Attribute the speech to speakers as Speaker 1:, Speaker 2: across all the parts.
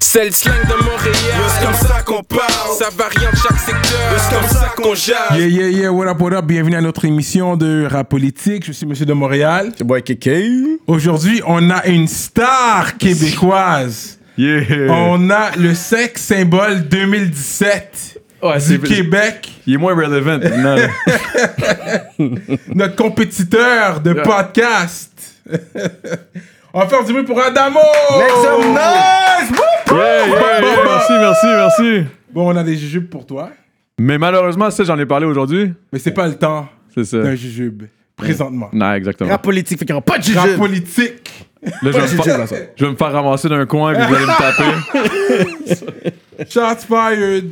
Speaker 1: C'est le slang de Montréal.
Speaker 2: C'est comme ça qu'on parle.
Speaker 1: Ça varie en chaque secteur.
Speaker 2: C'est comme ça qu'on jase.
Speaker 3: Yeah, yeah, yeah, what up, what up, bienvenue à notre émission de rap politique, je suis Monsieur de Montréal.
Speaker 4: C'est boy KK.
Speaker 3: Aujourd'hui, on a une star québécoise.
Speaker 4: Yeah.
Speaker 3: On a le sexe symbole 2017
Speaker 4: Ouais,
Speaker 3: du
Speaker 4: c'est
Speaker 3: Québec,
Speaker 4: Il est moins relevant. Non, non.
Speaker 3: notre compétiteur de podcast. on va faire du bruit pour Adamo!
Speaker 4: Yeah, yeah, yeah, merci, merci, merci.
Speaker 3: Bon, on a des jujubes pour toi,
Speaker 4: Mais malheureusement, ça, j'en ai parlé aujourd'hui.
Speaker 3: mais c'est pas le temps
Speaker 4: C'est ça.
Speaker 3: d'un Ah, jujube, présentement.
Speaker 4: Non, exactement.
Speaker 2: Rap politique, fait qu'il n'y aura pas de
Speaker 3: Rap
Speaker 2: jujube.
Speaker 3: politique,
Speaker 4: Là, je vais, me
Speaker 2: Pas de
Speaker 4: fa-
Speaker 2: jujube, là, ça.
Speaker 4: je vais me faire ramasser d'un coin et vous allez me taper.
Speaker 3: shots fired,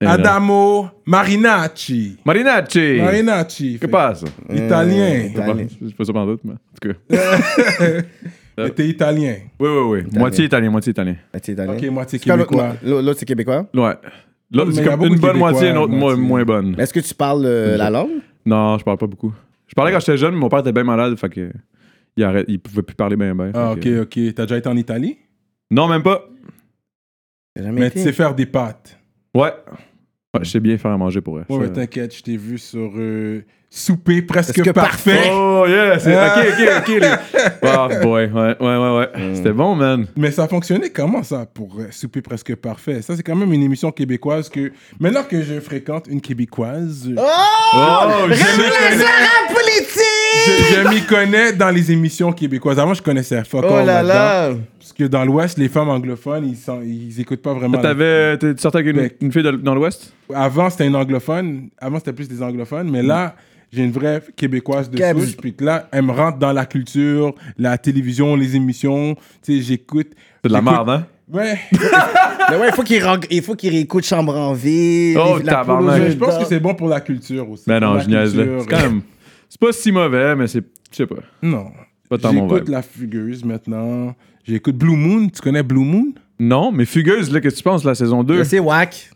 Speaker 4: là.
Speaker 3: Adamo Marinacci.
Speaker 4: Marinacci.
Speaker 3: Marinacci.
Speaker 4: Que
Speaker 3: fait-
Speaker 4: passe?
Speaker 3: Italien.
Speaker 4: Je
Speaker 2: Italien.
Speaker 4: sais pas ça pendant doute, mais en tout cas.
Speaker 3: Mais T'es italien.
Speaker 4: Oui, oui, oui. Moitié italien, moitié italien.
Speaker 2: Ah, t'es italien.
Speaker 3: Ok, moitié
Speaker 2: C'est quoi, l'autre-
Speaker 3: québécois.
Speaker 2: l'autre- L'autre, c'est québécois.
Speaker 4: Ouais. Là,
Speaker 3: Mais
Speaker 4: c'est
Speaker 3: il y a
Speaker 4: comme
Speaker 3: beaucoup
Speaker 4: une
Speaker 3: de
Speaker 4: bonne
Speaker 3: Québécois,
Speaker 4: moitié, une autre mo-
Speaker 3: moitié.
Speaker 4: moins bonne.
Speaker 2: Mais Est-ce que tu parles euh, la langue?
Speaker 4: Non, je parle pas beaucoup. Je parlais quand j'étais jeune, mais mon père était bien malade, fait que. Il, arrête, il pouvait plus parler bien, bien.
Speaker 3: Ah,
Speaker 4: fait
Speaker 3: ok,
Speaker 4: que-
Speaker 3: ok. T'as déjà été en Italie?
Speaker 4: Non, même pas.
Speaker 2: J'ai jamais
Speaker 3: Mais
Speaker 2: été.
Speaker 3: tu sais faire des pâtes.
Speaker 4: Ouais. Ouais, je sais bien faire à manger pour elle.
Speaker 3: Ouais, mais
Speaker 4: Ça-
Speaker 3: t'inquiète, je t'ai vu sur euh, Souper presque
Speaker 2: Presque
Speaker 3: parfait.
Speaker 4: Oh, yeah! C'est...
Speaker 3: Ah.
Speaker 4: Ok, ok, ok. les- Ah, boy. Ouais, ouais, ouais. ouais. C'était bon, man.
Speaker 3: Mais ça fonctionnait comment ça pour euh, Souper presque parfait? Ça, c'est quand même une émission québécoise que. Maintenant que je fréquente une québécoise, euh,
Speaker 4: Oh,
Speaker 3: je m'y connais-
Speaker 2: Rap politique!
Speaker 3: je- je m'y connais dans les émissions québécoises. Avant, je connaissais fuck
Speaker 2: Oh
Speaker 3: all
Speaker 2: là
Speaker 3: là-dedans.
Speaker 2: là!
Speaker 3: Parce que dans l'Ouest, les femmes anglophones, ils, sont, ils écoutent pas vraiment. la-
Speaker 4: T'avais, t'es- tu sortais avec une,
Speaker 3: Mec.
Speaker 4: une fille de- dans l'Ouest?
Speaker 3: Avant, c'était un anglophone. Avant, c'était plus des anglophones. Mais là, j'ai une vraie québécoise de
Speaker 2: Cab-
Speaker 3: souche. Puis que là, elle me rentre dans la culture, la télévision, les émissions. Tu sais, j'écoute.
Speaker 4: C'est de la
Speaker 3: j'écoute-
Speaker 4: merde, hein?
Speaker 3: Ouais.
Speaker 2: Mais ouais, il faut qu'il ren- il faut qu'il réécoute Chambre en ville.
Speaker 4: Oh,
Speaker 2: la
Speaker 4: tabarnak.
Speaker 2: poule aux
Speaker 3: Mais
Speaker 2: yeux
Speaker 3: je pense
Speaker 2: d'or.
Speaker 3: que c'est bon pour la culture aussi.
Speaker 4: Ben non,
Speaker 3: Pour la
Speaker 4: je niaise, là.
Speaker 3: culture.
Speaker 4: C'est quand même. C'est pas si mauvais, mais c'est. Je sais pas.
Speaker 3: Non.
Speaker 4: Pas tant mon
Speaker 3: J'écoute
Speaker 4: vibe.
Speaker 3: la fugueuse maintenant. J'écoute Blue Moon. Tu connais Blue Moon?
Speaker 4: Non, mais Fugueuse, là, qu'est-ce que tu penses, la saison 2?
Speaker 2: Mais C'est whack.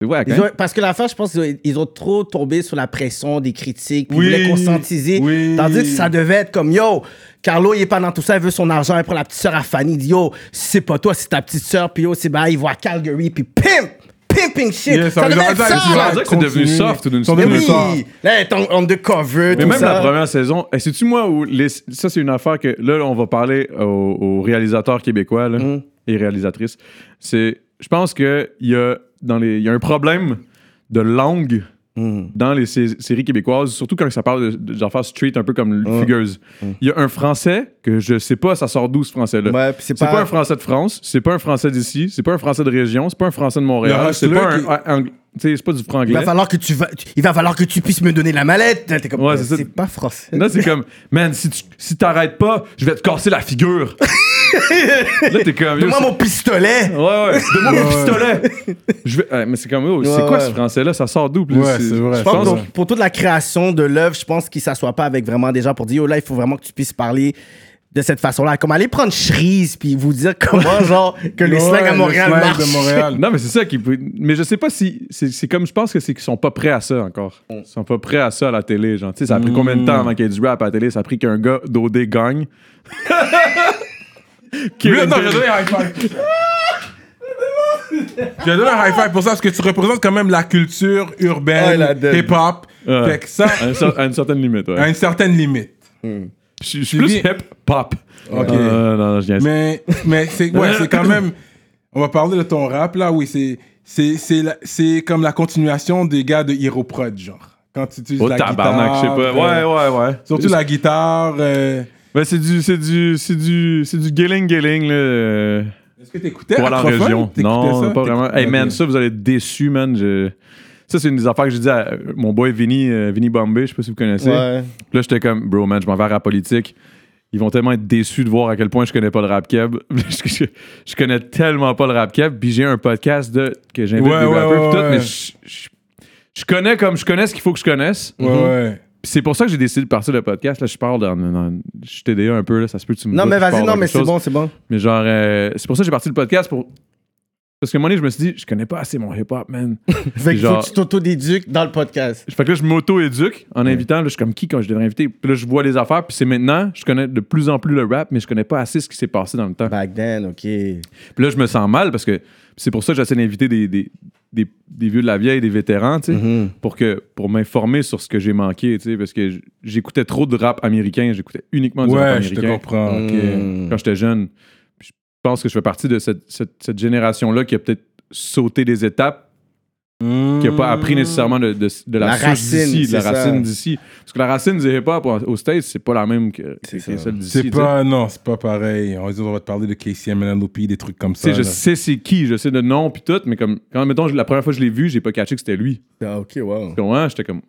Speaker 4: C'est wack,
Speaker 2: Ils
Speaker 4: hein?
Speaker 2: ont- parce que l'affaire, je pense qu'ils ont- ils ont trop tombé sur la pression des critiques. puis
Speaker 3: Oui,
Speaker 2: Ils voulaient conscientiser.
Speaker 3: oui.
Speaker 2: Tandis que ça devait être comme Yo, Carlo, il est pas dans tout ça, il veut son argent, il prend la petite sœur à Fanny. Il dit Yo, si c'est pas toi, c'est ta petite sœur. Puis yo, c'est bah, il va à Calgary, puis pimp! Pimping shit!
Speaker 3: Yes,
Speaker 2: ça
Speaker 3: ils
Speaker 2: devait
Speaker 3: ont
Speaker 2: être
Speaker 3: raison,
Speaker 2: ça!
Speaker 3: ils ont
Speaker 2: là.
Speaker 4: On dirait que c'est devenu
Speaker 3: Continue.
Speaker 4: soft d'une
Speaker 3: Ils sont
Speaker 4: certaine
Speaker 3: devenus
Speaker 2: Mais
Speaker 4: façon.
Speaker 3: soft.
Speaker 2: oui! Là, elle est en undercover,
Speaker 4: Mais
Speaker 2: tout
Speaker 4: même
Speaker 2: ça.
Speaker 4: la première saison, et c'est-tu moi où les, ça c'est une affaire que là on va parler aux, aux réalisateurs québécois là,
Speaker 2: Mm.
Speaker 4: et réalisatrices. C'est, je pense que il y a dans les, il y a un problème de langue
Speaker 2: Hmm.
Speaker 4: dans les sé- séries québécoises, surtout quand ça parle de, de affaires street un peu comme fugueuse.
Speaker 2: Mm.
Speaker 4: Il y a un français que je sais pas, ça sort d'où ce français là.
Speaker 2: Ouais, puis c'est
Speaker 4: c'est
Speaker 2: pas-
Speaker 4: pas... un français de France, c'est pas un français d'ici, c'est pas un français de région, c'est pas un français de
Speaker 3: Le
Speaker 4: Montréal, c'est
Speaker 3: hustler
Speaker 4: pas un,
Speaker 3: qui-
Speaker 4: un- ang- tu sais, c'est pas du franglais.
Speaker 2: Il va falloir que tu vas, tu- il va falloir que tu puisses me donner la mallette. T'es comme,
Speaker 4: Ouais,
Speaker 2: euh,
Speaker 4: c'est ça.
Speaker 2: c'est pas français.
Speaker 4: Là, c'est comme, man, si tu si t'arrêtes pas, je vais te casser la figure. là, t'es comme, yo,
Speaker 2: Donne-moi mon pistolet.
Speaker 4: c'est- ouais, ouais, donne-moi mon pistolet. Je vais, ouais, mais c'est comme, oh, c'est
Speaker 2: Ouais,
Speaker 4: quoi
Speaker 2: ouais.
Speaker 4: ce français-là? Ça sort d'où? Puis
Speaker 3: Ouais,
Speaker 4: là,
Speaker 3: c'est vrai,
Speaker 4: Je
Speaker 3: c'est
Speaker 2: Je pense
Speaker 4: pense,
Speaker 3: vrai.
Speaker 2: que pour toute la création de l'œuvre, je pense qu'il s'assoit pas avec vraiment des gens pour dire oh là, il faut vraiment que tu puisses parler de cette façon-là. Comme aller prendre Cherise puis vous dire comment, genre, que les
Speaker 3: Ouais,
Speaker 2: slams à Montréal
Speaker 3: slang
Speaker 2: marchent.
Speaker 3: de Montréal.
Speaker 4: non, mais c'est ça qui peut. Mais je sais pas si. C'est c'est comme, je pense que c'est qu'ils sont pas prêts à ça encore. Ils sont pas prêts à ça à la télé, genre. Tu sais, ça a pris combien
Speaker 3: Hmm.
Speaker 4: de temps avant qu'il y ait du rap à la télé? Ça a pris qu'un gars d'OD gagne. Qu'il y
Speaker 3: Lui,
Speaker 4: ait
Speaker 3: attends,
Speaker 4: une-
Speaker 3: j'ai donné un high five. J'ai donné un high five pour ça parce que tu représentes quand même la culture
Speaker 2: Ouais,
Speaker 3: urbaine,
Speaker 2: la dead.
Speaker 3: hip-hop.
Speaker 4: Ouais.
Speaker 3: Fait que ça,
Speaker 4: à, une cer- à une certaine limite, ouais.
Speaker 3: à une certaine limite.
Speaker 4: Je suis- je suis plus
Speaker 3: Suivi-
Speaker 4: hip-hop.
Speaker 3: Ok.
Speaker 4: Euh, non, non, je viens
Speaker 3: Mais, mais c'est ouais, c'est quand même. On va parler de ton rap là, oui, c'est- c'est- c'est la- c'est comme la continuation des gars de Hero Prod, genre. Quand tu utilises
Speaker 4: Oh
Speaker 3: la
Speaker 4: tabarnak,
Speaker 3: guitare.
Speaker 4: je sais pas. Ouais,
Speaker 3: euh,
Speaker 4: ouais, ouais.
Speaker 3: Surtout la guitare. euh,
Speaker 4: Ben, c'est du, c'est du, c'est du, c'est du guilling guilling, là. euh,
Speaker 3: Est-ce que t'écoutais
Speaker 4: Pour la
Speaker 3: Acrophone?
Speaker 4: région.
Speaker 3: T'écoutais
Speaker 4: Non,
Speaker 3: ça?
Speaker 4: pas vraiment. Hey
Speaker 3: Ok.
Speaker 4: man, ça, vous allez être déçus, man. Je- Ça, c'est une des affaires que j'ai dit à euh, mon boy Vinny, euh, Vinny Bombay, je sais pas si vous connaissez.
Speaker 2: Ouais.
Speaker 4: Là, j'étais comme, bro, man, je m'en vais à la politique. Ils vont tellement être déçus de voir à quel point je connais pas le rap keb. je, je- je connais tellement pas le rap keb. Puis j'ai un podcast de, que j'invite
Speaker 3: Ouais,
Speaker 4: des
Speaker 3: ouais,
Speaker 4: rappeurs,
Speaker 3: ouais,
Speaker 4: puis tout,
Speaker 3: ouais.
Speaker 4: mais je, je- je connais comme je connais ce qu'il faut que je connaisse.
Speaker 3: Ouais, ouais.
Speaker 4: Puis c'est pour ça que j'ai décidé de partir le podcast. Là, je parle dans. dans- je suis TDA un peu, là, ça se peut que tu me
Speaker 2: Non,
Speaker 4: dises
Speaker 2: mais
Speaker 4: que je
Speaker 2: vas-y,
Speaker 4: parle dans
Speaker 2: non, mais
Speaker 4: quelque
Speaker 2: c'est
Speaker 4: chose.
Speaker 2: bon, c'est bon.
Speaker 4: Mais genre, euh, c'est pour ça que j'ai parti le podcast pour. Parce que un moment donné, je me suis dit, je connais pas assez mon hip-hop, man.
Speaker 2: Fait que faut
Speaker 4: Genre-
Speaker 2: que tu t'auto-déduques dans le podcast.
Speaker 4: Fait que là, je m'auto-éduque en invitant. Là, je suis comme qui quand je devrais inviter. Puis là, je vois les affaires. Puis c'est maintenant, je connais de plus en plus le rap, mais je connais pas assez ce qui s'est passé dans le temps.
Speaker 2: Back then, OK.
Speaker 4: Puis là, je me sens mal parce que c'est pour ça que j'essaie d'inviter des, des, des, des vieux de la vieille, des vétérans, tu sais,
Speaker 2: Mm-hmm.
Speaker 4: pour, que- pour m'informer sur ce que j'ai manqué, tu sais, parce que j- j'écoutais trop de rap américain. J'écoutais uniquement du rap
Speaker 3: Ouais, je te
Speaker 4: américain
Speaker 3: comprends. ok.
Speaker 2: Hmm.
Speaker 4: quand j'étais jeune. Puis je pense que je fais partie de cette, cette- cette génération-là qui a peut-être sauté des étapes qui n'a pas appris nécessairement de, de- de la,
Speaker 2: La
Speaker 4: source
Speaker 2: racine,
Speaker 4: d'ici, de la
Speaker 2: c'est
Speaker 4: racine
Speaker 2: ça.
Speaker 4: d'ici. Parce que la racine du hip-hop au- aux States, c'est pas la même que, que-
Speaker 2: C'est
Speaker 4: que
Speaker 2: ça.
Speaker 4: celle d'ici.
Speaker 3: C'est
Speaker 4: tu sais.
Speaker 3: pas, non, c'est pas pareil. On va dire, on va te parler de KCM Menaloupe, des trucs comme
Speaker 4: Tu
Speaker 3: ça.
Speaker 4: sais, je
Speaker 3: là.
Speaker 4: sais c'est qui, je sais le nom puis tout, mais comme quand mettons je- la première fois que je l'ai vu, j'ai pas catché que c'était lui.
Speaker 2: Ah, OK, wow.
Speaker 4: Tu comprends? J'étais comme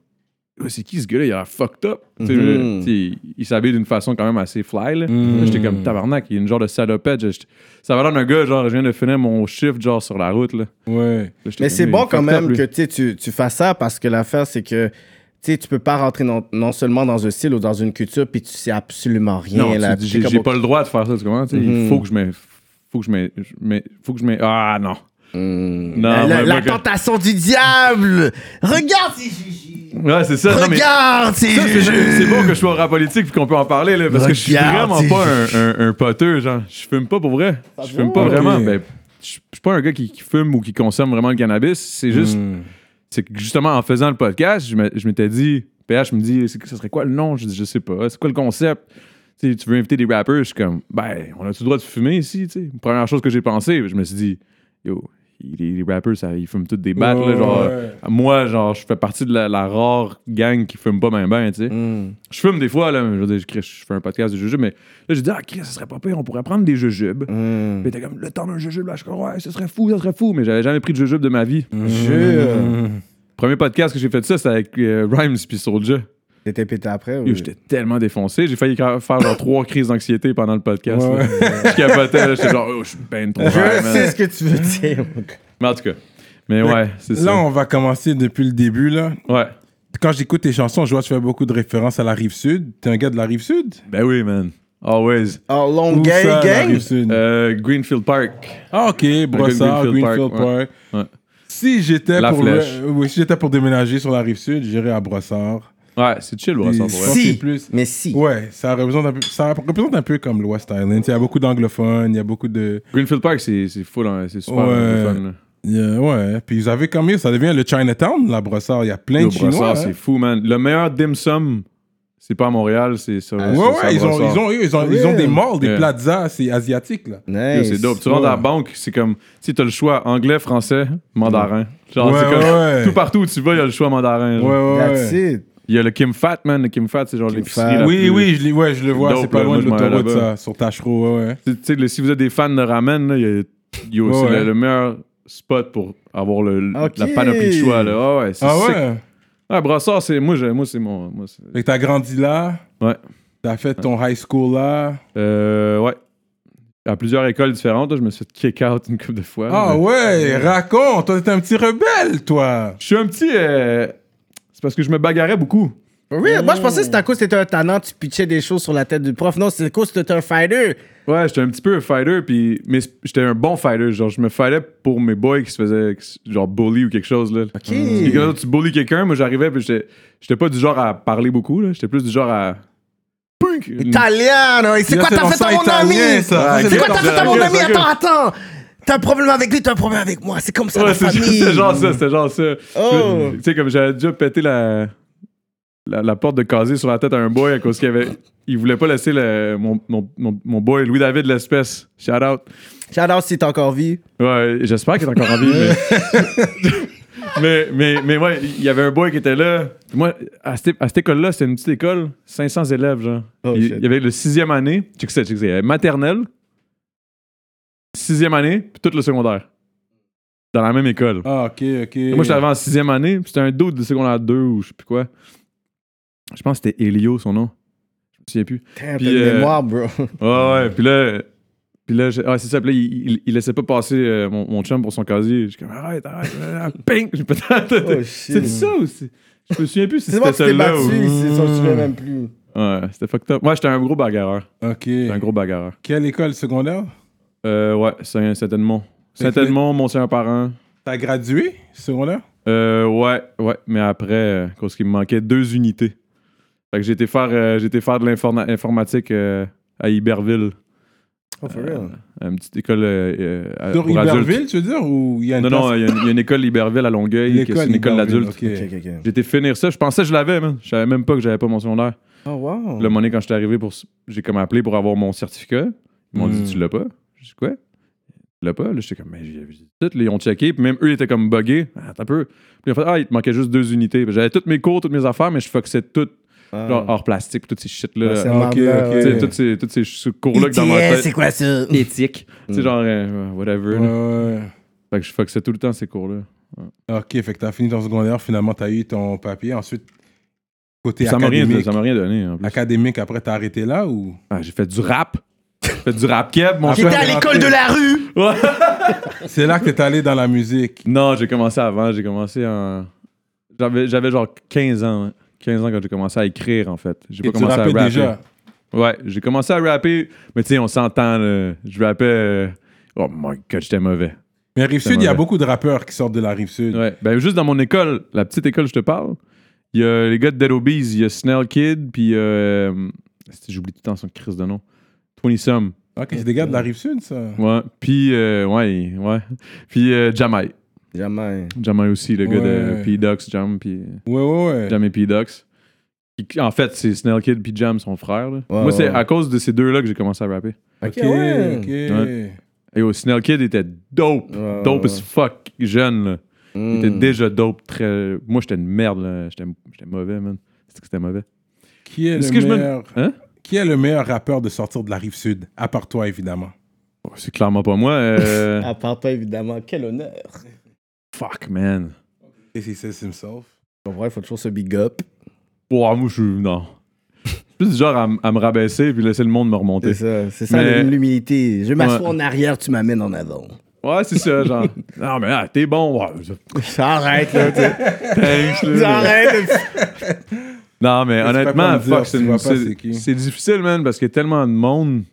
Speaker 4: Ouais, c'est qui ce gars-là, il a l'air fucked up. Tu sais,
Speaker 2: Mhm.
Speaker 4: je- tu sais, il- il s'habille d'une façon quand même assez fly. là.
Speaker 3: Mhm.
Speaker 4: J'étais comme tabarnak, il est une genre de salopette. Je- je- ça va l'air d'un gars, genre je viens de finir mon shift genre sur la route là.
Speaker 3: Ouais.
Speaker 4: J'étais
Speaker 2: Mais c'est
Speaker 4: comme, Il est
Speaker 2: bon quand
Speaker 4: fucked up,
Speaker 2: même
Speaker 4: lui.
Speaker 2: que tu sais, tu, tu fasses ça parce que l'affaire, c'est que tu sais, tu peux pas rentrer non, non seulement dans un style ou dans une culture puis tu sais absolument rien.
Speaker 4: Non, tu
Speaker 2: là,
Speaker 4: dis,
Speaker 2: Puis
Speaker 4: j'ai
Speaker 2: t'es
Speaker 4: j'ai
Speaker 2: comme,
Speaker 4: pas le droit de faire ça, tu comprends? Tu sais,
Speaker 2: Mhm.
Speaker 4: Il faut que je me. Faut que je me. je me- Faut que je me. Ah non!
Speaker 2: Hmm.
Speaker 4: Non,
Speaker 2: la,
Speaker 4: moi,
Speaker 2: la
Speaker 4: moi, que-
Speaker 2: tentation du diable! Regarde ces Gigi!
Speaker 4: Ouais, c'est ça. Non, mais. ça,
Speaker 2: Regarde ces
Speaker 4: C'est
Speaker 2: Gigi!
Speaker 4: c'est bon que je sois en rap politique puis qu'on peut en parler, là, parce que je suis
Speaker 2: Regarde,
Speaker 4: vraiment
Speaker 2: c'est-
Speaker 4: pas un, un, un poteux, genre. Je fume pas pour vrai. Je
Speaker 2: se
Speaker 4: fume pas
Speaker 3: voit.
Speaker 4: vraiment.
Speaker 3: Ok.
Speaker 4: Ben, je je suis pas un gars qui, qui fume ou qui consomme vraiment le cannabis. C'est juste.
Speaker 3: Hmm.
Speaker 4: C'est que justement, en faisant le podcast, je me- je m'étais dit. PH me dit, C'est- ça serait quoi le nom? Je dis, je sais pas. C'est quoi le concept? Tu sais, tu veux inviter des rappers? Je suis comme, ben, on a-tu le droit de fumer ici? tu sais? Première chose que j'ai pensé, je me suis dit, yo, les, les rappers, ça, ils fument toutes des battes, là, genre. euh,
Speaker 3: Ouais.
Speaker 4: Moi, genre, je fais partie de la, la rare gang qui fume pas ben ben, tu sais.
Speaker 2: Hmm.
Speaker 4: Je fume des fois, là, je veux dire, je, crée- je fais un podcast de jujubes, mais là, j'ai dit, ah, Chris, ça serait pas pire, on pourrait prendre des jujubes.
Speaker 2: Hmm.
Speaker 4: Mais t'es comme, le temps d'un jujube, là, je suis comme, ouais, ce serait fou, ça serait fou, mais j'avais jamais pris de jujube de ma vie. euh,
Speaker 2: Jure.
Speaker 3: Hmm.
Speaker 4: Premier podcast que j'ai fait de ça, c'était avec euh, Rhymes puis Soulja.
Speaker 2: T'étais pété après?
Speaker 4: Yo,
Speaker 2: ou-
Speaker 4: J'étais tellement défoncé, j'ai failli ca- faire genre trois crises d'anxiété pendant le podcast.
Speaker 3: Ouais,
Speaker 4: là. je capotais, là, j'étais genre, oh, je suis ben trop high,
Speaker 2: Je
Speaker 4: man.
Speaker 2: sais ce que tu veux dire. mon gars.
Speaker 4: Mais en tout cas, mais
Speaker 3: Là-
Speaker 4: ouais, c'est
Speaker 3: Là,
Speaker 4: ça.
Speaker 3: on va commencer depuis le début, là.
Speaker 4: Ouais.
Speaker 3: Quand j'écoute tes chansons, je vois que tu fais beaucoup de références à la Rive-Sud. T'es un gars de la Rive-Sud?
Speaker 4: Ben oui, man. Always.
Speaker 2: Oh, long
Speaker 3: Où ça,
Speaker 2: gang,
Speaker 3: la
Speaker 2: gang?
Speaker 3: Rive-Sud?
Speaker 4: Euh, Greenfield Park.
Speaker 3: Ah, ok, Brossard,
Speaker 4: Greenfield Park,
Speaker 3: Greenfield Park.
Speaker 4: ouais. Ouais.
Speaker 3: Si j'étais
Speaker 4: La
Speaker 3: pour, le- euh,
Speaker 4: Flèche.
Speaker 3: oui, si j'étais pour déménager sur la Rive-Sud, j'irais à Brossard.
Speaker 4: Ouais, c'est chill,
Speaker 3: Puis-
Speaker 4: Brassard, pour vrai.
Speaker 3: Ouais,
Speaker 2: Si,
Speaker 3: c'est plus-
Speaker 2: mais si.
Speaker 3: Ouais, ça représente un peu, ça représente un peu comme le West Island. Il y a beaucoup d'anglophones, il y a beaucoup de.
Speaker 4: Greenfield Park, c'est c'est full, hein, c'est super
Speaker 3: Ouais.
Speaker 4: euh, fun. là.
Speaker 3: il y a- ouais, puis vous avez comme ça devient le Chinatown, la Brossard. Il y a plein
Speaker 4: Yo,
Speaker 3: de Chinois.
Speaker 4: Brassard,
Speaker 3: hein.
Speaker 4: c'est fou, man. Le meilleur dim sum, c'est pas à Montréal, c'est sur.
Speaker 3: Ah, Ouais, ouais, ils ont, ils, ont, eux, ils, ont, ils ont des malls, des
Speaker 4: Yeah.
Speaker 3: plazas, c'est asiatique, là.
Speaker 2: Nice.
Speaker 4: c'est dope. Tu rentres à la
Speaker 3: Ouais.
Speaker 4: banque, c'est comme. Tu as le choix anglais, français, mandarin. Genre,
Speaker 3: Ouais,
Speaker 4: Ah, c'est comme.
Speaker 3: ouais.
Speaker 4: Tout partout où tu vas, il y a le choix mandarin.
Speaker 3: Ouais,
Speaker 4: genre.
Speaker 3: ouais.
Speaker 2: That's it.
Speaker 4: Il y a le Kim Fat, man. Le Kim Fat, c'est genre
Speaker 2: Kim
Speaker 4: l'épicerie.
Speaker 2: Fat.
Speaker 4: la
Speaker 3: Oui,
Speaker 4: plus-
Speaker 3: oui, je, l'ai- ouais, je le vois,
Speaker 4: dope,
Speaker 3: c'est pas
Speaker 4: là,
Speaker 3: loin
Speaker 4: moi,
Speaker 3: de
Speaker 4: je m'en allais
Speaker 3: l'autoroute, ça,
Speaker 4: là-bas.
Speaker 3: sur Tachereau, ouais, ouais.
Speaker 4: Tu sais, le- si vous êtes des fans de ramen, là, il y a, il y a aussi
Speaker 3: Ouais,
Speaker 4: le-
Speaker 3: ouais.
Speaker 4: le, meilleur spot pour avoir le, le-
Speaker 2: Ok.
Speaker 4: la panoplie de choix. Là. Ah ouais, c'est
Speaker 3: Ah
Speaker 4: sick.
Speaker 3: ouais?
Speaker 4: Ah, Brassard, c'est. Moi, j'ai- moi c'est mon. Moi, c'est-
Speaker 3: Fait que t'as grandi là,
Speaker 4: ouais.
Speaker 3: t'as fait ton high school là.
Speaker 4: Euh, ouais. À plusieurs écoles différentes, là, je me suis fait kick out une couple de fois.
Speaker 3: Ah
Speaker 4: mais-
Speaker 3: ouais, raconte, toi, t'es un petit rebelle, toi.
Speaker 4: Je suis un petit. euh, C'est parce que je me bagarrais beaucoup.
Speaker 2: Oui, moi je pensais que c'était à cause que t'étais un talent, tu pitchais des choses sur la tête du prof. Non, c'est à cause que t'étais un fighter.
Speaker 4: Ouais, j'étais un petit peu un fighter, puis mais c- j'étais un bon fighter. Genre, je me fightais pour mes boys qui se faisaient qui s- genre bully ou quelque chose là. Ok. tu bully quelqu'un, moi j'arrivais puis j'étais, j'étais pas du genre à parler beaucoup là. J'étais plus du genre à. Punk. Une-
Speaker 2: Italien, hein. c'est
Speaker 3: Là,
Speaker 2: quoi
Speaker 3: c'est
Speaker 2: t'as fait à
Speaker 3: l'ancien
Speaker 2: mon ami?
Speaker 3: italien, ça.
Speaker 4: Ouais,
Speaker 2: C'est quoi
Speaker 4: ok,
Speaker 2: t'as fait à
Speaker 4: ok,
Speaker 2: mon ami?
Speaker 4: ok.
Speaker 2: Attends, attends. T'as un problème avec lui, t'as un problème avec moi. C'est comme ça
Speaker 4: Ouais,
Speaker 2: la
Speaker 4: c'est
Speaker 2: famille.
Speaker 4: c'est genre ça, c'était genre ça.
Speaker 2: Oh.
Speaker 4: Tu sais, comme j'avais déjà pété la, la, la porte de casier sur la tête à un boy à cause qu'il avait. Il voulait pas laisser le, mon, mon, mon, mon boy Louis-David l'espèce. Shout out.
Speaker 2: Shout out si t'es encore vie.
Speaker 4: Ouais, j'espère qu'il est encore en vie, mais. mais, mais, mais ouais, il y avait un boy qui était là. Puis moi, à cette, à cette école-là, c'était une petite école, 500 élèves, genre.
Speaker 2: Oh,
Speaker 4: il,
Speaker 2: shit.
Speaker 4: il y avait le sixième année, check ça, check ça, il y avait maternelle, sixième année, puis tout le secondaire. Dans la même école.
Speaker 3: Ah, ok, ok.
Speaker 4: Et Moi, j'étais arrivé en sixième année, puis c'était un doute de secondaire 2 ou je sais plus quoi. Je pense que c'était Elio, son nom. Je me souviens plus.
Speaker 2: Putain, t'as
Speaker 4: Puis,
Speaker 2: une
Speaker 4: euh,
Speaker 2: mémoire, bro.
Speaker 4: Ouais, ouais. Puis là, puis là, je- ah, c'est ça. Puis là, il, il- il laissait pas passer euh, mon, mon chum pour son casier. J'étais comme, arrête, arrête, arrête, ping! J'ai peut
Speaker 2: Oh,
Speaker 4: c'est
Speaker 2: shit.
Speaker 4: ça ou c'est. Je me souviens plus si
Speaker 2: C'est moi
Speaker 4: c'était
Speaker 2: qui t'es
Speaker 4: celle-là
Speaker 2: battu,
Speaker 4: ou.
Speaker 2: ils s'en souviennent même plus.
Speaker 4: Ouais, c'était fucked up. Moi, j'étais un gros bagarreur.
Speaker 3: Ok.
Speaker 4: J'étais un gros bagarreur.
Speaker 3: Quelle école secondaire?
Speaker 4: Euh, ouais, c'est un certainement. Saint-Edmond, Monseigneur Parent.
Speaker 3: T'as gradué, secondaire?
Speaker 4: Euh, ouais, ouais. Mais après, euh, parce qu'il me manquait deux unités. Fait que j'ai été faire, euh, j'ai été faire de l'informatique à Iberville.
Speaker 2: Oh, for real.
Speaker 4: à une petite école euh, euh, à-
Speaker 3: Sur
Speaker 4: pour adultes.
Speaker 3: Iberville, tu veux dire? Ou il y a une
Speaker 4: Non, non,
Speaker 3: place-
Speaker 4: il y, a une- il y a une école Iberville à Longueuil, qui est une école
Speaker 3: Iberville,
Speaker 4: d'adultes.
Speaker 3: ok.
Speaker 2: Ok, ok, ok.
Speaker 4: J'ai été finir ça. Je pensais que je l'avais, man. Je savais même pas que j'avais pas mon secondaire.
Speaker 2: Oh, wow.
Speaker 4: Le monnaie, quand j'étais arrivé, pour... j'ai comme appelé pour avoir mon certificat. Ils m'ont
Speaker 3: Mm.
Speaker 2: Hmm.
Speaker 4: dit, tu l'as pas? J'ai dit, quoi? Tu l'as pas? Là, j'étais comme, mais j'ai j'ai tout. Là, ils ont checké. Puis même eux, ils étaient comme buggés. Ah, Attends un peu. Puis en fait, ah, il te manquait juste deux unités. Puis J'avais tous mes cours, toutes mes affaires, mais je foxais tout.
Speaker 2: Ah.
Speaker 4: Genre hors plastique, toutes ces
Speaker 2: Ah, c'est
Speaker 4: shit-là.
Speaker 2: marrant,
Speaker 3: ok,
Speaker 2: là,
Speaker 3: ok.
Speaker 4: Tu
Speaker 2: ouais.
Speaker 4: sais, tous ces, tous ces ch- cours-là que dans ma
Speaker 2: ETS,
Speaker 4: tête.
Speaker 2: c'est quoi ça?
Speaker 4: Éthique. Tu sais, genre, euh, whatever. là.
Speaker 3: Ouais, ouais.
Speaker 4: Fait que je foxais tout le temps ces cours-là.
Speaker 3: Ok, fait que t'as fini ton secondaire, finalement t'as eu ton papier. Ensuite, côté
Speaker 4: Ça m'a rien,
Speaker 3: académique,
Speaker 4: ça m'a rien donné. en plus.
Speaker 3: académique, après t'as arrêté là ou
Speaker 4: Ah, j'ai fait du rap. J'ai fait du rap keb, mon
Speaker 3: Qui
Speaker 2: Qui
Speaker 4: frère.
Speaker 2: était à l'école de la rue!
Speaker 4: Ouais.
Speaker 3: c'est là que t'es allé dans la musique
Speaker 4: Non, j'ai commencé avant. J'ai commencé en. J'avais, j'avais genre 15 ans. hein. 15 ans quand j'ai commencé à écrire, en fait. J'ai
Speaker 3: et
Speaker 4: pas
Speaker 3: tu
Speaker 4: commencé à
Speaker 3: rappais
Speaker 4: rapper.
Speaker 3: déjà.
Speaker 4: Ouais, j'ai commencé à rapper. Mais tu sais, on s'entend, là. Je rappais. euh, Oh my god, j'étais mauvais.
Speaker 3: Mais rive sud, il y a
Speaker 4: mauvais.
Speaker 3: beaucoup de rappeurs qui sortent de la rive sud.
Speaker 4: Ouais. Ben, juste dans mon école, la petite école, je te parle, il y a les gars de Dead Obies, il y a Snell Kid, puis. euh, c'est- J'oublie tout le temps son Chris de nom. 20 Some.
Speaker 3: Ok, c'est des gars de la rive sud ça.
Speaker 4: Ouais. Puis, euh, ouais, ouais. Puis, euh, Jamai.
Speaker 2: Jamais.
Speaker 4: Jamai aussi, le gars de
Speaker 3: Ouais.
Speaker 4: P-Dox, Jam, puis euh,
Speaker 3: Ouais, ouais, ouais.
Speaker 4: Jam et P-Dox. Qui- En fait, c'est Snail Kid puis Jam, son frère. là.
Speaker 2: Ouais,
Speaker 4: Moi, c'est
Speaker 2: ouais.
Speaker 4: à cause de ces deux-là que j'ai commencé à rapper.
Speaker 3: Ok,
Speaker 2: ouais.
Speaker 3: ok.
Speaker 4: Ouais. Et oh, Snail Kid était dope.
Speaker 2: Ouais,
Speaker 4: dope
Speaker 2: ouais.
Speaker 4: as fuck, jeune. Là. Il était
Speaker 2: Mm.
Speaker 4: déjà dope. Très... Moi, j'étais une merde. là. J'étais j'étais mauvais, man. C'est que c'était mauvais.
Speaker 3: Qui est
Speaker 4: Est-ce
Speaker 3: le
Speaker 4: que je me-
Speaker 3: meilleur
Speaker 4: Hein?
Speaker 3: Qui est le meilleur rappeur de sortir de la rive sud À part toi évidemment.
Speaker 4: Oh, c'est clairement pas moi. euh,
Speaker 2: À part toi, évidemment. Quel honneur.
Speaker 4: fuck, man.
Speaker 3: Et he says himself.
Speaker 2: En vrai, il faut toujours se big up.
Speaker 4: Oh, moi, je suis. Non. C'est plus du genre à, m- à me rabaisser puis laisser le monde me remonter.
Speaker 2: C'est ça, c'est ça
Speaker 4: Mais-
Speaker 2: l'humilité. Je m'assois
Speaker 4: Ouais.
Speaker 2: en arrière, tu m'amènes en avant.
Speaker 4: Ouais, c'est ça, genre. Non, mais là, t'es bon. Ouais,
Speaker 2: Arrête, là. tu-
Speaker 4: thanks, là.
Speaker 2: Arrête.
Speaker 4: Non, mais
Speaker 3: Qu'est-ce que
Speaker 4: honnêtement,
Speaker 3: tu vas pas me
Speaker 4: fuck,
Speaker 3: dire,
Speaker 4: c'est
Speaker 3: tu
Speaker 4: une-
Speaker 3: vois pas
Speaker 4: c'est
Speaker 3: c'est qui.
Speaker 4: c'est difficile, man, parce qu'il y a tellement de monde.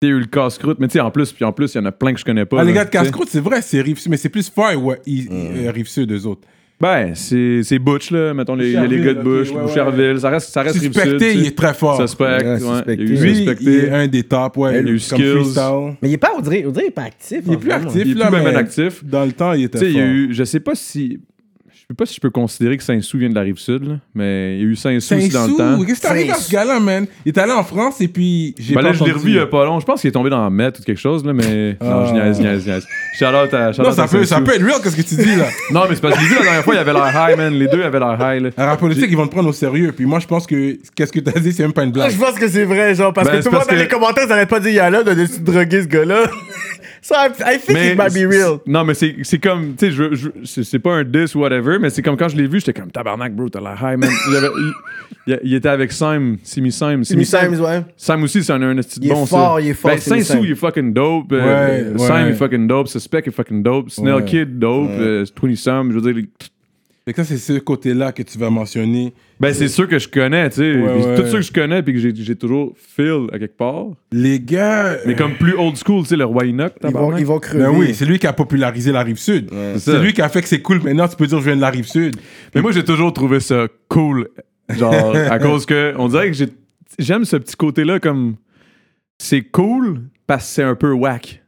Speaker 4: T'as eu le casse-croûte, mais tu sais, en plus, puis en plus, il y en a plein que je connais pas.
Speaker 3: Ah, les gars
Speaker 4: là,
Speaker 3: de
Speaker 4: tu sais.
Speaker 3: Casse-Croûte, c'est vrai, c'est rive sud, mais c'est plus far ouais, i- i- rive sud eux autres.
Speaker 4: Ben, c'est c'est Butch, là. Mettons, les, les
Speaker 3: Boucherville,
Speaker 4: gars de
Speaker 3: ok,
Speaker 4: Butch,
Speaker 3: ouais, ouais.
Speaker 4: Boucherville. Ça reste, ça reste Rive-Sud,
Speaker 3: Suspecté,
Speaker 4: tu sais.
Speaker 3: il est très fort.
Speaker 4: Suspect,
Speaker 2: Ouais,
Speaker 4: ouais.
Speaker 2: suspecté.
Speaker 4: Il y a eu
Speaker 3: Lui,
Speaker 4: Suspecté.
Speaker 3: il est un des top, ouais.
Speaker 4: Il y a eu
Speaker 3: comme
Speaker 4: Skills.
Speaker 3: freestyle.
Speaker 2: Mais il est pas, on dirait, on dirait, il est pas actif.
Speaker 3: Il est
Speaker 2: en
Speaker 3: plus
Speaker 2: ce moment.
Speaker 3: actif,
Speaker 4: Il est
Speaker 3: là,
Speaker 4: plus
Speaker 3: mais
Speaker 4: même actif.
Speaker 3: dans le temps, il était
Speaker 4: Tu sais, il y a
Speaker 3: fort.
Speaker 4: eu. Je sais pas si. Je sais pas si je peux considérer que Saint-Sou vient de la Rive-Sud, là, mais il y a eu Saint-Sou aussi dans le temps.
Speaker 3: Saint-Sou, qu'est-ce qui t'arrive à ce
Speaker 2: Saint-Sou.
Speaker 3: gars-là, man? Il est allé en France et puis j'ai
Speaker 4: Ben
Speaker 3: pas
Speaker 4: là, je
Speaker 3: entendu.
Speaker 4: l'ai
Speaker 3: Ah.
Speaker 4: revu il y a pas long. Je pense qu'il est tombé dans la mette ou quelque chose, là, mais. Non, je niaise, niaise, niaise. Shout-out à.
Speaker 3: Non, ça peut, ça peut être real, qu'est-ce que tu dis, là?
Speaker 4: Non, mais c'est parce que les deux, la dernière fois, il y avait leur high, man. Les deux avaient leur high, là.
Speaker 3: La rap politique, ils vont te prendre au sérieux. Puis moi, je pense que qu'est-ce que t'as dit, c'est même pas une
Speaker 2: Ah,
Speaker 3: blague.
Speaker 2: Je pense que c'est vrai, genre, parce
Speaker 4: Ben,
Speaker 2: que
Speaker 4: c'est
Speaker 2: tout le monde dans
Speaker 4: parce que-
Speaker 2: les commentaires, ils n'arrêtent pas de dire, y'a là, de décidé de droguer ce gars-là. so, I, I think it might be
Speaker 4: c'est-
Speaker 2: real.
Speaker 4: c'est- Non, mais c'est c'est comme, tu sais, je, je- c'est c'est pas un diss ou whatever, mais c'est comme quand je l'ai vu, j'étais comme tabarnak, bro, t'as l'air high, man. Il, avait- il- il- il était avec Sam, Simi Sam. Simi
Speaker 2: Sims, ouais.
Speaker 4: Sam aussi, c'est un, un petit
Speaker 2: Il est
Speaker 4: bon,
Speaker 2: fort,
Speaker 4: ça.
Speaker 2: il est fort,
Speaker 4: Ben,
Speaker 2: Simi
Speaker 4: Saint-Sou,
Speaker 2: Sam.
Speaker 4: il est fucking dope. euh,
Speaker 3: Ouais,
Speaker 4: euh, Sam,
Speaker 3: ouais.
Speaker 4: il est fucking dope. Suspect, il est fucking dope. Snail
Speaker 3: Ouais.
Speaker 4: Kid, dope. euh, 20 Sam, je veux dire. les-
Speaker 3: Fait que ça, c'est ce côté-là que tu vas mentionner.
Speaker 4: Ben, c'est ceux que je connais, tu sais.
Speaker 3: Ouais,
Speaker 4: Puis
Speaker 3: ouais.
Speaker 4: Tous ceux que je connais, puis que j'ai- j'ai toujours feel à quelque part.
Speaker 3: Les gars.
Speaker 4: Mais comme plus old school, tu sais, le Roi Enoch,
Speaker 2: Ils
Speaker 4: tabarnak.
Speaker 2: vont, ils vont crever.
Speaker 3: Ben oui, c'est lui qui a popularisé la rive sud.
Speaker 4: C'est ça.
Speaker 3: C'est lui qui a fait que c'est cool. Maintenant, tu peux dire je viens de la rive sud.
Speaker 4: Mais moi, j'ai toujours trouvé ça cool. Genre, à cause que. On dirait que j'ai- j'aime ce petit côté-là comme. C'est cool parce que c'est un peu whack.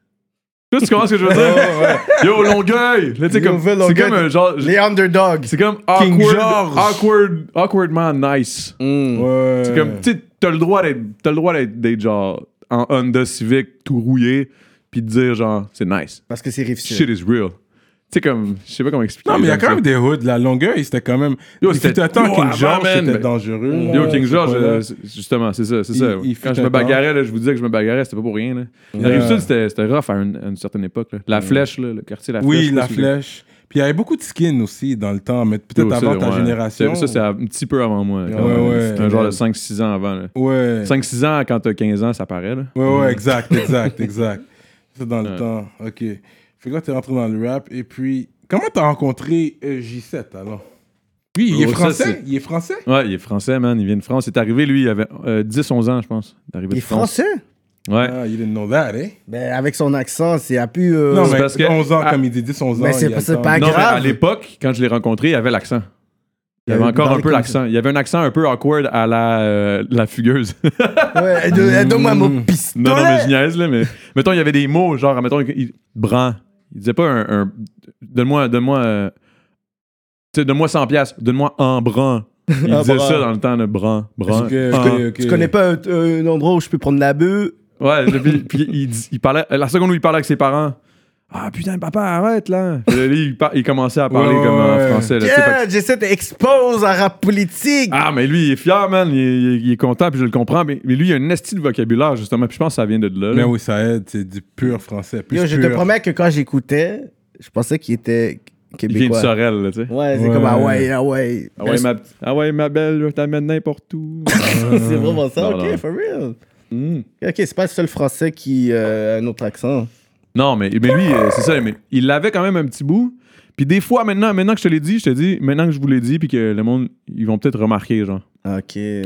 Speaker 4: Tu sais, tu comprends ce que je veux dire? Yo, Longueuil! Là, tu sais,
Speaker 2: Yo,
Speaker 4: comme.
Speaker 2: veux
Speaker 4: C'est
Speaker 2: Longueuil.
Speaker 4: comme un genre.
Speaker 2: Les underdogs.
Speaker 4: C'est comme
Speaker 3: King
Speaker 4: awkward,
Speaker 3: George.
Speaker 4: awkward, awkwardement nice.
Speaker 2: Mm.
Speaker 3: Ouais.
Speaker 4: C'est comme, tu sais, t'as le droit d'être, t'as le droit d'être, d'être genre en Honda Civic tout rouillé, puis de dire genre, c'est nice.
Speaker 2: Parce que c'est
Speaker 4: Shit
Speaker 2: Rive-Sud.
Speaker 4: is real. Tu sais comme, je sais pas comment expliquer.
Speaker 3: Non, mais il y a
Speaker 4: comme
Speaker 3: quand
Speaker 4: ça.
Speaker 3: même des hoods. La Longueuil, c'était quand même.
Speaker 4: Yo,
Speaker 3: Yo,
Speaker 4: c'était-
Speaker 3: c'était un temps
Speaker 4: Yo,
Speaker 3: King
Speaker 4: avant,
Speaker 3: George,
Speaker 4: man,
Speaker 3: c'était
Speaker 4: ben-
Speaker 3: dangereux.
Speaker 4: Yo,
Speaker 3: Ouais,
Speaker 4: King
Speaker 3: c'est
Speaker 4: George,
Speaker 3: pas là.
Speaker 4: euh, c'est- justement, c'est ça, c'est ça.
Speaker 3: Il- il fut
Speaker 4: Quand je
Speaker 3: un
Speaker 4: me
Speaker 3: temps.
Speaker 4: bagarrais, là, je vous disais que je me bagarrais, c'était pas pour rien. Là. La
Speaker 3: Yeah.
Speaker 4: Rive-Sud, c'était c'était rough à une, à une certaine époque. là. La Flèche, là, le quartier La Flèche.
Speaker 3: Oui,
Speaker 4: je sais
Speaker 3: la
Speaker 4: pas si vous-
Speaker 3: flèche. Puis il y avait beaucoup de skins aussi dans le temps, mais
Speaker 4: Yo,
Speaker 3: peut-être
Speaker 4: ça,
Speaker 3: avant ta
Speaker 4: ouais.
Speaker 3: génération.
Speaker 4: Ça, c'est un petit peu avant moi. là, quand
Speaker 3: Ouais,
Speaker 4: même.
Speaker 3: ouais.
Speaker 4: C'était un genre de 5-6 ans avant. là.
Speaker 3: Ouais.
Speaker 4: 5-6 ans, quand t'as 15 ans, ça paraît. Là.
Speaker 3: Ouais, ouais, exact, exact, exact. C'est dans le
Speaker 4: Ouais.
Speaker 3: temps. OK. Fait que là, t'es rentré dans le rap. Et puis, comment t'as rencontré euh, J7 alors Lui, il est
Speaker 4: Oh, ça,
Speaker 3: français
Speaker 4: c'est-
Speaker 3: Il est français
Speaker 4: Ouais, il est français, man. Il vient de France. Il est arrivé, lui, il avait 10-11 euh, ans, je pense. Il est arrivé
Speaker 2: Il est
Speaker 4: de France.
Speaker 2: français.
Speaker 4: Ouais.
Speaker 3: Ah, you didn't know that, eh?
Speaker 2: Ben, avec son accent, c'est a pu. euh,
Speaker 3: non, mais
Speaker 4: parce que-
Speaker 3: 11 ans,
Speaker 4: ah.
Speaker 3: comme il dit, 10, 11 ans.
Speaker 2: Mais c'est
Speaker 3: il y a
Speaker 2: pas- c'est
Speaker 3: le temps.
Speaker 2: pas
Speaker 4: Non, mais à
Speaker 2: grave.
Speaker 4: l'époque, quand je l'ai rencontré, il avait l'accent. Il avait
Speaker 2: Euh,
Speaker 4: encore
Speaker 2: dans
Speaker 4: un
Speaker 2: les
Speaker 4: peu
Speaker 2: conditions.
Speaker 4: l'accent. Il y avait un accent un peu awkward à la, euh, la fugueuse.
Speaker 2: Ouais, de- donne-moi mon
Speaker 3: Mm.
Speaker 2: pistolet.
Speaker 4: non, non, mais je niaise, là. Mais mettons, il y avait des mots, genre, mettons, il, il- bran. Il disait pas un. un- donne-moi. Donne-moi. euh, tu sais, donne-moi 100 piastres. Donne-moi un bran. Il
Speaker 2: Un
Speaker 4: disait
Speaker 2: bran.
Speaker 4: ça dans le Ah. temps, le bran. Bran.
Speaker 3: Parce que-
Speaker 4: un.
Speaker 3: ok, ok.
Speaker 2: Tu connais pas un, un endroit où je peux prendre la bœuf?
Speaker 4: Ouais, le- puis, puis il, dis- il parlait. La seconde où il parlait avec ses parents. Ah putain, papa, arrête là! Puis là, il, par- il commençait à parler
Speaker 3: Ouais,
Speaker 4: comme en
Speaker 3: ouais.
Speaker 4: français. Là, tu sais, fait que-
Speaker 2: Yeah, j'essaie d'expose à rap politique.
Speaker 4: Ah, mais lui, il est fier, man. Il, est- il est- il est content, puis je le comprends. Mais, mais lui, il a une esti de vocabulaire, justement. Puis je pense que ça vient de là. là.
Speaker 3: Mais oui, ça aide, c'est du pur français. Plus
Speaker 2: Yo, je te
Speaker 3: pur.
Speaker 2: promets que quand j'écoutais, je pensais qu'il était
Speaker 4: il vient de
Speaker 2: québécois.
Speaker 4: Sorel, là, tu sais.
Speaker 2: ouais, c'est
Speaker 3: Ouais.
Speaker 2: comme ah ouais, ah ouais.
Speaker 4: Ah ouais, ma, ah ouais, ma belle, je t'amène n'importe où.
Speaker 2: c'est
Speaker 4: Euh,
Speaker 2: vraiment ça,
Speaker 4: Non,
Speaker 2: ok,
Speaker 4: non.
Speaker 2: for real.
Speaker 4: Mm.
Speaker 2: Ok, c'est pas le seul français qui euh, a un autre accent.
Speaker 4: Non, mais, mais lui, euh, c'est ça. Mais il l'avait quand même un petit bout. Puis des fois, maintenant, maintenant que je te l'ai dit, je te dis, maintenant que je vous l'ai dit, puis que le monde, ils vont peut-être remarquer, genre.
Speaker 2: Ok. C'est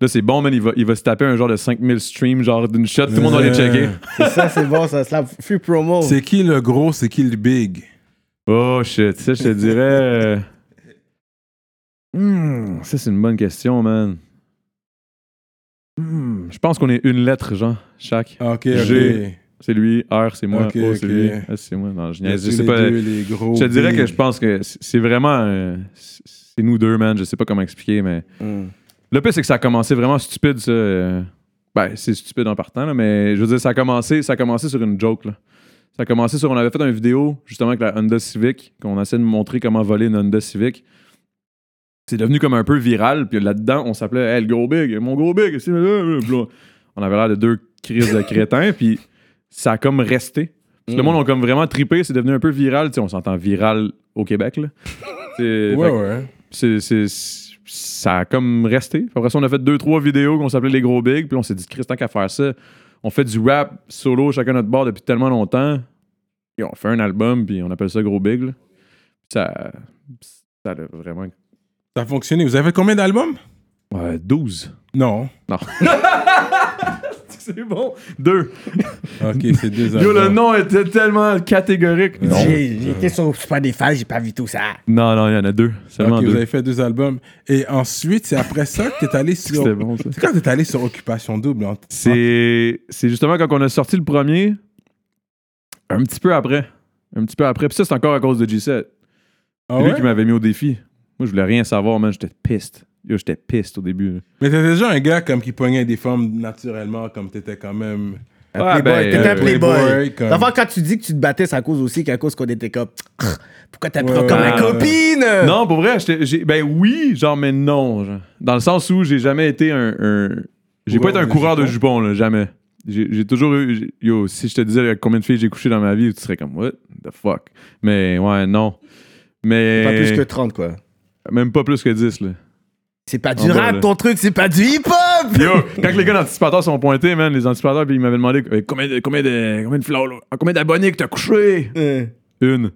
Speaker 4: Là, c'est bon, man, il va, il va se taper un genre de 5000 streams, genre d'une shot. Tout le monde va aller checker.
Speaker 2: ça, c'est bon, ça, slap. Free promo.
Speaker 3: Euh, C'est qui le gros, c'est qui le big?
Speaker 4: Oh shit, ça je te dirais. euh, hmm, ça c'est une bonne question, man. Hmm, je pense qu'on est une lettre, genre, chaque.
Speaker 3: Ah, Ok,
Speaker 4: J'ai- C'est lui, R c'est moi,
Speaker 3: Ok,
Speaker 4: O c'est
Speaker 3: ok.
Speaker 4: lui, S c'est moi. Non, je
Speaker 3: ok.
Speaker 4: niaise, je sais
Speaker 3: les
Speaker 4: pas.
Speaker 3: deux, les gros,
Speaker 4: Je te dirais
Speaker 3: big.
Speaker 4: que je pense que c- c'est vraiment. euh, c- c'est nous deux, man. Je sais pas comment expliquer, mais.
Speaker 2: Hmm.
Speaker 4: Le pire, c'est que ça a commencé vraiment stupide, ça. euh, Ben, c'est stupide en partant, là, mais je veux dire, ça a commencé, ça a commencé sur une joke, là. Ça a commencé sur. On avait fait une vidéo, justement, avec la Honda Civic, qu'on essaie de montrer comment voler une Honda Civic. C'est devenu comme un peu viral, puis là-dedans, on s'appelait Hey, le gros big, mon gros big, c'est. On avait l'air de deux crises de crétins, puis ça a comme resté. Puis Le
Speaker 2: Mm.
Speaker 4: monde a comme vraiment trippé, c'est devenu un peu viral. Tu sais, on s'entend viral au Québec, là. C'est-
Speaker 3: Ouais,
Speaker 4: fait que
Speaker 3: ouais.
Speaker 4: c'est, c'est- c'est- ça a comme resté. Puis Après ça, on a fait deux, trois vidéos qu'on s'appelait Les Gros Big, puis on s'est dit, Christ, tant qu'à faire ça, on fait du rap solo chacun notre bord depuis tellement longtemps. Et on fait un album, puis on appelle ça Gros Big. là. Puis Ça, ça a vraiment.
Speaker 3: Ça a fonctionné. Vous avez fait combien d'albums?
Speaker 4: Ouais, 12.
Speaker 3: Non.
Speaker 4: C'est bon. Deux.
Speaker 3: Ok, c'est deux
Speaker 4: Yo,
Speaker 3: albums.
Speaker 4: le nom était tellement catégorique.
Speaker 3: Non.
Speaker 2: J'ai j'étais sur Spotify, j'ai pas vu tout ça.
Speaker 4: Non, non, il y en a deux. Seulement
Speaker 3: Ok, vous
Speaker 4: deux.
Speaker 3: avez fait deux albums. Et ensuite, c'est après ça que t'es allé sur.
Speaker 4: C'était bon, ça.
Speaker 3: C'est quand t'es allé sur Occupation Double. hein? en-
Speaker 4: C'est, c'est justement quand on a sorti le premier, un petit peu après. Un petit peu après. Puis ça, c'est encore à cause de G7.
Speaker 3: Ah
Speaker 4: C'est
Speaker 3: ouais?
Speaker 4: lui qui m'avait mis au défi. Moi, je voulais rien savoir, man. J'étais piste. Yo, j'étais piste au début.
Speaker 3: Mais t'étais déjà un gars comme qui pognait des femmes naturellement, comme t'étais quand même.
Speaker 4: Ah,
Speaker 2: Playboy, t'étais un
Speaker 3: euh,
Speaker 2: playboy.
Speaker 3: Playboy, comme-
Speaker 2: D'abord, quand tu dis que tu te battais, c'est à cause aussi qu'à cause qu'on était comme. Pourquoi t'as pris
Speaker 3: Ouais,
Speaker 2: comme ma
Speaker 4: ouais, ouais.
Speaker 2: copine?
Speaker 3: Euh.
Speaker 4: Non, pour vrai, j'étais- j'ai- ben oui, genre, mais non. genre. Dans le sens où j'ai jamais été un. un- J'ai pas
Speaker 3: Coureur
Speaker 4: été un
Speaker 3: de
Speaker 4: coureur de jupons, là, jamais. J'ai j'ai toujours eu. j'ai- Yo, si je te disais avec combien de filles j'ai couché dans ma vie, tu serais comme, what the fuck. Mais ouais, non. Mais.
Speaker 2: Pas plus que 30, quoi.
Speaker 4: Même pas plus que 10, là.
Speaker 2: C'est pas
Speaker 4: En
Speaker 2: du
Speaker 4: bas,
Speaker 2: rap,
Speaker 4: là.
Speaker 2: ton truc, c'est pas du hip-hop!
Speaker 4: Yo, quand les gars d'anticipateurs sont pointés, man, les anticipateurs, puis ils m'avaient demandé Eh, combien de combien de combien de fleurs, là? Ah, combien d'abonnés que t'as couché
Speaker 2: Euh,
Speaker 4: Une.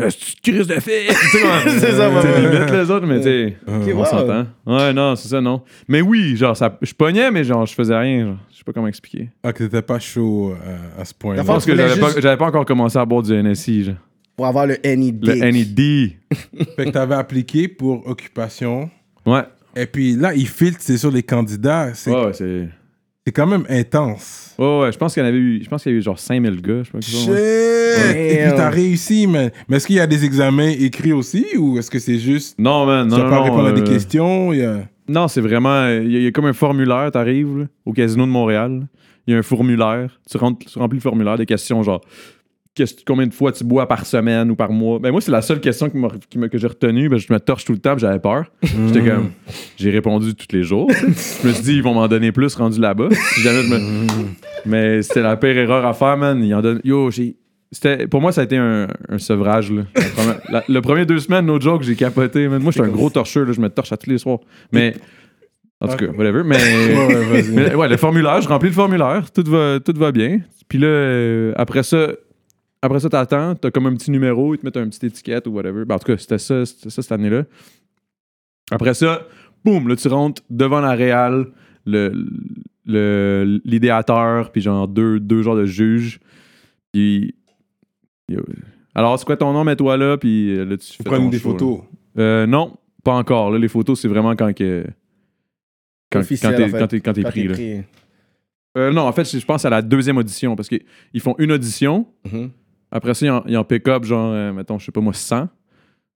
Speaker 4: Euh, C'est une crise de fille. Tu sais, comment-
Speaker 2: C'est ça, ouais,
Speaker 4: C'est
Speaker 2: ouais.
Speaker 4: limite les autres, mais tu sais,
Speaker 2: ok,
Speaker 4: on
Speaker 2: wow.
Speaker 4: s'entend. Ouais, non, c'est ça, non. Mais oui, genre, ça, je pognais, mais genre, je faisais rien. genre. Je sais pas comment expliquer.
Speaker 3: Ah, que t'étais pas chaud euh, à ce point-là.
Speaker 4: Je
Speaker 2: D'abord,
Speaker 4: pense que
Speaker 2: voulais
Speaker 4: j'avais
Speaker 2: juste-
Speaker 4: pas, j'avais pas encore commencé à boire du NSI, genre.
Speaker 2: Pour avoir le NID.
Speaker 4: Le E NED.
Speaker 3: Fait que t'avais appliqué pour Occupation.
Speaker 4: Ouais.
Speaker 3: Et puis là, ils filtrent, c'est sur les candidats. C'est
Speaker 4: Ouais, ouais, c'est.
Speaker 3: c'est quand même intense.
Speaker 4: Ouais, ouais, je pense qu'il y en avait eu. Je pense qu'il y avait eu genre 5000 gars, je sais pas. quelque chose,
Speaker 3: Shit!
Speaker 4: ouais.
Speaker 3: Et puis
Speaker 2: Damn.
Speaker 3: t'as réussi, man. Mais est-ce qu'il y a des examens écrits aussi ou est-ce que c'est juste.
Speaker 4: Non, man, non.
Speaker 3: tu vas
Speaker 4: non,
Speaker 3: pas
Speaker 4: non,
Speaker 3: répondre à des
Speaker 4: euh,
Speaker 3: questions? il y a-
Speaker 4: Non, c'est vraiment. Il y, a- il y a comme un formulaire, t'arrives là, au casino de Montréal. Il y a un formulaire. Tu, rentres, tu remplis le formulaire des questions genre qu'est-ce- combien de fois tu bois par semaine ou par mois. Ben moi, c'est la seule question qui m'a- qui m'a- que j'ai retenue. Ben, je me torche tout le temps, puis j'avais peur.
Speaker 3: Mm.
Speaker 4: J'étais comme j'ai répondu tous les jours. je me suis dit ils vont m'en donner plus rendu là-bas. Si jamais je me- Mais c'était la pire erreur à faire, man. Ils en donnent. Yo, j'ai. C'était, pour moi, ça a été un, un sevrage. Là. La première- la- le premier deux semaines, no joke, j'ai capoté. man. Moi, je suis un gros torcheur. là. Je me torche à tous les soirs. Mais. En tout cas, whatever.
Speaker 3: Ouais,
Speaker 4: Mais.
Speaker 3: ouais, vas-y.
Speaker 4: mais ouais, le formulaire, je remplis le formulaire. Tout va, tout va bien. Puis là, euh, après ça. Après ça, t'attends, t'as comme un petit numéro, ils te mettent une petite étiquette ou whatever. Ben, en tout cas, c'était ça, c'était ça cette année-là. Après ça, boum, là, tu rentres devant la Real, le, le- l'idéateur, puis genre deux, deux genres de juges. Puis. yo, Alors, c'est quoi ton nom, mets-toi là, puis euh, là, tu fais.
Speaker 3: Prendre
Speaker 4: ton
Speaker 3: des
Speaker 4: show, là.
Speaker 3: photos.
Speaker 4: Euh, non, pas encore. Là, les photos, c'est vraiment quand que. Quand,
Speaker 2: Officiel,
Speaker 4: quand t'es-
Speaker 2: en fait.
Speaker 4: quand t'es- quand t'es
Speaker 2: Quand
Speaker 4: pris.
Speaker 2: t'es
Speaker 4: là. Euh, non, en fait, je pense à la deuxième audition parce qu'ils ils font une audition.
Speaker 2: Mhm.
Speaker 4: Après ça, ils en, ils en pick up, genre, euh, mettons, je sais pas moi, 100.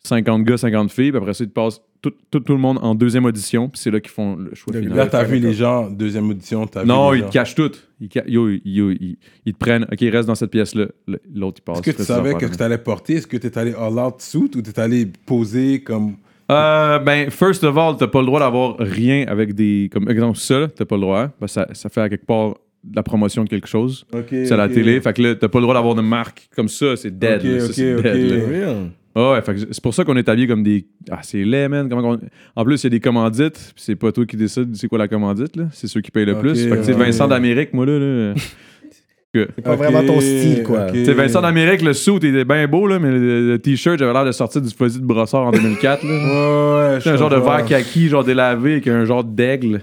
Speaker 4: 50 gars, 50 filles. Puis après ça, ils te passent tout, tout, tout le monde en deuxième audition. Puis c'est là qu'ils font le choix
Speaker 2: Le
Speaker 4: final.
Speaker 3: Là, t'as vu les gens, deuxième audition, t'as vu.
Speaker 4: Non,
Speaker 3: les
Speaker 4: ils
Speaker 3: gens.
Speaker 4: te cachent tout. Ils, ca- yo, yo, ils, ils te prennent. OK, reste dans cette pièce-là. Le- L'autre, il passe.
Speaker 3: Est-ce que tu
Speaker 4: Fais ça,
Speaker 3: savais que
Speaker 4: affaire-là.
Speaker 3: tu allais porter Est-ce que tu es allé all out suit ou tu es allé poser comme.
Speaker 4: Euh, ben, first of all, t'as pas le droit d'avoir rien avec des. Comme exemple, ça, là, t'as pas le droit. Parce que ça, ça fait à quelque part la promotion de quelque chose. C'est à la télé. Fait que là, t'as pas le droit d'avoir de marque comme ça. C'est dead.
Speaker 3: Ok,
Speaker 4: là. Ça,
Speaker 3: ok,
Speaker 4: c'est
Speaker 3: ok.
Speaker 4: dead, là.
Speaker 2: Real.
Speaker 4: Ah ouais, fait que c'est pour ça qu'on est habillé comme des. Ah, c'est laid, man. Comment qu'on- En plus, il y a des commandites, puis c'est pas toi qui décide c'est quoi la commandite, là. C'est ceux qui payent le
Speaker 3: Ok,
Speaker 4: plus. Fait que, tu sais,
Speaker 3: ok.
Speaker 4: Vincent d'Amérique, moi, là. là.
Speaker 2: C'est pas vraiment ton style, quoi.
Speaker 4: Tu sais, Vincent d'Amérique, le suit était bien beau, là, mais le, le t-shirt, j'avais l'air de sortir du fusil de brossard en 2004, là.
Speaker 3: Ouais, ouais,
Speaker 4: C'est un genre de verre kaki, genre délavé, avec un genre d'aigle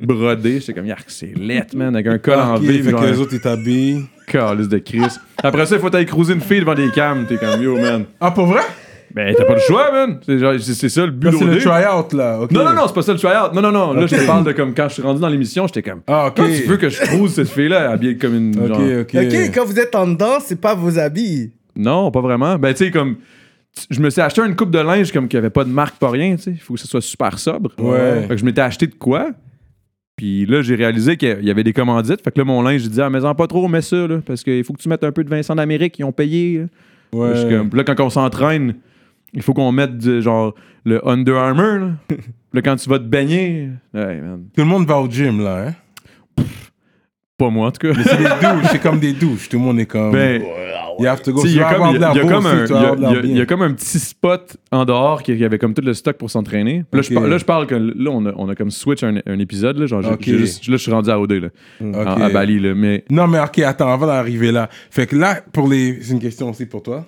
Speaker 4: brodé. J'étais comme, yark, c'est lettre, man, avec un col en
Speaker 3: vie.
Speaker 4: V,
Speaker 3: Fait
Speaker 4: puis genre
Speaker 3: que les
Speaker 4: un
Speaker 3: autres, ils t'habillent.
Speaker 4: calice de Chris. Après ça, il faut t'aller cruiser une fille devant des cams. T'es comme, yo, man.
Speaker 3: Ah, pour vrai
Speaker 4: Ben, t'as pas le choix, man. C'est genre- C'est c'est ça le but
Speaker 3: Là, C'est
Speaker 4: d'OD.
Speaker 3: le try-out, là. ok.
Speaker 4: Non, non, non, c'est pas ça le tryout. Non, non, non. Là,
Speaker 3: Ok.
Speaker 4: je te parle de comme quand je suis rendu dans l'émission, j'étais comme.
Speaker 3: Ah, ok.
Speaker 4: Toi, tu veux que je cruise cette fille-là habillée comme une.
Speaker 3: Ok,
Speaker 4: genre-
Speaker 3: ok.
Speaker 2: Ok, quand vous êtes en dedans, c'est pas vos habits.
Speaker 4: Non, pas vraiment. Ben, tu sais, comme. tu- Je me suis acheté une coupe de linge comme qui avait pas de marque, pas rien, tu sais. Il faut que ce soit super sobre.
Speaker 3: Ouais.
Speaker 4: Fait que je m'étais acheté de quoi? Puis là, j'ai réalisé qu'il y avait des commandites. Fait que là, mon linge, j'ai dit, ah, mais en pas trop, mets ça, là. Parce qu'il faut que tu mettes un peu de Vincent d'Amérique, ils ont payé. là.
Speaker 3: Ouais.
Speaker 4: Je suis comme- là, quand on s'entraîne, il faut qu'on mette du- genre le Under Armour. Là. là, quand tu vas te baigner, ouais, man.
Speaker 3: Tout le monde va au gym, là. Hein?
Speaker 4: pas moi en tout cas.
Speaker 3: C'est des douches, c'est comme des douches. Tout le monde est comme.
Speaker 4: Ben,
Speaker 3: you have to go.
Speaker 4: tu sais, il
Speaker 3: Tu
Speaker 4: y
Speaker 3: vas
Speaker 4: a comme-
Speaker 3: avoir
Speaker 4: il
Speaker 3: de
Speaker 4: y a-
Speaker 3: l'air
Speaker 4: il y a
Speaker 3: beau
Speaker 4: comme
Speaker 3: aussi, tu
Speaker 4: un- il
Speaker 3: vas
Speaker 4: y a-
Speaker 3: avoir de l'air
Speaker 4: il y a- il y
Speaker 3: bien.
Speaker 4: a comme un petit spot en dehors qui qui avait comme tout le stock pour s'entraîner. Puis Là, je
Speaker 3: Ok.
Speaker 4: par- là, je parle que là, on a, on a comme switch un, un épisode. Là, genre, j'ai-
Speaker 3: Ok.
Speaker 4: j'ai juste- là, je suis rendu à OD, là,
Speaker 3: Ok.
Speaker 4: en- à Bali. Là, mais
Speaker 3: Non, mais ok, attends, avant d'arriver là. Fait que là, pour les. C'est une question aussi pour toi.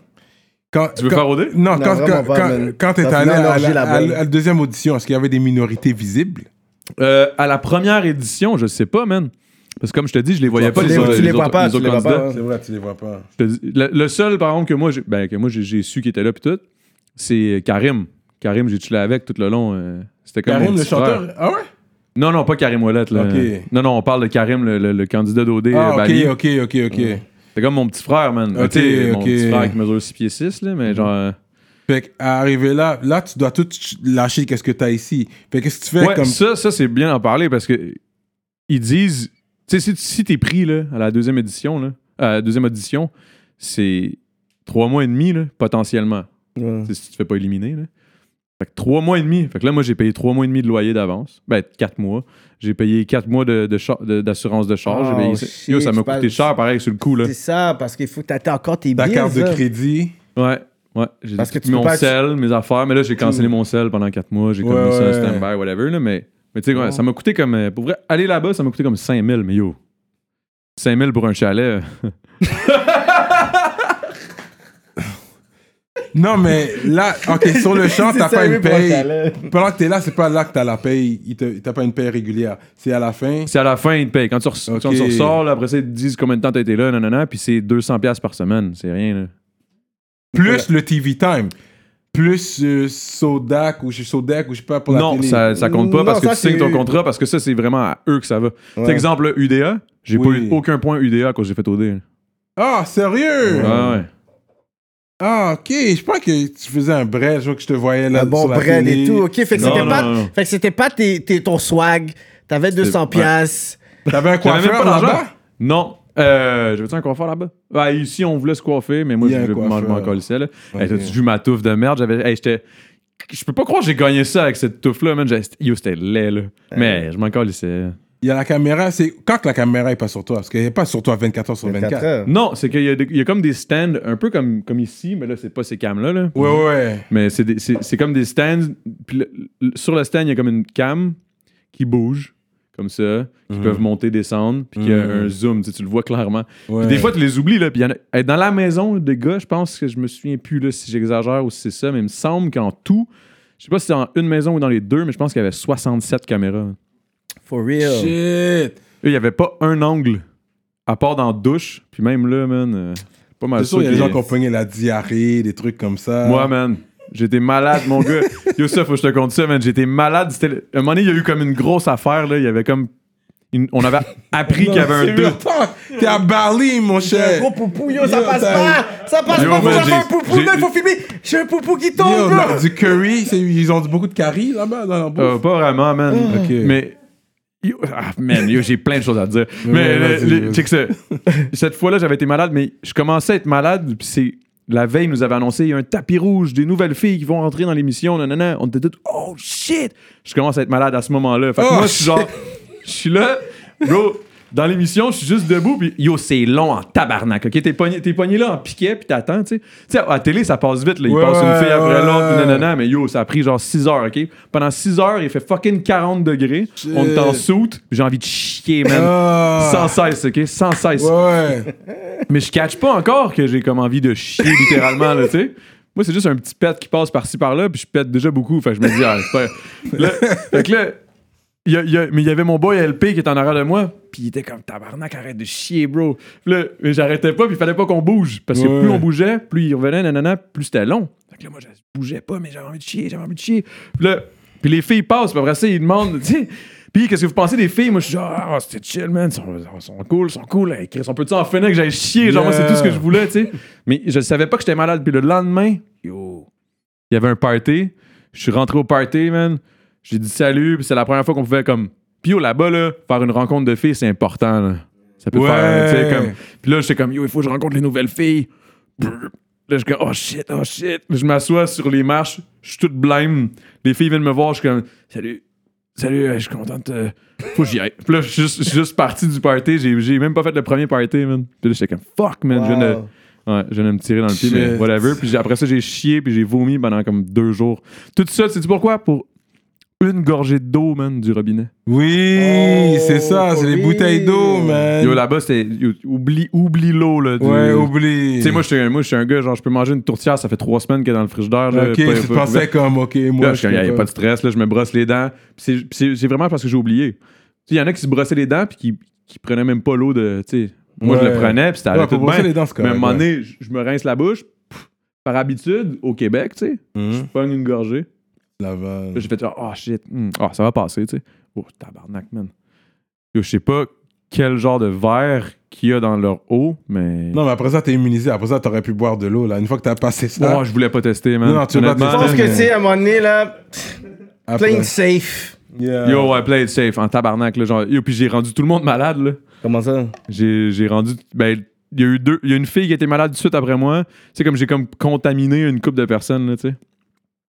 Speaker 3: Quand,
Speaker 4: Tu veux
Speaker 3: quand-
Speaker 4: faire OD?
Speaker 3: Non,
Speaker 2: Non,
Speaker 3: quand,
Speaker 2: vraiment
Speaker 3: quand,
Speaker 2: pas,
Speaker 3: quand-
Speaker 2: man.
Speaker 3: quand t'es
Speaker 2: Ça
Speaker 3: allé
Speaker 2: finit en
Speaker 3: à,
Speaker 2: orgie,
Speaker 3: la,
Speaker 2: la
Speaker 3: à
Speaker 2: bonne.
Speaker 3: la- à la deuxième audition, est-ce qu'il y avait des minorités visibles?
Speaker 4: euh, à la première édition, je sais pas, man. Parce que comme je te dis, je les voyais pas
Speaker 2: tu
Speaker 4: les
Speaker 2: les-
Speaker 4: autres
Speaker 2: tu les vois
Speaker 4: autres-
Speaker 2: pas,
Speaker 4: les
Speaker 2: tu
Speaker 4: autres
Speaker 2: les vois pas.
Speaker 4: candidats.
Speaker 2: C'est
Speaker 3: vrai, tu les vois pas.
Speaker 4: Je te dis, le, le seul, par exemple, que moi, j'ai, ben, que moi j'ai, j'ai su qu'il était là, puis tout, c'est Karim. Karim, j'ai chillé avec tout le long. euh, c'était comme mon
Speaker 3: Karim,
Speaker 4: petit
Speaker 3: le
Speaker 4: frère.
Speaker 3: chanteur? Ah ouais?
Speaker 4: Non, non, pas Karim Ouellet. là.
Speaker 3: Ok.
Speaker 4: Non, non, on parle de Karim, le, le- le candidat d'OD
Speaker 3: Ah,
Speaker 4: euh,
Speaker 3: ok,
Speaker 4: Bali.
Speaker 3: ok, ok, ok.
Speaker 4: C'était comme mon petit frère, man.
Speaker 3: Ok,
Speaker 4: Tu sais, Mon
Speaker 3: ok. Mhm.
Speaker 4: petit frère qui mesure 6 pieds 6, là, mais genre. euh,
Speaker 3: Fait que, à arriver là, là, tu dois tout ch- lâcher qu'est-ce que t'as ici. Fait que, qu'est-ce que tu fais
Speaker 4: ouais,
Speaker 3: comme.
Speaker 4: ça, ça c'est bien d'en parler parce que ils disent, tu sais, si, si t'es pris là, à la deuxième édition, là, à la deuxième audition, c'est trois mois et demi là, potentiellement.
Speaker 2: Ouais.
Speaker 4: Tu sais, Si tu te fais pas éliminer, là. Fait que trois mois et demi. Fait que là, moi, j'ai payé trois mois et demi de loyer d'avance. Ben, quatre mois. J'ai payé quatre mois de- de char- de- d'assurance de, charge.
Speaker 2: Oh,
Speaker 4: J'ai payé-
Speaker 2: shit,
Speaker 4: Yo, ça m'a
Speaker 2: tu parles-
Speaker 4: coûté cher, pareil, sur le coup, là.
Speaker 2: C'est ça, parce qu'il faut que t'attends encore tes
Speaker 3: hein. Ta
Speaker 2: bills.
Speaker 3: carte de
Speaker 2: là.
Speaker 3: crédit.
Speaker 4: Ouais. Ouais, j'ai
Speaker 2: Parce que
Speaker 4: tout
Speaker 2: tu Mm.
Speaker 4: mon
Speaker 2: peux pas-
Speaker 4: sel, mes affaires, mais là j'ai cancellé mon sel pendant 4 mois, j'ai
Speaker 3: Ouais,
Speaker 4: comme mis ça
Speaker 3: ouais.
Speaker 4: un stand-by, whatever, là, mais, mais tu sais, ouais, ça m'a coûté comme, euh, pour vrai, aller là-bas, ça m'a coûté comme 5000, mais yo, 5000 pour un chalet, euh,
Speaker 3: Non, mais là, ok, sur le champ,
Speaker 2: C'est
Speaker 3: t'as pas
Speaker 2: sérieux
Speaker 3: une
Speaker 2: pour un
Speaker 3: paye.
Speaker 2: chalet.
Speaker 3: Pendant que t'es là, c'est pas là que t'as la paye. Il te- T'as pas une paye régulière. C'est à la fin.
Speaker 4: c'est à la fin, ils te payent, quand tu, res-
Speaker 3: Ok.
Speaker 4: quand tu ressors, là, après ça, ils te disent combien de temps t'as été là, nanana, puis c'est 200$ piastres par semaine, c'est rien, là.
Speaker 3: Plus le TV time. Plus euh, Sodac ou je Sodac ou je sais pas pour la
Speaker 4: Non,
Speaker 3: télé.
Speaker 4: ça, ça compte pas
Speaker 2: Non,
Speaker 4: parce que
Speaker 2: ça,
Speaker 4: tu signes ton
Speaker 2: c'est-
Speaker 4: contrat, parce que ça, c'est vraiment à eux que ça va.
Speaker 2: Ouais.
Speaker 4: T'sais, Exemple, là, UDA, j'ai pas
Speaker 3: Oui.
Speaker 4: eu aucun point UDA quand j'ai fait OD. là.
Speaker 3: Ah, sérieux?
Speaker 4: Ah ouais.
Speaker 3: Ah, ok. Je pense que tu faisais un bread. Je vois que je te voyais là.
Speaker 2: Un bon
Speaker 3: sur la
Speaker 2: bread
Speaker 3: télé.
Speaker 2: et tout. Ok, fait que
Speaker 4: Non,
Speaker 2: c'était
Speaker 4: non,
Speaker 2: pas,
Speaker 4: non.
Speaker 2: fait que c'était pas tes, tes- ton swag. T'avais 200 piastres.
Speaker 3: T'avais un
Speaker 4: J'avais même
Speaker 3: coiffeur
Speaker 4: pas d'argent.
Speaker 3: là-bas?
Speaker 4: Non. Euh, J'avais-tu un coiffeur là-bas? Ouais, ici, on voulait se coiffer, mais moi,
Speaker 3: Il y
Speaker 4: je
Speaker 3: a un
Speaker 4: je m'en- je m'en
Speaker 3: coiffeur.
Speaker 4: colissais. là.
Speaker 3: Ok.
Speaker 4: Hey, T'as-tu vu ma touffe de merde? J'avais. hey, j'étais. Je peux pas croire que j'ai gagné ça avec cette touffe-là, man. J'ai- Yo, c'était laid, là. Mais je m'en colissais.
Speaker 3: Il y a la caméra. C'est quand que la caméra est pas sur toi? Parce qu'elle est pas sur toi 24 heures sur 24.
Speaker 2: 24 heures.
Speaker 4: Non, c'est qu'il y, a des- il y a comme des stands, un peu comme, comme ici, mais là, c'est pas ces cams-là. Là.
Speaker 3: Ouais, ouais, ouais.
Speaker 4: Mais c'est des- c'est c'est comme des stands. Puis le- le- sur le stand, il y a comme une cam qui bouge, comme ça, qui peuvent monter, descendre, puis qu'il y a
Speaker 3: Mhm.
Speaker 4: un zoom, tu, sais, tu le vois clairement. Puis
Speaker 3: Ouais.
Speaker 4: des fois, tu les oublies, là. Puis il y en a- euh, dans la maison de gars, je pense que je me souviens plus là, si j'exagère ou si c'est ça, mais il me semble qu'en tout, je sais pas si c'est en une maison ou dans les deux, mais je pense qu'il y avait 67 caméras.
Speaker 2: For real.
Speaker 3: Shit.
Speaker 4: Il n'y avait pas un angle, à part dans la douche. Puis même là, man, euh, pas mal
Speaker 3: C'est sûr, il y a Ah, des
Speaker 4: sûr
Speaker 3: gens qui
Speaker 4: qu'il-
Speaker 3: ont pogné la diarrhée, des trucs comme ça.
Speaker 4: Moi, man, j'étais malade, mon gars. Youssef, faut que je te compte ça, man. J'étais malade. C'était le- Un moment donné, il y a eu comme une grosse affaire, là. Il y avait comme. une- On avait appris qu'il y avait un
Speaker 3: Non,
Speaker 4: doute.
Speaker 3: c'est vrai. T'es à Bali, mon
Speaker 2: Un
Speaker 3: cher.
Speaker 2: gros poupou, yo, ça
Speaker 3: Yo,
Speaker 2: passe
Speaker 3: t'as-
Speaker 2: pas! Ça passe
Speaker 4: Yo,
Speaker 2: pas, faut
Speaker 4: man,
Speaker 2: que j'aille
Speaker 4: j'ai-
Speaker 2: un poupou,
Speaker 4: j'ai-
Speaker 2: là, il faut filmer! J'ai un poupou qui tombe,
Speaker 3: Yo,
Speaker 2: là!
Speaker 3: non, du curry, c'est- ils ont beaucoup de caries là-bas dans leur bouffe. Ah.
Speaker 4: Euh, pas vraiment, man.
Speaker 3: Ok.
Speaker 4: Mais. yo- ah, man, yo, j'ai plein de choses à te dire. Mais,
Speaker 3: ouais,
Speaker 4: le-
Speaker 3: vas-y,
Speaker 4: le-
Speaker 3: vas-y.
Speaker 4: check ça. Cette fois-là, j'avais été malade, mais je commençais à être malade, puis c'est. La veille, ils nous avait annoncé, il y a un tapis rouge, des nouvelles filles qui vont rentrer dans l'émission, nanana. On était tous, oh shit! Je commence à être malade à ce moment-là. Fait que
Speaker 3: Oh,
Speaker 4: moi, je suis genre, je suis là, bro, dans l'émission, je suis juste debout, puis yo, c'est long en tabarnak, ok? T'es pogné, t'es pogné là en piquet, puis t'attends, tu sais. Tu sais, à la télé, ça passe vite, là. Il
Speaker 3: Ouais,
Speaker 4: passe une fille après
Speaker 3: ouais,
Speaker 4: l'autre,
Speaker 3: ouais.
Speaker 4: nanana. Ah, mais yo, ça a pris genre 6 heures, OK? Pendant 6 heures, il fait fucking 40 degrés. On est en soute. J'ai envie de chier, man.
Speaker 3: Ah.
Speaker 4: Sans cesse, OK? Sans cesse.
Speaker 3: Ouais.
Speaker 4: Mais je catch pas encore que j'ai comme envie de chier littéralement, là, tu sais. Moi, c'est juste un petit pet qui passe par-ci par-là, puis je pète déjà beaucoup. Fait que je me dis, ah, c'est pas. Là, fait que là, il y a- il y a- mais il y avait mon boy LP qui était en arrière de moi, puis il était comme tabarnak, arrête de chier, bro. Puis là, mais j'arrêtais pas, puis il fallait pas qu'on bouge. Parce que
Speaker 3: Ouais.
Speaker 4: plus on bougeait, plus il revenait, nanana, plus c'était long. Fait que là, moi, je bougeais pas, mais j'avais envie de chier, j'avais envie de chier. Puis là, puis les filles passent, puis après ça, ils demandent, tu sais. Puis, qu'est-ce que vous pensez des filles? Moi, je suis genre, ah, c'était chill, man. Ils sont, ils sont cool, ils sont cool. Hey, Chris, on peut-tu en finir que j'aille chier? Genre, moi, c'est tout ce que je voulais, tu sais. Mais je savais pas que j'étais malade. Puis le lendemain, yo, il y avait un party. Je suis rentré au party, man. J'ai dit salut, puis c'est la première fois qu'on pouvait comme Pio là-bas là, faire une rencontre de filles, c'est important là. Ça peut
Speaker 3: Ouais.
Speaker 4: faire tu sais comme puis là j'étais comme yo, il faut que je rencontre les nouvelles filles. Brrr. Là je suis comme oh shit, oh shit. Je m'assois sur les marches, je suis toute blême. Les filles viennent me voir, je suis comme salut. Salut, euh, je suis contente. euh, faut que j'y aille. Puis là, je suis juste, je suis juste parti du party. J'ai, j'ai même pas fait le premier party, man. Puis là, j'étais comme fuck, man. Je viens de,
Speaker 2: Wow.
Speaker 4: ouais, je viens de me tirer dans le pied,
Speaker 3: Shit.
Speaker 4: mais whatever. Puis j'ai- après ça, j'ai chié, puis j'ai vomi pendant comme deux jours. Tout ça, sais-tu pourquoi? Pour une gorgée d'eau, man, du robinet.
Speaker 3: Oui,
Speaker 2: Oh,
Speaker 3: c'est ça, c'est les
Speaker 2: oui.
Speaker 3: bouteilles d'eau, man.
Speaker 4: Yo, là-bas, c'était. yo, Oublie, oublie l'eau, là. du-
Speaker 3: Euh, ouais, oublie.
Speaker 4: Tu sais, moi, je suis- moi, je suis un gars, genre, je peux manger une tourtière, ça fait trois semaines qu'elle est dans le frigidaire. Là,
Speaker 3: Ok,
Speaker 4: pas-
Speaker 3: tu
Speaker 4: pas-
Speaker 3: euh, pensais comme, ok, moi.
Speaker 4: Là, je suis comme, y a pas de stress, là, je me brosse les dents. Puis c'est- puis c'est c'est vraiment parce que j'ai oublié. Il y en a qui se brossaient les dents, puis qui, qui prenaient même pas l'eau de. tu sais, Moi, je
Speaker 3: Ouais.
Speaker 4: le prenais, puis c'était allait
Speaker 3: Ouais,
Speaker 4: tout
Speaker 3: pour brosser
Speaker 4: bien.
Speaker 3: les dents, c'est
Speaker 4: Mais à un
Speaker 3: correct,
Speaker 4: moment
Speaker 3: ouais.
Speaker 4: donné, je je me rince la bouche, pff, par habitude, au Québec, tu sais, je
Speaker 3: Mhm.
Speaker 4: pogne une gorgée.
Speaker 3: Laval.
Speaker 4: Là, j'ai fait genre, oh shit, hmm, ah, ça va passer, tu sais. Oh, tabarnak, man. Yo, je sais pas quel genre de verre qu'il y a dans leur eau, mais.
Speaker 3: Non, mais après ça, t'es immunisé. Après ça, t'aurais pu boire de l'eau, là. Une fois que t'as passé ça.
Speaker 4: Oh, je voulais pas tester, man.
Speaker 3: Non, non, tu vas
Speaker 4: Honnêtement,
Speaker 2: Je pense
Speaker 3: Ouais,
Speaker 2: que
Speaker 3: mais-
Speaker 2: c'est à un moment donné, là,
Speaker 3: après-
Speaker 2: playing safe.
Speaker 3: Yeah.
Speaker 4: Yo, ouais, play it safe, en tabarnak, là. Genre, yo, puis j'ai rendu tout le monde malade, là.
Speaker 2: Comment ça?
Speaker 4: J'ai j'ai rendu. Ben, il y a eu deux. Il y a une fille qui était malade tout de suite après moi. C'est comme j'ai comme contaminé une couple de personnes, là, tu sais.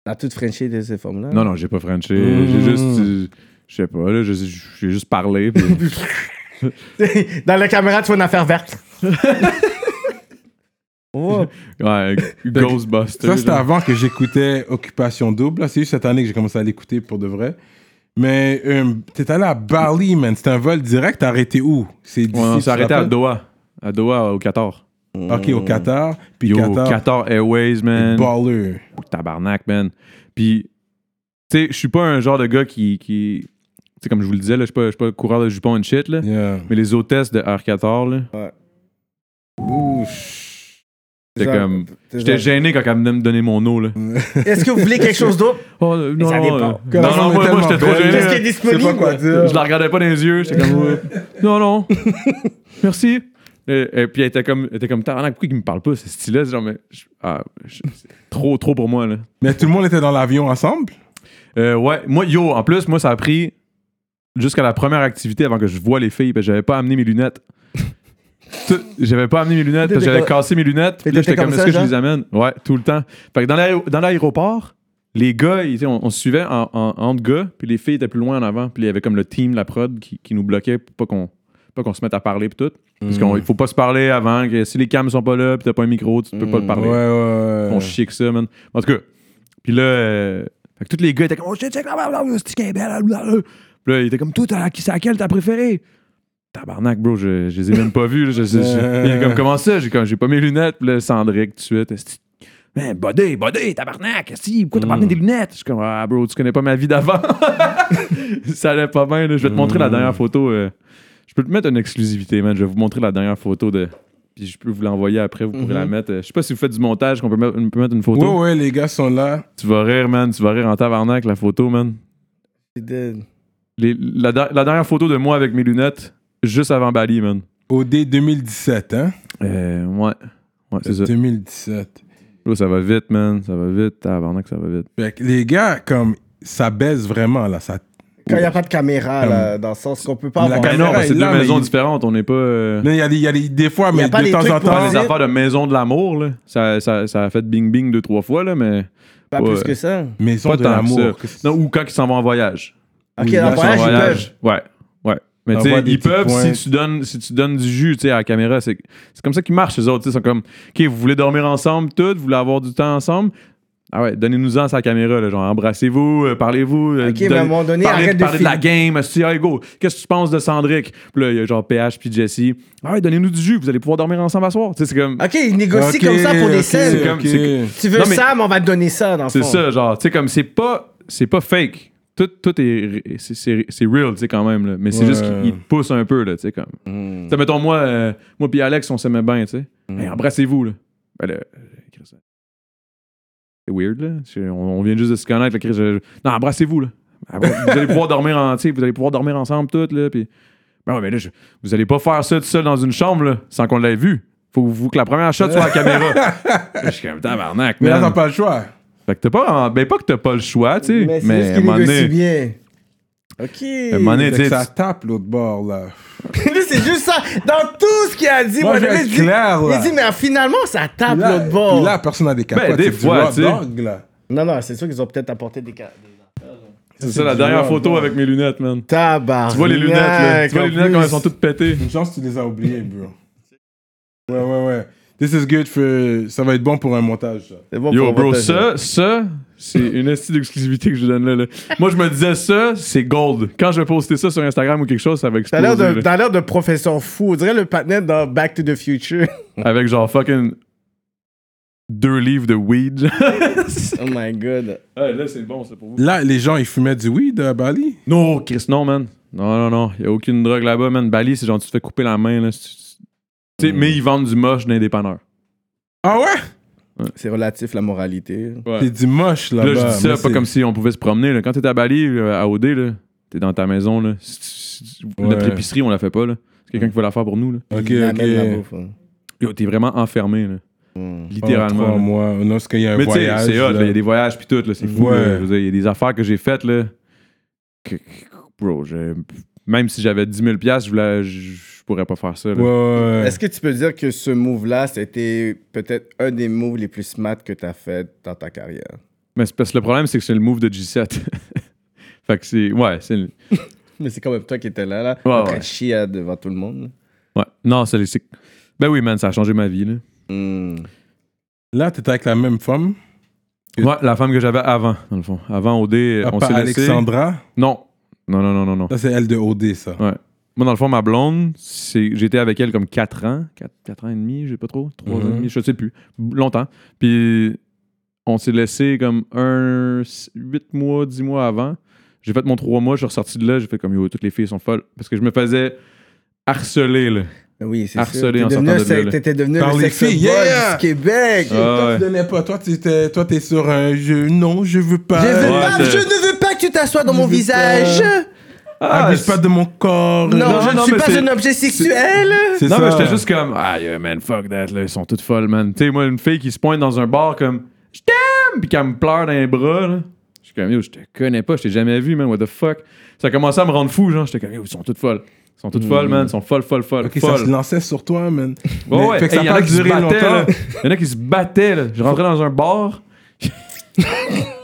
Speaker 2: T'as tout frenché de ces formes-là?
Speaker 4: Non, non, j'ai pas Frenché.
Speaker 3: Mm.
Speaker 4: J'ai juste. euh, Je sais pas, là. j'ai- J'ai juste parlé. puis-
Speaker 2: Dans la caméra, tu vois une affaire verte. oh,
Speaker 4: ouais, Ghostbusters.
Speaker 3: Ça, c'était avant que j'écoutais Occupation Double. là. C'est juste cette année que j'ai commencé à l'écouter pour de vrai. Mais euh, t'es allé à Bali, man. C'était un vol direct. T'as arrêté où C'est d'ici.
Speaker 4: Ouais, on
Speaker 3: tu te
Speaker 4: s'est arrêté à
Speaker 3: rappelles?
Speaker 4: Doha. À Doha, au Qatar.
Speaker 3: Ok, au Qatar. Puis
Speaker 4: Yo,
Speaker 3: Qatar.
Speaker 4: Qatar Airways, man.
Speaker 3: Baller.
Speaker 4: Oh, tabarnak, man. Puis, tu sais, je suis pas un genre de gars qui. qui tu sais, comme je vous le disais, là, je suis pas, je suis pas coureur de jupons and shit, là.
Speaker 3: Yeah.
Speaker 4: Mais les hôtesses de Air Qatar, là, c'était comme. J'étais gêné quand elle venait me donner mon eau, là.
Speaker 3: Mm.
Speaker 2: Est-ce que vous voulez quelque chose d'autre?
Speaker 4: Oh, non,
Speaker 2: ça
Speaker 4: non,
Speaker 2: dépend.
Speaker 4: non,
Speaker 3: Comme
Speaker 4: non,
Speaker 3: on est
Speaker 4: moi, moi,
Speaker 3: tellement
Speaker 4: j'étais trop
Speaker 3: belle.
Speaker 4: gêné.
Speaker 2: Qu'est-ce qui
Speaker 4: là.
Speaker 2: est
Speaker 3: C'est
Speaker 2: disponible?
Speaker 3: pas quoi dire.
Speaker 4: Je la regardais pas dans les yeux, j'étais comme. ouais. non, non. Merci. Et, et puis elle était comme, elle était comme tabarnak, pourquoi il me parle pas, c'est stylé, genre, mais. je- ah, je- c'est trop, trop pour moi, là.
Speaker 3: Mais tout le monde était dans l'avion ensemble.
Speaker 4: Euh, ouais, moi, yo, en plus, moi, ça a pris jusqu'à la première activité avant que je vois les filles, parce que j'avais pas amené mes lunettes. Tout- J'avais pas amené mes lunettes, parce que j'avais
Speaker 2: T'étais
Speaker 4: cassé mes lunettes. Puis là,
Speaker 2: t'étais
Speaker 4: j'étais comme,
Speaker 2: comme
Speaker 4: est-ce
Speaker 2: ça,
Speaker 4: que je les
Speaker 2: genre?
Speaker 4: amène? Ouais, tout le temps. Fait que dans l'aé- dans l'aéroport, les gars, ils, tu sais, on, on se suivait en, en- entre gars, puis les filles étaient plus loin en avant, puis il y avait comme le team, la prod, qui, qui nous bloquait pour pas qu'on pas qu'on se mette à parler, puis tout. Parce
Speaker 2: Mm.
Speaker 3: Hmm.
Speaker 4: qu'il faut pas se parler avant, que si les cams sont pas là, puis t'as pas un micro, tu peux
Speaker 2: Mm.
Speaker 4: pas le parler.
Speaker 3: Ouais, ouais.
Speaker 4: Ils font chier que ça, man. En tout cas, puis là, euh, fait que tous les gars étaient comme, oh shit, check, blablabla, c'est qui est belle, blablabla. Puis là, ils étaient comme, toi, t'as- qui c'est laquelle t'as préférée? Tabarnak, bro, je, je les ai même pas vus. là, je- je- je- Ils étaient comme, comment ça? J'ai comme, j'ai pas mes lunettes. Puis là, Sandrick, tout de suite, esti, Man, Buddy, Buddy, tabarnak, si, pourquoi t'as pas amené des lunettes? Je suis comme, ah, bro, tu connais pas ma vie d'avant. ça allait pas bien, là. Je vais te montrer la dernière photo. euh. Je peux te mettre une exclusivité, man. Je vais vous montrer la dernière photo de. Puis je peux vous l'envoyer après, vous pourrez la mettre. euh, Je sais pas si vous faites du montage, qu'on peut, mettre- on peut mettre une photo.
Speaker 3: Ouais, ouais, les gars sont là.
Speaker 4: Tu vas rire, man. Tu vas rire en tabarnak, la photo, man.
Speaker 2: C'est dead.
Speaker 4: Les- la, der- la dernière photo de moi avec mes lunettes, juste avant Bali, man.
Speaker 3: OD 2017, hein?
Speaker 4: Euh, ouais. Ouais, c'est ça.
Speaker 3: 2017.
Speaker 4: Là, ça va vite, man. Ça va vite. Tabarnak, ça va vite.
Speaker 3: Fait que les gars, comme, ça baisse vraiment, là. Ça...
Speaker 2: Quand il n'y a pas de caméra, là, dans le sens qu'on peut pas
Speaker 3: La
Speaker 2: avoir.
Speaker 3: caméra-
Speaker 4: Ben non,
Speaker 3: Caméra
Speaker 4: ben, c'est
Speaker 3: est
Speaker 4: deux
Speaker 3: là, mais
Speaker 4: maisons
Speaker 3: il-
Speaker 4: différentes. On n'est pas. euh,
Speaker 3: Là, il y a, des- il y a des- des fois,
Speaker 2: Il y a
Speaker 3: mais
Speaker 2: pas
Speaker 3: de
Speaker 2: les
Speaker 3: temps
Speaker 2: trucs
Speaker 3: en
Speaker 2: pour
Speaker 3: temps,
Speaker 4: les
Speaker 2: dire-
Speaker 4: affaires de maison de l'amour, là. Ça, ça, ça a fait bing bing deux, trois fois, là, mais
Speaker 2: Pas
Speaker 4: Ouais.
Speaker 2: plus que ça.
Speaker 3: maison
Speaker 4: pas
Speaker 3: de
Speaker 4: tant que ça.
Speaker 3: l'amour. Qu'est-ce que-
Speaker 4: Non, ou quand ils s'en vont en voyage.
Speaker 2: Ok,
Speaker 3: Oui,
Speaker 2: dans
Speaker 3: là,
Speaker 2: le
Speaker 3: c'est un
Speaker 2: voyage, ils
Speaker 3: voyage.
Speaker 2: peuvent.
Speaker 4: Ouais. Ouais. Mais tu
Speaker 3: Envoie
Speaker 4: sais,
Speaker 3: des
Speaker 4: ils
Speaker 3: petites
Speaker 4: peuvent, si
Speaker 3: pointes.
Speaker 4: tu, donnes, si tu donnes du jus tu sais, à la caméra, c'est c'est comme ça qu'ils marchent, les autres. tu sais, Ils sont comme, OK, vous voulez dormir ensemble, tout, vous voulez avoir du temps ensemble. Ah ouais, donnez-nous-en sa caméra, là, genre embrassez-vous, euh, parlez-vous. euh,
Speaker 2: Ok, mais à un moment donné,
Speaker 4: parlez,
Speaker 2: arrête de
Speaker 4: parlez de la
Speaker 2: filmer.
Speaker 4: game. esti, hey, go, qu'est-ce que tu penses de Sandrick? Puis là, il y a genre PH puis Jesse. Ah ouais, donnez-nous du jus, vous allez pouvoir dormir ensemble à soir. Tu sais, c'est comme.
Speaker 2: Ok, ils négocient
Speaker 3: Ok,
Speaker 2: comme ça pour des
Speaker 3: ok,
Speaker 2: scènes.
Speaker 3: ok.
Speaker 4: Comme- c'est-
Speaker 2: Tu veux
Speaker 4: Non, mais-
Speaker 2: ça, mais on va te donner ça, dans le
Speaker 4: C'est
Speaker 2: fond.
Speaker 4: ça, genre, tu sais, comme c'est pas, c'est pas fake. Tout, tout est, ré- c'est- c'est c'est real, tu sais, quand même, là. Mais c'est
Speaker 3: Ouais.
Speaker 4: juste qu'il il te pousse un peu, là, tu sais, comme.
Speaker 3: Mm.
Speaker 4: Tu sais, mettons, moi, euh, moi puis Alex, on s'aimait bien, tu sais. Hey, embrassez-vous, là. Ben, là, euh, Chris, euh, c'est weird, là. Je- On, on vient juste de se connaître, là, Chris. je- je- Non, embrassez-vous, là. Ah, ouais, Vous allez pouvoir dormir en, tu sais, vous allez pouvoir dormir ensemble, tout, là, puis... Ben ouais, mais là, je- vous allez pas faire ça tout seul dans une chambre, là, sans qu'on l'ait vu. Faut vous, que la première shot soit à la caméra. Je suis comme, tabarnak,
Speaker 3: Mais là,
Speaker 4: man.
Speaker 3: t'as pas le choix.
Speaker 4: Fait que t'as pas vraiment- Ben, pas que t'as pas le choix, tu sais.
Speaker 2: Mais c'est
Speaker 4: Mais,
Speaker 2: juste
Speaker 4: à un
Speaker 2: qu'ils
Speaker 4: moment
Speaker 2: négocient
Speaker 4: donné.
Speaker 2: bien. Ok.
Speaker 4: À un moment donné,
Speaker 3: Fait
Speaker 4: tu
Speaker 3: que
Speaker 4: sais.
Speaker 3: ça tape l'autre bord, là.
Speaker 2: Lui, c'est juste ça. Dans tout ce qu'il a dit,
Speaker 3: Moi, je vais
Speaker 2: j'avais
Speaker 3: être
Speaker 2: dit-
Speaker 3: clair, là.
Speaker 2: Il dit, mais finalement, ça tape
Speaker 3: Puis là-
Speaker 2: l'autre bord.
Speaker 3: puis là, personne n'a des capotes.
Speaker 4: Ben, des
Speaker 3: c'est du
Speaker 4: fois,
Speaker 3: raw
Speaker 4: tu sais.
Speaker 3: dog, là.
Speaker 2: Non, non, c'est sûr qu'ils ont peut-être apporté des cartes.
Speaker 4: C'est ça la dernière photo avec mes lunettes, man.
Speaker 2: Tabarnak.
Speaker 4: Tu vois les lunettes, là. Tu vois les
Speaker 2: en
Speaker 4: lunettes quand
Speaker 2: plus.
Speaker 4: elles sont toutes pétées.
Speaker 3: Une chance, tu les as oubliés, bro. Ouais, ouais, ouais. This is good for... Ça va être bon pour un montage, ça.
Speaker 2: C'est bon
Speaker 4: Yo,
Speaker 2: pour
Speaker 4: bro,
Speaker 2: montage, là.
Speaker 4: ça, ça, c'est une astuce d'exclusivité que je donne là, là. Moi, je me disais, ça, c'est gold. Quand je vais poster ça sur Instagram ou quelque chose, ça va
Speaker 2: T'as
Speaker 4: exploser.
Speaker 2: l'air de,
Speaker 4: là.
Speaker 2: t'as l'air de professeur fou. On dirait le patinet dans Back to the Future.
Speaker 4: Avec genre fucking deux livres de weed.
Speaker 2: oh my god.
Speaker 4: Ouais, là, c'est bon, c'est pour vous.
Speaker 3: Là, les gens, ils fumaient du weed à Bali.
Speaker 4: Non, Chris, non, man. Non, non, non. Il a aucune drogue là-bas, man. Bali, c'est genre, tu te fais couper la main, là. si tu- tu- tu sais, Mais ils vendent du moche dans les dépanneurs.
Speaker 3: Ah ouais?
Speaker 2: C'est relatif, la moralité.
Speaker 4: Ouais.
Speaker 3: C'est du moche, là-bas.
Speaker 4: Là, je dis ça
Speaker 3: Moi,
Speaker 4: pas
Speaker 3: c'est-
Speaker 4: comme si on pouvait se promener. Là. Quand t'es à Bali, euh, à OD, là, t'es dans ta maison. Là. Si tu- si tu- Notre
Speaker 3: Ouais.
Speaker 4: épicerie, on la fait pas. là. C'est quelqu'un qui va la faire pour nous. Là.
Speaker 3: Ok,
Speaker 2: Il amène la
Speaker 3: ok.
Speaker 2: bouffe, hein.
Speaker 4: Yo, t'es vraiment enfermé. Là.
Speaker 3: Littéralement.
Speaker 4: Littéralement. là.
Speaker 3: mois. Non, parce qu'il y a un
Speaker 4: Mais tu sais,
Speaker 3: voyage.
Speaker 4: c'est hot. là.
Speaker 3: là.
Speaker 4: Il y a des voyages puis tout. là, C'est fou.
Speaker 3: Ouais.
Speaker 4: là. Je veux dire, Il y a des affaires que j'ai faites. Là, que- que- bro, je- même si j'avais 10 000 piastres, je, voulais- je je pourrais pas faire ça. là.
Speaker 3: Ouais, ouais, ouais.
Speaker 2: Est-ce que tu peux dire que ce move-là, c'était peut-être un des moves les plus smart que t'as fait dans ta carrière?
Speaker 4: Mais c'est parce que le problème, c'est que c'est le move de G7. fait que c'est. Ouais, c'est. le-
Speaker 2: Mais c'est quand même toi qui étais là, là.
Speaker 4: Ouais,
Speaker 2: en train
Speaker 4: ouais.
Speaker 2: de chier devant tout le monde.
Speaker 4: Ouais. Non, c'est. c'est- Ben oui, man, ça a changé ma vie. Là.
Speaker 2: Hmm.
Speaker 3: Là, t'étais avec la même femme.
Speaker 4: Ouais, la femme que j'avais avant, dans le fond. Avant OD,
Speaker 3: Ah,
Speaker 4: on
Speaker 3: pas
Speaker 4: s'est laissé.
Speaker 3: Alexandra.
Speaker 4: Non. Non, non, non, non, non.
Speaker 3: Ça, c'est elle de OD, ça.
Speaker 4: Ouais. Moi, dans le fond, ma blonde, c'est... j'étais avec elle comme 4 ans, 4, ans et demi, je sais pas trop, 3 ans et
Speaker 3: Mhm.
Speaker 4: demi, je sais plus, longtemps. Puis on s'est laissé comme un 8 mois, 10 mois avant. J'ai fait mon 3 mois, je suis ressorti de là, j'ai fait comme yo, toutes les filles sont folles. Parce que je me faisais harceler, là.
Speaker 2: Oui, c'est
Speaker 4: Harcelé
Speaker 2: sûr.
Speaker 4: en
Speaker 2: T'es devenu,
Speaker 4: sortant
Speaker 2: un
Speaker 4: de là,
Speaker 2: sec-
Speaker 4: là.
Speaker 2: t'étais devenu
Speaker 3: Par
Speaker 2: le
Speaker 3: les
Speaker 2: sex
Speaker 3: filles,
Speaker 2: symbol
Speaker 3: yeah!
Speaker 2: du Québec.
Speaker 4: Ah,
Speaker 3: Toi,
Speaker 4: ouais.
Speaker 3: tu donnais pas. Toi, tu étais- toi, t'es sur un jeu. Non, je veux pas.
Speaker 2: Je, veux
Speaker 4: Ouais,
Speaker 2: pas-
Speaker 4: c'est-
Speaker 2: je ne veux pas que tu t'assoies dans mon
Speaker 3: veux
Speaker 2: visage.
Speaker 3: Abuse pas de mon corps.
Speaker 2: Non, je ne
Speaker 4: Ah, non,
Speaker 2: suis
Speaker 4: mais
Speaker 2: pas
Speaker 4: c'est-
Speaker 2: un objet sexuel.
Speaker 3: C'est
Speaker 4: Non,
Speaker 3: ça.
Speaker 4: mais j'étais juste comme, ah, yeah, man, fuck that, là, ils sont toutes folles, man. Tu sais, moi, une fille qui se pointe dans un bar comme, je t'aime, puis qu'elle me pleure dans les bras, là. Je suis comme, yo, je te connais pas, je t'ai jamais vu, man, what the fuck. Ça a commencé à me rendre fou, genre, j'étais comme, yo, ils sont toutes folles. Ils sont toutes folles, man, ils sont folles, folles, folles.
Speaker 3: Mm. Ok, ça
Speaker 4: folles.
Speaker 3: se lançait sur toi, man.
Speaker 4: Ouais,
Speaker 3: Mais-
Speaker 4: ouais.
Speaker 3: Fait que ça
Speaker 4: Hey,
Speaker 3: a
Speaker 4: y en a
Speaker 3: pas
Speaker 4: qui se
Speaker 3: duré
Speaker 4: battaient, là.
Speaker 3: longtemps.
Speaker 4: Y en a qui se battaient, là. Je rentrais dans un bar.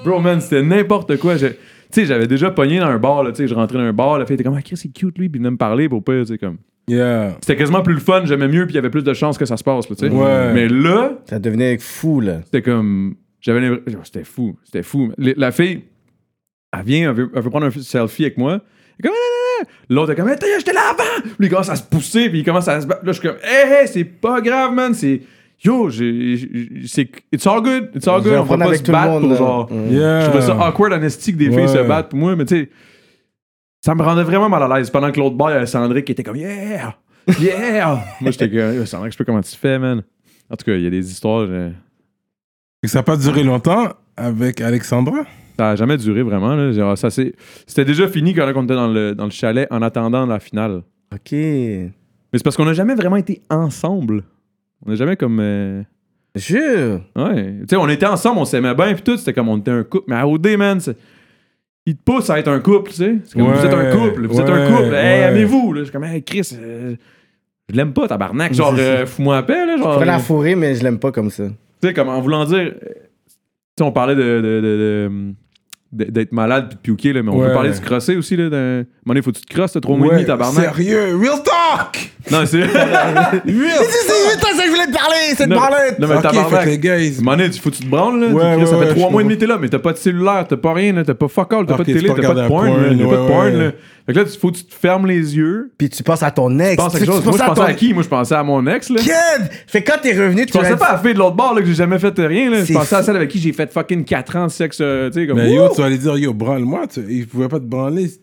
Speaker 4: Bro, man, c'était n'importe quoi. Je- Tu sais, j'avais déjà pogné dans un bar, là. Tu sais, je rentrais dans un bar, la fille était comme, ah, Chris, c'est cute, lui, puis il venait me parler, pour pas, tu sais, comme.
Speaker 3: Yeah.
Speaker 4: C'était quasiment plus le fun, j'aimais mieux, puis il y avait plus de chances que ça se passe, là, tu sais.
Speaker 3: Ouais.
Speaker 4: Mais là,
Speaker 2: Ça devenait fou, là.
Speaker 4: c'était comme. J'avais l'impression. oh, C'était fou. C'était fou. Les- La fille, elle vient, elle veut, elle veut prendre un selfie avec moi. Elle est comme. Ah, ah, ah. L'autre est comme. Hey, t'as- j'étais là avant! Puis il commence à se pousser, puis il commence à se battre. Là, je suis comme. Hé, hé, c'est pas grave, man. C'est. yo, j'ai. j'ai- c'est- It's all good, it's all
Speaker 2: On
Speaker 4: good,
Speaker 2: va
Speaker 4: Ah, on va
Speaker 2: prendre
Speaker 4: pas
Speaker 2: avec
Speaker 4: se
Speaker 2: tout le
Speaker 4: battre
Speaker 2: monde,
Speaker 4: pour
Speaker 2: là.
Speaker 4: genre.
Speaker 2: Mm.
Speaker 3: Yeah.
Speaker 4: Je trouvais ça awkward anistique des
Speaker 3: Ouais.
Speaker 4: filles se battre pour moi, mais tu sais, ça me rendait vraiment mal à l'aise. Pendant que l'autre bar, il y avait Sandrick qui était comme Yeah! Yeah! moi, j'étais comme, Yo, Sandrick, je sais pas comment tu fais, man. En tout cas, il y a des histoires. euh,
Speaker 3: Et ça n'a pas duré longtemps avec Alexandra.
Speaker 4: Ça n'a jamais duré vraiment. Là. Genre, ça, s'est- C'était déjà fini quand on était dans le, dans le chalet en attendant la finale.
Speaker 2: OK. Je
Speaker 4: Mais c'est parce qu'on n'a jamais vraiment été ensemble. On n'a jamais comme. euh,
Speaker 2: Jure.
Speaker 4: Ouais. Tu sais, on était ensemble, on s'aimait bien, puis tout. C'était comme on était un couple. Mais à OD, man, c'est- il te pousse à être un couple, tu sais. C'est comme
Speaker 3: Ouais,
Speaker 4: vous êtes un couple, vous êtes un
Speaker 3: ouais,
Speaker 4: couple. Hey,
Speaker 3: ouais.
Speaker 4: aimez-vous. là. Je suis comme, hey, Chris, euh, je l'aime pas, tabarnak. Genre,
Speaker 2: C'est ça.
Speaker 4: euh, fous-moi la paix, là.
Speaker 2: Je
Speaker 4: Genre,
Speaker 2: peux la
Speaker 4: euh,
Speaker 2: fourrer, mais je l'aime pas comme ça.
Speaker 4: tu sais, comme en voulant dire. euh, Tu sais, on parlait de. de- de- de- de- d'être malade puis de piouquer, là, mais on
Speaker 3: Ouais.
Speaker 4: peut parler de se crosser aussi. Là, d'un... À un moment donné, faut que tu te crosses, t'as trop mois et
Speaker 3: Ouais,
Speaker 4: demi, tabarnak.
Speaker 3: Sérieux, real talk!
Speaker 4: Non, c'est.
Speaker 3: Real
Speaker 2: C'est juste ça que je voulais te parler, c'est
Speaker 4: de Non, parler. non, mais
Speaker 3: Ok,
Speaker 4: tabarnak.
Speaker 3: fait que les gars, ils...
Speaker 4: À un moment donné, tu- faut que tu te branles, là.
Speaker 3: Ouais,
Speaker 4: Tu-
Speaker 3: ouais,
Speaker 4: ça fait
Speaker 3: ouais, je
Speaker 4: trois mois et
Speaker 3: comprends. Ah,
Speaker 4: demi que t'es là, mais t'as pas de cellulaire, t'as pas rien, là, t'as pas fuck all, t'as
Speaker 3: Ok,
Speaker 4: pas de
Speaker 3: tu
Speaker 4: télé,
Speaker 3: peux
Speaker 4: t'as pas de
Speaker 3: regarder
Speaker 4: porn,
Speaker 3: un
Speaker 4: là,
Speaker 3: porn,
Speaker 4: t'as pas de
Speaker 3: ouais,
Speaker 4: porn,
Speaker 3: ouais.
Speaker 4: là. Fait que là, tu- faut que tu te fermes les yeux.
Speaker 2: Puis tu penses à ton ex.
Speaker 4: Je pense à
Speaker 2: Tu-
Speaker 4: quelque
Speaker 2: tu
Speaker 4: chose. Moi,
Speaker 2: penses
Speaker 4: je
Speaker 2: à
Speaker 4: pensais
Speaker 2: ton
Speaker 4: à qui? Moi, je pensais à mon ex, là.
Speaker 2: kid. Fait que quand t'es revenu, tu
Speaker 4: Je pensais
Speaker 2: l'as
Speaker 4: pas à
Speaker 2: dit-
Speaker 4: la fille de l'autre bord, là, que j'ai jamais fait rien, là. Je
Speaker 2: C'est
Speaker 4: pensais à
Speaker 2: fou.
Speaker 4: celle avec qui j'ai fait fucking 4 ans de sexe, euh, tu sais, comme.
Speaker 3: Mais
Speaker 4: Ouh!
Speaker 3: yo, tu vas aller dire, yo, branle-moi. Tu... Ils pouvaient pas te branler.
Speaker 2: Tu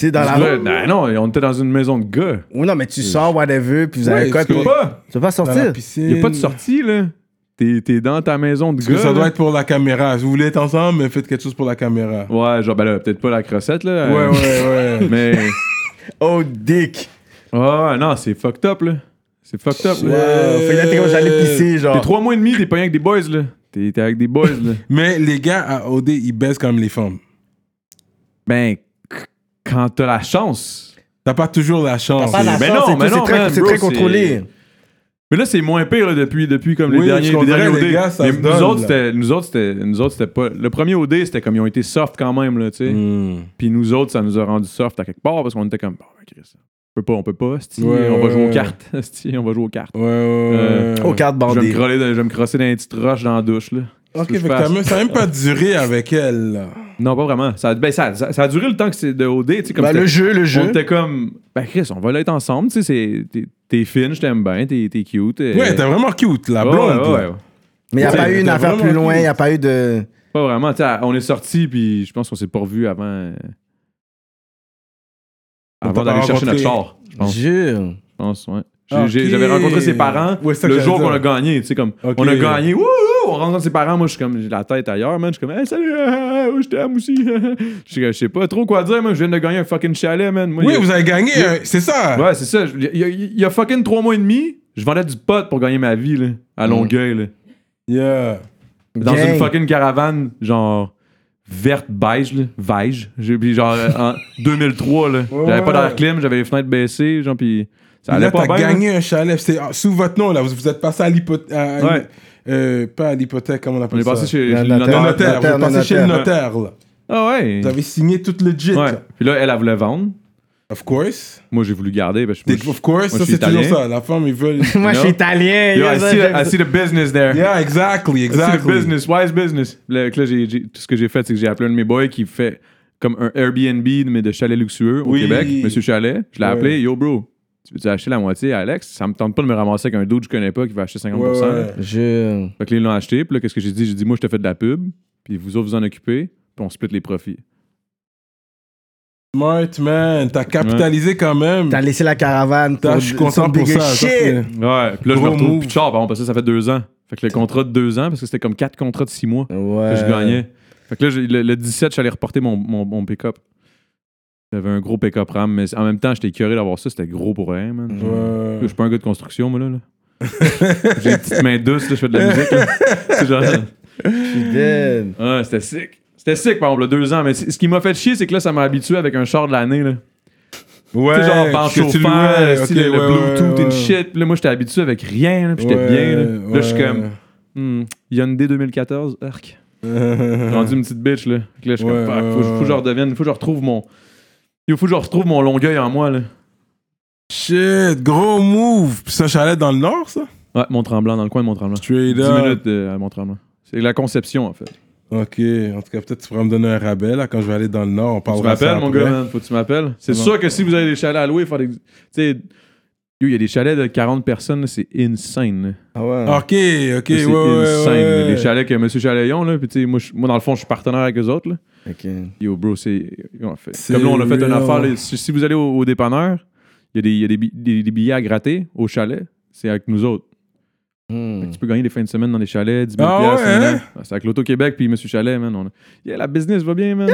Speaker 2: sais, dans la
Speaker 4: Là,
Speaker 2: rue.
Speaker 4: Non, Ben non, on était dans une maison de gars.
Speaker 2: Oui, non, mais tu sors, whatever, puis vous avez
Speaker 3: Ouais,
Speaker 2: quoi?
Speaker 3: tu
Speaker 2: puis-
Speaker 3: peux
Speaker 2: Tu
Speaker 4: Pas!
Speaker 2: veux pas
Speaker 3: Dans la
Speaker 2: sortir?
Speaker 3: piscine.
Speaker 4: Il n'y a pas de sortie, là. T'es t'es dans ta maison de
Speaker 3: Parce que
Speaker 4: gars.
Speaker 3: ça doit
Speaker 4: là.
Speaker 3: être pour la caméra. Si vous voulez être ensemble, mais faites quelque chose pour la caméra.
Speaker 4: Ouais, genre, ben là, peut-être pas la crossette, là.
Speaker 3: Ouais, ouais,
Speaker 4: euh,
Speaker 3: ouais.
Speaker 4: Mais.
Speaker 2: Oh, dick.
Speaker 4: Ouais, non, c'est fucked up, là. C'est fucked up,
Speaker 2: Wow.
Speaker 4: là.
Speaker 2: Fait que là, t'es comme, j'allais pisser,
Speaker 4: T'es
Speaker 2: genre.
Speaker 4: trois mois et demi, t'es pas rien avec des boys, là. T'es t'es avec des boys, là.
Speaker 3: mais les gars à OD, ils baissent comme les femmes.
Speaker 4: Ben, c- quand t'as la chance.
Speaker 3: T'as pas toujours la chance.
Speaker 2: Pas la
Speaker 4: mais
Speaker 2: chance,
Speaker 4: non,
Speaker 2: c'est
Speaker 4: mais
Speaker 2: tout,
Speaker 4: non,
Speaker 2: c'est très-
Speaker 4: man,
Speaker 2: C'est
Speaker 4: bro,
Speaker 2: très
Speaker 4: c'est-
Speaker 2: contrôlé.
Speaker 4: Mais là, c'est moins pire, là, depuis, depuis comme les
Speaker 3: Oui,
Speaker 4: derniers,
Speaker 3: je comprends,
Speaker 4: les derniers
Speaker 3: les
Speaker 4: OD.
Speaker 3: gars, ça
Speaker 4: Mais
Speaker 3: se
Speaker 4: nous,
Speaker 3: donne, là.
Speaker 4: autres, c'était- nous autres, c'était nous autres, c'était pas. Le premier OD, c'était comme ils ont été soft quand même, là, tu sais.
Speaker 3: Hmm.
Speaker 4: Puis nous autres, ça nous a rendu soft à quelque part parce qu'on était comme, bon, ben, Chris, on peut pas, on peut pas, esti,
Speaker 3: Ouais,
Speaker 4: on va
Speaker 3: ouais,
Speaker 4: jouer aux
Speaker 3: ouais.
Speaker 4: cartes, esti, on va jouer aux cartes.
Speaker 3: Ouais, ouais, ouais.
Speaker 4: Euh,
Speaker 3: ouais.
Speaker 2: Aux cartes
Speaker 4: Je vais, me
Speaker 2: bandées.
Speaker 4: croller dans- je vais me crosser dans les petites roches dans la douche, là.
Speaker 3: Ok,
Speaker 4: Qu'est-ce que
Speaker 3: fait
Speaker 4: je
Speaker 3: que
Speaker 4: fasse?
Speaker 3: t'as même- ça a même pas duré avec elle. là.
Speaker 4: Non, pas vraiment. Ça, ben, ça, ça- ça a duré le temps que c'est de OD, tu sais, comme
Speaker 2: Ben,
Speaker 4: c'était-
Speaker 2: le jeu, le
Speaker 4: On
Speaker 2: jeu.
Speaker 4: était comme, ben Chris, on va l'être ensemble, tu sais, c'est- t'es- t'es fine, je t'aime bien, t'es t'es cute. euh,
Speaker 3: Ouais, t'es vraiment cute, la
Speaker 4: ouais,
Speaker 3: blonde.
Speaker 4: ouais,
Speaker 3: là.
Speaker 4: ouais, ouais.
Speaker 2: Mais y a
Speaker 3: T'as-
Speaker 2: pas eu une
Speaker 3: t'as
Speaker 2: affaire
Speaker 3: vraiment
Speaker 2: plus loin,
Speaker 3: pris.
Speaker 2: y a pas eu de.
Speaker 4: Pas vraiment, tu sais, on est sortis, puis je pense qu'on s'est pas revus avant. euh,
Speaker 3: On t'a
Speaker 4: Avant d'aller
Speaker 3: pas
Speaker 4: chercher notre
Speaker 3: rencontré.
Speaker 4: char, je pense.
Speaker 2: Jure.
Speaker 4: Je pense, ouais. J'ai-
Speaker 3: Ok.
Speaker 4: j'ai- J'avais rencontré ses parents
Speaker 3: Ouais, c'est ça que
Speaker 4: le
Speaker 3: j'allais
Speaker 4: jour qu'on
Speaker 3: dire.
Speaker 4: a gagné. Tu sais, comme,
Speaker 3: Ok.
Speaker 4: on a gagné, wouhou, on rencontre ses parents. Moi, je suis comme, j'ai la tête ailleurs, man. Je suis comme, hey, salut, ah, ah, je t'aime aussi. je suis comme, je sais pas trop quoi dire, man. Je viens de gagner un fucking chalet, man. Moi, il
Speaker 3: Oui,
Speaker 4: y a-
Speaker 3: vous avez gagné,
Speaker 4: Oui.
Speaker 3: euh, c'est ça.
Speaker 4: Ouais, c'est ça. Je- Il y, a- il y a fucking trois mois et demi, je vendais du pot pour gagner ma vie, là, à Longueuil, là.
Speaker 3: Yeah.
Speaker 4: Dans
Speaker 2: Gang.
Speaker 4: une fucking caravane, genre, verte, beige, là. Beige. J'ai- Puis genre, euh, en 2003, là.
Speaker 3: Ouais,
Speaker 4: J'avais pas
Speaker 3: ouais.
Speaker 4: d'air clim, j'avais les fenêtres baissées, genre, puis ça allait
Speaker 3: Là,
Speaker 4: pas
Speaker 3: t'as
Speaker 4: bien. hein? là.
Speaker 3: gagné un chalet. C'est ah, sous votre nom, là. Vous, vous êtes passé à l'hypothèque.
Speaker 4: Ouais.
Speaker 3: pas à l'hypothèque, comment on
Speaker 4: On
Speaker 3: appelle
Speaker 4: est
Speaker 3: ça?
Speaker 4: passé chez
Speaker 2: Le
Speaker 4: chez
Speaker 2: notaire.
Speaker 3: Le
Speaker 2: Le
Speaker 3: notaire.
Speaker 2: notaire,
Speaker 3: vous êtes
Speaker 2: le
Speaker 3: passé chez le
Speaker 4: notaire.
Speaker 3: notaire, là.
Speaker 4: Ah ouais.
Speaker 3: Vous avez signé tout le jit.
Speaker 4: Ouais.
Speaker 3: là.
Speaker 4: Puis là, elle, elle voulait vendre.
Speaker 3: Of course.
Speaker 4: Moi, j'ai voulu garder. Parce que
Speaker 3: T'es-
Speaker 4: moi, je-
Speaker 3: of course,
Speaker 4: moi,
Speaker 3: ça
Speaker 4: je suis
Speaker 3: c'est toujours
Speaker 4: italien.
Speaker 3: ça. La femme, ils veulent.
Speaker 2: Moi, je suis
Speaker 4: Non.
Speaker 2: italien.
Speaker 4: Yo,
Speaker 2: yeah,
Speaker 4: I
Speaker 2: ça,
Speaker 4: see,
Speaker 2: j'aime
Speaker 4: the, I
Speaker 2: ça.
Speaker 4: see the business there.
Speaker 3: yeah, exactly,
Speaker 4: I see the
Speaker 3: exactly.
Speaker 4: business. Wise business. Là, que là, j'ai, j'ai- tout ce que j'ai fait, c'est que j'ai appelé un de mes boys qui fait comme un Airbnb, mais de chalet luxueux au
Speaker 3: Oui.
Speaker 4: Québec. Monsieur Chalet. Je l'ai
Speaker 3: Ouais.
Speaker 4: appelé. Yo, bro, tu veux-tu acheter la moitié à Alex? Ça me tente pas de me ramasser avec un dude que je connais pas qui va acheter 50%.
Speaker 3: Ouais, ouais.
Speaker 4: là.
Speaker 2: Jure.
Speaker 4: Fait que là, ils l'ont acheté. Puis là, qu'est-ce que j'ai dit? J'ai dit, moi, je te fais de la pub. Puis vous autres, vous en occupez. Puis on split les profits.
Speaker 3: Smart man, t'as capitalisé quand même.
Speaker 2: T'as laissé la caravane.
Speaker 3: Putain,
Speaker 2: pour
Speaker 3: Je suis
Speaker 2: d-
Speaker 3: content
Speaker 2: some
Speaker 3: pour
Speaker 2: bigger
Speaker 3: ça. ça,
Speaker 2: shit.
Speaker 3: c'est-
Speaker 4: Ouais. Puis là, je me
Speaker 3: Gros
Speaker 4: retrouve
Speaker 3: move.
Speaker 4: plus de char, par exemple, parce que ça fait deux ans. Fait que le contrat de deux ans, parce que c'était comme quatre contrats de six mois.
Speaker 2: Ouais.
Speaker 3: Euh,
Speaker 4: que je gagnais. Fait que là, j'ai- le, le 17, j'allais reporter mon, mon, mon pick-up. J'avais un gros pick-up RAM, mais en même temps, j'étais curé d'avoir ça, c'était gros pour rien, man.
Speaker 3: Ouais.
Speaker 4: Je suis pas un gars de construction, moi, là. là. j'ai une petite main douce, là, je fais de la musique. là. C'est genre-
Speaker 2: Dead.
Speaker 4: Ouais, c'était sick. C'était sick, par exemple, le deux ans, mais c- ce qui m'a fait chier, c'est que là, ça m'a habitué avec un char de l'année, là.
Speaker 3: Ouais,
Speaker 4: tu sais, genre, par
Speaker 3: que tu
Speaker 4: chauffeur,
Speaker 3: ouais,
Speaker 4: si
Speaker 3: ok,
Speaker 4: le, le
Speaker 3: ouais, ouais,
Speaker 4: Bluetooth
Speaker 3: ouais.
Speaker 4: et le shit. Puis Là, moi, j'étais habitué avec rien, là, puis j'étais
Speaker 3: Ouais,
Speaker 4: bien, là. Là, je suis
Speaker 3: ouais.
Speaker 4: comme, hmm, Hyundai 2014, arc. rendu une petite bitch là. Fait que là, je suis
Speaker 3: Mhm. Ouais,
Speaker 4: comme, fuck,
Speaker 3: ouais,
Speaker 4: faut, que je-
Speaker 3: ouais.
Speaker 4: faut que je redevienne, faut que je retrouve mon. Il faut que je retrouve mon longueuil en moi là.
Speaker 3: Shit, gros move. Puis ça, chalet dans le nord, ça?
Speaker 4: Ouais, Mont Tremblant, dans le coin de Mont Tremblant. 10
Speaker 3: Straight up.
Speaker 4: minutes euh, à Mont Tremblant. C'est la conception en fait.
Speaker 3: Ok, en tout cas, peut-être tu pourras me donner un rabais là quand je vais aller dans le nord. On
Speaker 4: Faut que tu
Speaker 3: parlera
Speaker 4: m'appelles
Speaker 3: ça
Speaker 4: mon
Speaker 3: après.
Speaker 4: gars, man. Faut que tu m'appelles. C'est
Speaker 3: Ça
Speaker 4: sûr que si vous avez des chalets à louer, il faut des. Tu sais, Yo, il y a des chalets de 40 personnes, là, c'est insane. là.
Speaker 2: Ah ouais.
Speaker 3: Ok, ok, ouais,
Speaker 4: c'est
Speaker 3: ouais, ouais,
Speaker 4: insane. là.
Speaker 3: ouais.
Speaker 4: Les chalets que M. Chalayon, là, puis tu sais, moi, je- moi, dans le fond, je suis partenaire avec eux autres, là.
Speaker 2: Ok.
Speaker 4: Yo, bro, c'est. yo, on fait-
Speaker 3: C'est
Speaker 4: Comme là, on a fait une
Speaker 3: real.
Speaker 4: affaire. là, si, si vous allez au, au dépanneur, il y a, des, il y a des, bi- des- des billets à gratter au chalet. C'est avec nous autres.
Speaker 2: Hmm.
Speaker 4: Tu peux gagner des fins de semaine dans les chalets, 10 000
Speaker 3: Ah
Speaker 4: piastres,
Speaker 3: ouais,
Speaker 4: un
Speaker 3: hein?
Speaker 4: an. Ah, C'est avec l'Auto-Québec puis M. Chalet, man. On a- Yeah, la business va bien, man.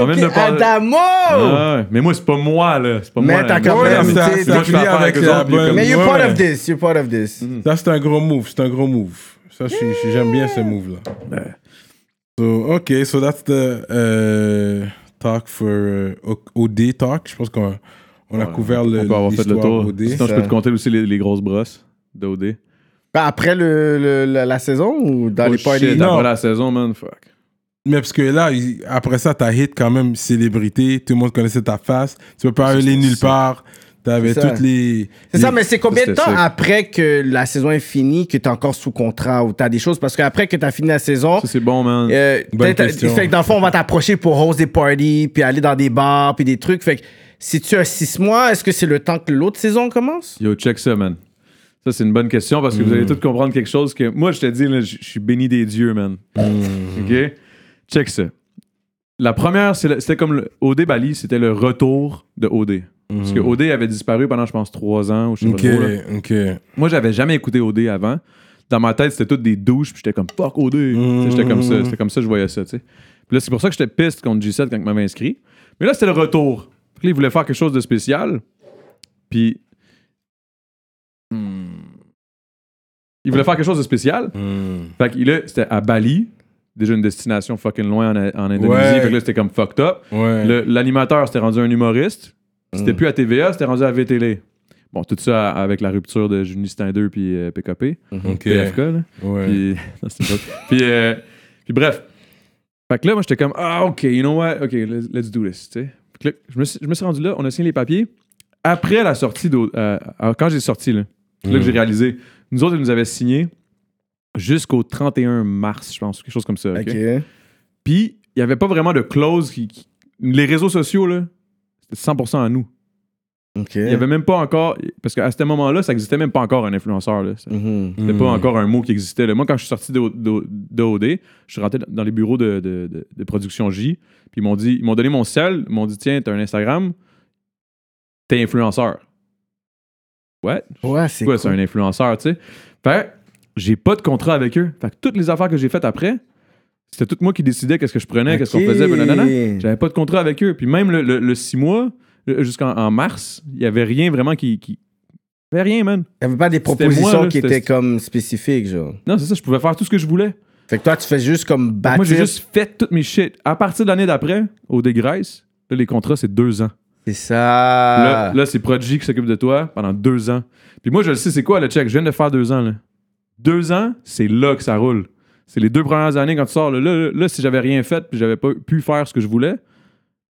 Speaker 4: on vient de
Speaker 2: Ok,
Speaker 4: parler-
Speaker 2: Adamo!
Speaker 4: Ah ouais, mais moi, c'est pas moi, là. C'est pas
Speaker 2: Mais
Speaker 4: moi.
Speaker 2: t'as
Speaker 4: là.
Speaker 2: quand
Speaker 4: Ouais,
Speaker 2: même,
Speaker 4: mais
Speaker 2: t'as-
Speaker 4: c'est-
Speaker 2: t'as
Speaker 4: moi, je fais
Speaker 3: affilié
Speaker 4: affaire
Speaker 3: avec
Speaker 4: eux
Speaker 3: la
Speaker 4: autres, puis
Speaker 3: bonne-
Speaker 4: comme-
Speaker 2: Mais you're
Speaker 3: Ouais.
Speaker 2: part of this, you're part of this.
Speaker 4: Mm.
Speaker 3: Ça, c'est un gros move. C'est un gros move. Ça, je suis- je- j'aime bien ce move-là. So, OK, so that's the euh, talk for euh, O- OD talk. Je pense qu'on on a couvert le,
Speaker 4: On peut avoir fait le
Speaker 3: l'histoire
Speaker 4: tour.
Speaker 3: OD.
Speaker 4: Sinon, je peux
Speaker 2: Ça-
Speaker 4: te compter aussi les, les grosses brosses d'OD.
Speaker 2: Ben, après le, le- la, la saison ou dans
Speaker 4: Oh,
Speaker 2: les parties?
Speaker 4: shit,
Speaker 3: non.
Speaker 4: Après la saison, man, fuck.
Speaker 3: Mais parce que là, il- après ça, t'as hit quand même célébrité. Tout le monde connaissait ta face. Tu peux pas aller nulle part. T'avais
Speaker 2: C'est ça.
Speaker 3: toutes les...
Speaker 2: C'est
Speaker 3: les-
Speaker 4: Mm.
Speaker 2: ça, mais c'est combien de
Speaker 4: C'était
Speaker 2: temps
Speaker 4: sick.
Speaker 2: après que la saison est finie que t'es encore sous contrat ou t'as des choses? Parce qu'après que t'as fini la saison,
Speaker 4: Ça, c'est bon, man.
Speaker 2: euh,
Speaker 3: Bonne
Speaker 2: peut-être-
Speaker 3: question.
Speaker 2: fait que dans le fond, on va t'approcher pour host des parties, puis aller dans des bars, puis des trucs. Fait que si tu as six mois, est-ce que c'est le temps que l'autre saison commence?
Speaker 4: Yo, check ça, man. Ça, c'est une bonne question parce que vous allez tous comprendre quelque chose que. Moi, je te dis, là, je je suis béni des dieux, man.
Speaker 3: Mm,
Speaker 4: OK? Check ça. La première, c'est le- c'était comme le- OD Bali, c'était le retour de OD. Parce que OD avait disparu pendant, je pense, trois ans ou je sais pas
Speaker 3: mm. Hmm.
Speaker 4: hein.
Speaker 3: OK,
Speaker 4: trop, là.
Speaker 3: OK.
Speaker 4: Moi, j'avais jamais écouté OD avant. Dans ma tête, c'était toutes des douches, puis j'étais comme fuck OD. Tu
Speaker 3: Hmm.
Speaker 4: sais, J'étais comme ça, c'était comme ça, que je voyais ça, tu sais. Puis là, c'est pour ça que j'étais piste contre G7 quand il m'avait inscrit. Mais là, c'était le retour. Puis là, il voulait faire quelque chose de spécial. Puis. Hmm. Il voulait faire quelque chose de spécial.
Speaker 3: Hmm.
Speaker 4: Fait que là, c'était à Bali, déjà une destination fucking loin en, en Indonésie.
Speaker 3: Ouais.
Speaker 4: Fait que là, c'était comme fucked up.
Speaker 3: Ouais.
Speaker 4: Le- L'animateur c'était rendu un humoriste. C'était
Speaker 2: Mm.
Speaker 4: plus à TVA, c'était rendu à VTL. Bon, tout ça avec la rupture de Julie Steiner puis euh, PKP,
Speaker 3: Mm. OK.
Speaker 4: PFK, là.
Speaker 3: Ouais.
Speaker 4: Puis, non, c'est une joke. puis, euh, puis bref. Fait que là, moi, j'étais comme, ah, OK, you know what? OK, let's, let's do this, tu sais. Fait que là, je me, suis, je me suis rendu là, on a signé les papiers. Après la sortie, d'au- euh, euh, quand j'ai sorti, là, c'est
Speaker 3: Mm.
Speaker 4: là que j'ai réalisé, nous autres, ils nous avaient signé jusqu'au 31 mars, je pense, quelque chose comme ça. OK?
Speaker 2: Ok.
Speaker 4: Puis, il n'y avait pas vraiment de clause. Qui, qui- Les réseaux sociaux, là, c'était 100% à nous.
Speaker 2: Ok.
Speaker 4: Il n'y avait même pas encore. Parce qu'à ce moment-là, ça n'existait même pas encore un influenceur. Là. Ça-
Speaker 2: Mhm.
Speaker 4: C'était
Speaker 3: Mm.
Speaker 4: pas encore un mot qui existait. là. Moi, quand je suis sorti d'O- d'O- d'OD, je suis rentré dans les bureaux de, de- de- de production J. Puis ils m'ont dit, ils m'ont donné mon sel, ils m'ont dit Tiens, t'as un Instagram, t'es influenceur. What?
Speaker 2: Ouais, c'est
Speaker 4: Ouais, c'est un influenceur, tu sais. Fait que j'ai pas de contrat avec eux. Fait que toutes les affaires que j'ai faites après, c'était tout moi qui décidais qu'est-ce que je prenais, qu'est-ce qu'on
Speaker 2: Ok.
Speaker 4: faisait, blablabla. J'avais pas de contrat avec eux. Puis même le, le- le six mois, le- jusqu'en en mars, il y avait rien vraiment qui. qui... il y avait rien, man.
Speaker 2: Il n'y avait pas des
Speaker 4: C'était moi,
Speaker 2: propositions
Speaker 4: là,
Speaker 2: qui
Speaker 4: c'était-
Speaker 2: étaient comme spécifiques, genre.
Speaker 4: Non, c'est ça, je pouvais faire tout ce que je voulais.
Speaker 2: Fait que toi, tu fais juste comme
Speaker 4: Moi, j'ai
Speaker 2: bâtir.
Speaker 4: juste fait toutes mes shit. À partir de l'année d'après, au Dégraisse, là, les contrats, c'est deux ans.
Speaker 2: C'est
Speaker 4: Là,
Speaker 3: Ah.
Speaker 2: ça.
Speaker 4: là, c'est Prodigy qui s'occupe de toi pendant deux ans. Puis moi, je le sais, c'est quoi le check? Je viens de faire deux ans. Là. Deux ans, c'est là que ça roule. C'est les deux premières années quand tu sors. Là, là, là, si j'avais rien fait puis j'avais pas pu faire ce que je voulais, là,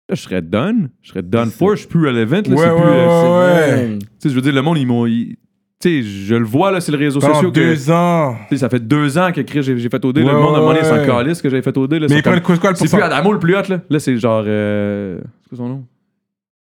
Speaker 4: je serais done. Je serais done for. Je suis plus relevant. Là,
Speaker 3: Ouais,
Speaker 4: c'est
Speaker 3: ouais,
Speaker 4: plus, euh, c'est-
Speaker 3: ouais.
Speaker 4: Tu sais, je veux dire, le monde, ils m'ont. ils- Tu sais, je le vois, là, c'est les réseaux
Speaker 3: Pendant
Speaker 4: sociaux. que-
Speaker 3: deux ans.
Speaker 4: tu sais, ça fait deux ans que Chris, j'ai j'ai fait OD.
Speaker 3: Ouais,
Speaker 4: le monde a demandé
Speaker 3: ouais,
Speaker 4: sans
Speaker 3: ouais.
Speaker 4: calice que j'avais fait OD. Là,
Speaker 3: Mais
Speaker 4: c'est
Speaker 3: ils prennent quoi quoi, le
Speaker 4: c'est plus
Speaker 3: pourcentage?
Speaker 4: Adamo le plus hot, là. Là, c'est genre. euh, C'est quoi son nom?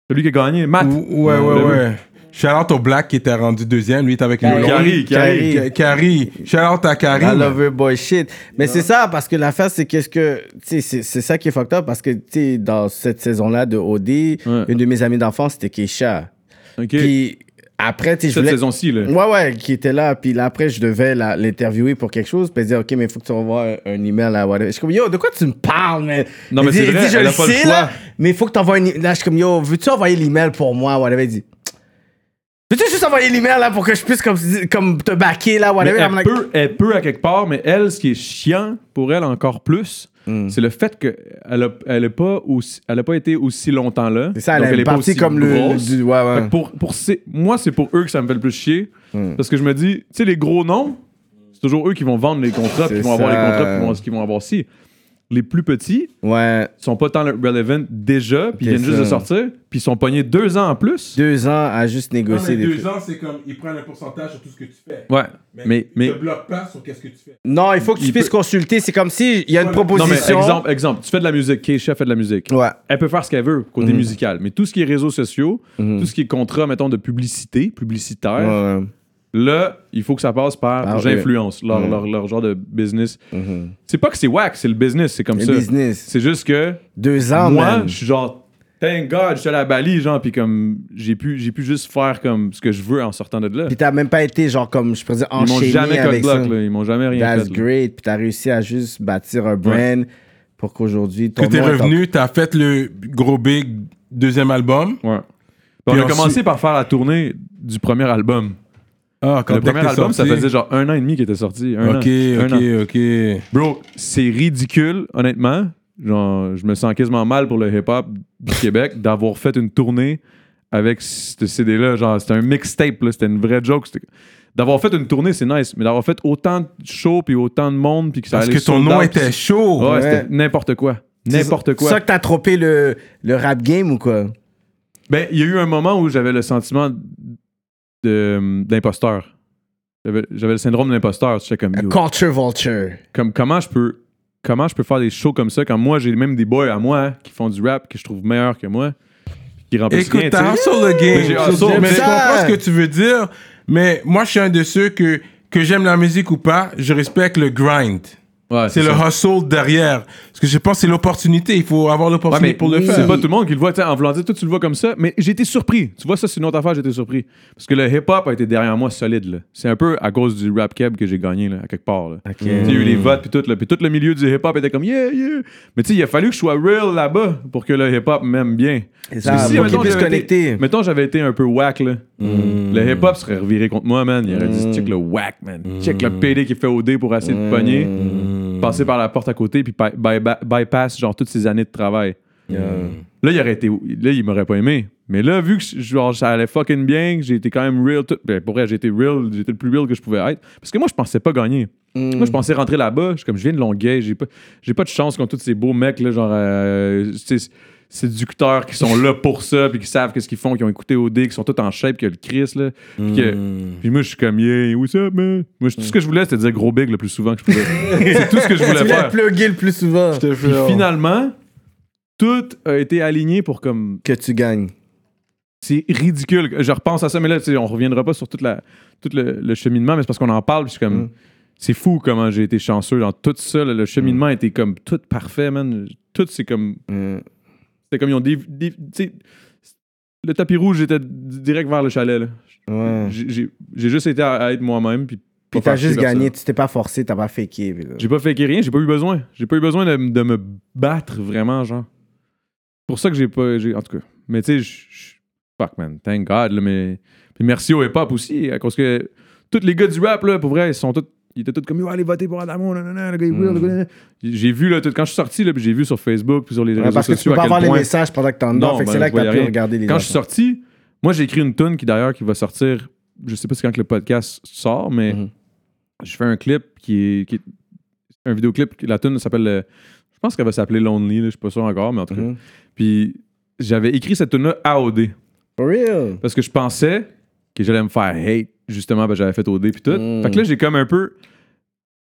Speaker 4: Celui qui a gagné, Matt.
Speaker 3: Ou- Ouais, ouais,
Speaker 4: Le-
Speaker 3: ouais. Shout out au Black qui était rendu deuxième. Lui, il était avec
Speaker 2: Carrie.
Speaker 3: le long.
Speaker 4: Carrie, Carrie.
Speaker 3: Ca- Carrie. Shout out à Carrie.
Speaker 2: I love her boy shit. Mais c'est ça, parce que l'affaire, c'est qu'est-ce que. Tu sais, c'est- c'est ça qui est fucked up, parce que, tu sais, dans cette saison-là de OD, une de mes amies d'enfance, c'était Keisha.
Speaker 4: Ok.
Speaker 2: Puis après, tu sais, je
Speaker 4: Cette
Speaker 2: voulais.
Speaker 4: saison-ci, là.
Speaker 2: Ouais, ouais, qui était là. Puis là, après, je devais la- l'interviewer pour quelque chose. Puis elle disait, OK, mais il faut que tu envoies un, un email à whatever. Je suis comme, yo, de quoi tu me parles, man?
Speaker 4: Non,
Speaker 2: Elle
Speaker 4: mais
Speaker 2: dit-
Speaker 4: c'est
Speaker 2: elle
Speaker 4: vrai,
Speaker 2: dit, je
Speaker 4: elle
Speaker 2: le
Speaker 4: a pas le
Speaker 2: sais,
Speaker 4: choix.
Speaker 2: là. Mais il faut que tu envoies un email. Là, je suis comme, yo, veux-tu envoyer l'email pour moi, whatever? Elle dit, veux-tu juste envoyer l'email, là, pour que je puisse, comme, comme te baquer, là,
Speaker 4: Mais
Speaker 2: whatever? I'm
Speaker 4: elle,
Speaker 2: like-
Speaker 4: peut, elle peut à quelque part, mais elle, ce qui est chiant pour elle encore plus,
Speaker 2: Hmm.
Speaker 4: c'est le fait qu'elle n'a elle a pas, aussi- elle a pas été aussi longtemps là.
Speaker 2: C'est ça, elle
Speaker 4: Donc,
Speaker 2: est
Speaker 4: pas
Speaker 2: partie
Speaker 4: aussi
Speaker 2: comme le.
Speaker 4: grosse.
Speaker 2: du- ouais, Hmm.
Speaker 4: Fait
Speaker 2: ouais.
Speaker 4: que pour, pour ces- moi, c'est pour eux que ça me fait le plus chier. Parce que je me dis, tu sais, les gros noms, c'est toujours eux qui vont vendre les contrats, puis
Speaker 2: C'est
Speaker 4: qui vont avoir les
Speaker 2: ça.
Speaker 4: contrats, puis qui vont- qui vont avoir ci. les plus petits
Speaker 2: Ouais.
Speaker 4: sont pas tant relevant déjà, puis ils
Speaker 2: C'est
Speaker 4: viennent juste de
Speaker 2: ça.
Speaker 4: sortir, puis ils sont pognés deux ans en plus.
Speaker 2: Deux ans à juste
Speaker 3: Non, mais
Speaker 2: négocier des
Speaker 3: deux
Speaker 2: trucs.
Speaker 3: ans, c'est comme, ils prennent un pourcentage sur tout ce que tu fais.
Speaker 4: Ouais, mais,
Speaker 3: ils
Speaker 4: mais,
Speaker 3: te bloquent pas sur qu'est-ce que tu fais.
Speaker 2: Non, il faut que tu
Speaker 4: Il
Speaker 2: puisses consulter. C'est comme si il y a une
Speaker 3: Non, mais
Speaker 4: non, mais
Speaker 2: proposition.
Speaker 4: exemple, exemple, tu fais de la musique, Keisha fait de la musique.
Speaker 2: Ouais.
Speaker 4: Elle peut faire ce qu'elle veut côté
Speaker 2: Mhm.
Speaker 4: musical, mais tout ce qui est réseaux sociaux,
Speaker 2: Mhm.
Speaker 4: tout ce qui est contrat, mettons, de publicité, publicitaire,
Speaker 2: Ouais.
Speaker 4: là, il faut que ça passe par
Speaker 2: Par eux.
Speaker 4: j'influence, leur,
Speaker 2: Mhm.
Speaker 4: leur, leur genre de business.
Speaker 2: Mhm.
Speaker 4: C'est pas que c'est whack, c'est le business, c'est comme
Speaker 2: Le
Speaker 4: ça.
Speaker 2: business.
Speaker 4: C'est juste que
Speaker 2: Deux ans,
Speaker 4: moi,
Speaker 2: Oh, man.
Speaker 4: je suis genre, thank God, je suis allé à Bali, genre, puis comme, j'ai pu, j'ai pu juste faire comme ce que je veux en sortant de là.
Speaker 2: Puis t'as même pas été, genre, comme je pourrais dire,
Speaker 4: Ils m'ont
Speaker 2: enchaîné
Speaker 4: jamais
Speaker 2: avec ça.
Speaker 4: block, là. Ils m'ont jamais rien
Speaker 2: That's
Speaker 4: fait. là.
Speaker 2: great. Puis t'as réussi à juste bâtir un brand pour qu'aujourd'hui, ton
Speaker 3: Que t'es
Speaker 2: nom est en-
Speaker 3: revenu, t'as fait le gros big deuxième album.
Speaker 4: Ouais. Puis on a
Speaker 3: ensuite-
Speaker 4: commencé par faire la tournée du premier album.
Speaker 3: Ah,
Speaker 4: le
Speaker 3: dès que
Speaker 4: premier
Speaker 3: t'es
Speaker 4: album, ça
Speaker 3: sorti.
Speaker 4: faisait genre un an et demi qu'il était sorti. Un
Speaker 3: Ok,
Speaker 4: an. Un
Speaker 3: ok,
Speaker 4: an.
Speaker 3: ok.
Speaker 4: Bro, c'est ridicule, honnêtement. Genre, je me sens quasiment mal pour le hip-hop du Québec d'avoir fait une tournée avec ce CD-là. Genre, c'était un mixtape, là, c'était une vraie joke. C'était- D'avoir fait une tournée, c'est nice, mais d'avoir fait autant de shows puis autant de monde puis que ça
Speaker 3: Parce
Speaker 4: allait
Speaker 3: que ton
Speaker 4: sold
Speaker 3: nom
Speaker 4: out,
Speaker 3: était
Speaker 4: puis-
Speaker 3: chaud.
Speaker 4: Ouais,
Speaker 2: Ouais.
Speaker 4: c'était n'importe quoi.
Speaker 2: C'est-
Speaker 4: N'importe quoi.
Speaker 2: C'est ça que t'as tropé le, le rap game ou quoi?
Speaker 4: Ben, il y a eu un moment où j'avais le sentiment de- d'imposteur. J'avais j'avais le syndrome de l'imposteur. J'étais comme, yo,
Speaker 2: Culture vulture.
Speaker 4: comme comment je peux comment je peux faire des shows comme ça quand moi j'ai même des boys à moi hein, qui font du rap que je trouve meilleurs que moi qui remplissent
Speaker 3: Écoute,
Speaker 4: rien
Speaker 3: t'as
Speaker 4: tu sais.
Speaker 3: hustle le
Speaker 4: Mais j'ai
Speaker 3: game.
Speaker 4: hustle,
Speaker 3: mais
Speaker 4: mais-
Speaker 3: je comprends
Speaker 2: Ça.
Speaker 3: ce que tu veux dire. Mais moi, je suis un de ceux que, que j'aime la musique ou pas, je respecte le grind.
Speaker 4: Ouais,
Speaker 3: C'est le
Speaker 4: ça.
Speaker 3: hustle derrière. Parce que je pense que c'est l'opportunité. Il faut avoir
Speaker 4: Ouais,
Speaker 3: l'opportunité
Speaker 4: mais
Speaker 3: pour le faire.
Speaker 4: c'est pas tout le monde qui le voit tu sais, en voulant dire toi tu le vois comme ça mais j'ai été surpris tu vois ça c'est une autre affaire j'ai été surpris parce que le hip hop a été derrière moi solide là. c'est un peu à cause du rap cab que j'ai gagné là, à quelque part là.
Speaker 2: Ok.
Speaker 4: Tu sais, il y a eu les votes puis tout là, puis tout le milieu du hip hop était comme yeah yeah mais tu sais il a fallu que je sois real là bas pour que le hip hop m'aime bien
Speaker 2: C'est
Speaker 4: Parce
Speaker 2: ça,
Speaker 4: que si,
Speaker 2: pour
Speaker 4: mettons,
Speaker 2: qu'ils puissent
Speaker 4: j'avais été-
Speaker 2: connecter.
Speaker 4: Mettons, j'avais été un peu whack, là. Le hip-hop serait reviré contre moi, man. Il aurait dit, check le whack, man. Check le PD qui fait au dé pour essayer de pogner,
Speaker 3: Mm.
Speaker 4: passer par la porte à côté, puis by- by- by- bypass, genre, toutes ces années de travail. Là, il aurait été. Là, il m'aurait pas aimé. Mais là, vu que genre, ça allait fucking bien, que j'ai été quand même real. tout- ben, pour vrai, j'ai été real, j'étais le plus real que je pouvais être. Parce que moi, je pensais pas gagner.
Speaker 2: Mm.
Speaker 4: Moi,
Speaker 2: Hmm.
Speaker 4: je pensais rentrer là-bas. Je suis comme, je viens de Longueuil, j'ai pas, j'ai pas de chance contre tous ces beaux mecs, là, genre, euh, tu sais, séducteurs qui sont là pour ça, puis qui savent qu'est-ce qu'ils font, qui ont écouté OD, qui sont tous en shape, que le Chris, là. Puis, que- puis moi, je suis comme, yeah, what's up, man? Moi, je- tout ce que je voulais, c'était dire gros big le plus souvent que je pouvais. C'est tout ce que je
Speaker 2: Tu
Speaker 4: voulais
Speaker 2: l'as
Speaker 4: faire.
Speaker 2: plugué le plus souvent
Speaker 4: Puis finalement, tout a été aligné pour comme
Speaker 2: que tu gagnes.
Speaker 4: c'est ridicule. Je repense à ça, mais là, tu sais, on reviendra pas sur toute la, tout le, le cheminement, mais c'est parce qu'on en parle, puis je suis comme.
Speaker 2: Mm.
Speaker 4: C'est fou comment j'ai été chanceux dans tout ça. là. Le cheminement était comme tout parfait, man. Tout, c'est comme.
Speaker 2: Mm.
Speaker 4: C'est comme ils ont. dév- dév- tu sais, le tapis rouge était d- direct vers le chalet, là.
Speaker 2: Ouais.
Speaker 4: J'ai j'ai- j'ai juste été à, à être moi-même, puis.
Speaker 2: Puis
Speaker 4: pas
Speaker 2: t'as
Speaker 4: faire chier
Speaker 2: Mm. juste
Speaker 4: personne.
Speaker 2: gagné, tu t'es pas forcé, t'as pas faké. puis là.
Speaker 4: J'ai pas fait rien, j'ai pas eu besoin. J'ai pas eu besoin de, m- de me battre vraiment, genre. Pour ça que j'ai pas. j'ai- En tout cas. Mais tu sais, je- je- fuck man, thank God, là, mais. Puis merci au hip-hop aussi, à cause que tous les gars du rap, là, pour vrai, ils sont tous. Ils étaient tous comme Yo, allez voter pour Adamo, nanana, le gars est weird,
Speaker 2: Hmm.
Speaker 4: le gars, nanana. J'ai vu, là, tout, quand je suis sorti, là, puis j'ai vu sur Facebook, puis sur les
Speaker 2: Ouais,
Speaker 4: réseaux
Speaker 2: parce que tu
Speaker 4: sociaux.
Speaker 2: peux pas
Speaker 4: à quel
Speaker 2: avoir les
Speaker 4: point-
Speaker 2: messages pendant que t'en
Speaker 4: Non,
Speaker 2: as. Fait que
Speaker 4: ben,
Speaker 2: c'est là
Speaker 4: je
Speaker 2: que t'as
Speaker 4: voyais
Speaker 2: pu
Speaker 4: rien.
Speaker 2: regarder les
Speaker 4: Quand je suis
Speaker 2: affaires.
Speaker 4: sorti, moi j'ai écrit une tune qui d'ailleurs qui va sortir, je sais pas si quand que le podcast sort, mais
Speaker 2: Mhm.
Speaker 4: je fais un clip qui est, qui est- un vidéoclip. La tune s'appelle, euh, je pense qu'elle va s'appeler Lonely, là, je suis pas sûr encore, mais en tout cas.
Speaker 2: Mhm.
Speaker 4: Puis j'avais écrit cette tune là à OD
Speaker 2: For real.
Speaker 4: parce que je pensais que j'allais me faire hate justement parce que j'avais fait OD puis tout.
Speaker 2: Mhm.
Speaker 4: Fait que là j'ai comme un peu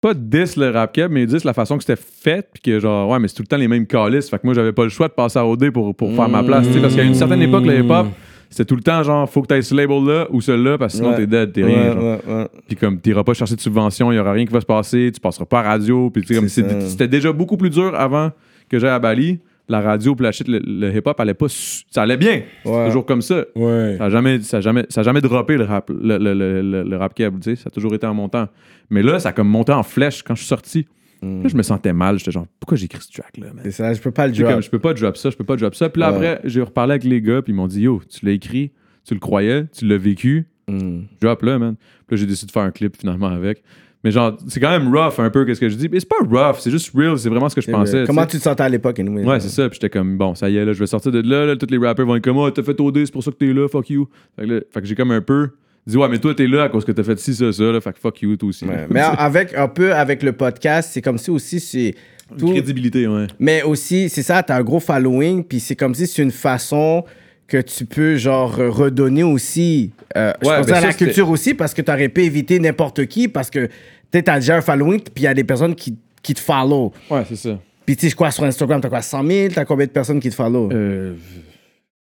Speaker 4: pas 10 le rap cap, mais 10 la façon que c'était fait, puis que genre, ouais, mais c'est tout le temps les mêmes calices. Fait que moi, j'avais pas le choix de passer à OD pour, pour faire ma place, tu sais, parce qu'à une certaine époque, le
Speaker 2: Hmm.
Speaker 4: hip-hop, c'était tout le temps genre, faut que t'ailles ce label-là ou celui-là, parce que sinon
Speaker 2: Ouais.
Speaker 4: t'es dead, t'es
Speaker 2: Ouais,
Speaker 4: rien. genre.
Speaker 2: ouais, ouais.
Speaker 4: Puis comme, t'iras pas chercher de subvention, il y aura rien qui va se passer, tu passeras pas à radio, puis tu sais, comme,
Speaker 2: C'est
Speaker 4: c'est-
Speaker 2: ça.
Speaker 4: c'était déjà beaucoup plus dur avant que j'aille à Bali. La radio, puis la shit, le, le hip-hop allait pas. su- Ça allait bien. C'est
Speaker 2: Ouais.
Speaker 4: toujours comme ça.
Speaker 3: Ouais.
Speaker 4: Ça a jamais, ça a jamais, ça a jamais droppé le rap, le, le, le, le- le rap keb, tu sais. Ça a toujours été en montant. Mais là, ça a comme monté en flèche quand je suis sorti.
Speaker 2: Hmm.
Speaker 4: Là, je me sentais mal. J'étais genre, pourquoi j'écris ce track-là, man?
Speaker 2: C'est ça, je peux pas le
Speaker 4: Tu sais,
Speaker 2: drop.
Speaker 4: comme, je peux pas drop ça, je peux pas drop ça. Puis là,
Speaker 2: Ouais.
Speaker 4: après, j'ai reparlé avec les gars, puis ils m'ont dit, yo, tu l'as écrit, tu le croyais, tu l'as vécu,
Speaker 2: Mm.
Speaker 4: drop là, man. Puis là, j'ai décidé de faire un clip finalement avec. Mais genre, c'est quand même rough un peu, qu'est-ce que je dis. Mais c'est pas rough, c'est juste real, c'est vraiment ce que je pensais. tu sais.
Speaker 2: Comment tu te sentais à l'époque, anyway?
Speaker 4: Ouais, c'est ça. Puis j'étais comme, bon, ça y est, là, je vais sortir de là. là, tous les rappers vont être comme, oh, t'as fait OD, c'est pour ça que t'es là, fuck you. Fait que, là- fait que j'ai comme un peu dit, ouais, mais toi, t'es là à cause que t'as fait ci, ça, ça, là, fait que fuck you, toi aussi.
Speaker 2: Ouais, Mais avec un peu avec le podcast, c'est comme si aussi c'est
Speaker 4: Une
Speaker 2: tout.
Speaker 4: crédibilité, ouais.
Speaker 2: Mais aussi, c'est ça, t'as un gros following, puis c'est comme si c'est une façon que tu peux, genre, euh, redonner aussi. Euh, je
Speaker 4: Ouais,
Speaker 2: pense
Speaker 4: ben
Speaker 2: à
Speaker 4: ça,
Speaker 2: la
Speaker 4: c'était-
Speaker 2: culture aussi, parce que t'aurais pu éviter n'importe qui, parce que tu t'as déjà un following, puis il y a des personnes qui, qui te follow.
Speaker 4: Ouais, c'est ça.
Speaker 2: Puis tu sais, quoi, sur Instagram, t'as quoi, 100 000, t'as combien de personnes qui te follow?
Speaker 4: Euh,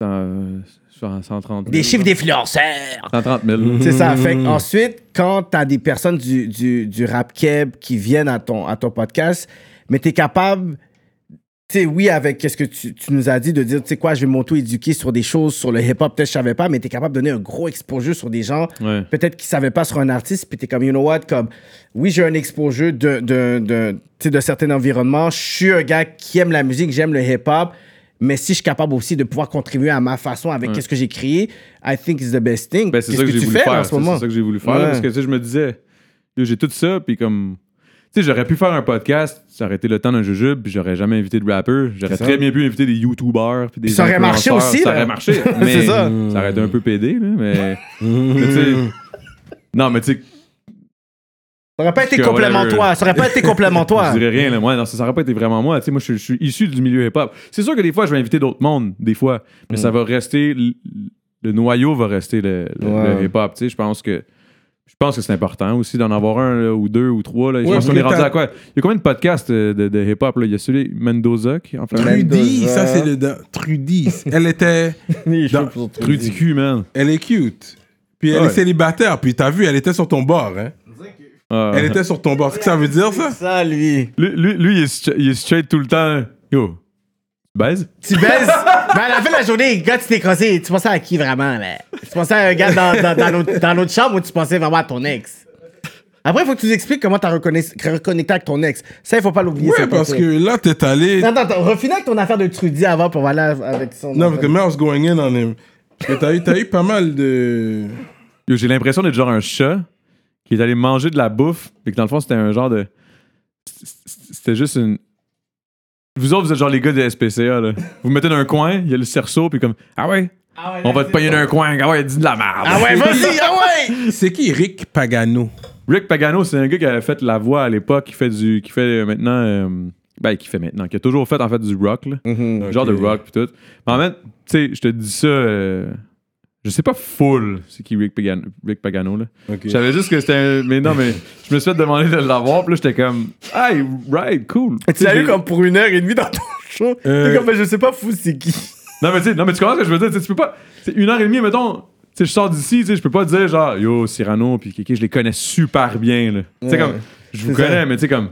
Speaker 4: cent- cent- 130 000.
Speaker 2: des chiffres d'influenceurs!
Speaker 4: 130 000.
Speaker 2: C'est ça. Fait que ensuite, quand t'as des personnes du, du, du rap keb qui viennent à ton, à ton podcast, mais t'es capable, tu sais, oui, avec ce que tu, tu nous as dit, de dire, tu sais quoi, je vais m'auto-éduquer sur des choses, sur le hip-hop, peut-être je savais pas, mais t'es capable de donner un gros exposure sur des gens,
Speaker 4: Ouais.
Speaker 2: peut-être qui savaient pas sur un artiste, puis t'es comme, you know what, comme, oui, j'ai un exposure de, de, de, tu sais, de certains environnements, je suis un gars qui aime la musique, j'aime le hip-hop, mais si je suis capable aussi de pouvoir contribuer à ma façon avec qu'est-ce que j'ai créé, I think it's the best thing.
Speaker 4: Ben, c'est
Speaker 2: Qu'est-ce
Speaker 4: ça que, j'ai
Speaker 2: tu
Speaker 4: voulu
Speaker 2: fais
Speaker 4: faire
Speaker 2: en
Speaker 4: tu
Speaker 2: ce
Speaker 4: sais,
Speaker 2: moment?
Speaker 4: C'est ça que j'ai voulu faire.
Speaker 2: Ouais.
Speaker 4: Parce que tu sais, je me disais, là, j'ai tout ça, puis comme. Tu sais, j'aurais pu faire un podcast, ça aurait été le temps d'un jujube, puis j'aurais jamais invité de rappeur. J'aurais
Speaker 2: ça.
Speaker 4: très bien pu inviter des youtubeurs. Puis des
Speaker 2: Ça aurait marché
Speaker 4: influenceurs.
Speaker 2: aussi,
Speaker 4: Ça
Speaker 2: là.
Speaker 4: aurait marché. mais
Speaker 2: C'est ça.
Speaker 4: Ça aurait été un peu pédé, là, mais. mais tu sais. Non, mais tu sais,
Speaker 2: Ça aurait pas été
Speaker 4: Que whatever.
Speaker 2: complémentaire. Ça aurait pas été complémentaire.
Speaker 4: je dirais rien, là. Moi, non, ça n'aurait pas été vraiment moi. Tu sais, moi, je, suis- je suis issu du milieu hip-hop. C'est sûr que des fois, je vais inviter d'autres mondes, des fois, mais
Speaker 3: Mm.
Speaker 4: ça va rester. l- Le noyau va rester le, le-
Speaker 2: Ouais.
Speaker 4: le hip-hop. Tu sais, je pense que. Je pense que c'est important aussi d'en avoir un là, ou deux ou trois. Là. Je
Speaker 3: Ouais,
Speaker 4: pense qu'on
Speaker 3: parce
Speaker 4: est
Speaker 3: que
Speaker 4: rendu
Speaker 3: t'as-
Speaker 4: à quoi Il y a combien de podcasts euh, de, de hip-hop là? Il y a celui Mendoza qui en fait un.
Speaker 3: Trudy,
Speaker 2: Mendoza.
Speaker 3: ça c'est le. da- Trudy, elle était. dans-
Speaker 4: Trudy Q, man.
Speaker 3: Elle est cute. Puis elle
Speaker 4: Ouais.
Speaker 3: est célibataire. Puis t'as vu, elle était sur ton bord. Hein.
Speaker 4: Ah.
Speaker 3: Elle était sur ton bord. C'est ce que ça veut dire, ça?
Speaker 2: Ça, lui.
Speaker 4: Lui, lui- lui, il, est stra- il est straight tout le temps. Yo, tu baises
Speaker 2: Tu baises. Mais à la fin de la journée, quand tu t'es croisé, tu pensais à qui vraiment, là? Tu pensais à un gars dans, dans, dans notre, dans notre chambre ou tu pensais vraiment à ton ex? Après, il faut que tu nous expliques comment t'as reconnais- reconnecté avec ton ex. Ça, il faut pas l'oublier.
Speaker 3: Ouais,
Speaker 2: c'est
Speaker 3: parce
Speaker 2: important.
Speaker 3: que là, t'es allé.
Speaker 2: Attends, attends, refinis avec ton affaire de Trudy avant pour aller avec son.
Speaker 3: Non, parce que moi, I was going in on him. Parce que t'as eu, t'as eu pas mal de.
Speaker 4: Yo, j'ai l'impression d'être genre un chat qui est allé manger de la bouffe, et que dans le fond, c'était un genre de. C'était juste une. Vous autres, vous êtes genre les gars de SPCA, là. Vous mettez dans un coin, il y a le cerceau, puis comme. Ah ouais?
Speaker 2: Ah ouais,
Speaker 4: On va te pogner dans un coin, ah ouais, dis de la merde.
Speaker 2: Ah ouais, vas-y, ah ouais!
Speaker 3: C'est qui Rick Pagano?
Speaker 4: Rick Pagano, c'est un gars qui avait fait la voix à l'époque, qui fait du. qui fait euh, maintenant. euh, ben, qui fait maintenant, qui a toujours fait en fait du rock, là. Hmm, Genre de rock, puis tout. Mais en fait, tu sais, je te dis ça. euh, je sais pas full, c'est qui Rick Pagano, Rick Pagano là. Je savais juste que c'était un. Mais non, mais je me suis fait demander de l'avoir, puis là, j'étais comme. Hey, right, cool.
Speaker 2: Tu l'as eu comme pour une heure et demie dans ton show.
Speaker 3: Euh.
Speaker 2: T'es comme, ben, je sais pas fou, c'est qui?
Speaker 4: Non, mais tu sais, non, mais tu comprends ce que je veux dire? Tu sais, tu peux pas. tu sais, une heure et demie, mettons. Tu sais, je sors d'ici, tu sais, je peux pas dire genre, yo, Cyrano, puis Kéké, je les connais super bien, là. Tu sais, comme. Je vous
Speaker 2: C'est ça.
Speaker 4: connais, mais tu sais, comme.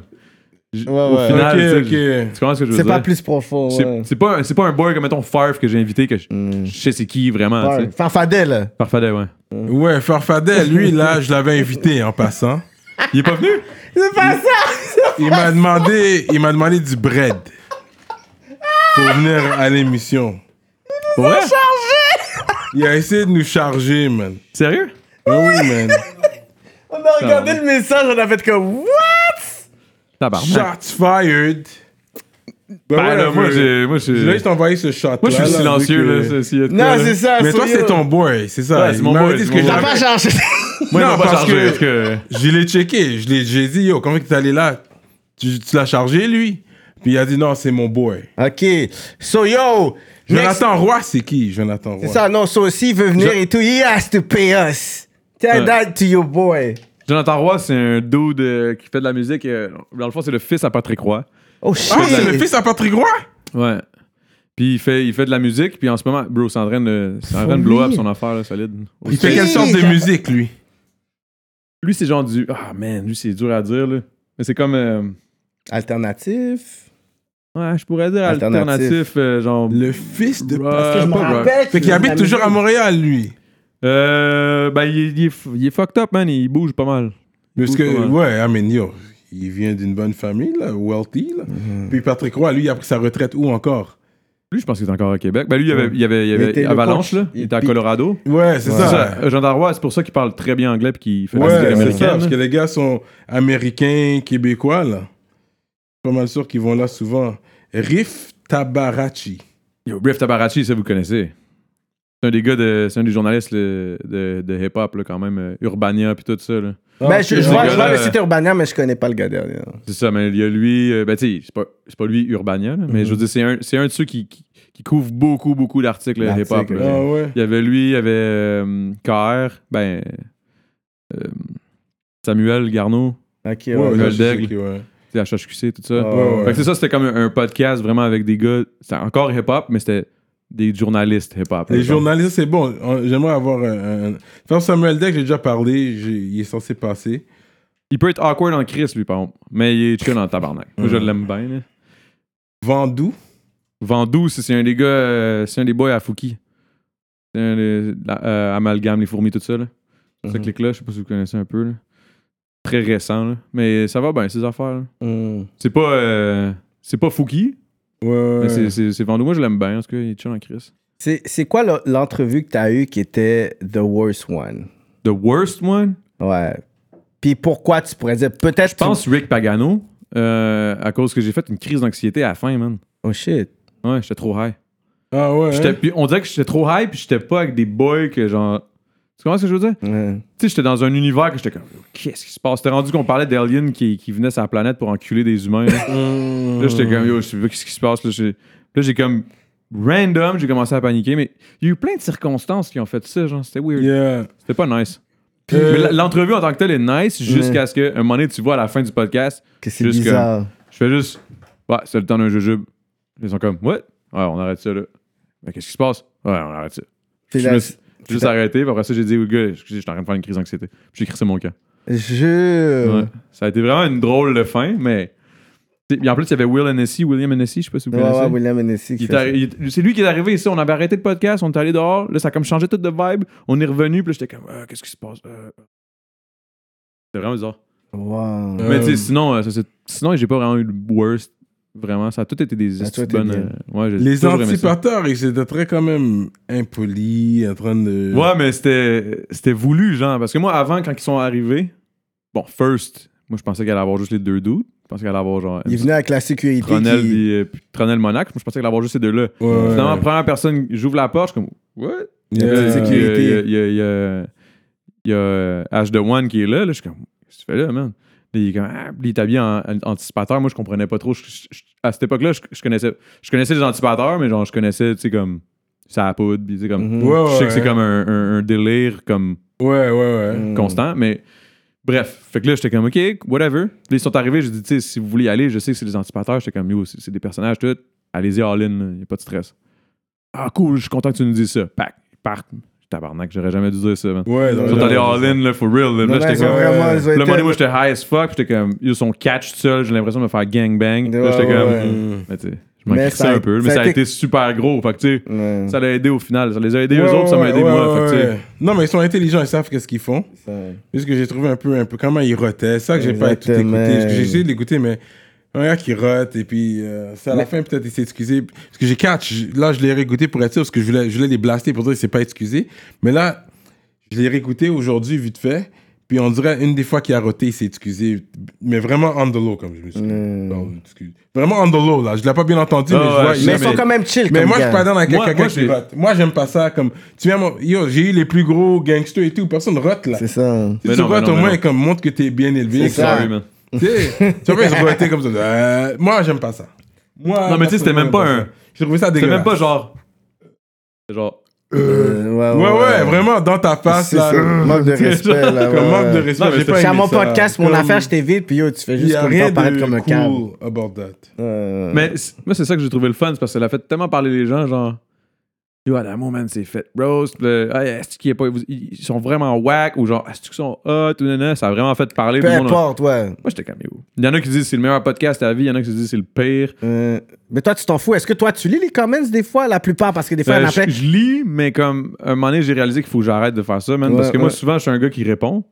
Speaker 4: j-
Speaker 2: Ouais,
Speaker 4: Au
Speaker 2: ouais.
Speaker 4: final, tu sais,
Speaker 3: ok, ok.
Speaker 4: tu comprends ce que je veux
Speaker 2: C'est
Speaker 4: dire?
Speaker 2: pas plus profond.
Speaker 4: C'est-
Speaker 2: Ouais.
Speaker 4: C'est pas, un- c'est pas un boy comme, mettons, Farf que j'ai invité, que je, je sais Ah, c'est qui vraiment, tu
Speaker 2: Ouais.
Speaker 4: sais.
Speaker 2: Farfadet, là.
Speaker 4: Parfait, ouais.
Speaker 3: Ouais, Farfadet, lui, là, je l'avais invité en passant.
Speaker 4: Il est pas venu?
Speaker 2: C'est pas ça!
Speaker 3: Il m'a demandé, il m'a demandé du bread pour venir à l'émission.
Speaker 4: Ouais?
Speaker 3: Il a essayé de nous charger, man.
Speaker 4: Sérieux?
Speaker 3: Ouais, oui, man.
Speaker 2: On a regardé
Speaker 4: Ah.
Speaker 2: le message, on a fait comme What?
Speaker 4: Tabarnak.
Speaker 3: Shots fired. Ben
Speaker 4: Ben, là,
Speaker 3: ouais,
Speaker 4: moi, j'ai. Moi,
Speaker 3: je
Speaker 4: j'ai-
Speaker 3: voulais juste t'envoyer ce shot.
Speaker 4: Moi, je suis silencieux, là. c'est- s'il y a de quoi,
Speaker 2: Non,
Speaker 4: là.
Speaker 2: Ah, c'est ça,
Speaker 3: Mais toi,
Speaker 2: sérieux.
Speaker 3: c'est ton boy, c'est ça.
Speaker 4: Ouais, c'est
Speaker 3: Il
Speaker 4: mon
Speaker 3: m'avait
Speaker 4: boy,
Speaker 3: dit
Speaker 4: c'est
Speaker 3: ce que
Speaker 4: mon
Speaker 2: T'as
Speaker 4: boy.
Speaker 3: j'avais-
Speaker 2: pas chargé.
Speaker 4: Moi,
Speaker 3: Non,
Speaker 4: non, pas
Speaker 3: parce
Speaker 4: chargé.
Speaker 3: que-
Speaker 4: parce que...
Speaker 3: Je l'ai checké. Je l'ai- J'ai dit, yo, comment que t'es allé là? Tu, tu l'as chargé, lui? Puis il a dit, non, c'est mon boy.
Speaker 2: ok. So yo. next-
Speaker 3: Jonathan Roy, c'est qui, Jonathan Roy?
Speaker 2: C'est ça, non, so s'il veut venir
Speaker 4: Je-
Speaker 2: et tout, he has to pay us. Tell
Speaker 4: Ouais.
Speaker 2: that to your boy.
Speaker 4: Jonathan Roy, c'est un dude euh, qui fait de la musique. euh, dans le fond, c'est le fils à Patrick Roy.
Speaker 2: Oh shit.
Speaker 3: Ah, c'est le fils à Patrick Roy?
Speaker 4: Ouais. Puis il fait, il fait de la musique, puis en ce moment, bro, c'est en train de, c'est en train de blow up son affaire, là, solide.
Speaker 3: Il fait quelle sorte de musique, lui?
Speaker 4: Lui, c'est genre du. Ah, man, lui, c'est dur à dire, là. Mais c'est comme. euh,
Speaker 2: Alternatif.
Speaker 4: ouais, je pourrais dire
Speaker 2: Alternatif.
Speaker 4: alternatif, euh, genre.
Speaker 3: Le fils de
Speaker 4: Ouais,
Speaker 3: Patrick
Speaker 2: Je me
Speaker 4: pas
Speaker 3: Roy.
Speaker 4: vrai.
Speaker 2: rappelle.
Speaker 3: Euh, Fait qu'il habite toujours à Montréal, lui.
Speaker 4: Euh, ben, il, est- il est, f- il est fucked up, man. Il bouge pas mal.
Speaker 3: Parce
Speaker 4: Ou
Speaker 3: que,
Speaker 4: pas.
Speaker 3: ouais, I mean, yo, il vient d'une bonne famille, là, wealthy, là.
Speaker 2: Mhm.
Speaker 3: Puis Patrick Roy, lui, il a pris sa retraite où encore?
Speaker 4: Lui, je pense qu'il est encore à Québec. Ben, lui, il y avait, il y avait, il y
Speaker 2: Il
Speaker 4: avait
Speaker 2: était le
Speaker 4: Avalanche,
Speaker 2: coach.
Speaker 4: là. Il
Speaker 2: Il
Speaker 4: était à
Speaker 2: pique.
Speaker 4: Colorado.
Speaker 3: Ouais, c'est
Speaker 4: C'est
Speaker 3: ça.
Speaker 4: ça. Euh, Jean Darrois, c'est pour ça qu'il parle très bien anglais puis qu'il fait la
Speaker 3: Ouais,
Speaker 4: musique
Speaker 3: c'est ça, parce que
Speaker 4: américaine.
Speaker 3: les gars sont américains, québécois, là. Je suis Pas mal sûr qu'ils vont là souvent. Riff Tabarachi.
Speaker 4: Yo, Riff Tabarachi, ça vous connaissez. C'est un des gars de, c'est un des journalistes le- de, de hip-hop là, quand même, euh, Urbania puis tout ça là.
Speaker 3: Ah,
Speaker 2: Mais Ben, je, je
Speaker 4: ce
Speaker 2: vois, je
Speaker 4: gars-là-
Speaker 2: vois le site Urbania, mais je connais pas le gars derrière.
Speaker 4: C'est ça, mais il y a lui, euh, ben tu sais, c'est pas, c'est pas lui Urbania, là,
Speaker 3: Mm-hmm.
Speaker 4: mais je veux dire, c'est un, c'est un de ceux qui, qui, qui couvre beaucoup, beaucoup d'articles euh,
Speaker 2: D'articles,
Speaker 4: hip-hop. là.
Speaker 3: Ah ouais.
Speaker 4: Il y avait lui, il y avait euh, KR, ben euh, Samuel Garneau,
Speaker 2: Ok,
Speaker 3: Ouais,
Speaker 2: ouais.
Speaker 3: ouais,
Speaker 4: Gold
Speaker 3: je sais
Speaker 4: Daigle.
Speaker 3: qui, ouais.
Speaker 4: tu sais, HHQC, tout ça.
Speaker 2: Ah,
Speaker 3: Ouais, ouais.
Speaker 4: Fait que c'est ça, c'était comme un, un podcast vraiment avec des gars, c'était encore hip-hop, mais c'était des journalistes hip-hop.
Speaker 3: Les
Speaker 4: mettons.
Speaker 3: journalistes, c'est bon. On- J'aimerais avoir un. un- Frère Samuel Deck, j'ai déjà parlé. j'ai- Il est censé passer.
Speaker 4: Il peut être awkward en Chris, lui, par contre, mais il est chill en tabarnak. Moi,
Speaker 3: Mm.
Speaker 4: je l'aime bien. là.
Speaker 3: Vandou.
Speaker 4: Vandou, c'est c'est un des gars, euh, c'est un des boys à Fouki. C'est un des. la- euh, amalgame, les fourmis, tout ça. Là. Ce
Speaker 3: Mm-hmm.
Speaker 2: Mhm.
Speaker 4: clic-là, je sais pas si vous connaissez un peu. là. Très récent, là. mais ça va bien, ces affaires. là.
Speaker 2: Mm.
Speaker 4: C'est pas. euh, c'est pas Fouki,
Speaker 3: Ouais, ouais.
Speaker 4: mais c'est- c'est c'est Vandou. Moi, je l'aime bien, parce qu'il est chill en Chris.
Speaker 2: C'est c'est quoi le- l'entrevue que t'as eue qui était the worst one?
Speaker 4: The worst one,
Speaker 2: Ouais. Puis pourquoi tu pourrais dire peut-être.
Speaker 4: je pense Rick Pagano, euh, à cause que j'ai fait une crise d'anxiété à la fin, man.
Speaker 2: Oh shit.
Speaker 4: Ouais, j'étais trop high.
Speaker 3: Ah ouais.
Speaker 4: J'étais-
Speaker 3: hein?
Speaker 4: puis on dirait que j'étais trop high, puis j'étais pas avec des boys que genre. Tu comprends ce que je veux dire?
Speaker 2: Ouais.
Speaker 4: Tu sais, j'étais dans un univers que j'étais comme, qu'est-ce qui se passe? T'es rendu qu'on parlait d'aliens qui, qui venaient sur la planète pour enculer des humains. Là, Là, j'étais comme, yo, je sais pas qu'est-ce qui se passe. Là, j'ai là, j'ai comme, random, j'ai commencé à paniquer, mais il y a eu plein de circonstances qui ont fait ça, genre, c'était weird.
Speaker 3: Yeah.
Speaker 4: C'était pas nice.
Speaker 3: Euh,
Speaker 4: Mais la- l'entrevue en tant que telle est nice jusqu'à ce qu'à un moment donné, tu vois à la fin du podcast,
Speaker 2: Que c'est
Speaker 4: Juste
Speaker 2: bizarre.
Speaker 4: je fais juste, ouais, c'est le temps d'un jujube. Ils sont comme, what? Ouais, on arrête ça, là. Mais qu'est-ce qui se passe? Ouais, on arrête ça.
Speaker 2: Puis
Speaker 4: Je
Speaker 2: là,
Speaker 4: me suis j'ai juste arrêté, puis après ça, j'ai dit, oui, gars, excusez, j'étais en train de faire une crise d'anxiété. Puis j'ai crissé mon camp.
Speaker 2: je.
Speaker 4: Ouais. Ça a été vraiment une drôle de fin, mais. T'sais, puis en plus, il y avait Will Hennessy, William Hennessy, je sais pas si vous
Speaker 2: Ouais,
Speaker 4: connaissez.
Speaker 2: ouais, William Hennessy. qui
Speaker 4: Il est
Speaker 2: fait ça.
Speaker 4: arri- il- C'est lui qui est arrivé ici, on avait arrêté le podcast, on est allé dehors, là ça a comme changé toute de vibe, on est revenu, puis là, j'étais comme, Ah, qu'est-ce qui se passe? Euh. C'était vraiment bizarre.
Speaker 2: Wow.
Speaker 3: Euh,
Speaker 4: Mais tu sais, sinon, euh, ça, c'est- sinon j'ai pas vraiment eu le worst, vraiment, ça a tout été des
Speaker 2: Ça a tout
Speaker 4: petites
Speaker 2: été
Speaker 4: bonnes.
Speaker 2: bien.
Speaker 4: euh, ouais, j'ai
Speaker 3: Les
Speaker 4: toujours aimé ça.
Speaker 3: anticipateurs, ils étaient très quand même impolis, en train de.
Speaker 4: Ouais, mais c'était c'était voulu, genre. Parce que moi, avant, quand ils sont arrivés, bon, first, moi, je pensais qu'elle allait avoir juste les deux dudes. Je pensais qu'elle allait avoir genre.
Speaker 2: Il est venu avec la sécurité.
Speaker 4: Tronel
Speaker 2: qui-
Speaker 4: puis, euh, puis Tronel Monac. Moi, je pensais qu'elle allait avoir juste ces deux-là.
Speaker 3: Ouais.
Speaker 4: Finalement, première personne, j'ouvre la porte, je suis comme, what?
Speaker 3: Yeah.
Speaker 2: Euh,
Speaker 4: Puis,
Speaker 2: c'est qui-
Speaker 4: euh,
Speaker 2: sécurité.
Speaker 4: Il y a- il y a- il y a- il y a euh, H de One qui est là, là. Je suis comme, qu'est-ce que tu fais là, man? Puis Il est comme, ah, puis il est habillé en, en anticipateur. Moi, je comprenais pas trop. Je- je- je- à cette époque-là, je, je connaissais, je connaissais les anticipateurs, mais genre, je connaissais, tu sais, comme, ça à poudre, puis tu sais, comme,
Speaker 2: Mhm.
Speaker 3: Ouais,
Speaker 4: je sais
Speaker 3: ouais,
Speaker 4: que c'est
Speaker 3: ouais.
Speaker 4: comme un, un- un délire comme
Speaker 3: Ouais, ouais, ouais.
Speaker 2: Mm.
Speaker 4: constant, mais bref. Fait que là, j'étais comme, OK, whatever. Puis là, ils sont arrivés, j'ai dit, tu sais, si vous voulez y aller, je sais que c'est des anticipateurs. J'étais comme, yo, c'est c'est des personnages, tout. Allez-y, all-in, y a pas de stress. Ah, cool, je suis content que tu nous dises ça. Pac, partent. Tabarnak, j'aurais jamais dû dire ça, man.
Speaker 3: Ouais,
Speaker 4: Ils
Speaker 3: donc,
Speaker 4: sont allés
Speaker 3: genre,
Speaker 4: all-in, là, for real. Là,
Speaker 2: Non,
Speaker 4: Là,
Speaker 2: non,
Speaker 4: j'étais
Speaker 2: ils sont
Speaker 4: comme,
Speaker 2: vraiment- ils ont
Speaker 4: le moment
Speaker 2: été-
Speaker 4: donné, moi, j'étais high as fuck. puis J'étais comme, ils sont catch tout seul, j'ai l'impression de me faire gangbang.
Speaker 2: Ouais,
Speaker 4: Là, j'étais comme, hmm,
Speaker 2: ouais.
Speaker 3: Mm.
Speaker 4: mais tu sais, je m'en
Speaker 2: Mais
Speaker 4: crissais
Speaker 2: ça a-
Speaker 4: un peu, mais ça a été super gros. Fait que tu sais,
Speaker 3: Mm.
Speaker 2: Ouais.
Speaker 4: ça l'a aidé au final. Ça les a aidés eux
Speaker 3: Ouais,
Speaker 4: autres, ça m'a
Speaker 3: ouais,
Speaker 4: aidé
Speaker 3: ouais,
Speaker 4: moi. Fait que, tu sais,
Speaker 3: ouais. Non, mais ils sont intelligents, ils savent qu'est-ce qu'ils font. Parce que j'ai trouvé un peu, un peu comment ils rotaient. C'est ça que j'ai pas tout écouté.
Speaker 2: Exactement.
Speaker 3: Parce que J'ai essayé de l'écouter, mais un gars qui rote, et puis euh, c'est à la
Speaker 2: Mais-
Speaker 3: fin, peut-être il s'est excusé. Parce que j'ai catch. je- Là, je l'ai réécouté pour être sûr, parce que je voulais, je voulais les blaster pour dire qu'il s'est pas excusé. Mais là, je l'ai réécouté aujourd'hui, vite fait. Puis on dirait, une des fois qu'il a roté, il s'est excusé. Mais vraiment on the low, comme je me suis dit.
Speaker 2: Mm.
Speaker 3: Non, excuse. Vraiment on the low, là. Je l'ai pas bien entendu,
Speaker 4: Ah
Speaker 3: mais je
Speaker 4: ouais,
Speaker 3: vois.
Speaker 4: je
Speaker 3: il-
Speaker 4: sais,
Speaker 2: Mais ils sont
Speaker 4: mais-
Speaker 2: quand même chill.
Speaker 3: mais
Speaker 2: comme
Speaker 3: moi, je
Speaker 2: gars.
Speaker 3: suis pas dans la
Speaker 4: Moi-
Speaker 3: quelqu'un
Speaker 4: moi,
Speaker 3: qui
Speaker 4: j'ai-
Speaker 3: rote. Moi, j'aime pas ça. Comme, tu viens, mon- yo, j'ai eu les plus gros gangsters et tout. Personne rote, là.
Speaker 2: C'est ça.
Speaker 3: Si
Speaker 4: Mais
Speaker 3: tu
Speaker 4: non, mais
Speaker 3: rotes,
Speaker 4: non,
Speaker 3: au
Speaker 4: mais
Speaker 3: moins,
Speaker 4: non.
Speaker 3: comme, montre que t'es bien élevé.
Speaker 2: C'est ça.
Speaker 4: sorry, man.
Speaker 3: Tu sais, tu vois, ils ont roté comme ça. Euh, moi, j'aime pas ça. Moi,
Speaker 4: Non, mais tu sais, c'était même pas
Speaker 3: personnellement,
Speaker 4: un-
Speaker 3: J'ai trouvé ça
Speaker 4: C'est
Speaker 3: dégueulasse.
Speaker 4: même pas genre. C'est genre.
Speaker 2: Euh,
Speaker 3: Ouais, ouais, vraiment, dans ta face,
Speaker 2: C'est
Speaker 3: là.
Speaker 2: ça. Manque de respect, là.
Speaker 3: Comme
Speaker 2: ouais,
Speaker 3: manque de
Speaker 2: ouais.
Speaker 3: respect.
Speaker 4: Non, mais
Speaker 3: J'ai
Speaker 4: c'est-
Speaker 3: pas
Speaker 2: C'est à
Speaker 3: aimé
Speaker 2: mon
Speaker 3: ça.
Speaker 2: podcast, mon
Speaker 3: Comme-
Speaker 2: affaire, je t'ai vite, puis yo, tu fais
Speaker 3: Il y
Speaker 2: juste
Speaker 3: a
Speaker 2: comme
Speaker 3: rien
Speaker 2: t'en
Speaker 3: de
Speaker 2: paraître comme un câble.
Speaker 3: cool about that.
Speaker 2: Euh,
Speaker 4: Mais c- moi, c'est ça que j'ai trouvé le fun, c'est parce que ça a fait tellement parler les gens, genre. Yo, à l'amour, man, c'est fait. Roast, le- ah, est-ce qu'il y a pas. vous- Ils ils sont vraiment whack, ou genre, est-ce qu'ils sont hot, ou nanana, ça a vraiment fait parler.
Speaker 2: peu
Speaker 4: tout le monde.
Speaker 2: importe, ouais.
Speaker 4: Moi, j'étais comme yo. Il y en a qui disent c'est le meilleur podcast à la vie, il y en a qui disent c'est le pire.
Speaker 2: Euh, mais toi, tu t'en fous. Est-ce que toi, tu lis les comments des fois, la plupart, parce que des fois,
Speaker 4: Euh,
Speaker 2: on
Speaker 4: je,
Speaker 2: appelle.
Speaker 4: je lis, mais comme, un moment donné, j'ai réalisé qu'il faut que j'arrête de faire ça, man,
Speaker 2: Ouais,
Speaker 4: parce que moi,
Speaker 2: ouais.
Speaker 4: souvent, je suis un gars qui répond.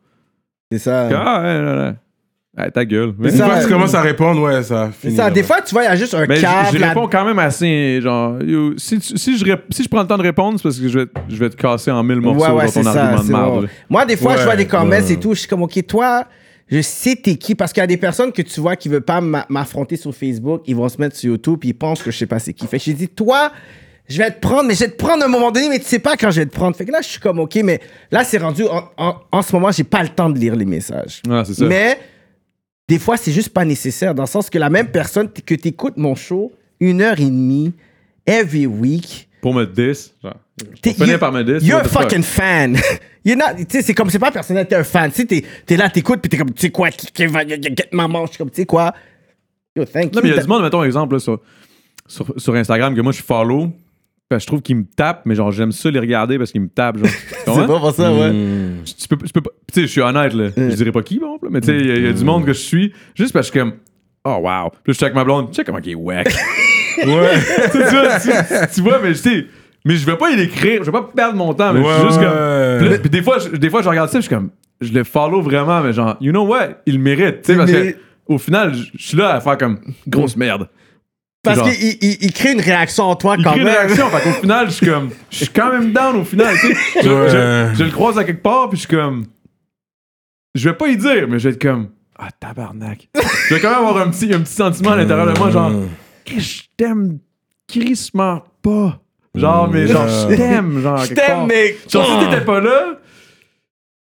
Speaker 2: C'est ça.
Speaker 4: Comme, ah, ouais, là, là. Ah, ta gueule.
Speaker 2: Mais
Speaker 3: Une
Speaker 2: ça-
Speaker 3: fois que tu commences à répondre, ouais, ça
Speaker 2: C'est
Speaker 3: finit.
Speaker 2: ça. Des
Speaker 3: là.
Speaker 2: fois, tu vois, il y a juste un
Speaker 4: Mais j-
Speaker 2: câble.
Speaker 4: j'y
Speaker 2: la-
Speaker 4: Ben, réponds quand même assez, genre, yo, si, tu- si, je, rép- si je prends le temps de répondre, c'est parce que je vais, te- je vais te casser en mille morceaux
Speaker 2: Ouais, ouais,
Speaker 4: dans
Speaker 2: c'est
Speaker 4: ton
Speaker 2: ça.
Speaker 4: argument de
Speaker 2: c'est
Speaker 4: merde.
Speaker 2: bon. Moi, des fois, je vois
Speaker 3: Ouais,
Speaker 2: des comments
Speaker 3: ouais.
Speaker 2: et tout. Je suis comme, OK, toi, je sais t'es qui. Parce qu'il y a des personnes que tu vois qui veulent pas m'a- m'affronter sur Facebook. Ils vont se mettre sur YouTube puis ils pensent que je sais pas c'est qui. Fait que j'ai dit, toi, je vais te prendre, mais je vais te prendre à un moment donné, mais tu sais pas quand je vais te prendre. Fait que là, je suis comme, OK, mais là, c'est rendu. En, en- en ce moment, j'ai pas le temps de lire les messages.
Speaker 4: Ah, c'est ça.
Speaker 2: Mais des fois, c'est juste pas nécessaire, dans le sens que la même personne t- que t'écoutes mon show une heure et demie, every week,
Speaker 4: Pour me diss, genre.
Speaker 2: T'es-
Speaker 4: Pour finir
Speaker 2: you-
Speaker 4: par me diss.
Speaker 2: You're
Speaker 4: what
Speaker 2: a
Speaker 4: the fuck.
Speaker 2: fucking fan. You're not, tu sais, c'est comme, c'est pas personnel, t'es un fan. Tu sais, t'es, t'es là, t'écoutes, puis t'es comme, tu sais quoi, qui- qui va get ma manche, comme, tu sais quoi. Yo, thank
Speaker 4: Non, mais
Speaker 2: you.
Speaker 4: il y a du monde, mettons, exemple, là, sur, sur, sur Instagram que moi je follow. parce que je trouve qu'ils me tapent, mais genre, j'aime ça les regarder parce qu'ils me tapent. Genre. Tu comprends?
Speaker 2: c'est pas pour ça,
Speaker 4: Mm.
Speaker 2: ouais.
Speaker 4: Je- tu peux, je peux pas. Tu sais, je suis honnête, là. Je dirais pas qui, bon, là, mais tu sais, il y, a- il y a du monde que je suis juste parce que je suis comme. Oh, wow. Puis là, je check ma blonde. Check comment il est wack. ouais. tu, vois, tu, tu vois, mais tu sais. Mais je vais pas y l'écrire. Je vais pas perdre mon temps. Mais je suis
Speaker 3: Ouais,
Speaker 4: juste
Speaker 3: ouais,
Speaker 4: comme.
Speaker 3: ouais.
Speaker 4: Puis là, puis des fois, je, des fois, je regarde ça, puis je suis comme. Je le follow vraiment, mais genre, you know what? Il le mérite. Tu sais, parce
Speaker 2: mérite.
Speaker 4: que. Au final, je je suis là à faire comme. Grosse merde.
Speaker 2: Parce
Speaker 4: Genre.
Speaker 2: qu'il il, il- il crée une réaction en toi
Speaker 4: Il
Speaker 2: quand
Speaker 4: crée une
Speaker 2: même.
Speaker 4: réaction. Fait qu'au final, je suis comme. Je suis quand même down au final. tu sais. Je,
Speaker 3: Ouais.
Speaker 4: je- je le croise à quelque part, puis je suis comme. Je vais pas y dire, mais je vais être comme. Ah, tabarnak. je vais quand même avoir un petit, un petit sentiment à l'intérieur de moi, genre. Chris, Je t'aime crissement pas. Genre, mais genre, Mmh. je t'aime, genre.
Speaker 2: Je
Speaker 4: quelque
Speaker 2: t'aime,
Speaker 4: part.
Speaker 2: mais.
Speaker 4: Genre, si t'étais pas là,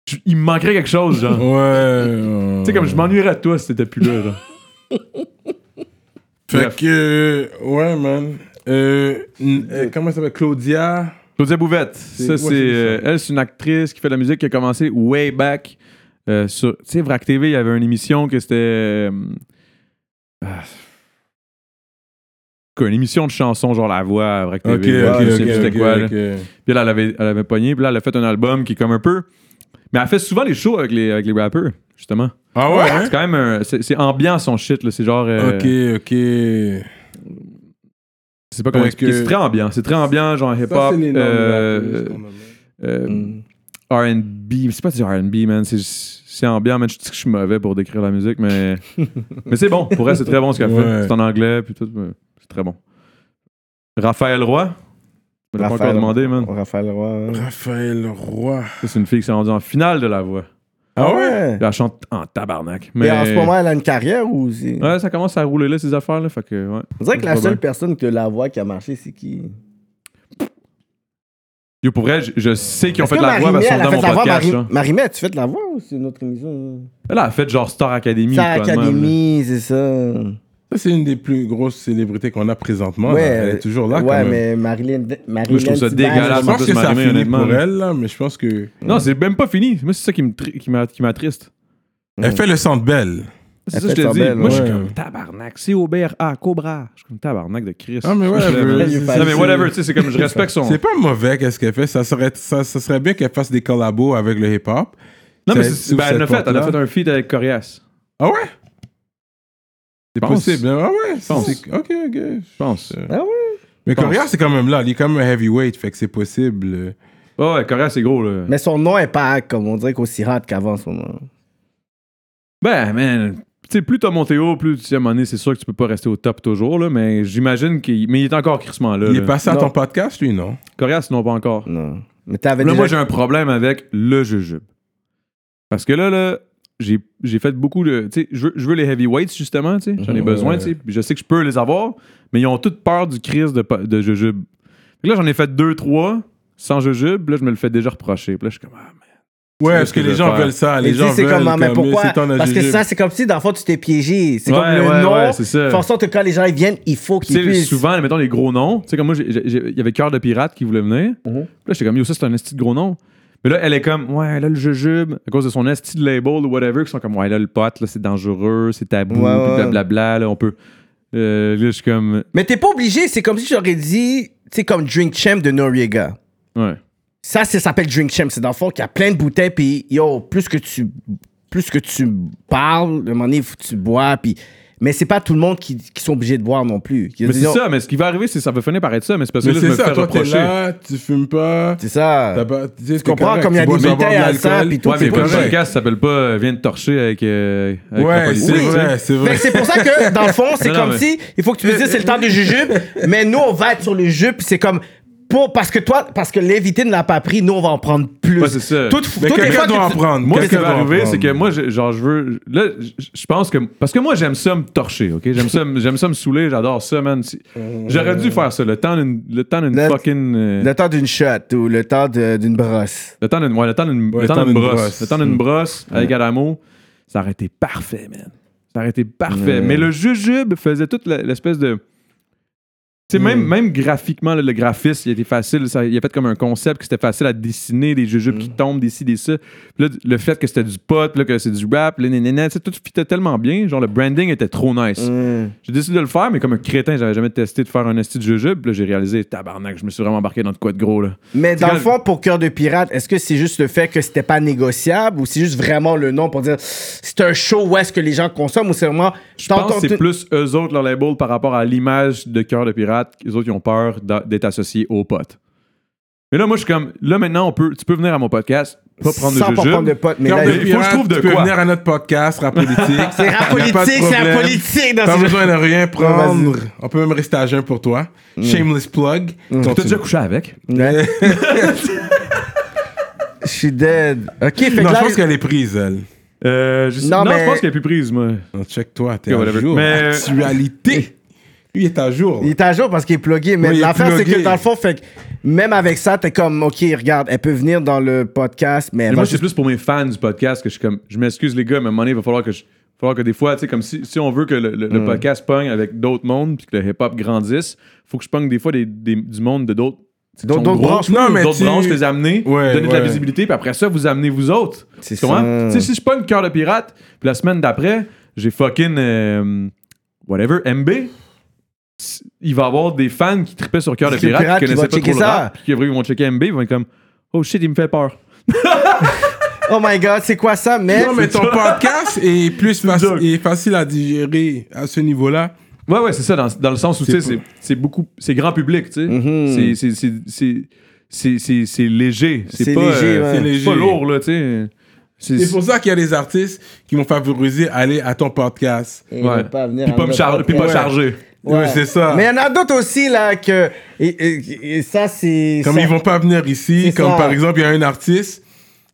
Speaker 4: je- il me manquerait quelque chose, genre.
Speaker 3: Ouais.
Speaker 4: Tu sais, comme je m'ennuierais de toi si t'étais plus là, genre.
Speaker 3: Fait
Speaker 4: Bref.
Speaker 3: que. euh, Ouais, man. Euh, n- euh, comment ça s'appelle Claudia.
Speaker 4: Claudia Bouvette, ça
Speaker 3: ouais,
Speaker 4: c'est
Speaker 3: c'est
Speaker 4: euh,
Speaker 3: ça.
Speaker 4: elle, c'est une actrice qui fait de la musique qui a commencé way back euh, sur tu sais Vrac TV, il y avait une émission que c'était euh, ah, quoi, une émission de chansons genre la voix à Vrac TV,
Speaker 3: Ok,
Speaker 4: ouais,
Speaker 3: ok,
Speaker 4: je sais
Speaker 3: ok,
Speaker 4: plus c'était
Speaker 3: ok,
Speaker 4: quoi, là.
Speaker 3: ok.
Speaker 4: Puis là, elle avait elle avait pogné, puis là elle a fait un album qui est comme un peu mais elle fait souvent les shows avec les avec les rappeurs justement.
Speaker 3: Ah ouais, hein?
Speaker 4: C'est quand même un- c'est c'est ambiant son shit là, c'est genre euh,
Speaker 3: Ok, ok.
Speaker 4: je sais pas
Speaker 3: Fait
Speaker 4: comment
Speaker 3: que-
Speaker 4: expliquer, c'est très ambiant, c'est très ambiant genre hip
Speaker 3: Ça,
Speaker 4: hop
Speaker 3: c'est les noms de
Speaker 4: euh,
Speaker 3: rappeurs, ce qu'on a mis.
Speaker 4: euh,
Speaker 2: Mm.
Speaker 4: R&B, c'est pas du R&B, man, c'est- c'est ambiant, man. Je dis que je suis mauvais pour décrire la musique, mais mais c'est bon. Pour elle, c'est très bon ce qu'elle
Speaker 3: Ouais.
Speaker 4: fait. C'est en anglais, puis tout, mais c'est très bon. Raphaël Roy, je l'ai pas encore
Speaker 2: Raphaël
Speaker 4: demandé, man.
Speaker 2: Raphaël Roy. ouais.
Speaker 3: Raphaël Roy.
Speaker 4: Ça, C'est une fille qui s'est rendue en finale de la voix.
Speaker 2: Ah ouais?
Speaker 4: Puis Elle chante en tabarnak. Mais
Speaker 2: Mais en ce moment, elle a une carrière ou. c'est-
Speaker 4: ouais, ça commence à rouler là ces affaires là, fait que ouais.
Speaker 2: On dirait que la
Speaker 4: Ouais,
Speaker 2: seule
Speaker 4: ben.
Speaker 2: personne que la voix qui a marché, c'est qui?
Speaker 4: Yo, pour vrai, je, je sais qu'ils ont
Speaker 2: Est-ce
Speaker 4: fait
Speaker 2: que
Speaker 4: de la voix
Speaker 2: Marimé,
Speaker 4: parce qu'ils sont
Speaker 2: elle a
Speaker 4: dans
Speaker 2: fait
Speaker 4: mon
Speaker 2: la voix,
Speaker 4: podcast.
Speaker 2: Marie-
Speaker 4: là.
Speaker 2: Marimé, tu fais de la voix ou c'est une autre émission?
Speaker 4: Elle a fait genre Star Academy.
Speaker 2: Star
Speaker 4: quoi, de même, là.
Speaker 2: Academy, c'est ça.
Speaker 3: Ça, c'est une des plus grosses célébrités qu'on a présentement.
Speaker 2: Ouais,
Speaker 3: là. Elle est toujours là.
Speaker 2: ouais,
Speaker 3: quand même.
Speaker 2: mais Marilyn. Marilyn
Speaker 4: Moi, je trouve ça
Speaker 2: Thibard,
Speaker 4: dégueulasse.
Speaker 3: Je pense que ça a
Speaker 4: Marie-Mé,
Speaker 3: fini
Speaker 4: honnêtement,
Speaker 3: pour
Speaker 4: là.
Speaker 3: elle, là, mais je pense que.
Speaker 4: Non, c'est même pas fini. Moi, c'est ça qui me tri- qui m'a- qui m'attriste. Mm.
Speaker 3: Elle fait le centre belle.
Speaker 4: C'est
Speaker 2: Elle
Speaker 4: ça, je
Speaker 2: fait
Speaker 4: te
Speaker 2: ça
Speaker 4: dis.
Speaker 2: belle,
Speaker 4: Moi, je
Speaker 3: ouais.
Speaker 4: suis comme tabarnak. C'est Aubert A. Cobra. Je suis comme tabarnak de Chris.
Speaker 3: Ah, mais
Speaker 4: Je
Speaker 3: ouais,
Speaker 4: suis
Speaker 3: mais-
Speaker 4: comme-
Speaker 2: c'est-
Speaker 4: Non, mais
Speaker 2: c'est-
Speaker 4: whatever. Tu sais, c'est comme je respecte son.
Speaker 3: C'est pas mauvais qu'est-ce qu'elle fait. Ça serait, ça, ça serait bien qu'elle fasse des collabos avec le hip-hop.
Speaker 4: Non, mais
Speaker 3: c'est-
Speaker 4: c'est- ben,
Speaker 3: sous
Speaker 4: elle a
Speaker 3: cette
Speaker 4: fait. Elle a
Speaker 3: porte-là.
Speaker 4: fait un feat avec Corias.
Speaker 3: Ah ouais? C'est
Speaker 4: Pense.
Speaker 3: possible. hein? Ah ouais?
Speaker 4: Pense.
Speaker 3: c'est- Ok, ok.
Speaker 4: Je pense.
Speaker 2: Ah
Speaker 3: Mais
Speaker 4: Pense.
Speaker 3: Correa, c'est quand même là. Il est quand même un heavyweight, fait que c'est
Speaker 2: Euh,
Speaker 3: possible.
Speaker 4: Oh, ouais, Corias, c'est gros, là.
Speaker 2: Mais son nom est pas comme on dirait qu'aussi hot qu'avant en ce moment.
Speaker 4: Ben, man. Tu sais, plus t'as monté haut, plus tu sais, à un moment donné, c'est sûr que tu peux pas rester au top toujours, là. Mais j'imagine qu'il. Mais il est encore crissement là.
Speaker 3: Il est
Speaker 4: là.
Speaker 3: passé à
Speaker 2: Non.
Speaker 3: ton podcast, lui, non?
Speaker 4: Corias, non, pas encore.
Speaker 2: Non. Mais t'avais
Speaker 4: Là,
Speaker 2: déjà.
Speaker 4: moi, j'ai un problème avec le jujube. Parce que là, là, j'ai j'ai fait beaucoup de. Tu sais, je veux, je veux les heavyweights, justement, tu sais. J'en ai
Speaker 2: Mhm.
Speaker 4: besoin,
Speaker 3: Ouais.
Speaker 4: tu sais. puis Je sais que je peux les avoir, mais ils ont toute peur du crise de, pa- de jujube. Fait que là, j'en ai fait deux, trois sans jujube. puis Là, je me le fais déjà reprocher. Puis là, je suis comme. Ah, man.
Speaker 3: Ouais,
Speaker 4: C'est
Speaker 3: parce
Speaker 4: ce
Speaker 3: que
Speaker 4: que
Speaker 3: les
Speaker 4: je
Speaker 3: gens
Speaker 4: vais faire.
Speaker 3: veulent ça. Les
Speaker 2: Et
Speaker 3: gens
Speaker 2: tu sais, c'est
Speaker 3: veulent
Speaker 2: comme, ah, mais
Speaker 3: comme,
Speaker 2: pourquoi
Speaker 3: c'est ton
Speaker 2: Parce que
Speaker 3: agile.
Speaker 2: ça, c'est comme si, dans le fond, tu t'es piégé. C'est
Speaker 4: Ouais,
Speaker 2: comme le
Speaker 4: ouais,
Speaker 2: nom.
Speaker 4: ouais, c'est ça.
Speaker 2: De toute façon, que quand les gens ils viennent, il faut
Speaker 4: Tu
Speaker 2: qu'ils
Speaker 4: sais,
Speaker 2: puissent.
Speaker 4: souvent, mettons les gros noms. Tu sais, comme moi, j'ai- j'ai- il y avait Cœur de Pirate qui voulait venir.
Speaker 2: Mhm.
Speaker 4: Puis Là, j'étais comme, yo, ça, c'est un esti de gros nom. Mais là, elle est comme, ouais, là, le jujube, à cause de son esti de label ou whatever, qui sont comme, ouais, là, le pote, là, c'est dangereux, c'est tabou,
Speaker 2: Ouais, ouais.
Speaker 4: puis blablabla, là, on peut. Euh, là, je suis comme,
Speaker 2: Mais t'es pas obligé. C'est comme si j'aurais dit, tu sais, comme Drink Champ de Noriega.
Speaker 4: ouais.
Speaker 2: Ça, ça s'appelle Drink Champ. C'est dans le fond qu'il y a plein de bouteilles, puis yo, plus que tu, plus que tu parles, le moment donné, faut que tu bois, puis. Mais c'est pas tout le monde qui, qui sont obligés de boire non plus. Ils
Speaker 4: Mais c'est
Speaker 2: disent,
Speaker 4: ça, mais ce qui va arriver, c'est ça va finir par être ça, mais c'est parce que
Speaker 3: Mais
Speaker 4: là, je
Speaker 3: c'est
Speaker 4: me fais
Speaker 3: ça, toi, t'es
Speaker 4: reprocher.
Speaker 3: là, tu fumes pas.
Speaker 2: C'est ça.
Speaker 3: t'as pas- Tu sais, t'es
Speaker 2: comprends,
Speaker 3: correct,
Speaker 2: comme il y a
Speaker 3: tu bois
Speaker 2: des
Speaker 3: pas boire
Speaker 2: bouteilles à
Speaker 3: l'alcool.
Speaker 2: ça, puis tout,
Speaker 4: Ouais, mais
Speaker 2: c'est
Speaker 4: le
Speaker 2: correct.
Speaker 4: podcast s'appelle pas Viens te torcher avec, euh, avec la
Speaker 3: Ouais,
Speaker 4: police.
Speaker 3: c'est
Speaker 2: Oui.
Speaker 3: vrai,
Speaker 2: Fait
Speaker 3: c'est vrai.
Speaker 2: que Ben, c'est pour ça que, dans le fond, c'est
Speaker 4: Non, non,
Speaker 2: comme
Speaker 4: mais-
Speaker 2: si, il faut que tu me dises, c'est le temps du jujube, mais nous, on va être sur le jujube, puis c'est comme, pour, parce que toi, parce que l'invité ne l'a pas pris, nous, on va en prendre plus.
Speaker 4: Ouais, c'est ça.
Speaker 2: Tout,
Speaker 3: Mais
Speaker 2: toutes les
Speaker 3: quelqu'un
Speaker 2: fois
Speaker 3: doit
Speaker 2: que
Speaker 3: en
Speaker 2: tu-
Speaker 3: prendre.
Speaker 4: Moi, ce qui
Speaker 3: Quelqu'un
Speaker 4: va
Speaker 3: doit en
Speaker 4: arriver,
Speaker 3: prendre.
Speaker 4: c'est que moi, je- genre, je veux. Là, je je pense que. Parce que moi, j'aime ça me torcher, OK? J'aime ça, me- j'aime ça me saouler, j'adore ça, man. Si- J'aurais dû faire ça, le temps d'une le temps d'une
Speaker 2: Le-
Speaker 4: fucking. euh,
Speaker 2: Le temps d'une shot ou le temps de- d'une brosse.
Speaker 4: Le temps d'une ouais, le temps d'une
Speaker 3: Ouais,
Speaker 4: le temps d'une brosse. Le temps d'une
Speaker 3: Mm.
Speaker 4: brosse avec Adamo, ça aurait été parfait, man. Ça aurait été parfait. Mais le jujube faisait toute la- l'espèce de. Tu sais, même, même graphiquement, là, le graphisme, il était facile. Ça, il a fait comme un concept que c'était facile à dessiner, des jujubes qui tombent, des ci, des ça. Puis là, le fait que c'était du pot, puis là, que c'est du rap, là, nanana, tu sais, tout fitait tellement bien. Genre, le branding était trop nice.
Speaker 2: Hmm.
Speaker 4: J'ai décidé de le faire, mais comme un crétin, j'avais jamais testé de faire un esti de jujube. Puis là, j'ai réalisé, tabarnak, je me suis vraiment embarqué dans de quoi de gros, là.
Speaker 2: Mais dans
Speaker 4: quand-
Speaker 2: le fond, pour Cœur de Pirate, est-ce que c'est juste le fait que c'était pas négociable ou c'est juste vraiment le nom pour dire c'est un show où est-ce que les gens consomment ou c'est vraiment.
Speaker 4: Je pense que c'est plus eux autres, leur label, par rapport à l'image de cœur de pirate, eux autres, ils ont peur d'a- d'être associés aux potes. Mais là, moi, je suis comme, là, maintenant, on peut, tu peux venir à mon podcast, pas prendre
Speaker 2: Sans
Speaker 4: de
Speaker 2: pas
Speaker 4: jujube.
Speaker 2: prendre de potes, mais
Speaker 3: Cœur
Speaker 2: là,
Speaker 3: de
Speaker 4: il faut que je
Speaker 3: pirate,
Speaker 4: trouve de
Speaker 3: tu peux
Speaker 4: quoi.
Speaker 3: venir à notre podcast, rap politique.
Speaker 2: c'est rap
Speaker 3: Y a pas de
Speaker 2: politique, c'est rap
Speaker 3: problème.
Speaker 2: politique dans
Speaker 3: Pas
Speaker 2: ce
Speaker 3: besoin de rien
Speaker 2: Non,
Speaker 3: prendre.
Speaker 2: vas-y. Mm.
Speaker 3: On peut même rester à jeun pour toi. Shameless plug.
Speaker 4: T'as
Speaker 3: Continue.
Speaker 4: déjà couché avec?
Speaker 2: Ouais. Je suis dead. Ok, fait que
Speaker 3: Non,
Speaker 2: là,
Speaker 3: je pense qu'elle est prise, elle.
Speaker 4: Euh, je sais-
Speaker 2: Non,
Speaker 4: non,
Speaker 2: mais-
Speaker 4: je pense qu'elle est plus prise, moi.
Speaker 3: Non, Check-toi, t'es
Speaker 4: Ok,
Speaker 3: à
Speaker 4: whatever.
Speaker 3: jour.
Speaker 4: Mais-
Speaker 3: Actualité. Lui, il est à jour.
Speaker 2: il est à jour parce qu'il est plugué, mais
Speaker 3: Oui, il est
Speaker 2: l'affaire, c'est que
Speaker 3: plugué.
Speaker 2: dans le fond, fait que même avec ça, t'es comme, ok, regarde, elle peut venir dans le podcast, mais elle va
Speaker 4: Mais moi, c'est
Speaker 2: juste.
Speaker 4: plus pour mes fans du podcast que je suis comme, je m'excuse, les gars, mais à un moment donné, il va falloir que je. il va falloir que des fois, tu sais, comme si, si on veut que le, le- le podcast pogne avec d'autres mondes puis que le hip-hop grandisse, faut que je pogne des fois des- des- du monde de d'autres. tu sais, qui
Speaker 2: D'autres-
Speaker 4: sont
Speaker 2: d'autres
Speaker 4: gros.
Speaker 2: branches.
Speaker 3: Non, mais
Speaker 4: Hmm, d'autres
Speaker 3: tu-
Speaker 4: branches, les amener,
Speaker 3: Ouais,
Speaker 4: donner de la
Speaker 3: ouais.
Speaker 4: visibilité, puis après ça, vous amenez vous autres.
Speaker 2: C'est
Speaker 4: Tu comprends?
Speaker 2: ça.
Speaker 4: Tu sais, si je pogne cœur de pirate, puis la semaine d'après, j'ai fucking. euh, whatever, MB. s- Il va y avoir des fans qui tripaient sur cœur de
Speaker 2: Cœur de
Speaker 4: pirate,
Speaker 2: Pirate
Speaker 4: qui
Speaker 2: qui va
Speaker 4: connaissaient pas
Speaker 2: checker
Speaker 4: trop le
Speaker 2: ça.
Speaker 4: rap, puis qui après, ils vont checker MB, ils vont être comme Oh shit, il me fait peur.
Speaker 2: Oh my god, c'est quoi ça, mais.
Speaker 3: Non, mais ton podcast est plus faci-
Speaker 4: joke.
Speaker 3: est facile à digérer à ce niveau-là.
Speaker 4: Ouais, ouais, c'est ça, dans, dans le sens où, tu sais, c'est- c'est beaucoup, c'est grand public, tu sais. C'est- c'est- c'est- c'est- c'est- c'est- C'est léger.
Speaker 2: C'est
Speaker 4: C'est pas,
Speaker 2: léger,
Speaker 4: euh,
Speaker 2: ouais.
Speaker 3: C'est
Speaker 4: c'est
Speaker 3: léger.
Speaker 4: pas lourd, là, tu sais. C'est-
Speaker 3: C'est pour ça qu'il y a des artistes qui vont favoriser aller à ton podcast.
Speaker 2: Il
Speaker 4: ouais.
Speaker 2: veut pas venir
Speaker 4: Puis
Speaker 2: à
Speaker 4: pas, me
Speaker 2: notre
Speaker 4: char- puis pas
Speaker 2: podcast.
Speaker 4: chargé.
Speaker 3: Ouais, c'est ça.
Speaker 2: Mais il y en a d'autres aussi, là, que. Et, et- et ça, c'est.
Speaker 3: Comme
Speaker 2: ça-
Speaker 3: ils vont pas venir ici,
Speaker 2: C'est
Speaker 3: comme
Speaker 2: ça.
Speaker 3: par exemple, il y a un artiste,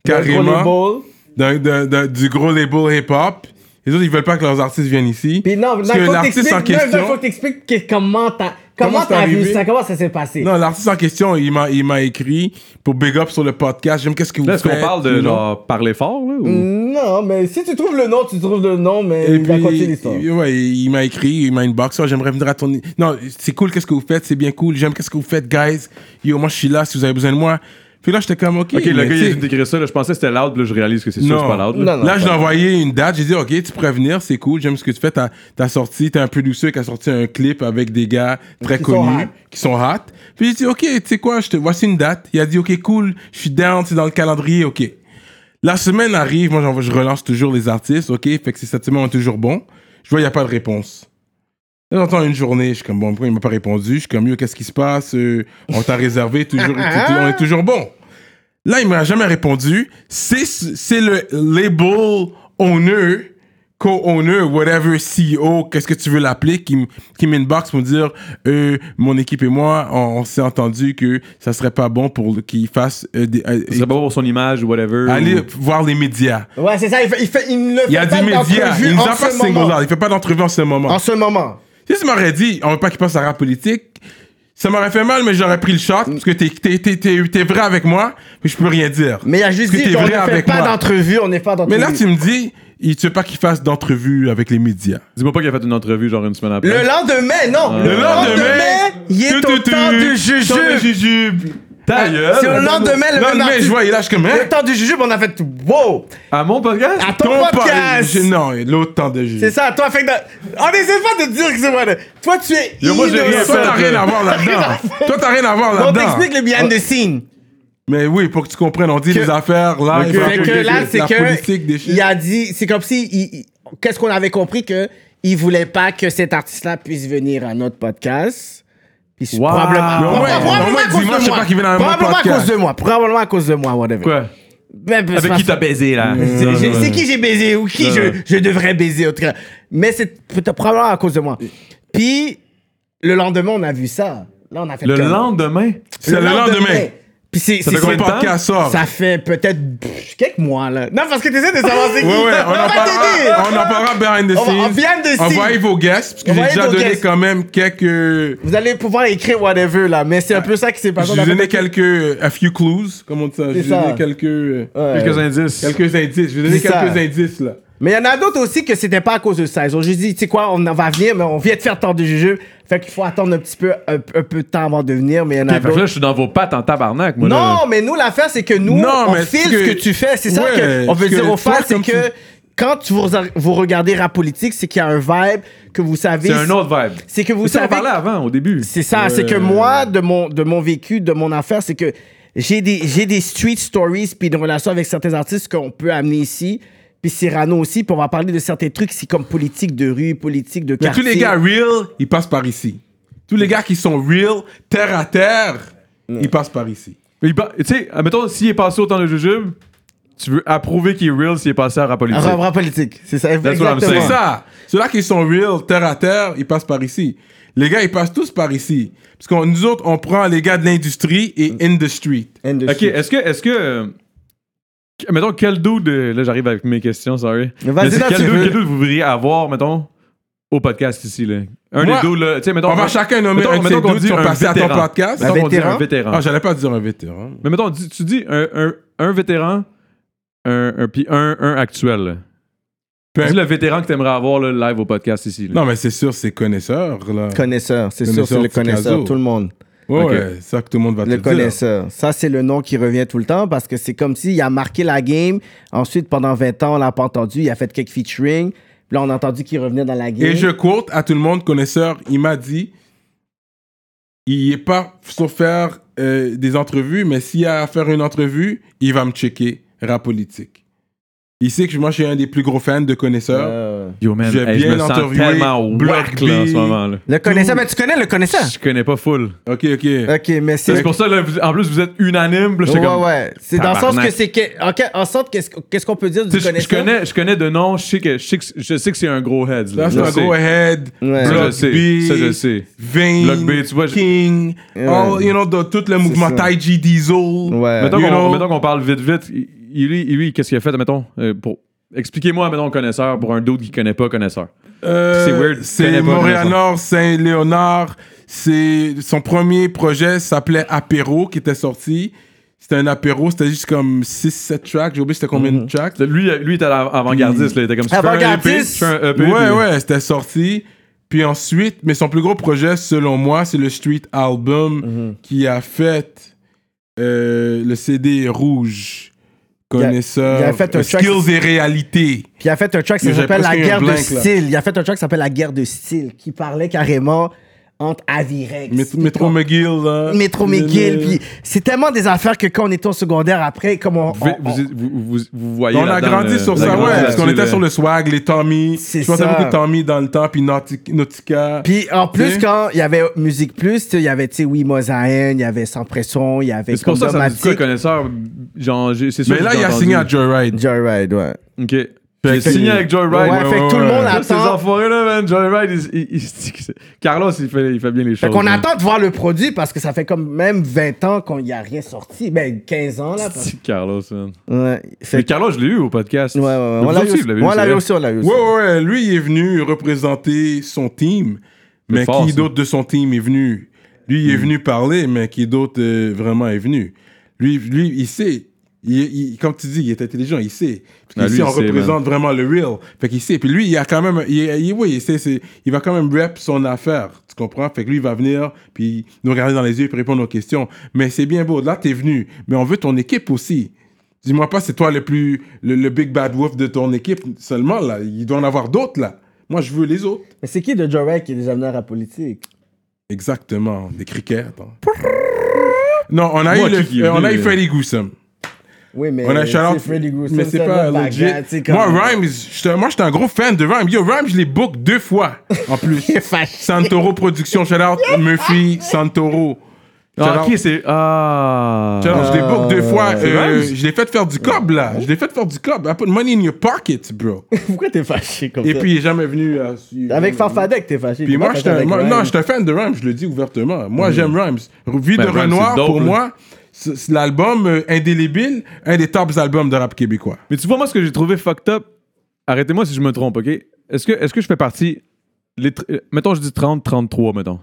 Speaker 2: le gros
Speaker 3: carrément,
Speaker 2: label.
Speaker 3: d'un- d'un- d'un- du gros label hip-hop. Les autres, ils veulent pas que leurs artistes viennent ici.
Speaker 2: Puis non,
Speaker 3: Parce
Speaker 2: non,
Speaker 3: que
Speaker 2: il faut
Speaker 3: l'artiste
Speaker 2: t'expliquer-
Speaker 3: en
Speaker 2: non,
Speaker 3: question-
Speaker 2: il faut que t'expliques que- comment t'as.
Speaker 3: Comment
Speaker 2: Comment
Speaker 3: c'est
Speaker 2: t'as vu
Speaker 3: arrivé?
Speaker 2: ça? Comment ça s'est passé?
Speaker 3: Non, l'artiste en question, il m'a, il m'a écrit pour Big Up sur le podcast. J'aime qu'est-ce que vous
Speaker 4: Là, est-ce qu'on
Speaker 3: faites,
Speaker 4: parle de
Speaker 3: you know?
Speaker 4: genre parler fort, là? Ou...
Speaker 2: Mm. Non, mais si tu trouves le nom, tu trouves le nom, mais
Speaker 3: Et
Speaker 2: il va continuer
Speaker 3: puis,
Speaker 2: l'histoire.
Speaker 3: ouais, il m'a écrit, il m'a inbox. Oh, j'aimerais venir à ton. Non, c'est cool, qu'est-ce que vous faites, c'est bien cool. J'aime qu'est-ce que vous faites, guys. Yo, moi, je suis là si vous avez besoin de moi. Puis là, j'étais comme, ok.
Speaker 4: Ok, le
Speaker 3: mais tu
Speaker 4: gars, il a
Speaker 3: sais-
Speaker 4: dû décrire ça, là, je pensais que c'était loud, puis là, je réalise que c'est sûr,
Speaker 3: Non.
Speaker 4: c'est pas loud.
Speaker 2: Non,
Speaker 4: là.
Speaker 2: non.
Speaker 3: Là, je lui ai
Speaker 2: pas.
Speaker 3: envoyé une date. J'ai dit, OK, tu pourrais venir, c'est cool, j'aime ce que tu fais. T'as as sorti, t'es un producteur qui a sorti un clip avec des gars très
Speaker 2: Qui sont
Speaker 3: connus
Speaker 2: hot.
Speaker 3: qui sont hot. Puis j'ai dit, OK, tu sais quoi, je te, voici une date. Il a dit, OK, cool, je suis down, c'est dans le calendrier, OK. La semaine arrive, moi, j'envoie- je relance toujours les artistes, OK, fait que c'est cette semaine, on est toujours bon. Je vois, il n'y a pas de réponse. Là, j'entends une journée, je suis comme, bon, pourquoi il m'a pas répondu? Je suis comme, yo, qu'est-ce qui se passe? Euh, On t'a réservé, toujours, on est toujours bon. Là, il m'a jamais répondu. C'est, c'est le label owner, co-owner, whatever, CEO, qu'est-ce que tu veux l'appeler, qui, m- qui m'inbox pour me dire, euh, mon équipe et moi, on, on s'est entendu que ça serait pas bon pour le- qu'il fasse euh, des- euh,
Speaker 4: Ce serait pas pour son image ou whatever.
Speaker 3: aller
Speaker 4: ou-
Speaker 3: voir les médias.
Speaker 2: Ouais, c'est ça, il, fait, il, fait, il ne
Speaker 3: Il y a
Speaker 2: fait pas
Speaker 3: des médias,
Speaker 2: d'entrevue
Speaker 3: il nous
Speaker 2: en
Speaker 3: a pas
Speaker 2: ce moment.
Speaker 3: single out, il fait pas d'entrevue en ce moment.
Speaker 2: En ce moment.
Speaker 3: Si tu m'aurais dit, on veut pas qu'il passe à rap politique, ça m'aurait fait mal, mais j'aurais pris le shot, parce que t'es, t'es, t'es, t'es, t'es vrai avec moi, mais je peux rien dire.
Speaker 2: Mais il y a juste
Speaker 3: Parce que
Speaker 2: dit
Speaker 3: t'es
Speaker 2: qu'on ne
Speaker 3: vrai
Speaker 2: fait
Speaker 3: avec
Speaker 2: pas
Speaker 3: moi.
Speaker 2: d'entrevue, on n'est pas
Speaker 3: Mais
Speaker 2: d'entrevue.
Speaker 3: là, tu me dis, il- tu veux pas qu'il fasse d'entrevue avec les médias.
Speaker 4: Dis-moi pas qu'il a fait une entrevue, genre, une semaine après.
Speaker 2: Le lendemain, non.
Speaker 4: Le
Speaker 2: Le lendemain, il est
Speaker 3: tout,
Speaker 2: au
Speaker 3: tout,
Speaker 2: temps
Speaker 3: tout,
Speaker 2: du
Speaker 3: temps du
Speaker 2: jujube.
Speaker 3: jujube.
Speaker 4: Ta gueule!
Speaker 2: C'est au lendemain, le même
Speaker 3: Lendemain,
Speaker 2: artiste-
Speaker 3: je vois, il lâche comme, hein?
Speaker 2: Le temps du jujube, on a fait wow.
Speaker 4: À mon podcast?
Speaker 2: À ton,
Speaker 3: Ton
Speaker 2: podcast.
Speaker 3: pas- Non, l'autre temps de
Speaker 2: C'est
Speaker 3: jujube.
Speaker 2: ça, toi, fait que. On essaie pas de dire que c'est moi. là. Toi, tu es.
Speaker 4: Yo, moi, j'ai rien
Speaker 2: innocent.
Speaker 3: Toi, t'as
Speaker 4: fait,
Speaker 3: rien
Speaker 4: là.
Speaker 3: à voir là-dedans. Toi, t'as rien à voir
Speaker 2: On
Speaker 3: là-dedans.
Speaker 2: t'explique le behind the scene.
Speaker 3: Mais oui, pour que tu comprennes, on dit
Speaker 2: Que-
Speaker 3: les affaires, là, la
Speaker 4: Ok.
Speaker 2: Fait que
Speaker 3: politique,
Speaker 2: là, c'est
Speaker 3: la politique, des
Speaker 2: que.
Speaker 3: choses.
Speaker 2: Il a dit. C'est comme si. il- il- Qu'est-ce qu'on avait compris que. Il voulait pas que cet artiste-là puisse venir à notre podcast. Puis c'est
Speaker 4: Wow.
Speaker 2: probablement.
Speaker 4: Mais
Speaker 3: moins-
Speaker 4: au
Speaker 2: probablement
Speaker 3: au moins,
Speaker 2: à cause
Speaker 3: dis-moi,
Speaker 2: de
Speaker 3: je sais
Speaker 2: moi.
Speaker 3: pas qu'il vient dans mon
Speaker 2: Probablement à
Speaker 3: podcast.
Speaker 2: cause de moi. Probablement à cause de moi, whatever.
Speaker 4: Quoi?
Speaker 2: Ben, ben, c'est
Speaker 4: Avec
Speaker 2: pas
Speaker 4: qui
Speaker 2: ça.
Speaker 4: t'as baisé, là?
Speaker 2: C'est je- c'est qui j'ai baisé ou qui
Speaker 4: Non,
Speaker 2: je,
Speaker 4: non.
Speaker 2: je devrais baiser, en tout cas. Mais c'est peut- probablement à cause de moi. Puis, le lendemain, on a vu ça. Là, on a fait
Speaker 4: Le
Speaker 2: comme-
Speaker 4: lendemain.
Speaker 3: C'est le lendemain.
Speaker 2: Puis c'est.
Speaker 4: fait
Speaker 2: c'est-
Speaker 4: combien
Speaker 3: Le
Speaker 4: de temps?
Speaker 3: podcast sort.
Speaker 2: Ça fait peut-être pff, quelques mois, là. Non, parce que t'essaies de savoir c'est qui.
Speaker 3: Ouais, ouais, on en
Speaker 2: va t'aider.
Speaker 3: parlera, on en parlera behind the
Speaker 2: On va-
Speaker 3: scenes.
Speaker 2: on vient de scenes.
Speaker 3: Envoyez vos guests, parce que j'ai
Speaker 2: Envoyez
Speaker 3: déjà
Speaker 2: vos
Speaker 3: donné
Speaker 2: guests.
Speaker 3: quand même quelques.
Speaker 2: Vous allez pouvoir écrire whatever, là, mais c'est un peu ça qui s'est passé.
Speaker 3: J'ai
Speaker 2: On a
Speaker 3: donné
Speaker 2: fait-
Speaker 3: quelques. A few clues, comment on dit ça? J'ai
Speaker 2: C'est ça.
Speaker 3: donné quelques. euh,
Speaker 2: Ouais.
Speaker 4: Quelques indices.
Speaker 3: Quelques indices. J'ai donné
Speaker 2: C'est ça.
Speaker 3: quelques indices, là.
Speaker 2: Mais il y en a d'autres aussi que c'était pas à cause de ça. Ils ont juste dit, tu sais quoi, on en va venir, mais on vient de faire tant de jeu. Fait qu'il faut attendre un petit peu, un, un peu de temps avant de venir, mais il y en a
Speaker 4: Ok, fait que
Speaker 2: d'autres.
Speaker 4: là, je suis dans vos pattes en tabarnak, moi. là.
Speaker 2: Non, mais nous, l'affaire, c'est que nous,
Speaker 3: Non,
Speaker 2: on
Speaker 3: mais
Speaker 2: file
Speaker 3: c'est
Speaker 2: ce que
Speaker 3: que-
Speaker 2: tu fais. C'est ça
Speaker 3: Ouais,
Speaker 2: qu'on veut
Speaker 3: parce
Speaker 2: dire
Speaker 3: que
Speaker 2: aux fans,
Speaker 3: toi,
Speaker 2: c'est
Speaker 3: comme
Speaker 2: que quand tu vous, vous regardez rap politique, c'est qu'il y a un vibe que vous savez.
Speaker 4: C'est un autre vibe.
Speaker 2: C'est que vous
Speaker 4: Mais ça, on en
Speaker 2: savez.
Speaker 4: parlait avant, au début.
Speaker 2: C'est ça, c'est que
Speaker 3: Ouais.
Speaker 2: moi, de mon, de mon vécu, de mon affaire, c'est que j'ai des, j'ai des street stories puis des relations avec certains artistes qu'on peut amener ici. Puis Cyrano aussi, puis on va parler de certains trucs, c'est comme politique de rue, politique de
Speaker 3: Mais
Speaker 2: quartier.
Speaker 3: tous les gars real, ils passent par ici. Tous les gars qui sont real, terre à terre, ils passent par ici.
Speaker 4: Mais il pa- Tu sais, admettons, s'il est passé autant de jujubes, tu veux approuver qu'il est real s'il est passé à rap politique.
Speaker 2: Rap- Ah, rap politique, c'est ça.
Speaker 4: what I'm
Speaker 2: Exactement.
Speaker 4: saying.
Speaker 3: C'est ça. Ceux-là qui sont real, terre à terre, ils passent par ici. Les gars, ils passent tous par ici. Parce que nous autres, on prend les gars de l'industrie
Speaker 2: Mm.
Speaker 3: et in the street.
Speaker 2: End of
Speaker 4: Ok,
Speaker 2: shit.
Speaker 4: est-ce que. Est-ce que euh, que- mettons, quel dude. euh, Là, j'arrive avec mes questions, sorry.
Speaker 2: Mais vas-y,
Speaker 4: Mais c'est
Speaker 2: là,
Speaker 4: quel,
Speaker 2: tu
Speaker 4: dude,
Speaker 2: veux.
Speaker 4: quel dude vous voudriez avoir, mettons, au podcast ici, là Un
Speaker 3: Moi,
Speaker 4: des dudes, là. Tu sais, mettons.
Speaker 3: on va chacun nommer
Speaker 4: mettons-
Speaker 3: un de
Speaker 4: mettons
Speaker 3: ces
Speaker 4: qu'on
Speaker 3: dudes
Speaker 4: dit
Speaker 3: qui sont
Speaker 4: un
Speaker 3: passés à ton
Speaker 4: vétéran.
Speaker 3: podcast.
Speaker 4: Mettons qu'on dit
Speaker 2: Un
Speaker 4: un vétéran.
Speaker 3: Ah, j'allais pas dire un vétéran.
Speaker 4: Mais mettons, dis- tu dis un, un, un vétéran, un, un, puis un, un actuel. là.
Speaker 3: Peu-
Speaker 4: Dis le vétéran que t'aimerais avoir le live au podcast ici. là.
Speaker 3: Non, mais c'est sûr, c'est connaisseur, là.
Speaker 2: Connaisseur, c'est sûr,
Speaker 3: Connaisseur
Speaker 2: c'est le
Speaker 3: Picasso.
Speaker 2: connaisseur, tout le monde.
Speaker 3: Ouais,
Speaker 4: Ok.
Speaker 3: ouais, c'est ça que tout le monde
Speaker 4: Ah,
Speaker 3: va
Speaker 2: Le
Speaker 3: te dire.
Speaker 2: connaisseur. Ça, c'est le nom qui revient tout le temps parce que c'est comme s'il a marqué la game. Ensuite, pendant 20 ans, on l'a pas entendu. Il a fait quelques featuring. Puis là, on a entendu qu'il revenait dans la game.
Speaker 3: Et je quote à tout le monde, connaisseur, il m'a dit il n'est pas sur faire euh, des entrevues, mais s'il y a à faire une entrevue, il va me checker, rap politique. Il sait que moi, je suis un des plus gros fans de connaisseurs.
Speaker 2: Euh,
Speaker 4: Yo, man,
Speaker 3: J'ai
Speaker 4: hey, je
Speaker 3: bien
Speaker 4: me sens
Speaker 3: interviewé
Speaker 4: tellement whack,
Speaker 3: Black
Speaker 4: là, en ce
Speaker 3: Bee.
Speaker 4: moment. Là.
Speaker 2: Le connaisseur, mais tu connais le connaisseur.
Speaker 4: Je connais pas full.
Speaker 3: Ok, ok.
Speaker 2: Ok, mais c'est.
Speaker 4: C'est pour ça, là, vous- en plus, vous êtes unanime. là,
Speaker 2: Ouais,
Speaker 4: j'étais comme-
Speaker 2: ouais. C'est dans le sens
Speaker 4: Tabarnak.
Speaker 2: que c'est. que- En, que- en sorte, qu'est-ce qu'est-ce qu'on peut dire
Speaker 4: Tu
Speaker 2: du
Speaker 4: sais, Je, je
Speaker 2: connaisseur
Speaker 4: connais, je connais de nom, je sais que, je sais que, je sais que c'est un gros head.
Speaker 3: Là, c'est un gros head,
Speaker 2: Ouais.
Speaker 4: Ça, je
Speaker 3: Block
Speaker 4: sais.
Speaker 3: B,
Speaker 4: Ça, je sais.
Speaker 3: Euh, Vane,
Speaker 4: Block B, tu vois, je-
Speaker 3: King, all, you know, de, tout le mouvement
Speaker 2: ça.
Speaker 3: Taiji Diesel.
Speaker 2: Ouais.
Speaker 4: Mettons
Speaker 3: You
Speaker 4: qu'on
Speaker 3: know.
Speaker 4: mettons qu'on parle vite, vite. Il- il- Lui, lui, qu'est-ce qu'il a fait, mettons, euh, pour... Expliquez-moi, mettons, connaisseur, pour un dude qui connaît pas connaisseur.
Speaker 3: Euh,
Speaker 4: C'est weird, je connais
Speaker 3: C'est
Speaker 4: pas,
Speaker 3: Montréal
Speaker 4: connais pas.
Speaker 3: Nord, Saint-Léonard. C'est son premier projet s'appelait Apéro qui était sorti. C'était un apéro, c'était juste comme 6 7 tracks, j'ai oublié c'était combien
Speaker 2: Mhm.
Speaker 3: de tracks.
Speaker 4: Lui, euh, lui il était à l'avant-gardiste, là. Il était comme, je fais un EP, je
Speaker 2: Avant-gardiste.
Speaker 4: fais un E EP.
Speaker 3: Ouais
Speaker 4: puis-
Speaker 3: ouais, c'était sorti. Puis ensuite, mais son plus gros projet selon moi, c'est le Street Album
Speaker 2: Mhm.
Speaker 3: qui a fait euh, le CD rouge connaisseur
Speaker 2: il a fait un
Speaker 3: euh,
Speaker 2: track-
Speaker 3: skills et réalité.
Speaker 2: Puis il a fait un track qui
Speaker 3: J'ai
Speaker 2: s'appelle La
Speaker 3: presque eu un
Speaker 2: guerre de
Speaker 3: blank, là.
Speaker 2: style. Il a fait un track qui s'appelle La guerre de style, qui parlait carrément entre Avirex.
Speaker 3: Mét- Métro McGill hein. là.
Speaker 2: Métro McGill. Puis c'est tellement des affaires que quand on était au secondaire après, comme on.
Speaker 4: Vous,
Speaker 2: on- on-
Speaker 4: vous, vous, vous- vous voyez
Speaker 3: on a euh,
Speaker 4: là-dedans,
Speaker 3: grandi
Speaker 4: le-
Speaker 3: sur
Speaker 4: la
Speaker 3: ça,
Speaker 4: grande
Speaker 3: ouais. Parce qu'on
Speaker 4: là-dessus,
Speaker 3: était
Speaker 4: là.
Speaker 3: sur le swag, les Tommy.
Speaker 2: C'est
Speaker 3: Je pensais
Speaker 2: ça.
Speaker 3: beaucoup de Tommy dans le temps, puis Nauti- Nautica.
Speaker 2: Puis en plus,
Speaker 3: Oui.
Speaker 2: quand il y avait Musique Plus, tu sais, il y avait, tu sais, Oui, Mosaïen, il y avait Sans Pression, il y avait
Speaker 4: Mais C'est pour ça que ça me dit quoi,
Speaker 2: Condomatique.
Speaker 4: connaisseur? Genre, j'ai- c'est sûr
Speaker 3: mais
Speaker 4: que
Speaker 3: là,
Speaker 4: j'ai
Speaker 3: il a
Speaker 4: entendu.
Speaker 3: signé à Joyride.
Speaker 2: Joyride, ouais.
Speaker 4: OK. J'ai signé avec Joyride.
Speaker 2: Ouais, fait que tout le monde
Speaker 4: Là, Ces
Speaker 2: attend.
Speaker 4: enfoirés là, man, Joyride, il, il- il- Carlos, il fait, il fait bien les
Speaker 2: Fait
Speaker 4: choses.
Speaker 2: qu'on
Speaker 4: man.
Speaker 2: attend de voir le produit parce que ça fait comme même 20 ans qu'on n'y a rien sorti. Ben, 15 ans, là. parce-
Speaker 4: Petit Carlos, man.
Speaker 2: Ouais,
Speaker 4: Mais
Speaker 2: fait...
Speaker 4: Carlos, je l'ai eu au podcast.
Speaker 2: ouais, ouais, ouais.
Speaker 4: Vous
Speaker 2: On l'a
Speaker 4: aussi, hein?
Speaker 2: eu,
Speaker 4: vous l'avez
Speaker 2: ouais, on
Speaker 4: c'est
Speaker 2: l'a eu
Speaker 4: vrai.
Speaker 2: aussi, on l'a eu aussi.
Speaker 3: Ouais, ouais, ouais. Lui, il est venu représenter son team. Mais
Speaker 4: fort,
Speaker 3: qui
Speaker 4: ça.
Speaker 3: d'autre de son team est venu Lui, il est venu parler, mais qui d'autre euh, vraiment est venu Lui, lui il sait. Il- il- comme tu dis, il est intelligent, il sait.
Speaker 4: Ah,
Speaker 3: Parce qu'ici,
Speaker 4: lui, il
Speaker 3: on
Speaker 4: sait,
Speaker 3: représente vraiment le real. Fait qu'il sait. Puis lui, il a quand même. Il, il- oui, il sait. c'est- il va quand même rep son affaire. Tu comprends? Fait que lui, il va venir, puis nous regarder dans les yeux, puis répondre aux questions. Mais c'est bien beau. Là, t'es venu. Mais on veut ton équipe aussi. Dis-moi pas, c'est toi le plus. Le, le big bad wolf de ton équipe seulement, là. Il doit en avoir d'autres, là. Moi, je veux les autres.
Speaker 2: Mais c'est qui de Joyride qui est déjà venu à la politique?
Speaker 3: Exactement, des crickets. hein. Non, on a
Speaker 4: Moi,
Speaker 3: eu, le-
Speaker 4: qui- qui est
Speaker 3: euh, on a
Speaker 4: venu,
Speaker 3: eu
Speaker 4: euh,
Speaker 3: Freddy Goossum.
Speaker 2: Oui, mais
Speaker 3: on a eu
Speaker 2: Eh, c'est
Speaker 3: Charlotte-
Speaker 2: Freddy Grusin,
Speaker 3: Mais c'est pas
Speaker 2: notre
Speaker 3: legit.
Speaker 2: bagarre, tu sais, comme-
Speaker 3: Moi, Rhymes, j'étais- moi, j'étais un gros fan de Rhymes. Yo, Rhymes, je l'ai book deux fois, en plus.
Speaker 2: Il est fâché.
Speaker 3: Santoro Productions, shout out Murphy Santoro.
Speaker 4: Ah,
Speaker 3: Challenge-
Speaker 4: ok, c'est. Ah.
Speaker 3: Challenge, je l'ai book deux fois.
Speaker 4: C'est
Speaker 3: euh,
Speaker 4: vrai?
Speaker 3: je l'ai fait faire du cob, là. Je l'ai fait faire du cob. I put money in your pocket, bro.
Speaker 2: Pourquoi t'es fâché comme
Speaker 3: Et
Speaker 2: ça?
Speaker 3: puis, il est jamais venu. à- il-
Speaker 2: avec
Speaker 3: jamais-
Speaker 2: Farfadec, t'es fâché.
Speaker 3: Puis
Speaker 2: T'es
Speaker 3: moi,
Speaker 2: pas
Speaker 3: je suis
Speaker 2: fâché
Speaker 3: un,
Speaker 2: avec
Speaker 3: moi-
Speaker 2: Rhymes.
Speaker 3: non, je suis un fan de Rhymes, je le dis ouvertement. Moi, j'aime Rhymes. Vie
Speaker 4: Ben,
Speaker 3: de
Speaker 4: Rhymes,
Speaker 3: Renoir,
Speaker 4: c'est dope,
Speaker 3: pour
Speaker 4: là.
Speaker 3: moi, c'est c'est l'album euh, indélébile, un des tops albums de rap québécois.
Speaker 4: Mais tu vois, moi, ce que j'ai trouvé fucked up, arrêtez-moi si je me trompe, OK? Est-ce que, est-ce que je fais partie. Les tr- euh, mettons, je dis 30, 33, mettons.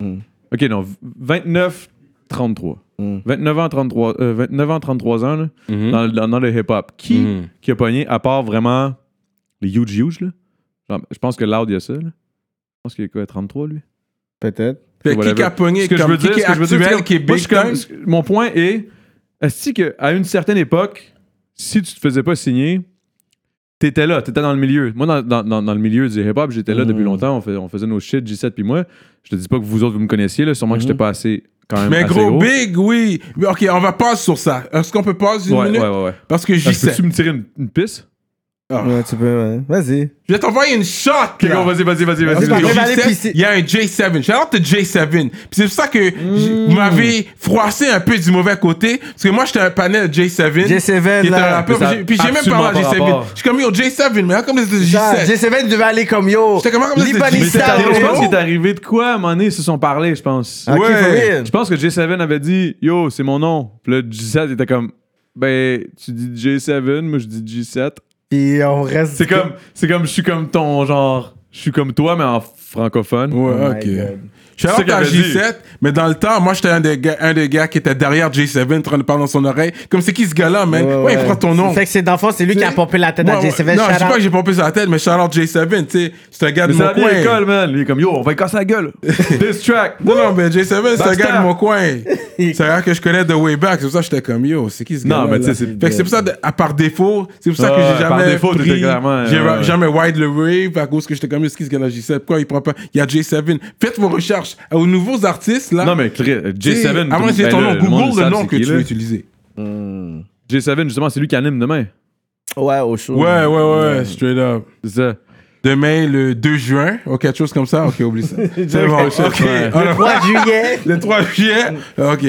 Speaker 2: Hmm.
Speaker 4: OK, non, v- 29, 33.
Speaker 2: Mm.
Speaker 4: 29 ans, 33, euh, 29 ans, 33 ans,
Speaker 2: Hmm.
Speaker 4: là, dans, le- dans- dans le hip-hop. Qui,
Speaker 3: Mhm.
Speaker 4: qui a pogné, à part vraiment les huge, huge, là? Genre, je pense que Loud, il y a ça, là. Je pense qu'il y a quoi, 33, lui?
Speaker 2: Peut-être.
Speaker 3: Fait
Speaker 4: Whatever.
Speaker 3: qui a pogné
Speaker 4: Ce que je
Speaker 3: comme
Speaker 4: veux dire,
Speaker 3: qui est
Speaker 4: ce que je veux dire,
Speaker 3: actuel,
Speaker 4: c'est
Speaker 3: qui est
Speaker 4: que moi, je
Speaker 3: big
Speaker 4: suis comme-
Speaker 3: time.
Speaker 4: ce- Mon point est, est-ce qu'à une certaine époque, si tu te faisais pas signer, t'étais là, t'étais dans le milieu. Moi, dans, dans- dans- dans le milieu du hip-hop, j'étais là depuis longtemps, on, fais- on faisait nos shit, J7 puis moi. Je te dis pas que vous autres, vous me connaissiez, là, sûrement que j'étais pas assez, quand même,
Speaker 3: Mais
Speaker 4: assez
Speaker 3: gros, big, oui. Mais OK, on va passer sur ça. Est-ce qu'on peut passer une
Speaker 4: Ouais, ouais,
Speaker 3: minute?
Speaker 4: ouais, Ah, ouais.
Speaker 3: Parce que j'y
Speaker 4: Est-ce que
Speaker 3: sais.
Speaker 4: tu me tirer une, une piste?
Speaker 3: Ah.
Speaker 2: Ouais, tu peux, ouais. Vas-y.
Speaker 3: Je vais t'envoyer une shot,
Speaker 4: Ok,
Speaker 3: là.
Speaker 4: gros, vas-y, vas-y, vas-y,
Speaker 2: Parce
Speaker 4: vas-y.
Speaker 2: qu'on
Speaker 4: vas-y.
Speaker 2: va aller
Speaker 3: J7,
Speaker 2: pisser.
Speaker 3: Il y a un J7. J'adore le J7. Puis c'est pour ça que
Speaker 4: Mm.
Speaker 3: j- vous m'avez froissé un peu du mauvais côté. Parce que moi, j'étais un panel J7.
Speaker 2: J7,
Speaker 3: qui était
Speaker 2: là.
Speaker 3: un rappeur,
Speaker 4: Mais ça
Speaker 3: puis j'ai- Puis j'ai même
Speaker 4: absolument
Speaker 3: parlé à
Speaker 4: pas
Speaker 3: J7.
Speaker 4: rapport.
Speaker 3: Je suis comme, yo, J7, mais là, comme c'était
Speaker 2: J7.
Speaker 3: J7.
Speaker 2: J7 devait aller comme yo.
Speaker 3: J'étais comme, comment ça, c'est
Speaker 4: Mais
Speaker 3: J7?
Speaker 4: c'est
Speaker 2: Libanista,
Speaker 4: arrivé- je pense
Speaker 2: yo.
Speaker 4: qu'il est arrivé de quoi, à un moment donné, ils se sont parlé, je pense.
Speaker 2: Ok,
Speaker 3: Ouais.
Speaker 2: for real.
Speaker 4: Je pense que J7 avait dit Yo, c'est mon nom. Puis là, J7 était comme Ben, tu dis J7, moi je dis J7.
Speaker 2: Puis on reste.
Speaker 4: C'est comme, c'est comme, je suis comme ton genre, je suis comme toi, mais en francophone.
Speaker 3: Ouais,
Speaker 2: Oh my
Speaker 3: ok.
Speaker 2: God.
Speaker 3: Je
Speaker 4: C'est ça
Speaker 3: suis
Speaker 4: qu'il
Speaker 3: à
Speaker 4: avait dit.
Speaker 3: J7, mais dans le temps, moi, j'étais un des gars, un des gars qui était derrière J7, en train de parler dans son oreille. Comme c'est qui ce gars-là, man? Ouais, il prend ton nom.
Speaker 2: Fait que c'est dans le fond, c'est lui qui a pompé la tête
Speaker 3: Ouais,
Speaker 2: à
Speaker 3: ouais.
Speaker 2: J7.
Speaker 3: Non,
Speaker 2: shout
Speaker 3: je dis pas
Speaker 2: out.
Speaker 3: que j'ai pompé sur la tête, mais shout out J7, tu sais. C'est un gars de
Speaker 4: Mais c'est
Speaker 3: mon
Speaker 4: la vieille
Speaker 3: coin.
Speaker 4: école, man. Lui, est comme Yo, on va lui casser la gueule. This track.
Speaker 3: Non, non, mais J7, c'est un
Speaker 4: Bastard.
Speaker 3: gars de mon coin. C'est un gars que je connais de way back. C'est pour ça que j'étais comme, yo, c'est qui ce gars
Speaker 4: Non, mais tu sais, c'est-
Speaker 3: Fait que c'est pour ça, de- à par défaut, c'est pour ça que
Speaker 4: Ouais,
Speaker 3: j'ai jamais.
Speaker 4: par défaut, t'étais
Speaker 3: pris-
Speaker 4: clairement,
Speaker 3: J'ai
Speaker 4: ouais, ouais.
Speaker 3: jamais wide le wave à cause que j'étais comme, yo, c'est qui ce gars-là, J7? Pourquoi il prend pas? Il y a J7. Faites vos recherches aux nouveaux artistes, là.
Speaker 4: Non, mais Chris, J7.
Speaker 3: Avant,
Speaker 4: tout-
Speaker 3: j'ai
Speaker 4: ben
Speaker 3: ton nom.
Speaker 4: là, le monde
Speaker 3: Google le
Speaker 4: savent
Speaker 3: nom
Speaker 4: c'est
Speaker 3: que
Speaker 4: qui,
Speaker 3: tu
Speaker 4: là.
Speaker 3: veux utiliser.
Speaker 2: Hmm.
Speaker 4: J7, justement, c'est lui qui anime demain.
Speaker 2: Ouais, au show.
Speaker 3: Ouais, ouais, ouais, straight up.
Speaker 4: C'est ça.
Speaker 3: Demain, le 2 juin, ou quelque chose comme ça. Ok, oublie ça. C'est bon,
Speaker 2: Ok.
Speaker 3: ok.
Speaker 4: Ouais.
Speaker 3: Alors,
Speaker 2: 3 juillet.
Speaker 3: le 3 juillet, ok.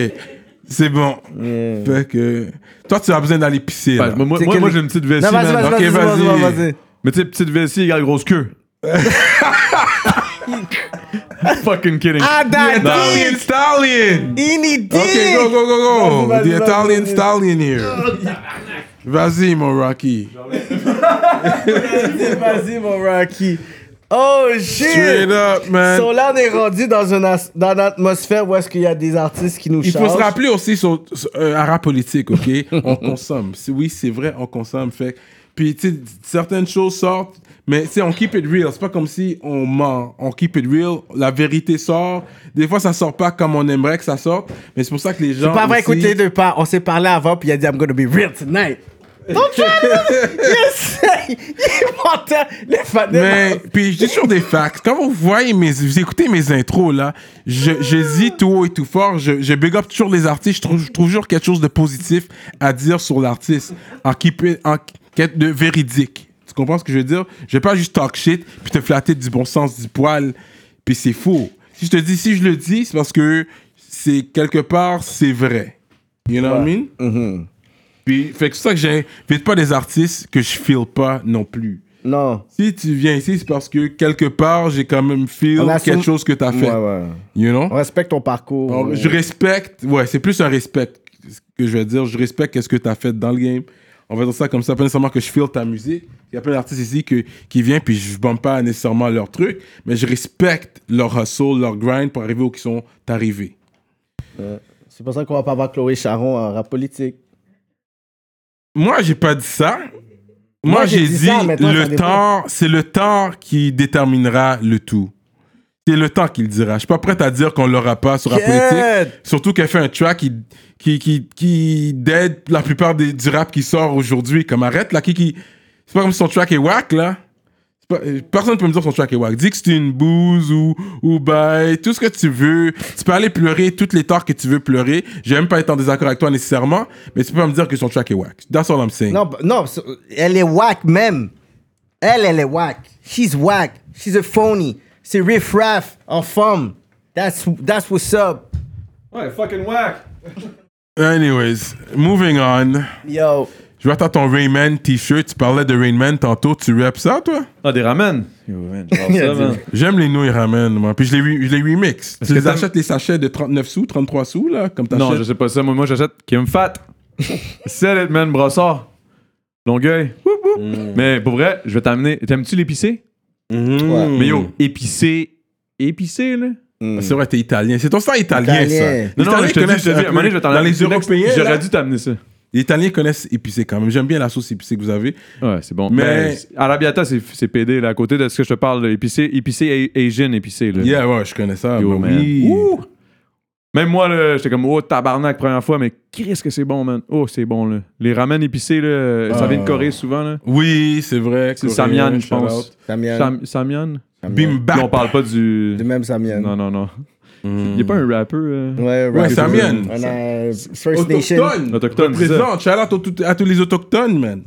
Speaker 3: C'est bon.
Speaker 2: Yeah.
Speaker 3: Fait que. Toi, tu as besoin d'aller pisser. là.
Speaker 4: Enfin, Ben, moi, moi,
Speaker 2: C'est que
Speaker 4: moi,
Speaker 2: le-
Speaker 4: j'ai une petite vessie.
Speaker 2: Non, vas-y,
Speaker 4: man.
Speaker 2: vas-y,
Speaker 3: Ok,
Speaker 2: vas-y, vas-y,
Speaker 3: vas-y.
Speaker 2: vas-y, vas-y.
Speaker 4: Mais tu sais, petite vessie égale grosse queue. Fucking kidding.
Speaker 2: Ah,
Speaker 3: The Italian
Speaker 2: daddy!
Speaker 3: Stallion!
Speaker 2: Il y dit!
Speaker 3: Ok, go, go, go,
Speaker 2: Vas-y,
Speaker 3: go!
Speaker 2: vas-y,
Speaker 3: The Italian
Speaker 2: vas-y.
Speaker 3: Stallion here. Vas-y, mon Rocky.
Speaker 2: Vas-y, mon Rocky. Oh, shit!
Speaker 3: Straight up, man.
Speaker 2: So là, on est rendu dans une, as- dans une atmosphère où est-ce qu'il y a des artistes qui nous
Speaker 3: Il faut
Speaker 2: chargent.
Speaker 3: se rappeler aussi sur, sur- euh, à rap politique, OK? on consomme. C'est- Oui, c'est vrai, on consomme. Fait. Puis, tu sais, certaines choses sortent, mais tu sais, on keep it real. C'est pas comme si on ment. On keep it real. La vérité sort. Des fois, ça sort pas comme on aimerait que ça sorte, mais c'est pour ça que les gens.
Speaker 2: C'est pas vrai,
Speaker 3: aussi-
Speaker 2: écoute les deux pas. On s'est parlé avant, puis il a dit, I'm gonna be real tonight. Don't try to- Yes! Il est menteur. Les fans de-
Speaker 3: Mais, puis je dis toujours des facts. Quand vous voyez mes, vous écoutez mes intros, là, je- j'hésite tout haut et tout fort. Je, je big up toujours les artistes. Je trouve, je trouve toujours quelque chose de positif à dire sur l'artiste en keep it- en quête de véridique. Tu comprends ce que je veux dire? Je vais pas juste talk shit puis te flatter du bon sens du poil puis c'est faux. Si je te dis, si je le dis, c'est parce que c'est quelque part, c'est vrai. You know what I mean?
Speaker 2: Mhm.
Speaker 3: Puis, fait que c'est ça que j'invite pas des artistes que je feel pas non plus.
Speaker 2: Non.
Speaker 3: Si tu viens ici, c'est parce que quelque part, j'ai quand même feel
Speaker 2: On a
Speaker 3: quelque
Speaker 2: son-
Speaker 3: chose que t'as fait.
Speaker 2: Ouais, ouais.
Speaker 3: You know?
Speaker 2: On respecte ton parcours.
Speaker 3: Alors, Je respecte, ouais, c'est plus un respect ce que je vais dire. Je respecte qu'est-ce que t'as fait dans le game. On va dire ça comme ça, pas nécessairement que je feel ta musique. Il y a plein d'artistes ici que, qui viennent, puis je bombe pas nécessairement leur truc, mais je respecte leur hustle, leur grind pour arriver où ils sont arrivés.
Speaker 2: C'est pour ça qu'on va pas avoir Chloé Charon en rap politique.
Speaker 3: Moi, j'ai pas dit ça. Moi,
Speaker 2: Moi,
Speaker 3: j'ai
Speaker 2: j'ai
Speaker 3: dit,
Speaker 2: dit ça, mais toi, ça
Speaker 3: le
Speaker 2: dépend.
Speaker 3: temps, c'est le temps qui déterminera le tout. C'est le temps qui le dira. Je suis pas prêt à dire qu'on l'aura pas sur la politique. Surtout qu'elle fait un track qui, qui, qui, qui dead la plupart des, du rap qui sort aujourd'hui. Comme arrête là, qui, qui. C'est pas comme si son track est whack là. C'est pas- euh, Personne peut me dire son track est whack. Dis que c'est une bouse ou, ou bye, tout ce que tu veux. Tu peux aller pleurer toutes les torts que tu veux pleurer. J'aime pas être en désaccord avec toi nécessairement, mais tu peux pas me dire que son track est whack. That's all I'm saying.
Speaker 2: Non, bah, non, c'est- elle est whack même. Elle, elle est whack. She's whack. She's a phony. C'est riff raff en forme. That's, that's what's up.
Speaker 4: Ouais, fucking whack!
Speaker 3: Anyways, moving on.
Speaker 2: Yo.
Speaker 3: Je vois, t'as ton Rayman t-shirt. Tu parlais de Rayman tantôt. Tu rap ça, toi?
Speaker 4: Ah, des ramen! Yo, man, j'adore
Speaker 2: Il a
Speaker 4: ça,
Speaker 2: dit-
Speaker 4: man.
Speaker 3: J'aime les nouilles ramen, moi. Puis je les, re- je les remix.
Speaker 4: Est-ce
Speaker 3: Tu
Speaker 4: que
Speaker 3: les
Speaker 4: t'aimes-
Speaker 3: achètes les sachets de 39 sous, 33 sous, là, comme t'achètes.
Speaker 4: Non, je sais pas ça. Moi, moi j'achète Kim Fat. Sell it, man, brossard. Longueuil. Woup, woup.
Speaker 3: Mm.
Speaker 4: Mais pour vrai, je vais t'amener. T'aimes-tu l'épicé?
Speaker 3: Mhm.
Speaker 2: Ouais.
Speaker 4: Mais yo, épicé. Épicé, là?
Speaker 2: Mm.
Speaker 3: C'est vrai, t'es italien. C'est ton style italien,
Speaker 2: Italien.
Speaker 3: ça.
Speaker 4: Non, non,
Speaker 3: Italiens
Speaker 4: mais je te dis,
Speaker 3: connaissent
Speaker 4: je te dis,
Speaker 3: un
Speaker 4: à un moment donné, je vais
Speaker 3: peu- dans les
Speaker 4: t'amener.
Speaker 3: Européens, là,
Speaker 4: J'aurais dû t'amener ça.
Speaker 3: les Italiens connaissent épicé quand même. J'aime bien la sauce épicée que vous avez.
Speaker 4: Ouais, c'est bon.
Speaker 3: Mais-
Speaker 4: Mais Arabiata, c'est c'est PD, là, à côté de ce que je te parle, là, épicé, épicé, a- Asian, épicé, là.
Speaker 3: Yeah, ouais, je connais ça.
Speaker 4: Yo,
Speaker 3: bah
Speaker 4: Ah, man.
Speaker 3: oui.
Speaker 4: Ouh! Même moi, là, j'étais comme, oh, tabarnak, première fois, mais qu'est-ce que c'est bon, man. Oh, c'est bon, là. Les ramen épicés, là, ça
Speaker 3: Ah.
Speaker 4: vient de Corée souvent, là.
Speaker 3: Oui, c'est vrai.
Speaker 4: C'est
Speaker 3: Coréen,
Speaker 4: Samyan, je
Speaker 3: shout
Speaker 4: pense.
Speaker 3: out.
Speaker 2: Samian.
Speaker 4: Sam- Samyan?
Speaker 2: Samian.
Speaker 3: Bim
Speaker 4: Non, on
Speaker 3: bap.
Speaker 4: parle pas du.
Speaker 2: De même Samian.
Speaker 4: Non, non, non.
Speaker 3: Mm.
Speaker 4: Il n'y a pas un rappeur. euh,
Speaker 2: Ouais,
Speaker 3: Ouais,
Speaker 2: right.
Speaker 3: Samian.
Speaker 2: On a First Nation.
Speaker 3: Autochtone.
Speaker 4: Autochtone, c'est ça.
Speaker 3: Présente. Shout out au- tout- à tous les autochtones, man.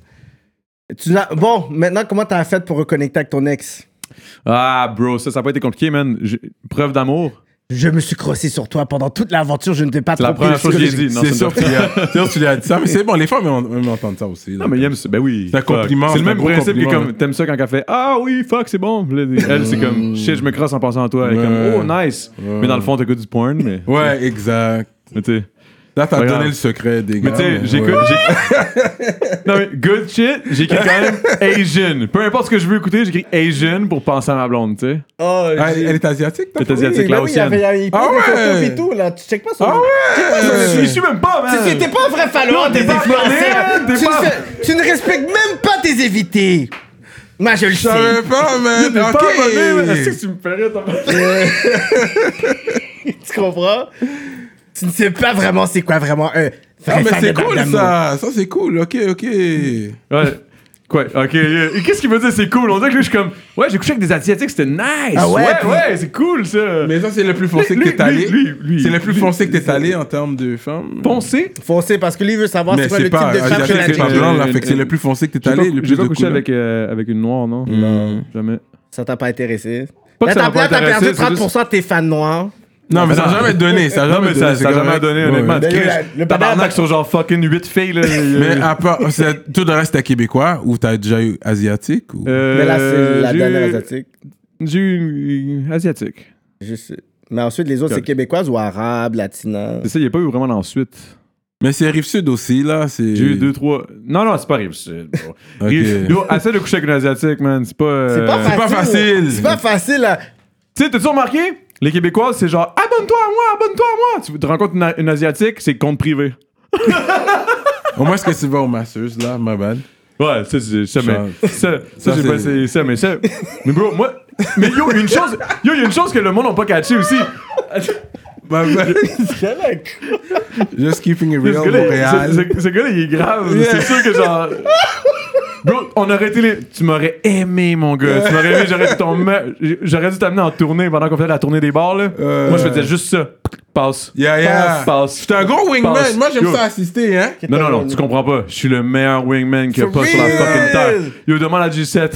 Speaker 2: Tu l'as- Bon, maintenant, comment t'as fait pour reconnecter avec ton ex?
Speaker 4: Ah, bro, ça, ça a pas été compliqué, man. J'ai- Preuve d'amour.
Speaker 2: Je me suis crossé sur toi pendant toute l'aventure, je ne t'ai pas
Speaker 4: C'est la
Speaker 2: trompé.
Speaker 4: première chose que j'ai dit. Non,
Speaker 3: C'est
Speaker 4: ça
Speaker 3: sûr
Speaker 4: me-
Speaker 3: que tu lui as- c'est sûr que tu lui as dit ça, mais c'est bon, les femmes elles aiment entendre ça aussi. là.
Speaker 4: Non, mais il aime ça. Ben oui.
Speaker 3: C'est un
Speaker 4: fuck.
Speaker 3: compliment,
Speaker 4: C'est le
Speaker 3: c'est un
Speaker 4: même
Speaker 3: gros
Speaker 4: principe que
Speaker 3: compliment, là.
Speaker 4: comme t'aimes ça quand elle fait Ah oui, fuck, c'est bon. Là, Elle, c'est comme shit, je me crosse en pensant à toi. Elle est
Speaker 3: Hmm. Ouais.
Speaker 4: comme Oh, nice. Mais dans le fond, t'écoutes du porn. Mais,
Speaker 3: Ouais, exact.
Speaker 4: mais tu sais.
Speaker 3: Là, t'as
Speaker 4: Regarde.
Speaker 3: donné le secret des gars.
Speaker 4: Mais tu sais, j'écoute. j'ai- non, mais good shit, j'écris quand même Asian. Peu importe ce que je veux écouter, j'écris Asian pour penser à ma blonde, tu sais.
Speaker 2: Oh,
Speaker 3: Ah, elle, elle est asiatique, t'as
Speaker 4: Elle est
Speaker 3: fait?
Speaker 4: asiatique.
Speaker 2: oui, mais oui, il y avait, il y avait
Speaker 3: Ah
Speaker 2: des photos
Speaker 3: ouais.
Speaker 2: et tout, là. Tu check pas son...
Speaker 3: Ah ouais!
Speaker 4: Je suis- je suis même pas, man.
Speaker 2: Tu sais, t'es pas un vrai follower
Speaker 4: Non, t'es
Speaker 2: des
Speaker 4: pas
Speaker 2: influenceurs.
Speaker 4: follower, t'es
Speaker 2: Tu,
Speaker 4: pas-
Speaker 2: ne fais- tu ne respectes même pas tes invités. Moi, je le
Speaker 3: Je
Speaker 2: sais.
Speaker 3: savais pas, man.
Speaker 4: T'es pas abonné, man. Est-ce
Speaker 3: Ok.
Speaker 4: que tu me ferais ton-
Speaker 2: Tu comprends? Tu ne sais pas vraiment c'est quoi vraiment un vrai
Speaker 3: Ah, mais
Speaker 2: fan
Speaker 3: c'est
Speaker 2: de
Speaker 3: cool,
Speaker 2: Bardamo.
Speaker 3: ça. Ça, c'est cool. Ok, ok.
Speaker 4: Ouais. Quoi? Ok. euh, et Qu'est-ce qu'il veut dire? C'est cool. On dirait que je suis comme. Ouais, j'ai couché avec des Asiatiques, c'était nice.
Speaker 2: Ah ouais,
Speaker 4: ouais,
Speaker 2: puis-
Speaker 4: ouais, c'est cool ça.
Speaker 3: Mais ça, c'est le plus foncé que
Speaker 4: Lui,
Speaker 3: t'es allé.
Speaker 4: lui, lui, lui.
Speaker 3: C'est le plus
Speaker 4: Lui,
Speaker 3: foncé que t'es allé en termes de femmes.
Speaker 4: Foncé.
Speaker 2: Foncé, parce que lui, il veut savoir
Speaker 3: Mais
Speaker 2: c'est quoi
Speaker 3: c'est
Speaker 2: le type
Speaker 3: pas
Speaker 2: de femme
Speaker 3: asiatique,
Speaker 2: que
Speaker 4: asiatique,
Speaker 3: c'est
Speaker 2: la
Speaker 3: pas
Speaker 4: euh,
Speaker 3: blanc, là.
Speaker 4: euh,
Speaker 3: Fait que c'est le plus foncé que t'es
Speaker 4: J'ai pas,
Speaker 3: allé. le
Speaker 4: j'ai
Speaker 3: plus
Speaker 4: pas
Speaker 3: de
Speaker 4: couché
Speaker 3: couleurs. Hmm.
Speaker 4: avec, euh, avec une noire, non?
Speaker 3: Non.
Speaker 4: Jamais.
Speaker 2: Ça t'a pas intéressé.
Speaker 4: Pas
Speaker 2: Là,
Speaker 4: que ça
Speaker 2: t'as
Speaker 4: m'a pas
Speaker 2: là, t'as perdu
Speaker 4: intéressé,
Speaker 2: 30%
Speaker 4: c'est
Speaker 2: de tes fans noirs.
Speaker 3: Non, mais ça n'a jamais donné. Ça n'a
Speaker 4: Non,
Speaker 3: jamais
Speaker 4: mais
Speaker 3: donné.
Speaker 4: ça,
Speaker 3: c'est
Speaker 4: ça a jamais
Speaker 3: correct.
Speaker 4: donné,
Speaker 3: Ouais.
Speaker 4: honnêtement.
Speaker 2: Ben,
Speaker 4: Chris,
Speaker 2: la- le banane-
Speaker 4: Tabarnak sur genre fucking 8 filles, là. Euh,
Speaker 3: Mais à part, oh, c'est- tout le reste, t'es québécois ou t'as déjà eu asiatique ou...
Speaker 4: Euh,
Speaker 2: mais là, c'est la
Speaker 4: j'ai-
Speaker 2: dernière asiatique.
Speaker 4: J'ai eu une asiatique.
Speaker 2: Je sais. Mais ensuite, les autres, c'est
Speaker 4: Correct.
Speaker 2: québécoise ou arabe, latina.
Speaker 4: C'est ça, il n'y a pas eu vraiment d'ensuite.
Speaker 3: Mais c'est Rive-Sud aussi, là. c'est-
Speaker 4: J'ai eu deux, trois. Non, non, c'est pas Rive Sud. bro.
Speaker 3: Ok.
Speaker 4: Rive- Yo, essaie de coucher avec une asiatique, man. C'est pas.
Speaker 2: C'est
Speaker 4: euh,
Speaker 2: pas,
Speaker 3: c'est pas facile.
Speaker 2: C'est pas facile. à-
Speaker 4: Tu sais, t'as-tu remarqué? Les Québécois, c'est genre abonne-toi à moi, abonne-toi à moi. Tu te rencontres une, une Asiatique, c'est compte privé.
Speaker 3: Au moins, est-ce que tu vas aux masseuses, là, ma bad?
Speaker 4: Ouais, ça, c'est- ça,
Speaker 3: Genre,
Speaker 4: mais. Ça, ça,
Speaker 3: ça,
Speaker 4: j'ai
Speaker 3: c'est-
Speaker 4: pas essayé ça, mais ça. Mais bro, moi. Mais yo, il y a une chose. Yo, il y a une chose que le monde n'a pas catché aussi.
Speaker 3: Ma bad. Just keeping it real,
Speaker 4: ce gars-là,
Speaker 3: Montréal.
Speaker 4: ce- ce- ce gars-là, il est grave. C'est sûr que genre. Bro, on aurait été les. Tu m'aurais aimé, mon gars. Tu m'aurais aimé, j'aurais dû ton me- J'aurais dû t'amener en tournée pendant qu'on faisait la tournée des bars, là.
Speaker 3: Euh.
Speaker 4: Moi, je faisais juste ça. Passe.
Speaker 3: Yeah, yeah.
Speaker 4: Passe.
Speaker 3: J'étais un gros wingman.
Speaker 4: Passe.
Speaker 3: Moi, j'aime
Speaker 4: Yo.
Speaker 3: ça assister, hein.
Speaker 4: Non, non, non, tu comprends pas. Je suis le meilleur wingman qu'il y a
Speaker 2: For
Speaker 4: pas sur la
Speaker 2: real?
Speaker 4: fucking terre. Yo, demande à G7.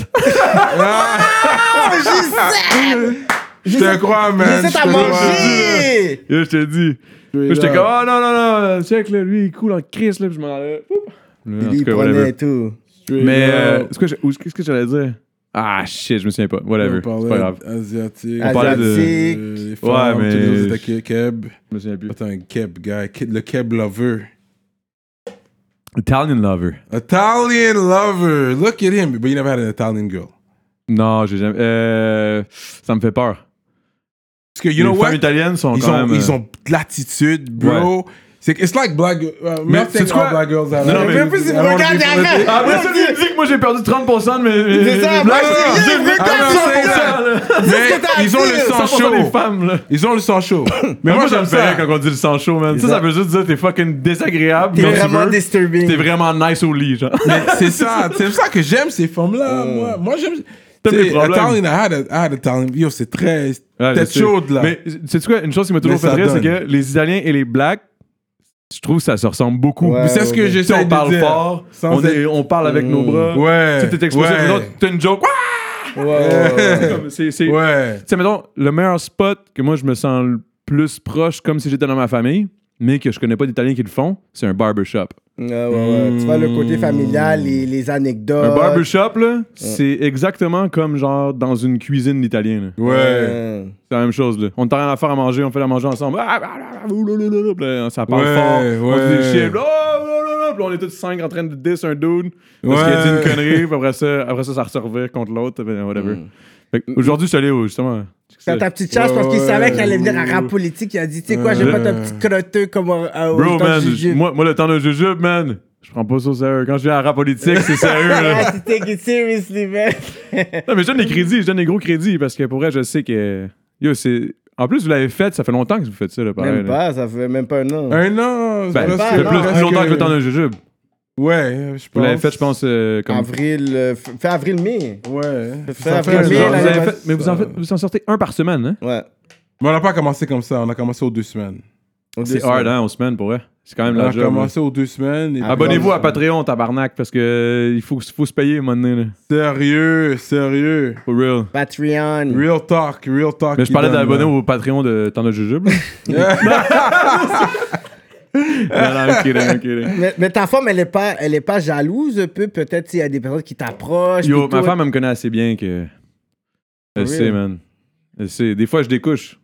Speaker 3: Je te crois,
Speaker 4: Ah,
Speaker 3: man.
Speaker 2: J'essaie
Speaker 3: je
Speaker 2: à
Speaker 3: te crois.
Speaker 2: manger.
Speaker 4: Yo, je te dis. Yo, J'étais comme, oh non, non, non, check, là, lui, il coule en crise, là, puis je m'en allais. Oup. Là, en
Speaker 2: Il
Speaker 4: tout cas,
Speaker 2: prenait
Speaker 4: whatever.
Speaker 2: tout.
Speaker 3: Straight
Speaker 4: Mais, euh,
Speaker 3: up.
Speaker 4: ce que je- où- qu'est-ce que j'allais dire? Ah, shit, je me souviens pas. Whatever.
Speaker 3: on
Speaker 4: C'est
Speaker 3: parlait
Speaker 4: pas grave.
Speaker 3: asiatique.
Speaker 4: On parlait de-
Speaker 2: Asiatique.
Speaker 3: Euh, les femmes,
Speaker 4: mais-
Speaker 3: tous les autres étaient keb.
Speaker 4: Je me souviens plus.
Speaker 3: Attends, un keb guy. Ke- Le keb lover.
Speaker 4: Italian Lover.
Speaker 3: Italian lover. Look at him. But you never had an Italian girl.
Speaker 4: Non, j'ai jamais. Euh, ça me fait peur.
Speaker 3: Parce que, you
Speaker 4: Les
Speaker 3: know
Speaker 4: femmes
Speaker 3: what?
Speaker 4: italiennes sont
Speaker 3: Ils
Speaker 4: quand
Speaker 3: ont,
Speaker 4: même. euh,
Speaker 3: ils ont de l'attitude, bro. C'est, it's like black... Uh,
Speaker 4: Mais
Speaker 3: not saying
Speaker 4: c'est quoi?
Speaker 3: all black girls have
Speaker 4: Non, non,
Speaker 3: it.
Speaker 4: mais-
Speaker 2: Mais si vous
Speaker 3: I don't
Speaker 2: regardez
Speaker 3: wanna be
Speaker 2: après-
Speaker 3: politic.
Speaker 4: Après Ah, ça, lui, il dit que euh, moi j'ai perdu 30% de mes.
Speaker 2: C'est ça,
Speaker 4: mes
Speaker 2: moi,
Speaker 4: blagues.
Speaker 2: je dis,
Speaker 4: J'ai
Speaker 2: il regarde
Speaker 4: perdu
Speaker 3: 100%,
Speaker 4: 100%, là.
Speaker 3: Mais
Speaker 2: que t'as
Speaker 3: ils ont le
Speaker 2: dit?
Speaker 3: sang
Speaker 4: 100% des
Speaker 3: chaud.
Speaker 4: femmes, là.
Speaker 3: Ils ont le sang chaud. Mais
Speaker 4: Mais
Speaker 3: moi,
Speaker 4: moi, j'aime
Speaker 3: j'aime ça.
Speaker 4: ça quand on dit le sang chaud, man. Ça,
Speaker 2: Exact.
Speaker 4: ça veut juste dire que t'es fucking désagréable.
Speaker 2: T'es
Speaker 4: quand tu
Speaker 2: vraiment
Speaker 4: veux.
Speaker 2: disturbing.
Speaker 4: T'es vraiment nice au lit, genre.
Speaker 3: Mais c'est ça, c'est ça que j'aime ces formes-là. Moi, moi j'aime.
Speaker 4: T'as
Speaker 3: Tu sais,
Speaker 4: mes problèmes.
Speaker 3: Italian, I had a, I had a Italian. Yo, c'est très.
Speaker 4: Ouais, je
Speaker 3: tête
Speaker 4: sais.
Speaker 3: chaude, là.
Speaker 4: Mais sais quoi, une chose qui m'a toujours
Speaker 3: Mais
Speaker 4: fait
Speaker 3: ça
Speaker 4: rire, c'est
Speaker 3: donne.
Speaker 4: que les Italiens et les Blacks, je trouve que ça se ressemble beaucoup.
Speaker 2: Ouais.
Speaker 3: Mais c'est ce que
Speaker 2: ouais.
Speaker 4: Tu sais,
Speaker 3: j'essaie
Speaker 4: on
Speaker 3: de
Speaker 4: parle
Speaker 3: dire.
Speaker 4: fort,
Speaker 3: Sans
Speaker 4: on, est-
Speaker 3: être-
Speaker 4: on parle avec nos bras.
Speaker 3: Ouais.
Speaker 4: Tu sais, t'es explosif,
Speaker 3: ouais,
Speaker 4: les autres, t'as une joke. Ah!
Speaker 2: Ouais, ouais, ouais.
Speaker 4: Comme c'est- c'est-
Speaker 3: Ouais.
Speaker 4: Tu sais, mettons, le meilleur spot que moi je me sens le plus proche, comme si j'étais dans ma famille, mais que je connais pas d'Italiens qui le font, c'est un barbershop.
Speaker 2: Ah, ouais, ouais. Tu vois, le côté familial, les, les anecdotes.
Speaker 4: Un
Speaker 3: Euh,
Speaker 4: barbershop, là, c'est exactement comme genre dans une cuisine d'Italien. là.
Speaker 2: Ouais.
Speaker 4: C'est la même chose, là. On t'a rien à faire à manger, on fait la manger ensemble. Ah, bah, là, là, oulalala, puis là, Ça parle
Speaker 3: Ouais,
Speaker 4: fort. On se dit
Speaker 3: ouais.
Speaker 4: des chiens, là, ah, là, là, là, puis on est tous cinq en train de diss un dude. Parce qu'il a dit
Speaker 3: Ouais.
Speaker 4: une connerie, puis après ça, après ça, ça resservait contre l'autre, puis whatever. Fait que Aujourd'hui, je suis allé au, justement.
Speaker 2: T'as ta petite chance
Speaker 3: Ouais,
Speaker 2: parce qu'il
Speaker 3: ouais,
Speaker 2: savait qu'il allait
Speaker 3: ouais.
Speaker 2: venir à rap politique. Il a dit, tu sais quoi, je vais
Speaker 4: Ouais.
Speaker 2: mettre un petit crotteux comme au- à- au
Speaker 4: Bro,
Speaker 2: temps de
Speaker 4: man,
Speaker 2: jujube.
Speaker 4: je- moi, moi, le temps d'un jujube, man, je prends pas ça au sérieux. Quand je viens à rap politique, c'est sérieux, là.
Speaker 2: Ah, tu take it seriously, man.
Speaker 4: Non, mais je donne des crédits, je donne des gros crédits parce que pour vrai, je sais que. Yo, c'est. En plus, vous l'avez fait, ça fait longtemps que vous faites ça, là, pareil.
Speaker 2: Même
Speaker 4: là.
Speaker 2: pas, ça fait même pas un an.
Speaker 3: Un an.
Speaker 4: Ben,
Speaker 2: pas,
Speaker 4: ça fait
Speaker 2: non,
Speaker 4: plus, plus longtemps que le temps
Speaker 3: de.
Speaker 4: d'un jujube.
Speaker 3: Ouais, je pense.
Speaker 4: Vous l'avez fait, je pense, euh, comme.
Speaker 2: Avril, euh, f- fait avril-mai.
Speaker 3: Ouais.
Speaker 2: fait
Speaker 3: Ça
Speaker 2: avril,
Speaker 3: un
Speaker 2: mai,
Speaker 3: an.
Speaker 4: Vous
Speaker 2: l'année
Speaker 4: avez
Speaker 2: passée.
Speaker 4: fait- mais vous en, faites- vous en sortez un par semaine, hein?
Speaker 2: Ouais.
Speaker 3: Mais on n'a pas commencé comme ça, on a commencé aux deux semaines.
Speaker 2: Au deux
Speaker 4: C'est
Speaker 2: semaines.
Speaker 4: hard, hein, en semaine, pour vrai. C'est quand même
Speaker 3: On
Speaker 4: la
Speaker 3: a
Speaker 4: job. là.
Speaker 3: commencé aux deux semaines. et puis-
Speaker 4: Abonnez-vous à Patreon, tabarnak, parce que euh, il faut, faut se payer un moment donné, là.
Speaker 3: Sérieux, sérieux.
Speaker 4: For real.
Speaker 2: Patreon.
Speaker 3: Real talk, real talk.
Speaker 4: Mm. Mais je
Speaker 3: qui
Speaker 4: parlais
Speaker 3: donne,
Speaker 4: d'abonner
Speaker 3: là.
Speaker 4: au Patreon de Temps de Jujube. là. non, non, I'm kidding, I'm kidding.
Speaker 2: Mais, mais ta femme, elle est pas, elle est pas jalouse un peu, peut-être s'il y a des personnes qui t'approchent.
Speaker 4: Yo,
Speaker 2: puis
Speaker 4: ma
Speaker 2: tout.
Speaker 4: femme, elle me connaît assez bien que. Elle
Speaker 2: For
Speaker 4: sait,
Speaker 2: real?
Speaker 4: man. Elle sait. Des fois, je découche.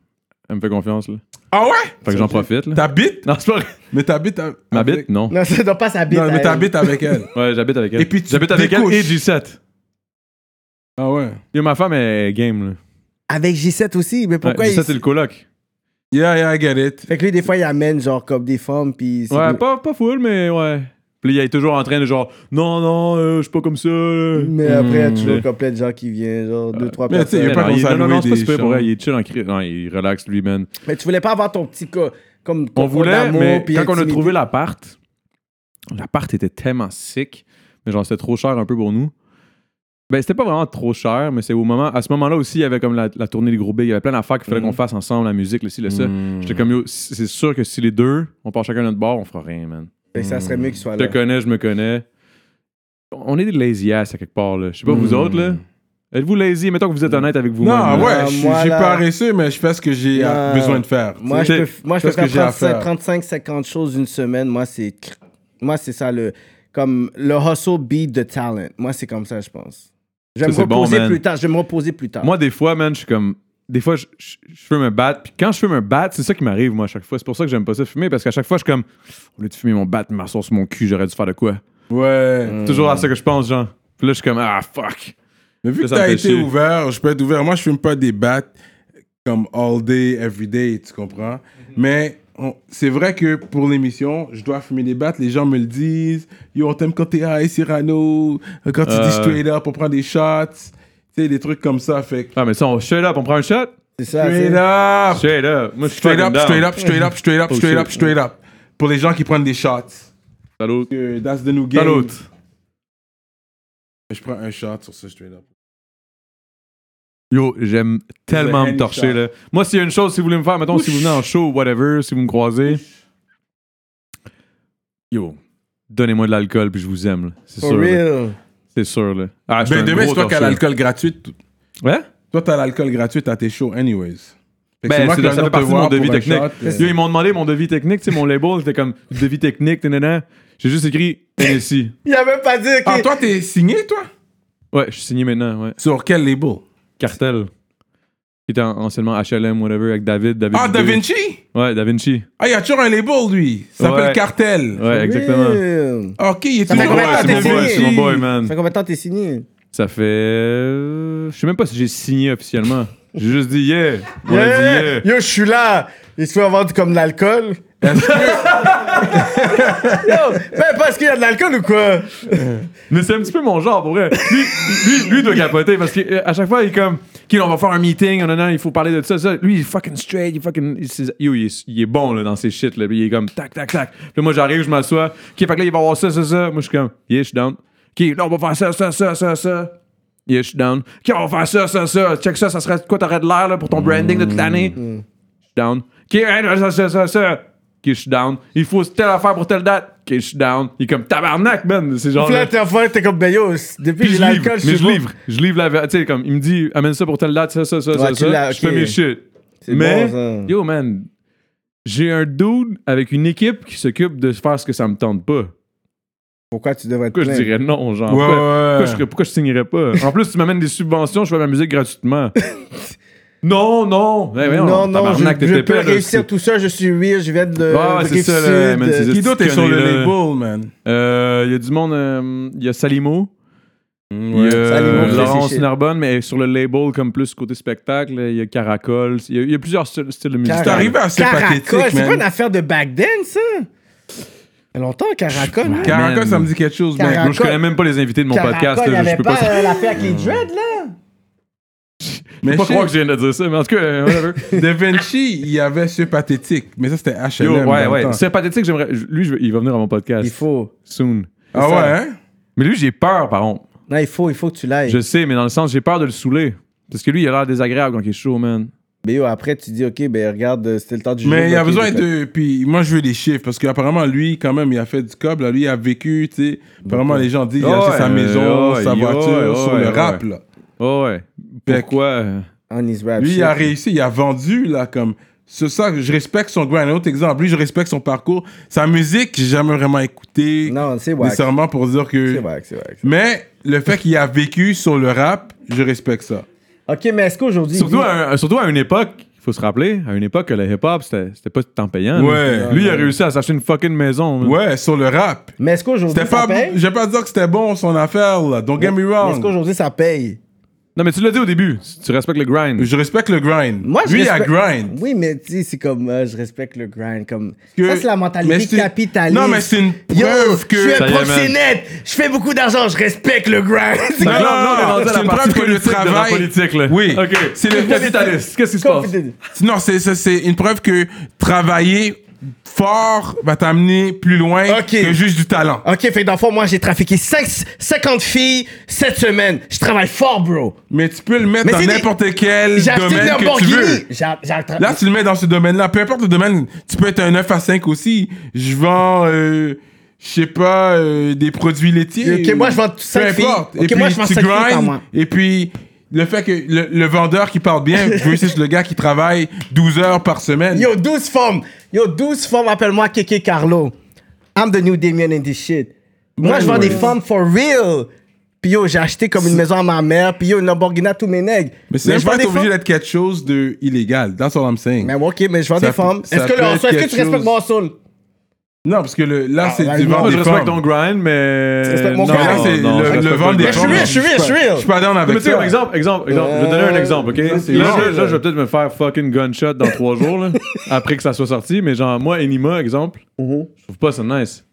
Speaker 4: Elle me fait confiance, là.
Speaker 3: Ah ouais?
Speaker 4: Fait que j'en profite, là.
Speaker 3: T'habites?
Speaker 4: Non, c'est pas vrai.
Speaker 3: Mais t'habites. à-
Speaker 4: Ma
Speaker 3: avec-
Speaker 4: bite? Non.
Speaker 2: Non, ça doit pas s'habiter.
Speaker 3: Non, mais t'habites avec elle.
Speaker 4: Ouais, j'habite avec elle.
Speaker 3: Et puis tu
Speaker 4: j'habite avec elle et
Speaker 3: découches.
Speaker 4: G7.
Speaker 3: Ah ouais?
Speaker 4: Yo, ma femme est game, là.
Speaker 2: Avec G7 aussi, mais pourquoi
Speaker 4: Ouais,
Speaker 2: il...
Speaker 4: G7, c'est le coloc.
Speaker 3: Yeah, yeah, I get it.
Speaker 2: Fait que lui, des fois, il amène genre comme des femmes, puis... c'est
Speaker 4: Ouais,
Speaker 2: comme-
Speaker 4: pas, pas full, mais ouais. Puis il est toujours en train de genre, non, non, euh, je suis pas comme ça. là.
Speaker 2: Mais après, il y a toujours
Speaker 4: mais-
Speaker 2: comme plein de gens qui viennent, genre deux, trois
Speaker 3: mais tu
Speaker 2: personnes.
Speaker 3: sais, il y a pas
Speaker 4: non,
Speaker 3: qu'on
Speaker 4: il-
Speaker 3: s'est
Speaker 4: non, non,
Speaker 3: alloué
Speaker 4: non, c'est pas
Speaker 3: des
Speaker 4: super pour
Speaker 3: chambres.
Speaker 4: elle. Il est chill en cri. Non, il relaxe, lui, man.
Speaker 2: Mais tu voulais pas avoir ton petit cas comme
Speaker 4: On
Speaker 2: confort
Speaker 4: voulait,
Speaker 2: d'amour,
Speaker 4: mais
Speaker 2: puis
Speaker 4: quand on a
Speaker 2: intimité.
Speaker 4: trouvé l'appart, l'appart était tellement sick, mais genre c'était trop cher un peu pour nous. Ben c'était pas vraiment trop cher, mais c'est au moment, à ce moment-là aussi, il y avait comme la, la tournée du gros B, il y avait plein d'affaires qu'il fallait
Speaker 2: Mm.
Speaker 4: qu'on fasse ensemble, la musique, le ci, le ça.
Speaker 3: Mm.
Speaker 4: J'étais comme, yo, c'est sûr que si les deux, on part chacun de notre bord, on fera rien, man.
Speaker 2: Fait que ça serait mieux qu'il soit
Speaker 4: Je
Speaker 2: là.
Speaker 4: te connais, je me connais. On est des lazy ass à quelque part, là. Je sais pas, vous
Speaker 3: Mm.
Speaker 4: autres, là. Êtes-vous lazy? Mettons que vous êtes honnête avec vous.
Speaker 3: Hmm. Non, ouais,
Speaker 2: Ah,
Speaker 3: je suis
Speaker 2: moi,
Speaker 3: je suis
Speaker 2: là-
Speaker 3: paresseux, mais je fais ce que j'ai à-
Speaker 2: Non.
Speaker 3: besoin de faire.
Speaker 2: Moi,
Speaker 3: tu sais.
Speaker 2: je peux, moi, je
Speaker 3: c'est
Speaker 2: peux
Speaker 3: ce que j'ai à
Speaker 2: faire
Speaker 3: faire.
Speaker 2: 35, 50 choses une semaine. Moi, c'est... Moi, c'est ça, le... Comme le hustle beat the talent. Moi, c'est comme ça, je pense. Je vais
Speaker 4: Ça,
Speaker 2: me
Speaker 4: c'est bon,
Speaker 2: reposer
Speaker 4: man.
Speaker 2: plus tard. Je vais me reposer plus tard.
Speaker 4: Moi, des fois, man, je suis comme. Des fois, je, je- je veux me battre. Puis quand je veux me battre, c'est ça qui m'arrive, moi, à chaque fois. C'est pour ça que j'aime pas ça fumer, parce qu'à chaque fois, je suis comme. Au lieu de fumer mon bat, ma source, mon cul, j'aurais dû faire de quoi.
Speaker 3: Ouais.
Speaker 2: Hmm.
Speaker 4: C'est toujours à ça que je pense, genre. Puis là, je suis comme, ah, fuck.
Speaker 3: Mais vu que
Speaker 4: Ça, ça
Speaker 3: t'as
Speaker 4: me fait
Speaker 3: été
Speaker 4: chier.
Speaker 3: ouvert, je peux être ouvert. Moi, je fume pas des battes comme all day, every day, tu comprends?
Speaker 4: Mhm.
Speaker 3: Mais on- c'est vrai que pour l'émission, je dois fumer des battes. Les gens me le disent. Yo, on t'aime quand t'es high, Cyrano. Quand tu
Speaker 4: Euh.
Speaker 3: dis straight up, on prend des shots. Tu sais, des trucs comme ça. Fait que
Speaker 4: Ah, mais ça, on shut up, on prend un shot?
Speaker 2: c'est ça.
Speaker 3: straight
Speaker 2: c'est-
Speaker 3: up!
Speaker 4: Shut up. Moi, je suis
Speaker 3: Straight up, straight
Speaker 4: fucking Ah, down.
Speaker 3: up, straight up, straight up,
Speaker 4: Oh,
Speaker 3: straight
Speaker 4: shit.
Speaker 3: up, straight up. Pour les gens qui prennent des shots.
Speaker 4: Salut.
Speaker 3: Que That's the new game.
Speaker 4: Salut.
Speaker 3: Je prends un shot sur ce straight up.
Speaker 4: Yo, j'aime tellement
Speaker 3: The
Speaker 4: me torcher,
Speaker 3: Henny
Speaker 4: là. Moi, s'il y a une chose, si vous voulez me faire, mettons, si vous venez en show, whatever, si vous me croisez. Yo, donnez-moi de l'alcool, puis je vous aime, là. C'est
Speaker 2: For
Speaker 4: sûr. là.
Speaker 2: real.
Speaker 4: C'est sûr, là. Ah, je suis
Speaker 3: Ben,
Speaker 4: un
Speaker 3: demain,
Speaker 4: gros
Speaker 3: c'est toi qui as Ben,
Speaker 4: torcheux.
Speaker 3: l'alcool gratuit.
Speaker 4: Ouais?
Speaker 3: Toi, t'as l'alcool gratuit à tes shows, anyways. Fait que
Speaker 4: Ben,
Speaker 3: moi
Speaker 4: c'est
Speaker 3: qui
Speaker 4: ça
Speaker 3: viens
Speaker 4: fait
Speaker 3: te
Speaker 4: partie de
Speaker 3: voir
Speaker 4: mon
Speaker 3: pour
Speaker 4: devis
Speaker 3: un
Speaker 4: technique.
Speaker 3: shot, euh,
Speaker 4: Yo, ils m'ont demandé mon devis technique, tu sais, mon label, c'était comme devis technique, nanana. J'ai juste écrit Tennessee.
Speaker 2: Il a même pas dit... ok.
Speaker 3: Ah, toi, t'es signé, toi
Speaker 4: Ouais, je suis signé maintenant, ouais.
Speaker 3: Sur quel label
Speaker 4: Cartel. Qui était en- anciennement HLM, whatever, avec David. David
Speaker 3: Ah, Da
Speaker 4: Dubé.
Speaker 3: Vinci
Speaker 4: Ouais, Da Vinci.
Speaker 3: Ah, il y a toujours un label, lui. Ça s'appelle
Speaker 4: Ouais.
Speaker 3: Cartel.
Speaker 4: Ouais, exactement.
Speaker 2: Real.
Speaker 3: Ok, il est
Speaker 2: Ça fait
Speaker 4: Ouais,
Speaker 3: toujours
Speaker 2: combien de temps
Speaker 3: là.
Speaker 4: c'est
Speaker 2: t'es
Speaker 4: mon boy,
Speaker 2: signé?
Speaker 4: c'est mon boy,
Speaker 2: Ça fait
Speaker 4: man.
Speaker 2: combien de temps t'es signé?
Speaker 4: Ça fait. euh, Je sais même pas si j'ai signé officiellement. J'ai juste dit yeah. On a dit yeah.
Speaker 2: Yo, je suis là. Il se fait vendre comme de l'alcool. Yo, ben parce qu'il y a de l'alcool ou
Speaker 4: Ah,
Speaker 2: quoi?
Speaker 4: Mais c'est un petit peu mon genre, pour vrai. Lui, lui, lui doit capoter parce qu'à chaque fois, il est comme, OK, on va faire un meeting, non, non, non, il faut parler de ça, ça. Lui, il est fucking straight, il est fucking. il- c'est- yo, il est, il est bon là, dans ses shit, là. Puis il est comme, tac, tac, tac. Puis là, moi, j'arrive, je m'assois. OK, fait que là, il va avoir ça, ça, ça. Moi, je suis comme, yeah, je suis down. OK, là, on va faire ça, ça, ça, ça, ça. Yeah, je suis down. OK, on va faire ça, ça, ça. Check ça, ça serait quoi, t'aurais de l'air, là, pour ton branding de toute l'année? Je suis down. OK, hey, là, ça, ça, ça, ça. OK, je suis down. Il faut telle affaire pour telle date. OK, je suis down. Il est comme, tabarnak, man. C'est genre.
Speaker 2: Puis là,
Speaker 4: là-
Speaker 2: t'es en fait, t'es comme, ben yo, c- depuis que
Speaker 4: puis
Speaker 2: j'ai
Speaker 4: je livre.
Speaker 2: l'alcool,
Speaker 4: Mais
Speaker 2: suis
Speaker 4: je
Speaker 2: bon.
Speaker 4: livre. Je livre la. Tu sais, comme, il me dit, amène ça pour telle date, ça, ça, ça, ça,
Speaker 2: tu
Speaker 4: ça.
Speaker 2: l'as,
Speaker 4: Je fais
Speaker 2: ok.
Speaker 4: mes shit.
Speaker 2: C'est
Speaker 4: Mais,
Speaker 2: bon, ça.
Speaker 4: yo, man, j'ai un dude avec une équipe qui s'occupe de faire ce que ça me tente pas.
Speaker 2: Pourquoi tu devrais te
Speaker 4: Pourquoi je
Speaker 2: plaindre?
Speaker 4: dirais non, genre?
Speaker 3: Ouais,
Speaker 4: pourquoi-
Speaker 3: ouais.
Speaker 4: Pourquoi je, pourquoi je signerais pas? En plus, tu m'amènes des subventions, je fais ma musique gratuitement. non, non! Eh, voyons,
Speaker 2: non, non,
Speaker 4: tabarnak,
Speaker 2: je, je
Speaker 4: t'étais
Speaker 2: peux
Speaker 4: pas, là,
Speaker 2: réussir tout ça, je suis real, je viens de
Speaker 4: Ah,
Speaker 2: de
Speaker 4: c'est ça, là,
Speaker 2: Rive-Sud,
Speaker 4: man, c'est
Speaker 2: euh,
Speaker 4: ça.
Speaker 3: Qui
Speaker 4: Petite
Speaker 3: d'autre est sur le
Speaker 4: connerie, là.
Speaker 3: label, man?
Speaker 4: c'est- Euh, Il y a du monde, euh, il y a Salimo,
Speaker 3: Mm,
Speaker 4: il y a
Speaker 2: Ça, les mots,
Speaker 4: euh,
Speaker 2: c'est
Speaker 4: Laurence
Speaker 2: shit.
Speaker 4: Narbonne, mais sur le label, comme plus côté spectacle, il y a Caracol, il y a, il y a plusieurs styles styles de musique.
Speaker 2: Caracol.
Speaker 3: C'est arrivé assez
Speaker 2: Caracol,
Speaker 3: pathétique,
Speaker 2: c'est pas une
Speaker 3: man.
Speaker 2: affaire de back then, ça? Ça fait longtemps, Caracol. non?
Speaker 3: Caracas,
Speaker 4: Man.
Speaker 3: ça me dit quelque chose,
Speaker 2: Caracas.
Speaker 3: man.
Speaker 4: Moi, je connais même pas les invités de mon
Speaker 2: Caracol,
Speaker 4: podcast,
Speaker 2: il
Speaker 4: là, je
Speaker 2: avait
Speaker 4: peux pas, Hmm.
Speaker 2: pas euh, l'affaire avec les dreads, là?
Speaker 4: je
Speaker 3: Mais
Speaker 4: peux pas
Speaker 3: shit,
Speaker 4: croire que je viens de dire ça, mais en tout cas, euh, whatever.
Speaker 3: Da Vinci, il y avait ce pathétique, mais ça c'était HLM.
Speaker 4: Yo, ouais,
Speaker 3: dans le
Speaker 4: ouais.
Speaker 3: temps.
Speaker 4: C'est pathétique, j'aimerais. Lui, je veux- il va venir à mon podcast.
Speaker 2: Il faut.
Speaker 4: Soon.
Speaker 3: Ah ouais,
Speaker 2: ça.
Speaker 3: hein?
Speaker 4: Mais lui, j'ai peur, par contre.
Speaker 2: Non, il faut, il faut que tu l'ailles.
Speaker 4: Je sais, mais dans le sens, j'ai peur de le saouler. Parce que lui, il a l'air désagréable quand il est chaud, man.
Speaker 2: Mais yo, après, tu dis, OK, ben regarde, euh, c'était le temps du
Speaker 3: Mais il y a
Speaker 2: ok, ben,
Speaker 3: besoin
Speaker 2: t'es fait.
Speaker 3: de. Puis moi, je veux des chiffres parce qu'apparemment, lui, quand même, il a fait du câble. là. Lui, il a vécu, tu sais. Apparemment, les gens disent il a
Speaker 4: Oh
Speaker 3: acheté sa
Speaker 4: ouais,
Speaker 3: maison,
Speaker 4: oh ouais,
Speaker 3: sa
Speaker 4: oh
Speaker 3: voiture
Speaker 4: ouais,
Speaker 3: sur
Speaker 4: oh
Speaker 3: le
Speaker 4: ouais,
Speaker 3: rap, là.
Speaker 4: Oh, ouais.
Speaker 3: Fait que-
Speaker 4: Pourquoi euh,
Speaker 2: On his rap
Speaker 3: Lui,
Speaker 2: shit,
Speaker 3: il a
Speaker 2: là.
Speaker 3: réussi, il a vendu, là, comme. C'est ça, je respecte son grind. Un autre exemple, lui, je respecte son parcours. Sa musique, j'ai jamais vraiment écouté.
Speaker 2: Non, c'est wack. C'est
Speaker 3: Nécessairement pour dire que.
Speaker 2: wack, c'est wack.
Speaker 3: Mais le fait qu'il a vécu sur le rap, je respecte ça.
Speaker 2: OK, mais est-ce qu'aujourd'hui...
Speaker 4: surtout,
Speaker 2: lui-
Speaker 4: à un- surtout à une époque, il faut se rappeler, à une époque, le hip-hop, c'était c'était pas tant payant.
Speaker 3: Ouais.
Speaker 4: là. Lui, il a réussi à s'acheter une fucking maison. man.
Speaker 3: Ouais, sur le rap.
Speaker 2: Mais est-ce qu'aujourd'hui,
Speaker 3: C'était
Speaker 2: ça
Speaker 3: pas.
Speaker 2: paye?
Speaker 3: Je vais pas dire que c'était bon son affaire, là. Don't get me
Speaker 2: Mais Est-ce
Speaker 3: wrong.
Speaker 2: qu'aujourd'hui, ça paye?
Speaker 4: Non, mais tu l'as dit au début, tu- tu respectes le grind.
Speaker 3: Je respecte le grind.
Speaker 2: Moi, je
Speaker 3: Lui,
Speaker 2: respecte-
Speaker 3: il a grind.
Speaker 2: Oui, mais tu sais, c'est comme euh, je respecte le grind. Comme...
Speaker 3: Que-
Speaker 2: Ça, c'est la mentalité
Speaker 3: mais c'est-
Speaker 2: capitaliste.
Speaker 3: Non, mais c'est une
Speaker 2: Yo,
Speaker 3: preuve que.
Speaker 2: je suis
Speaker 4: Ça
Speaker 2: un
Speaker 4: y est, man.
Speaker 2: proxénète, je fais beaucoup d'argent, je respecte le grind.
Speaker 4: Fait que
Speaker 3: Non,
Speaker 4: là,
Speaker 3: non,
Speaker 4: là, on est rendu à
Speaker 3: c'est
Speaker 4: la
Speaker 3: une
Speaker 4: partie
Speaker 3: preuve que le
Speaker 4: politique de la
Speaker 3: travail-
Speaker 4: politique, là.
Speaker 3: Oui.
Speaker 4: OK.
Speaker 3: C'est
Speaker 4: C'est
Speaker 3: le
Speaker 4: le capitaliste. Qu'est-ce qui se passe?
Speaker 3: Non, c'est- c'est c'est une preuve que travailler fort va t'amener plus loin
Speaker 2: Ok.
Speaker 3: que juste du talent.
Speaker 2: Ok, fait que dans le fond, moi, j'ai trafiqué cinq- 50 filles cette semaine. Je travaille fort, bro.
Speaker 3: Mais tu peux le mettre
Speaker 2: Mais
Speaker 3: dans
Speaker 2: c'est des-
Speaker 3: n'importe quel
Speaker 2: J'ai acheté une
Speaker 3: domaine que tu
Speaker 2: Lamborghini.
Speaker 3: veux.
Speaker 2: J'ai j'ai attra-
Speaker 3: Là, tu le mets dans ce domaine-là. Peu importe le domaine, tu peux être un 9 à 5 aussi. Je vends, euh, je sais pas, euh, des produits laitiers.
Speaker 2: Ok, moi, je vends cinq
Speaker 3: Peu importe.
Speaker 2: filles. Ok,
Speaker 3: et puis,
Speaker 2: moi, je vends
Speaker 3: tu
Speaker 2: cinq filles par
Speaker 3: grindes,
Speaker 2: mois.
Speaker 3: Et puis, le fait que le, le vendeur qui parle bien versus le gars qui travaille 12 heures par semaine.
Speaker 2: Yo, 12 femmes. Yo, 12 femmes, appelle-moi Keke Carlo. I'm the new Damien in this shit. Moi, je vends des femmes for real. Puis yo, j'ai acheté comme une maison à ma mère. Puis yo, une Lamborghini à tous mes nègres.
Speaker 3: mais c'est même
Speaker 2: je vends
Speaker 3: pas
Speaker 2: des
Speaker 3: être obligé
Speaker 2: femmes-
Speaker 3: d'être quelque chose de illégal. That's all I'm saying.
Speaker 2: Mais ok, mais je vends
Speaker 3: Ça
Speaker 2: des
Speaker 3: peut-
Speaker 2: femmes.
Speaker 3: ça
Speaker 2: Est-ce que,
Speaker 3: peut
Speaker 2: le-
Speaker 3: être
Speaker 2: est-ce que
Speaker 3: quelque
Speaker 2: tu respectes
Speaker 3: chose.
Speaker 2: mon soul?
Speaker 3: Non, parce que le, là,
Speaker 2: Ah,
Speaker 3: c'est
Speaker 2: bah,
Speaker 3: du
Speaker 2: moi,
Speaker 3: vendre
Speaker 4: Moi, je
Speaker 3: des
Speaker 4: respecte
Speaker 3: femmes.
Speaker 4: ton grind, mais.
Speaker 2: Tu respectes mon
Speaker 4: Non,
Speaker 3: Non, là,
Speaker 2: grind.
Speaker 3: c'est
Speaker 4: non, je
Speaker 3: le,
Speaker 4: respecte
Speaker 3: le
Speaker 4: pas
Speaker 3: vendre
Speaker 4: grind.
Speaker 3: des
Speaker 2: Mais je suis
Speaker 3: femmes.
Speaker 2: real, je suis real, je suis real.
Speaker 3: Je suis pas down
Speaker 4: Mais
Speaker 3: avec
Speaker 4: tu sais,
Speaker 3: ça.
Speaker 4: comme exemple, exemple, exemple, je vais te donner un exemple, ok?
Speaker 3: ça, c'est
Speaker 4: Là,
Speaker 3: vrai.
Speaker 4: là, là, je vais peut-être me faire fucking gunshot dans trois jours, là, après que ça soit sorti, mais genre, moi, Enima, exemple,
Speaker 2: Mm-hmm.
Speaker 4: je trouve pas ça nice.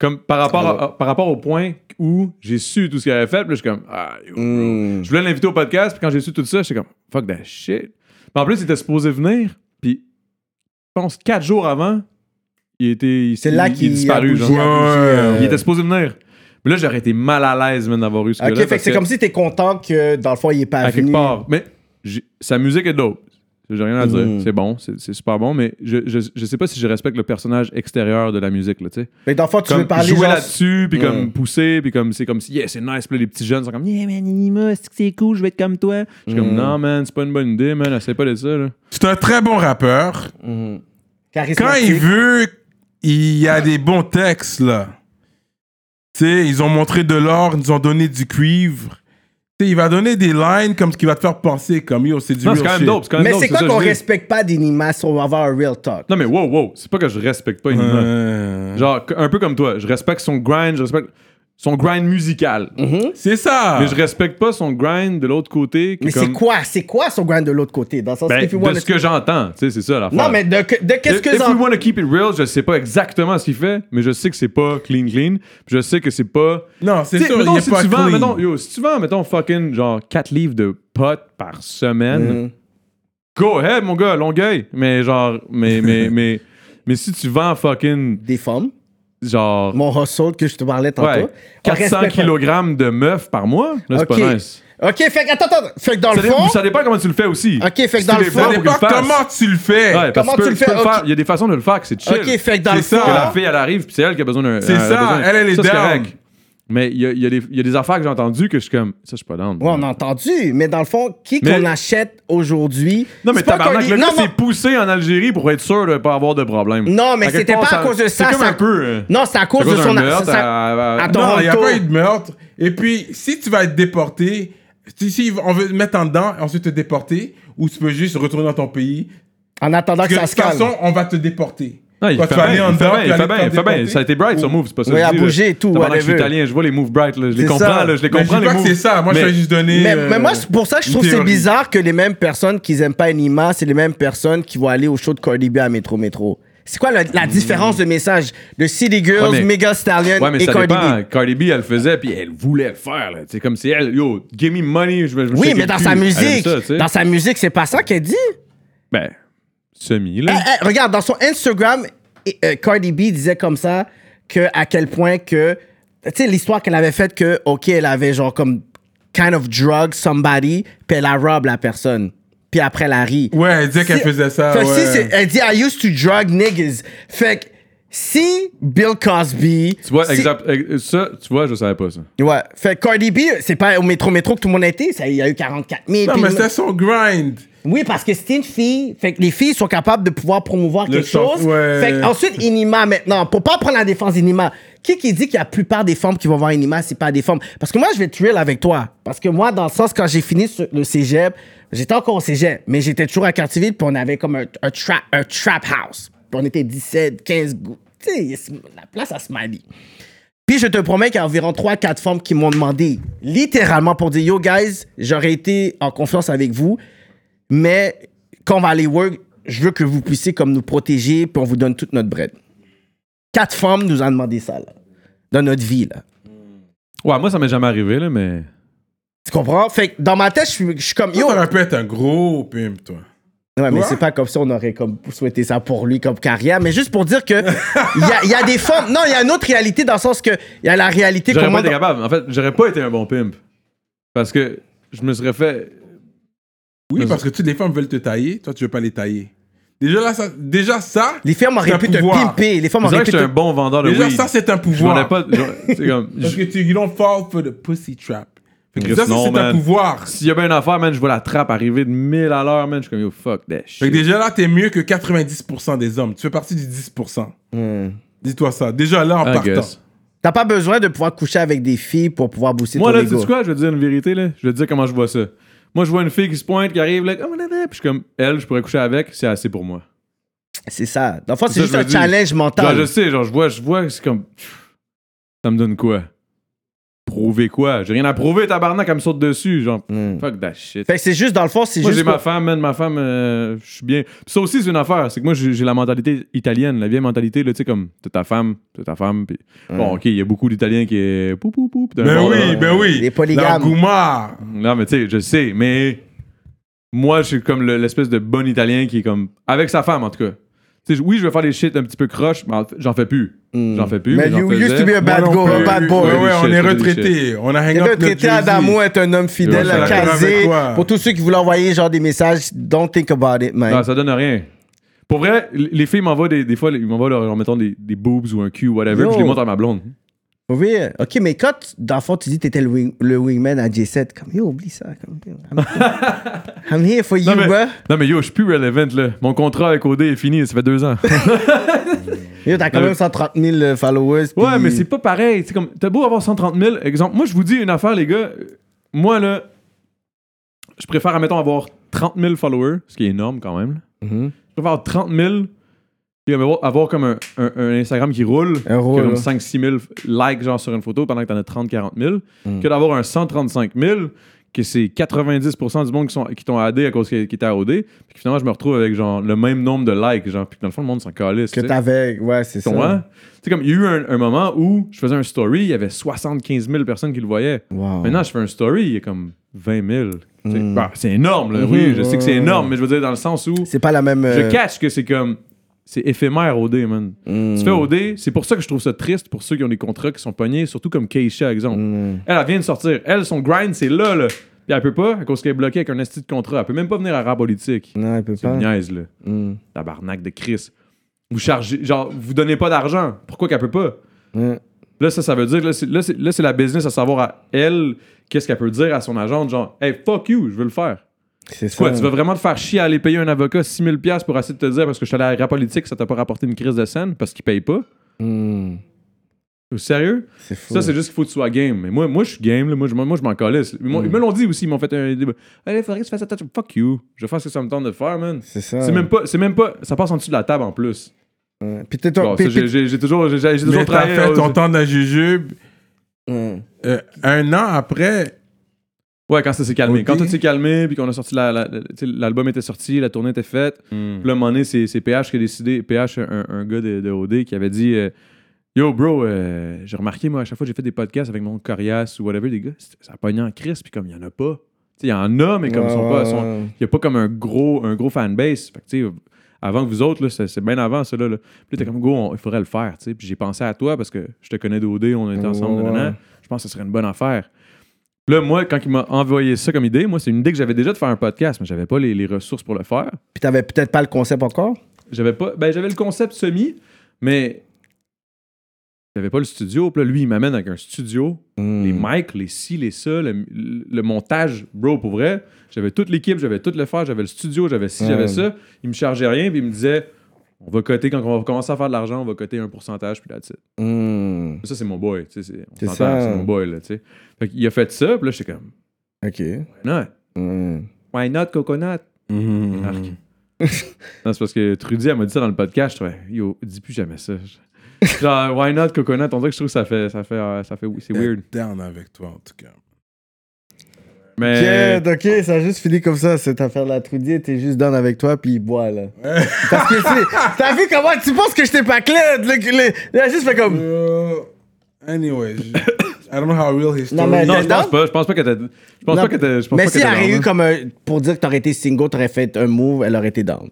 Speaker 4: Comme par rapport, à- par rapport au point où j'ai su tout ce qu'il avait fait, puis là, je suis comme, ah, yo, bro. je voulais l'inviter au podcast, puis quand j'ai su tout ça, j'étais comme, fuck that shit. Puis en plus, il était supposé venir, puis je pense quatre jours avant, il était. il-
Speaker 2: C'est là
Speaker 4: il- il
Speaker 2: qu'il
Speaker 4: est disparu,
Speaker 2: a
Speaker 4: genre.
Speaker 2: bougé, a bougé, euh,
Speaker 4: Il était supposé venir. Mais là, j'aurais été mal à l'aise, même d'avoir eu ce
Speaker 2: Ok,
Speaker 4: gars-là,
Speaker 2: fait que
Speaker 4: parce
Speaker 2: c'est comme si t'es content que dans le fond, il est pas
Speaker 4: à
Speaker 2: venu.
Speaker 4: quelque part. Mais j'ai- sa musique est dope. J'ai rien à dire.
Speaker 2: Mhm.
Speaker 4: C'est bon, c'est c'est super bon, mais je, je, je sais pas si je respecte le personnage extérieur de la musique, là, tu sais.
Speaker 2: Fait que dans le fond, tu veux
Speaker 4: Comme
Speaker 2: parler
Speaker 4: jouer
Speaker 2: genre...
Speaker 4: là-dessus, puis
Speaker 2: Ouais.
Speaker 4: comme pousser, puis comme c'est comme si, yeah, c'est nice, puis là, les petits jeunes sont comme, yeah, man, Anima, est-ce que c'est cool, je vais être comme toi. Je suis
Speaker 2: Mm.
Speaker 4: comme, non, man, c'est pas une bonne idée, man, essaie pas de ça, là.
Speaker 3: C'est un très bon rappeur.
Speaker 2: charismatique.
Speaker 3: Quand il veut, il y a des bons textes, là. Tu sais, ils ont montré de l'or, ils nous ont donné du cuivre. Tu sais, il va donner des lines comme ce qui va te faire penser, comme yo, c'est du
Speaker 4: Non,
Speaker 3: real
Speaker 4: c'est quand même
Speaker 3: shit.
Speaker 4: dope, c'est quand même
Speaker 2: Mais
Speaker 4: dope,
Speaker 2: c'est
Speaker 4: ça
Speaker 2: quoi
Speaker 4: que
Speaker 2: qu'on
Speaker 4: je dis.
Speaker 2: respecte pas d'Inima si on va avoir un real talk?
Speaker 4: Non, mais wow, wow, c'est pas que je respecte pas Enima.
Speaker 3: Euh,
Speaker 4: Genre, un peu comme toi, je respecte son grind, je respecte son grind musical.
Speaker 3: C'est ça.
Speaker 4: Mais je respecte pas son grind de l'autre côté. qui
Speaker 2: Mais
Speaker 4: est
Speaker 2: c'est
Speaker 4: comme-
Speaker 2: quoi? C'est quoi son grind de l'autre côté? Dans le sens
Speaker 4: Ben,
Speaker 2: if you wanna-
Speaker 4: de ce que j'entends, tu sais, c'est ça l'affaire.
Speaker 2: Non, mais de, que- de qu'est-ce
Speaker 4: If- If
Speaker 2: que
Speaker 4: we
Speaker 2: j'en...
Speaker 4: want to keep it real, je sais pas exactement ce qu'il fait, mais je sais que c'est pas clean clean. puis Je sais que c'est pas.
Speaker 3: Non, c'est
Speaker 4: Tu sais,
Speaker 3: sûr, il
Speaker 4: mettons,
Speaker 3: est
Speaker 4: si
Speaker 3: pas
Speaker 4: tu vends,
Speaker 3: clean.
Speaker 4: mettons, yo, si tu vends, mettons, fucking, genre, 4 livres de potes par
Speaker 2: Mm.
Speaker 4: semaine, go ahead, mon gars, longueuil. Mais genre, mais, mais, mais, mais si tu vends fucking,
Speaker 2: Des femmes.
Speaker 4: genre,
Speaker 2: Mon hustle que je te parlais tantôt.
Speaker 4: ouais,
Speaker 2: On
Speaker 4: 400
Speaker 2: respecte pas.
Speaker 4: kg de meufs par mois, là, c'est
Speaker 2: Ok.
Speaker 4: pas nice.
Speaker 2: OK, fait que... Attends, attends. Fait que dans
Speaker 4: Ça,
Speaker 2: le
Speaker 4: dé-
Speaker 2: fond...
Speaker 4: ça dépend comment tu le fais aussi.
Speaker 2: OK, fait que
Speaker 4: Si
Speaker 2: dans
Speaker 4: tu
Speaker 2: le
Speaker 4: les
Speaker 2: fond-
Speaker 4: vends
Speaker 3: Ça
Speaker 4: pour
Speaker 3: dépend
Speaker 4: qu'il le fasse.
Speaker 3: comment tu le fais.
Speaker 4: Ouais, parce
Speaker 2: Comment
Speaker 4: que
Speaker 2: tu
Speaker 4: peux-
Speaker 2: le
Speaker 4: tu
Speaker 2: fais?
Speaker 4: peux
Speaker 2: Ok.
Speaker 4: faire. Il y a des façons de le faire que c'est chill.
Speaker 2: OK, fait que ah. dans
Speaker 3: C'est
Speaker 2: le
Speaker 3: ça.
Speaker 4: Que la
Speaker 2: fond...
Speaker 4: fille, elle arrive, puis c'est elle qui a besoin d'un.
Speaker 3: C'est
Speaker 4: elle a
Speaker 3: ça,
Speaker 4: besoin-
Speaker 3: elle, elle est
Speaker 4: Ça, c'est
Speaker 3: down.
Speaker 4: correct. Mais il y a, il y a des- il y a des affaires que j'ai entendues que je suis comme, ça, je suis pas down.
Speaker 2: Ouais, on a entendu, mais dans le fond, qui
Speaker 4: Mais-
Speaker 2: qu'on achète aujourd'hui.
Speaker 4: Non, mais
Speaker 2: c'est pas
Speaker 4: tabarnak,
Speaker 2: qu'on-
Speaker 4: le
Speaker 2: non,
Speaker 4: gars
Speaker 2: non.
Speaker 4: s'est poussé en Algérie pour être sûr de pas avoir de problème.
Speaker 2: Non, mais
Speaker 4: À quelque
Speaker 2: c'était
Speaker 4: part,
Speaker 2: pas à cause de ça,
Speaker 4: C'est comme
Speaker 2: ça-
Speaker 4: un peu. euh,
Speaker 2: Non, c'est à
Speaker 4: c'est
Speaker 2: cause de
Speaker 4: un
Speaker 2: son.
Speaker 4: meurtre euh,
Speaker 2: c'est ça-
Speaker 4: à- à-
Speaker 2: à
Speaker 3: Non, il n'y a
Speaker 2: Toronto.
Speaker 3: pas eu de meurtre. Et puis, si tu vas être déporté, si, si on veut te mettre en dedans et ensuite te déporter, ou tu peux juste retourner dans ton pays,
Speaker 2: En attendant
Speaker 3: parce
Speaker 2: que
Speaker 3: que de
Speaker 2: ça se
Speaker 3: toute
Speaker 2: calme.
Speaker 3: façon, on va te déporter.
Speaker 4: Non, il
Speaker 3: Quand
Speaker 4: fait
Speaker 3: tu vas aller
Speaker 4: bien,
Speaker 3: en
Speaker 4: il fait
Speaker 3: dedans,
Speaker 4: bien,
Speaker 3: tu
Speaker 4: il
Speaker 3: vas aller
Speaker 4: fait
Speaker 3: te
Speaker 4: bien,
Speaker 3: faire
Speaker 4: il fait bien.
Speaker 3: déporter.
Speaker 4: Ça a été bright, son move, c'est pas ça
Speaker 2: Oui,
Speaker 4: que je
Speaker 2: à
Speaker 4: dis, là.
Speaker 2: bouger et tout,
Speaker 4: Tabarnak, je suis
Speaker 2: whatever.
Speaker 4: italien, je vois les moves bright, là, je les
Speaker 2: C'est
Speaker 4: comprends,
Speaker 2: ça.
Speaker 4: là, je les
Speaker 3: Mais je
Speaker 4: comprends,
Speaker 3: dis
Speaker 4: les
Speaker 3: pas
Speaker 4: moves.
Speaker 3: que c'est ça. Moi, je
Speaker 4: Mais-
Speaker 3: t'ai juste donné.
Speaker 2: Mais,
Speaker 3: euh,
Speaker 2: mais moi, c'est pour ça que je
Speaker 3: une
Speaker 2: trouve que c'est
Speaker 3: théorie.
Speaker 2: bizarre que les mêmes personnes qui aiment pas Anima, c'est les mêmes personnes qui vont aller au show de Cardi B à Métro Métro. C'est quoi la, la différence de message de City Girls,
Speaker 4: Hmm. Ouais, mais-
Speaker 2: Mega Stallion
Speaker 4: Ouais, mais
Speaker 2: et
Speaker 4: ça
Speaker 2: Cardi
Speaker 4: dépend.
Speaker 2: B?
Speaker 4: Cardi B, elle le faisait, puis elle voulait le faire. là. C'est comme si elle, yo, give me money. Je vais, je vais
Speaker 2: Oui,
Speaker 4: checker
Speaker 2: mais
Speaker 4: le
Speaker 2: dans
Speaker 4: cul.
Speaker 2: sa
Speaker 4: Elle aime
Speaker 2: musique,
Speaker 4: ça, tu sais.
Speaker 2: dans sa musique, c'est pas ça qu'elle dit.
Speaker 4: Ben, semi, là.
Speaker 2: Eh, eh, regarde, dans son Instagram, eh, euh, Cardi B disait comme ça que à quel point que tu sais l'histoire qu'elle avait faite que OK, elle avait genre comme kind of drug somebody, puis elle a rob la personne. Puis après elle a ri.
Speaker 3: Ouais, elle disait qu'elle
Speaker 2: Si-
Speaker 3: faisait ça.
Speaker 2: Fait que
Speaker 3: ouais.
Speaker 2: si c'est- elle dit I used to drug niggas. Fait que si Bill Cosby
Speaker 4: Tu vois,
Speaker 2: si-
Speaker 4: exact, ex- ça, tu vois, je savais pas ça.
Speaker 2: Ouais, fait que Cardi B, c'est pas au métro métro que tout le monde a été, ça il y a eu 44 000.
Speaker 3: Non,
Speaker 2: puis-
Speaker 3: mais c'était son grind.
Speaker 2: Oui, parce que c'était une fille. Fait que les filles sont capables de pouvoir promouvoir quelque
Speaker 3: sang-
Speaker 2: chose.
Speaker 3: ouais.
Speaker 2: Fait que ensuite, Inima maintenant. Pour pas prendre la défense d'Inima, qui qui dit qu'il y a la plupart des femmes qui vont voir Inima, c'est pas des femmes? Parce que moi, je vais te real avec toi. Parce que moi, dans le sens, quand j'ai fini sur le cégep, j'étais encore au cégep, mais j'étais toujours à Cartierville, puis on avait comme un, un, trap, un trap house. Puis on était 17, 15 goûts. Tu sais, la place à Smiley. Puis je te promets qu'il y a environ 3-4 femmes qui m'ont demandé, littéralement, pour dire Yo, guys, j'aurais été en confiance avec vous, mais quand on va aller work, je veux que vous puissiez comme nous protéger, puis on vous donne toute notre bread. Quatre femmes nous ont demandé ça, là, dans notre vie, là.
Speaker 4: Ouais, moi, ça m'est jamais arrivé, là, mais.
Speaker 2: Tu comprends? Fait que dans ma tête, je suis, je suis comme Yo!
Speaker 3: Toi, t'aurais pu être un gros pimp, toi.
Speaker 2: Ouais, mais
Speaker 3: Quoi?
Speaker 2: c'est pas comme ça, on aurait comme souhaité ça pour lui comme carrière, mais juste pour dire que il y a, il y a des femmes. Non, il y a une autre réalité dans le sens que il y a la réalité
Speaker 4: J'aurais
Speaker 2: comment.
Speaker 4: pas été capable. En fait, j'aurais pas été un bon pimp. Parce que je me serais fait.
Speaker 3: Oui,
Speaker 4: Vas-y.
Speaker 3: parce que toutes les femmes veulent te tailler. Toi, tu veux pas les tailler. Déjà, là, ça, déjà ça,
Speaker 2: Les femmes
Speaker 3: C'est
Speaker 2: auraient
Speaker 3: un
Speaker 2: pu te
Speaker 3: pouvoir.
Speaker 2: pimper, les femmes
Speaker 4: Je dirais
Speaker 2: auraient
Speaker 4: que
Speaker 2: pu
Speaker 4: j'étais un
Speaker 2: te.
Speaker 4: bon vendeur de
Speaker 3: déjà
Speaker 4: weed.
Speaker 3: ça, c'est un
Speaker 4: Je vendais
Speaker 3: pouvoir.
Speaker 4: pas. je- C'est comme.
Speaker 3: Parce
Speaker 4: je-
Speaker 3: que tu you don't fall for the pussy trap. Fait que
Speaker 4: Chris,
Speaker 3: ça, ça,
Speaker 4: non,
Speaker 3: c'est un
Speaker 4: man.
Speaker 3: pouvoir.
Speaker 4: S'il y a bien une affaire, man, je vois la trappe arriver de 1000 à l'heure, man. Je suis comme, yo, fuck that
Speaker 3: Fait
Speaker 4: shit.
Speaker 3: que déjà là, t'es mieux que 90% des hommes. Tu fais partie du 10%. Dis-toi ça. Déjà là, en
Speaker 4: I
Speaker 3: partant.
Speaker 4: guess.
Speaker 2: Hmm. T'as pas besoin de pouvoir coucher avec des filles pour pouvoir booster
Speaker 4: Moi,
Speaker 2: ton
Speaker 4: là,
Speaker 2: ego.
Speaker 4: tu sais quoi, je vais te dire une vérité, là. Je vais te dire comment je vois ça. Moi, je vois une fille qui se pointe, qui arrive, là, comme, puis je suis comme, elle, je pourrais coucher avec, c'est assez pour moi.
Speaker 2: C'est ça. Dans le fond,
Speaker 4: ça,
Speaker 2: c'est juste
Speaker 4: je me
Speaker 2: un
Speaker 4: dis.
Speaker 2: challenge
Speaker 4: Genre,
Speaker 2: mental.
Speaker 4: je sais, genre, je vois, je vois, c'est comme, pff, ça me donne quoi? Prouver quoi? J'ai rien à prouver, tabarnak, elle me saute dessus, genre,
Speaker 2: Mm.
Speaker 4: fuck that shit.
Speaker 2: Fait que c'est juste, dans le fond, c'est
Speaker 4: Moi,
Speaker 2: juste.
Speaker 4: j'ai ma
Speaker 2: pour-
Speaker 4: femme, man, ma femme, euh, je suis bien. Puis ça aussi, c'est une affaire. C'est que moi, j'ai j'ai la mentalité italienne, la vieille mentalité, là, tu sais, comme, t'es ta femme, t'es ta femme. Puis...
Speaker 2: Mm.
Speaker 4: Bon, ok, il y a beaucoup d'Italiens qui est. Pou, pou, pou, puis d'un
Speaker 3: Ben
Speaker 4: bord,
Speaker 3: oui,
Speaker 4: là.
Speaker 3: ben oui.
Speaker 2: Les polygames.
Speaker 3: La goumard.
Speaker 4: euh, Non, mais tu sais, je sais, mais moi, je suis comme le- l'espèce de bon Italien qui est comme. Avec sa femme, en tout cas. Tu sais, oui, je vais faire des shit un petit peu croche, mais en fait, j'en fais plus. J'en fais
Speaker 2: Mm.
Speaker 4: plus.
Speaker 2: Mais
Speaker 4: j'en
Speaker 2: you
Speaker 4: faisais.
Speaker 2: used to be a bad
Speaker 3: Moi non
Speaker 2: girl,
Speaker 3: plus.
Speaker 2: a bad boy.
Speaker 3: Ouais, ouais, on
Speaker 4: Shit,
Speaker 3: est
Speaker 4: shit,
Speaker 3: retraités. On a
Speaker 2: Et
Speaker 3: hang up
Speaker 2: le
Speaker 3: notre
Speaker 2: traité
Speaker 3: jersey.
Speaker 2: Adamo est un homme fidèle,
Speaker 4: Ouais, ça
Speaker 2: à
Speaker 4: va
Speaker 3: avec
Speaker 2: casé.
Speaker 3: quoi?
Speaker 2: Pour tous ceux qui voulaient envoyer genre des messages, don't think about it, man.
Speaker 4: Non, ça donne rien. Pour vrai, l- les filles m'envoient des, des fois, ils m'envoient leur, leur, mettons, des, des boobs ou un cul, whatever,
Speaker 2: Yo.
Speaker 4: puis je les montre à ma blonde.
Speaker 2: Oui, ok, mais quand tu- dans le fond tu dis que t'étais le, wing- le wingman à J7, comme yo, oublie ça. Comme, yo, I'm, I'm here for you,
Speaker 4: Non, mais,
Speaker 2: bruh.
Speaker 4: non, mais yo, je suis plus relevant, là. Mon contrat avec OD est fini, ça fait deux ans.
Speaker 2: Yo, t'as quand
Speaker 4: Non,
Speaker 2: même
Speaker 4: mais-
Speaker 2: 130 000 euh, followers.
Speaker 4: Ouais,
Speaker 2: puis-
Speaker 4: mais c'est pas pareil. C'est comme, t'as beau avoir 130 000. Exemple, moi, je vous dis une affaire, les gars. Euh, Moi, là, je préfère, admettons, avoir 30 000 followers, ce qui est énorme quand même. là.
Speaker 2: Mhm.
Speaker 4: Je préfère avoir 30 000 puis avoir, avoir comme un, un- un Instagram qui roule,
Speaker 2: Un
Speaker 4: qui
Speaker 2: rôle,
Speaker 4: a comme
Speaker 2: là.
Speaker 4: 5-6 000 likes genre, sur une photo pendant que t'en as 30-40 000,
Speaker 2: Mm.
Speaker 4: que d'avoir un 135 000 que c'est 90% du monde qui sont- qui t'ont aidé à cause qu'ils étaient à OD, puis que finalement je me retrouve avec genre le même nombre de likes, genre, puis que dans le fond le monde s'en calisse.
Speaker 2: que
Speaker 4: tu sais.
Speaker 2: t'avais. Ouais, c'est
Speaker 4: Tu
Speaker 2: ça.
Speaker 4: comprends? C'est comme, il y a eu un, un moment où je faisais un story, il y avait 75 000 personnes qui le voyaient.
Speaker 2: Wow.
Speaker 4: Maintenant, je fais un story, il y a comme 20 000. Tu sais,
Speaker 2: Mm.
Speaker 4: bah, c'est énorme,
Speaker 2: Mm-hmm.
Speaker 4: là, oui, je sais que c'est énorme, mais je veux dire, dans le sens où
Speaker 2: C'est pas la même.
Speaker 4: je
Speaker 2: euh,
Speaker 4: catch que c'est comme, c'est éphémère OD, man.
Speaker 2: hmm.
Speaker 4: Tu fais OD, c'est pour ça que je trouve ça triste pour ceux qui ont des contrats qui sont pognés, surtout comme Keisha, exemple.
Speaker 2: Mm. Hmm.
Speaker 4: Elle, elle vient de sortir, elle, son grind, c'est là, là. Puis elle peut pas, à cause qu'elle est bloquée avec un esti de contrat. Elle peut même pas venir à rap politique.
Speaker 2: Non, elle peut
Speaker 4: C'est
Speaker 2: pas.
Speaker 4: une niaise, là.
Speaker 2: Mm.
Speaker 4: Tabarnak de Chris. Vous chargez, genre, vous donnez pas d'argent. Pourquoi qu'elle peut pas?
Speaker 2: Mm.
Speaker 4: Là, ça, ça veut dire que là, c'est- là, c'est là, c'est la business à savoir à elle qu'est-ce qu'elle peut dire à son agent, genre, hey, fuck you, je veux le faire.
Speaker 2: C'est ça.
Speaker 4: Quoi, tu vas vraiment te faire chier à aller payer un avocat 6000$ pour essayer de te dire parce que je suis allé à la politique, ça t'a pas rapporté une crise de scène parce qu'il paye pas?
Speaker 2: Hmm,
Speaker 4: Sérieux?
Speaker 2: c'est fou.
Speaker 4: Ça, c'est juste qu'il faut que tu sois game. Mais moi, moi je suis game, là. Moi, je, moi, je m'en calisse. Ils m'ont- ils me l'ont dit aussi, ils m'ont fait un débat. Allez, faudrait que tu fasses ça, toi. fuck you. Je vais faire ce que ça me tente de faire, man.
Speaker 2: C'est ça.
Speaker 4: C'est même pas, c'est même pas, ça passe en dessous de la table en plus.
Speaker 2: Ouais. Puis t'es
Speaker 4: Bon,
Speaker 2: toi.
Speaker 4: ça,
Speaker 2: puis-
Speaker 4: j'ai,
Speaker 2: puis-
Speaker 4: j'ai- j'ai toujours, j'ai, j'ai toujours
Speaker 3: Mais t'as
Speaker 4: travaillé.
Speaker 3: fait
Speaker 4: aux-
Speaker 3: ton temps de la jujube.
Speaker 2: Hmm.
Speaker 3: euh, un an après,
Speaker 4: Ouais, quand ça s'est calmé.
Speaker 3: Ok.
Speaker 4: Quand tout s'est calmé, puis qu'on a sorti la, la- la- tu sais, l'album était sorti, la tournée était faite. Puis là, à un moment donné, c'est, c'est PH qui a décidé, PH, un, un gars de, de OD, qui avait dit euh, Yo, bro, euh, j'ai remarqué, moi, à chaque fois que j'ai fait des podcasts avec mon coriace ou whatever, des gars, c'est- ça pognait en crise, puis comme il y en a pas. Tu sais, il y en a, mais comme ils sont
Speaker 2: Ouais,
Speaker 4: pas.
Speaker 2: ouais,
Speaker 4: sont-
Speaker 2: ouais.
Speaker 4: Il n'y a pas comme un gros, un gros fanbase. Fait que, tu sais, avant que vous autres, là, c'est, c'est bien avant ça. Là, là. Puis là, t'es comme, go, on- il faudrait le faire. tu sais. Puis j'ai pensé à toi parce que je te connais d'OD, on était ensemble.
Speaker 2: Ouais.
Speaker 4: nanana. Je pense que ce serait une bonne affaire. Puis là, moi, quand il m'a envoyé ça comme idée, moi, c'est une idée que j'avais déjà de faire un podcast, mais j'avais pas les, les ressources pour le faire.
Speaker 2: Puis t'avais peut-être pas le concept encore.
Speaker 4: J'avais pas. Ben, j'avais le concept semi, mais j'avais pas le studio. Puis là, lui, il m'amène avec un studio les
Speaker 2: Hmm.
Speaker 4: mics, les ci, les ça, le, le montage, bro, pour vrai. J'avais toute l'équipe, j'avais tout le faire, j'avais le studio, j'avais ci,
Speaker 2: Ouais.
Speaker 4: j'avais ça. Il me chargeait rien, puis il me disait on va coter, quand on va commencer à faire de l'argent, on va coter un pourcentage, puis là, dessus
Speaker 2: Hmm.
Speaker 4: Ça, c'est mon boy, tu sais. c'est-
Speaker 2: C'est
Speaker 4: On
Speaker 2: ça.
Speaker 4: s'entend, c'est mon boy, là, tu sais. Fait qu'il a fait ça, puis là, j'étais comme
Speaker 2: Ok.
Speaker 4: non,
Speaker 2: Hmm.
Speaker 4: why not coconut Arc. Hmm. non, c'est parce que Trudy, elle m'a dit ça dans le podcast, je trouvais yo, dis plus jamais ça. Genre, why not coconut On dirait que je trouve que ça fait, ça fait, euh, ça fait, c'est weird.
Speaker 3: d'être down avec toi, en tout cas.
Speaker 4: Mais.
Speaker 2: Tiens, ok, ça a juste fini comme ça, cette affaire-là. Trudy était juste dans avec toi, puis il boit, là. Parce que, tu sais, t'as vu comment tu penses que j'étais pas clair? Le, le- il a juste fait comme.
Speaker 3: Euh, anyway, je- I don't know how real his story
Speaker 2: Non, mais
Speaker 3: is.
Speaker 4: Non, je
Speaker 2: Dedans?
Speaker 4: pense pas. Je pense pas que t'as. Je pense
Speaker 2: Non,
Speaker 4: pas que t'as. je pense
Speaker 2: Mais
Speaker 4: pas que
Speaker 2: si elle
Speaker 4: t'as
Speaker 2: aurait eu
Speaker 4: raison.
Speaker 2: comme un- Pour dire que t'aurais été single, t'aurais fait un move, elle aurait été down.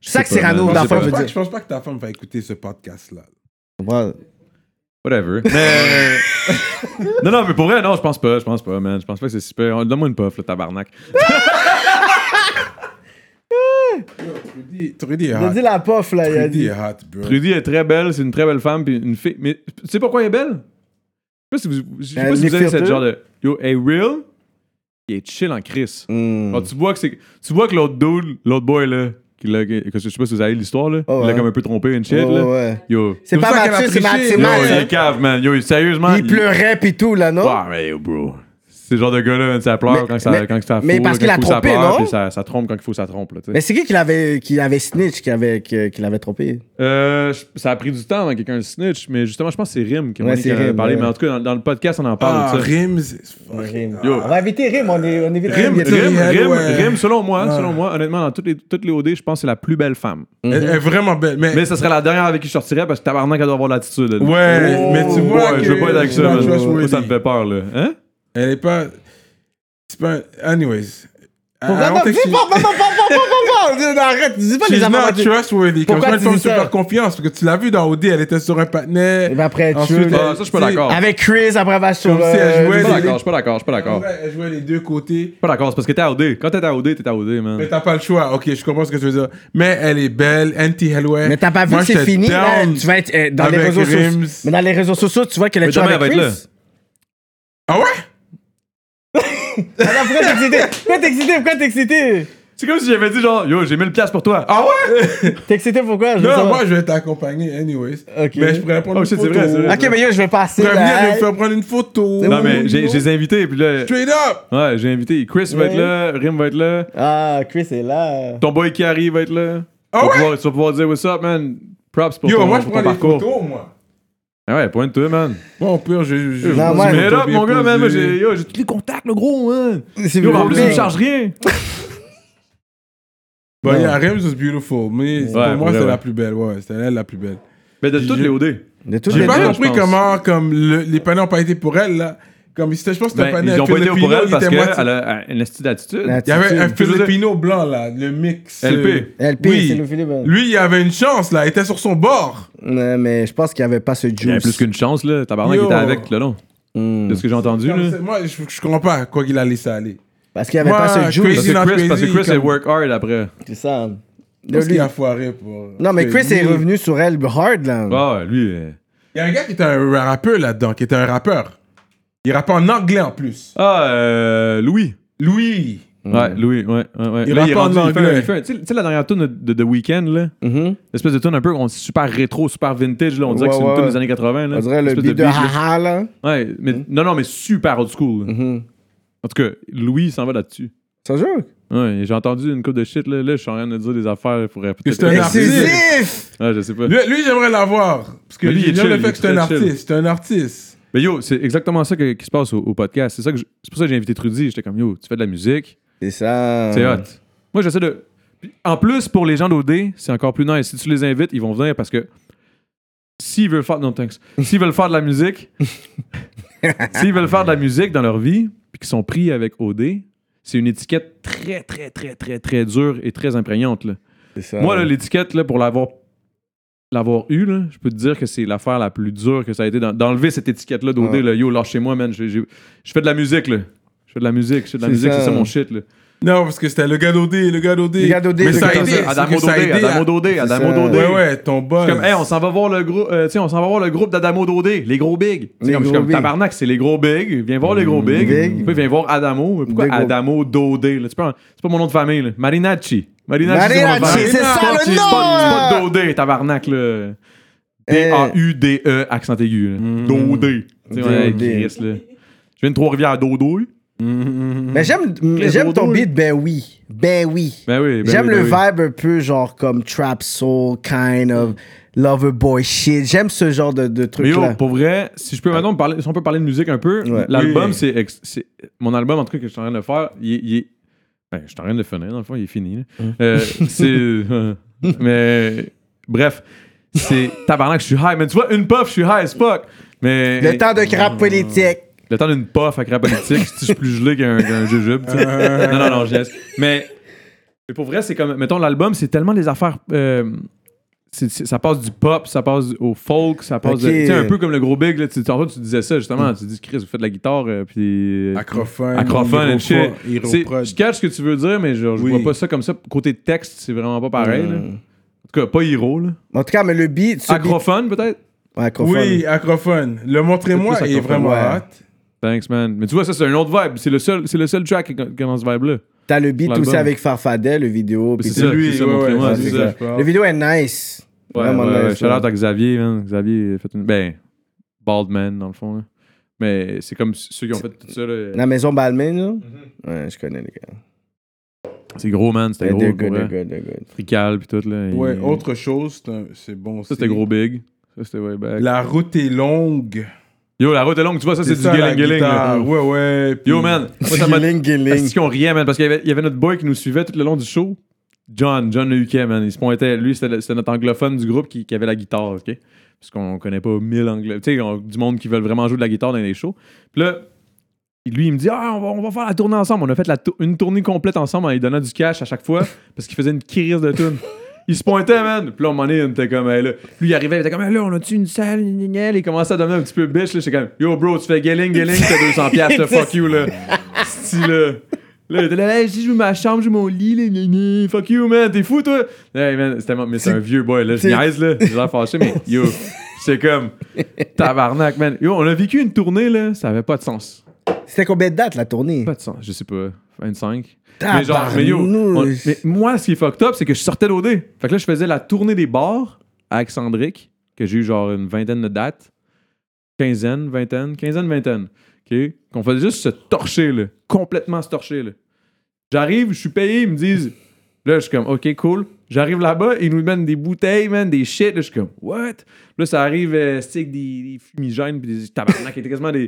Speaker 4: Je
Speaker 2: ça
Speaker 4: sais
Speaker 2: que
Speaker 4: pas,
Speaker 2: Cyrano,
Speaker 4: man,
Speaker 3: Je
Speaker 4: je
Speaker 3: pense
Speaker 4: sais
Speaker 2: d'enfant,
Speaker 4: pas.
Speaker 2: veut
Speaker 3: pas-
Speaker 2: dire-
Speaker 3: je pense pas que ta femme va écouter ce podcast-là.
Speaker 2: Ouais.
Speaker 4: Whatever. Mais. non, non, mais pour vrai, non, je pense pas. Je pense pas, man. Je pense pas que c'est super. Donne-moi une puff, le tabarnak.
Speaker 3: Trudy, Trudy est
Speaker 2: Il a dit
Speaker 3: hot.
Speaker 2: la pof, là. Il a
Speaker 3: Trudy
Speaker 2: dit.
Speaker 3: est hot, bro.
Speaker 4: Trudy est très belle, c'est une très belle femme, puis une fille. Mais tu sais pourquoi elle est belle? Je sais pas si vous, je sais
Speaker 2: Elle
Speaker 4: pas si
Speaker 2: est
Speaker 4: vous avez
Speaker 2: fierté.
Speaker 4: cette genre de. Yo, hey, real? Il est chill en Chris.
Speaker 2: Hmm.
Speaker 4: Alors, Ah, tu vois que c'est. Tu vois que l'autre dude, l'autre boy, là. qui l'a- que- que je sais pas si vous avez l'histoire, là.
Speaker 2: Oh,
Speaker 4: il l'a
Speaker 2: ouais.
Speaker 4: comme un peu trompé, une shit,
Speaker 2: Ouais,
Speaker 4: là.
Speaker 2: ouais, ouais.
Speaker 4: Yo.
Speaker 2: C'est
Speaker 3: pour
Speaker 2: pas
Speaker 3: ça qu'elle a
Speaker 2: Mathieu, c'est
Speaker 3: triché.
Speaker 2: Mathieu
Speaker 4: Yo, il est
Speaker 2: Mal.
Speaker 4: cave, man. Yo, sérieusement.
Speaker 2: Il pleurait, puis tout, là, non?
Speaker 4: Ouais, mais yo, bro. C'est le genre de gars-là, ça pleure
Speaker 2: Mais-
Speaker 4: quand, ça,
Speaker 2: mais-
Speaker 4: quand ça
Speaker 2: mais
Speaker 4: faut,
Speaker 2: parce
Speaker 4: quand
Speaker 2: qu'il a
Speaker 4: faut, ça
Speaker 2: trompé,
Speaker 4: pleure,
Speaker 2: non?
Speaker 4: puis ça, ça trompe quand il faut, ça trompe. Là, tu sais.
Speaker 2: Mais c'est qui qui l'avait, qui l'avait snitch, qui l'avait qui, qui l'avait trompé?
Speaker 4: Euh, je- ça a pris du temps avant que quelqu'un le snitch, mais justement, je pense que c'est Rim qui
Speaker 2: Ouais,
Speaker 4: m'a dit
Speaker 2: c'est
Speaker 4: qu'il en avait
Speaker 2: Rim,
Speaker 4: parlé.
Speaker 2: ouais.
Speaker 4: Mais en tout cas, dans, dans le podcast, on en parle.
Speaker 3: Ah,
Speaker 4: de ça.
Speaker 3: Rims is fucking...
Speaker 2: Rim.
Speaker 4: Yo.
Speaker 2: On va éviter Rim, on, est, on évite
Speaker 4: Rim, Rim,
Speaker 2: il y a-
Speaker 3: Rim,
Speaker 4: Rim,
Speaker 3: ouais.
Speaker 4: Rim, selon moi,
Speaker 3: Ouais.
Speaker 4: selon moi, honnêtement, dans toutes les, toutes les OD, je pense que c'est la plus belle femme.
Speaker 2: Mhm.
Speaker 3: Elle est vraiment belle. Mais,
Speaker 4: Mhm. Mais ce serait la dernière avec qui je sortirais parce que tabarnak, elle doit avoir de l'attitude. là.
Speaker 3: ouais,
Speaker 2: Oh,
Speaker 3: mais tu vois
Speaker 4: Ouais,
Speaker 3: que
Speaker 4: je veux pas être avec
Speaker 3: c'est
Speaker 4: ça.
Speaker 3: pas
Speaker 4: man. Moi,
Speaker 3: trustworthy.
Speaker 4: Ça me fait peur, là. Hein?
Speaker 3: Elle est pas... C'est pas... Anyways. I- I
Speaker 2: Non,
Speaker 3: don't
Speaker 2: non, dis
Speaker 3: think she-
Speaker 2: pas, non, non, pas, pas, pas, pas, pas, non, Arrête, dis pas les
Speaker 3: She's not
Speaker 2: informations.
Speaker 3: trustworthy. Comme
Speaker 2: Pourquoi
Speaker 3: ça, elle
Speaker 2: tu
Speaker 3: fait
Speaker 2: dis ça? Eh ben,
Speaker 3: super confiance. Parce que tu l'as vu dans OD, elle était sur un patinet.
Speaker 2: Mais après,
Speaker 3: Ensuite,
Speaker 2: tu.
Speaker 3: elle-
Speaker 4: Ah, ça, je suis pas
Speaker 3: tu sais,
Speaker 4: d'accord.
Speaker 2: Avec Chris, après, elle va sur.
Speaker 3: Comme si
Speaker 2: euh,
Speaker 3: elle
Speaker 4: Je
Speaker 3: jouait
Speaker 4: suis
Speaker 3: Ouais,
Speaker 4: pas
Speaker 3: les-
Speaker 4: d'accord, je suis pas d'accord, je suis pas
Speaker 3: Elle
Speaker 4: d'accord. Je
Speaker 3: jouait- Elle jouait les deux côtés.
Speaker 4: suis pas d'accord, c'est parce que t'es à OD. Quand t'es à OD, t'es à OD, man.
Speaker 3: Mais t'as pas le choix. Ok, je comprends ce que tu veux dire. Mais elle est belle, Auntie Hellway.
Speaker 2: Mais t'as pas vu
Speaker 3: Moi,
Speaker 2: que c'est
Speaker 3: j'étais
Speaker 2: fini, là,
Speaker 3: down.
Speaker 2: tu vas être euh, dans les
Speaker 3: avec
Speaker 2: réseaux
Speaker 3: Rims.
Speaker 2: sociaux. Mais dans les réseaux sociaux, tu vois qu'elle est
Speaker 4: Mais
Speaker 2: toujours
Speaker 4: demain,
Speaker 2: avec
Speaker 4: elle va
Speaker 2: Chris.
Speaker 3: Ah ouais?
Speaker 2: Ah non, Pourquoi t'es excité? Pourquoi t'es excité? Pourquoi t'es excité?
Speaker 4: C'est comme si j'avais dit genre, yo, j'ai 1000$ pour toi.
Speaker 3: Ah ouais?
Speaker 2: T'es excité pourquoi? Je veux
Speaker 3: non,
Speaker 2: savoir.
Speaker 3: moi je vais t'accompagner, anyways.
Speaker 2: Ok.
Speaker 3: Mais je pourrais prendre
Speaker 4: Oh,
Speaker 3: une
Speaker 4: shit,
Speaker 3: photo.
Speaker 4: c'est vrai, c'est vrai.
Speaker 2: Ok, mais yo, je vais passer.
Speaker 3: Je pourrais venir
Speaker 2: là.
Speaker 3: me faire prendre une photo.
Speaker 4: Non, mais j'ai j'ai invité, puis là.
Speaker 3: Straight up!
Speaker 4: Ouais, j'ai invité. Chris va être
Speaker 2: Ouais.
Speaker 4: là, Rim va être là,
Speaker 2: Ah, Chris est là.
Speaker 4: ton boy Carrie va être là.
Speaker 3: Ah
Speaker 4: tu, vas
Speaker 3: ouais?
Speaker 4: pouvoir, tu vas pouvoir dire what's up, man. Props pour
Speaker 3: Yo,
Speaker 4: ton,
Speaker 3: moi je
Speaker 4: pour
Speaker 3: prends
Speaker 4: ton
Speaker 3: des
Speaker 4: parcours.
Speaker 3: photos, moi.
Speaker 4: Ah ouais, pointe-toi, man.
Speaker 3: Bon, au pire, je. je
Speaker 2: Non,
Speaker 3: je-
Speaker 2: moi,
Speaker 3: je-
Speaker 4: Mais là,
Speaker 3: je-
Speaker 4: mon
Speaker 3: je-
Speaker 4: gars, man, moi,
Speaker 3: je-
Speaker 4: j'ai yo, j'ai tous les contacts, le gros, man.
Speaker 2: C'est
Speaker 4: Yo, en plus,
Speaker 2: bien.
Speaker 4: il me charge rien.
Speaker 3: Bon,
Speaker 2: Non.
Speaker 3: yeah, Rims is beautiful. Mais pour moi,
Speaker 4: ouais,
Speaker 3: c'est
Speaker 4: ouais.
Speaker 3: la plus belle. Ouais, c'est elle la plus belle.
Speaker 4: Mais de toutes
Speaker 3: Je-
Speaker 4: les OD.
Speaker 2: De toutes
Speaker 3: J'ai
Speaker 2: les
Speaker 4: pas
Speaker 2: deux.
Speaker 3: pas
Speaker 4: je
Speaker 3: compris
Speaker 4: pense.
Speaker 3: comment comme le- les panneaux n'ont pas été pour elle, là. Comme, c'était- je pense que c'était un
Speaker 4: Ben,
Speaker 3: panneau
Speaker 4: ils ont pas été
Speaker 3: Filipino,
Speaker 4: pour elle
Speaker 3: il
Speaker 4: parce
Speaker 3: était moitié-
Speaker 4: qu'elle a une astuce d'attitude.
Speaker 2: La-
Speaker 3: Il y avait un
Speaker 2: Attitude.
Speaker 3: Filipino blanc, là, le mix.
Speaker 4: LP.
Speaker 3: euh,
Speaker 2: LP,
Speaker 3: oui.
Speaker 2: c'est Eh, le Philippe. hein.
Speaker 3: Lui, il avait une chance, là. Il était sur son bord.
Speaker 2: Non, mais je pense qu'il n'y avait pas ce juice.
Speaker 4: Il y avait plus qu'une chance, là. Tabarnak, il
Speaker 3: Yo.
Speaker 4: était avec, le long.
Speaker 2: Hmm.
Speaker 4: De ce que j'ai entendu,
Speaker 3: Comme
Speaker 4: là.
Speaker 3: c'est- Moi, je, je comprends pas quoi qu'il a laissé aller.
Speaker 2: Parce qu'il n'y avait
Speaker 3: Moi,
Speaker 2: pas ce
Speaker 4: Parce
Speaker 2: juice.
Speaker 3: Crazy-
Speaker 4: que Chris,
Speaker 3: Not
Speaker 4: parce que
Speaker 3: Crazy,
Speaker 4: Chris, elle
Speaker 3: comme-
Speaker 4: work hard après.
Speaker 2: C'est ça.
Speaker 3: Parce
Speaker 2: Lui-
Speaker 3: qu'il a foiré pour.
Speaker 2: Non, mais
Speaker 3: parce que
Speaker 2: Chris est
Speaker 3: lui-
Speaker 2: revenu sur elle hard, là.
Speaker 4: Ah, ouais, lui. euh,
Speaker 3: Il y a un gars qui est un rappeur là-dedans, qui est un rappeur. Il rappe en anglais en plus.
Speaker 4: Ah, euh, Louis.
Speaker 3: Louis.
Speaker 2: Mm.
Speaker 4: Ouais, Louis, ouais. ouais, ouais.
Speaker 3: Il
Speaker 4: Là, est
Speaker 3: rappe en
Speaker 4: rendu- il fait un-
Speaker 3: anglais.
Speaker 4: il fait un- Tu sais- tu sais, la dernière tune de, de The Weeknd, là,
Speaker 2: Mhm.
Speaker 4: l'espèce de tune un peu, on, super rétro, super vintage, là, on
Speaker 2: Ouais,
Speaker 4: dirait que c'est
Speaker 2: ouais,
Speaker 4: une tune
Speaker 2: ouais.
Speaker 4: des années 80. Là,
Speaker 2: On dirait le Mm.
Speaker 4: Espèce
Speaker 2: beat de,
Speaker 4: là.
Speaker 2: haha, là.
Speaker 4: Ouais, mais, non, non, mais super old school. là.
Speaker 2: Mhm.
Speaker 4: En tout cas, Louis s'en va là-dessus.
Speaker 2: Ça joue?
Speaker 4: Ouais, et j'ai entendu une coupe de shit, là, là, je suis en train de dire des affaires, il faudrait peut-être...
Speaker 3: c'est un artiste.
Speaker 2: Exclusif!
Speaker 4: Ouais, je sais pas.
Speaker 3: Lui, lui, j'aimerais l'avoir. Parce que
Speaker 4: Mais lui,
Speaker 3: lui,
Speaker 4: il est
Speaker 3: il a
Speaker 4: chill,
Speaker 3: le
Speaker 4: il est
Speaker 3: fait que c'est un
Speaker 4: très chill.
Speaker 3: artiste. C'est un artiste.
Speaker 4: Mais yo, c'est exactement ça que- qui se passe au, au podcast. C'est ça que je- c'est pour ça que j'ai invité Trudy. J'étais comme yo, tu fais de la musique,
Speaker 2: C'est ça.
Speaker 4: c'est hot. Moi, j'essaie de. Puis, en plus, pour les gens d'OD, c'est encore plus nice. Si tu les invites, ils vont venir parce que s'ils veulent faire, non thanks, s'ils veulent faire de la musique, s'ils veulent faire de la musique dans leur vie, puis qu'ils sont pris avec OD, c'est une étiquette très très très très très dure et très imprégnante. là.
Speaker 2: C'est ça.
Speaker 4: Moi, là, l'étiquette, là, pour l'avoir l'avoir eu, là, je peux te dire que c'est l'affaire la plus dure que ça a été d'en- d'enlever cette étiquette-là d'OD.
Speaker 2: Ouais.
Speaker 4: Là, yo, lâchez-moi, man. j'ai- j'ai- Je fais de la musique, là. Je fais de la musique, je fais de la
Speaker 2: C'est
Speaker 4: musique,
Speaker 2: ça.
Speaker 4: c'est ça mon shit, là.
Speaker 3: Non, parce que c'était le gars d'OD, le gars d'OD.
Speaker 2: Le gars d'OD,
Speaker 3: Mais
Speaker 2: le
Speaker 3: ça a
Speaker 2: gars
Speaker 3: aidé.
Speaker 2: d'OD.
Speaker 3: c'est
Speaker 4: Adamo
Speaker 3: que ça a
Speaker 4: Dodé,
Speaker 3: aidé à-
Speaker 4: Adamo Dodé,
Speaker 2: C'est
Speaker 4: Adamo
Speaker 2: ça.
Speaker 4: Dodé.
Speaker 3: Ouais, ouais, ton boss.
Speaker 4: C'est comme, hey, on s'en va voir le gros, euh, tu sais, on s'en va voir le groupe d'Adamo Dodé, les gros bigs. C'est
Speaker 2: Les
Speaker 4: comme, je
Speaker 2: gros
Speaker 4: suis comme,
Speaker 2: bigs.
Speaker 4: tabarnak, c'est les gros bigs. Viens voir les gros bigs.
Speaker 2: bigs.
Speaker 4: Puis viens voir Adamo. Mais pourquoi
Speaker 2: Des gros-
Speaker 4: Adamo Dodé là? C'est pas, c'est pas mon nom de famille, là. Marinacci.
Speaker 2: Marinacci,
Speaker 4: c'est
Speaker 2: c'est ça
Speaker 4: mon nom de famille.
Speaker 2: le
Speaker 4: C'est pas c'est pas
Speaker 2: nom!
Speaker 4: Dodé, tabarnak, là.
Speaker 2: Eh,
Speaker 4: D-A-U-D-E, E, accent aigu. là. Dodé. Tu sais, ouais,
Speaker 2: Mm. Dodé.
Speaker 4: Chris, là. Je viens de Trois-Rivières, Dodouille.
Speaker 2: Mais j'aime j'aime ton
Speaker 4: drôle.
Speaker 2: beat, ben oui. Ben oui.
Speaker 4: Ben oui. ben
Speaker 2: J'aime
Speaker 4: oui,
Speaker 2: le
Speaker 4: ben oui.
Speaker 2: vibe un peu genre comme trap soul, kind of lover boy shit. J'aime ce genre de, de
Speaker 4: Mais
Speaker 2: truc
Speaker 4: yo,
Speaker 2: là.
Speaker 4: pour vrai, si je peux maintenant me parler, si on peut parler de musique un peu,
Speaker 2: Ah. Ouais.
Speaker 4: l'album,
Speaker 3: Oui.
Speaker 4: c'est, ex- c'est- mon album en tout cas que je suis en train de faire. Il, est- il est- ben, je suis en train de le finir dans le fond, il est fini. là.
Speaker 2: Hum.
Speaker 4: Euh, c'est, euh, mais bref, c'est tabarnak, je suis high. Mais tu vois, une puff, je suis high as fuck. Mais
Speaker 2: Le temps de
Speaker 4: euh,
Speaker 2: crap politique.
Speaker 4: Le temps d'une puff à crap politique, si je suis plus gelé qu'un, qu'un jujube. tu sais. non, non, non, je laisse. Mais, mais pour vrai, c'est comme. Mettons, l'album, c'est tellement des affaires. euh, c'est- c'est- ça passe du pop, ça passe au folk, ça passe. de-
Speaker 2: Ok.
Speaker 4: Tu sais, un peu comme le gros big. Là, tu, tantôt, tu disais ça, justement. Tu dis, Chris, vous faites de la guitare, euh, puis.
Speaker 3: Acrophone.
Speaker 4: Acrophone and shit.
Speaker 3: Hero
Speaker 4: C'est-
Speaker 3: prod.
Speaker 4: Je catch ce que tu veux dire, mais genre, je
Speaker 3: Oui.
Speaker 4: vois pas ça comme ça. Côté texte, c'est vraiment pas pareil. là.
Speaker 2: Mm.
Speaker 4: En tout cas, pas hero. Là.
Speaker 2: En tout cas, mais le beat. ce beat-
Speaker 4: Acrophone, peut-être?
Speaker 2: Ouais, acrophone.
Speaker 3: Oui, acrophone. Le
Speaker 4: C'est
Speaker 3: montrez-moi
Speaker 4: plus
Speaker 3: est
Speaker 4: acrophone,
Speaker 3: vraiment
Speaker 2: ouais.
Speaker 3: hot.
Speaker 4: Thanks, man. Mais tu vois, ça, c'est un autre vibe. C'est le seul, c'est le seul track qui qui est dans ce vibe-là.
Speaker 2: T'as le beat
Speaker 4: L'album.
Speaker 2: aussi avec Farfadet, le vidéo. puis
Speaker 4: C'est
Speaker 2: tout.
Speaker 4: ça,
Speaker 3: lui,
Speaker 4: c'est ça,
Speaker 3: ouais,
Speaker 4: montrez-moi,
Speaker 3: ouais,
Speaker 2: Ouais,
Speaker 4: c'est
Speaker 2: c'est
Speaker 4: ça.
Speaker 2: ça. Le vidéo est nice.
Speaker 4: Ouais,
Speaker 2: Vraiment
Speaker 4: ouais, ouais.
Speaker 2: nice,
Speaker 4: Shout out
Speaker 2: ouais.
Speaker 4: à Xavier, man. Xavier a fait une. Ben, bald man, dans le fond. là. Mais c'est comme ceux qui ont fait tout ça. là.
Speaker 2: La maison Balmain, là. Ouais, je connais les gars.
Speaker 4: Mm-hmm. C'est gros, man. C'était
Speaker 2: They're
Speaker 4: gros.
Speaker 2: good,
Speaker 4: pour vrai.
Speaker 2: they're good, they're good.
Speaker 4: Frical, puis tout. Là.
Speaker 3: Ouais,
Speaker 4: Il-
Speaker 3: autre chose, c'est un- c'est bon.
Speaker 4: Ça, c'était gros big. Ça, c'était way back.
Speaker 3: La route est longue.
Speaker 4: Yo, la route est longue, tu vois, ça, c'est du
Speaker 3: ça, la
Speaker 4: guéling guéling.
Speaker 3: guitare. Ouais, ouais. puis-
Speaker 4: Yo, man. Moi, ça m'a.
Speaker 2: Gilling, Gilling.
Speaker 4: Parce qu'on riait, man. Parce qu'il y avait, il y avait notre boy qui nous suivait tout le long du show. John, John le UK, man. Il se pointait. Lui, c'était le- c'était notre anglophone du groupe qui, qui avait la guitare, OK? Parce qu'on connaît pas mille anglais. Tu sais, on- du monde qui veulent vraiment jouer de la guitare dans les shows. Puis là, lui, il me dit Ah, on va, on va faire la tournée ensemble. On a fait la tou- une tournée complète ensemble en lui donnant du cash à chaque fois parce qu'il faisait une crise de tune. Il se pointait, man. Puis là, à un moment donné, on était comme, hey, là. Lui, il arrivait, il était comme, hey, là, on a-tu une salle, une lignelle? Il commençait à devenir un petit peu bitch, là. J'étais comme, yo, bro, tu fais gelling, gelling, t'as 200 piastres, là, fuck you, là. Style, là. Là, il était là, hey, je joue ma chambre, je joue mon lit, là, gna, gna. fuck you, man, t'es fou, toi? Hey, man, c'était mon- mais c'est un vieux boy, là. Je
Speaker 2: c'est-
Speaker 4: niaise, là. J'ai l'air fâché, mais yo, c'est comme, tabarnak, man. Yo, on a vécu une tournée, là, ça avait pas de sens.
Speaker 2: C'était combien de dates la tournée?
Speaker 4: Pas de sens, je sais pas. 25.
Speaker 2: Tabarnouche.
Speaker 4: Mais genre, mais yo, on- mais moi, ce qui est fucked up, c'est que je sortais d'OD. Fait que là, je faisais la tournée des bars à Alexandric, que j'ai eu genre une vingtaine de dates. Quinzaine, vingtaine, quinzaine, vingtaine. OK? Qu'on faisait juste se torcher, là. Complètement se torcher, là. J'arrive, je suis payé, ils me disent. Là, je suis comme, OK, cool. J'arrive là-bas, ils nous donnent des bouteilles, man, des shit. Là, je suis comme, what? Là, ça arrive, euh, c'est avec des, des fumigènes, puis des tabarnak, il était quasiment des,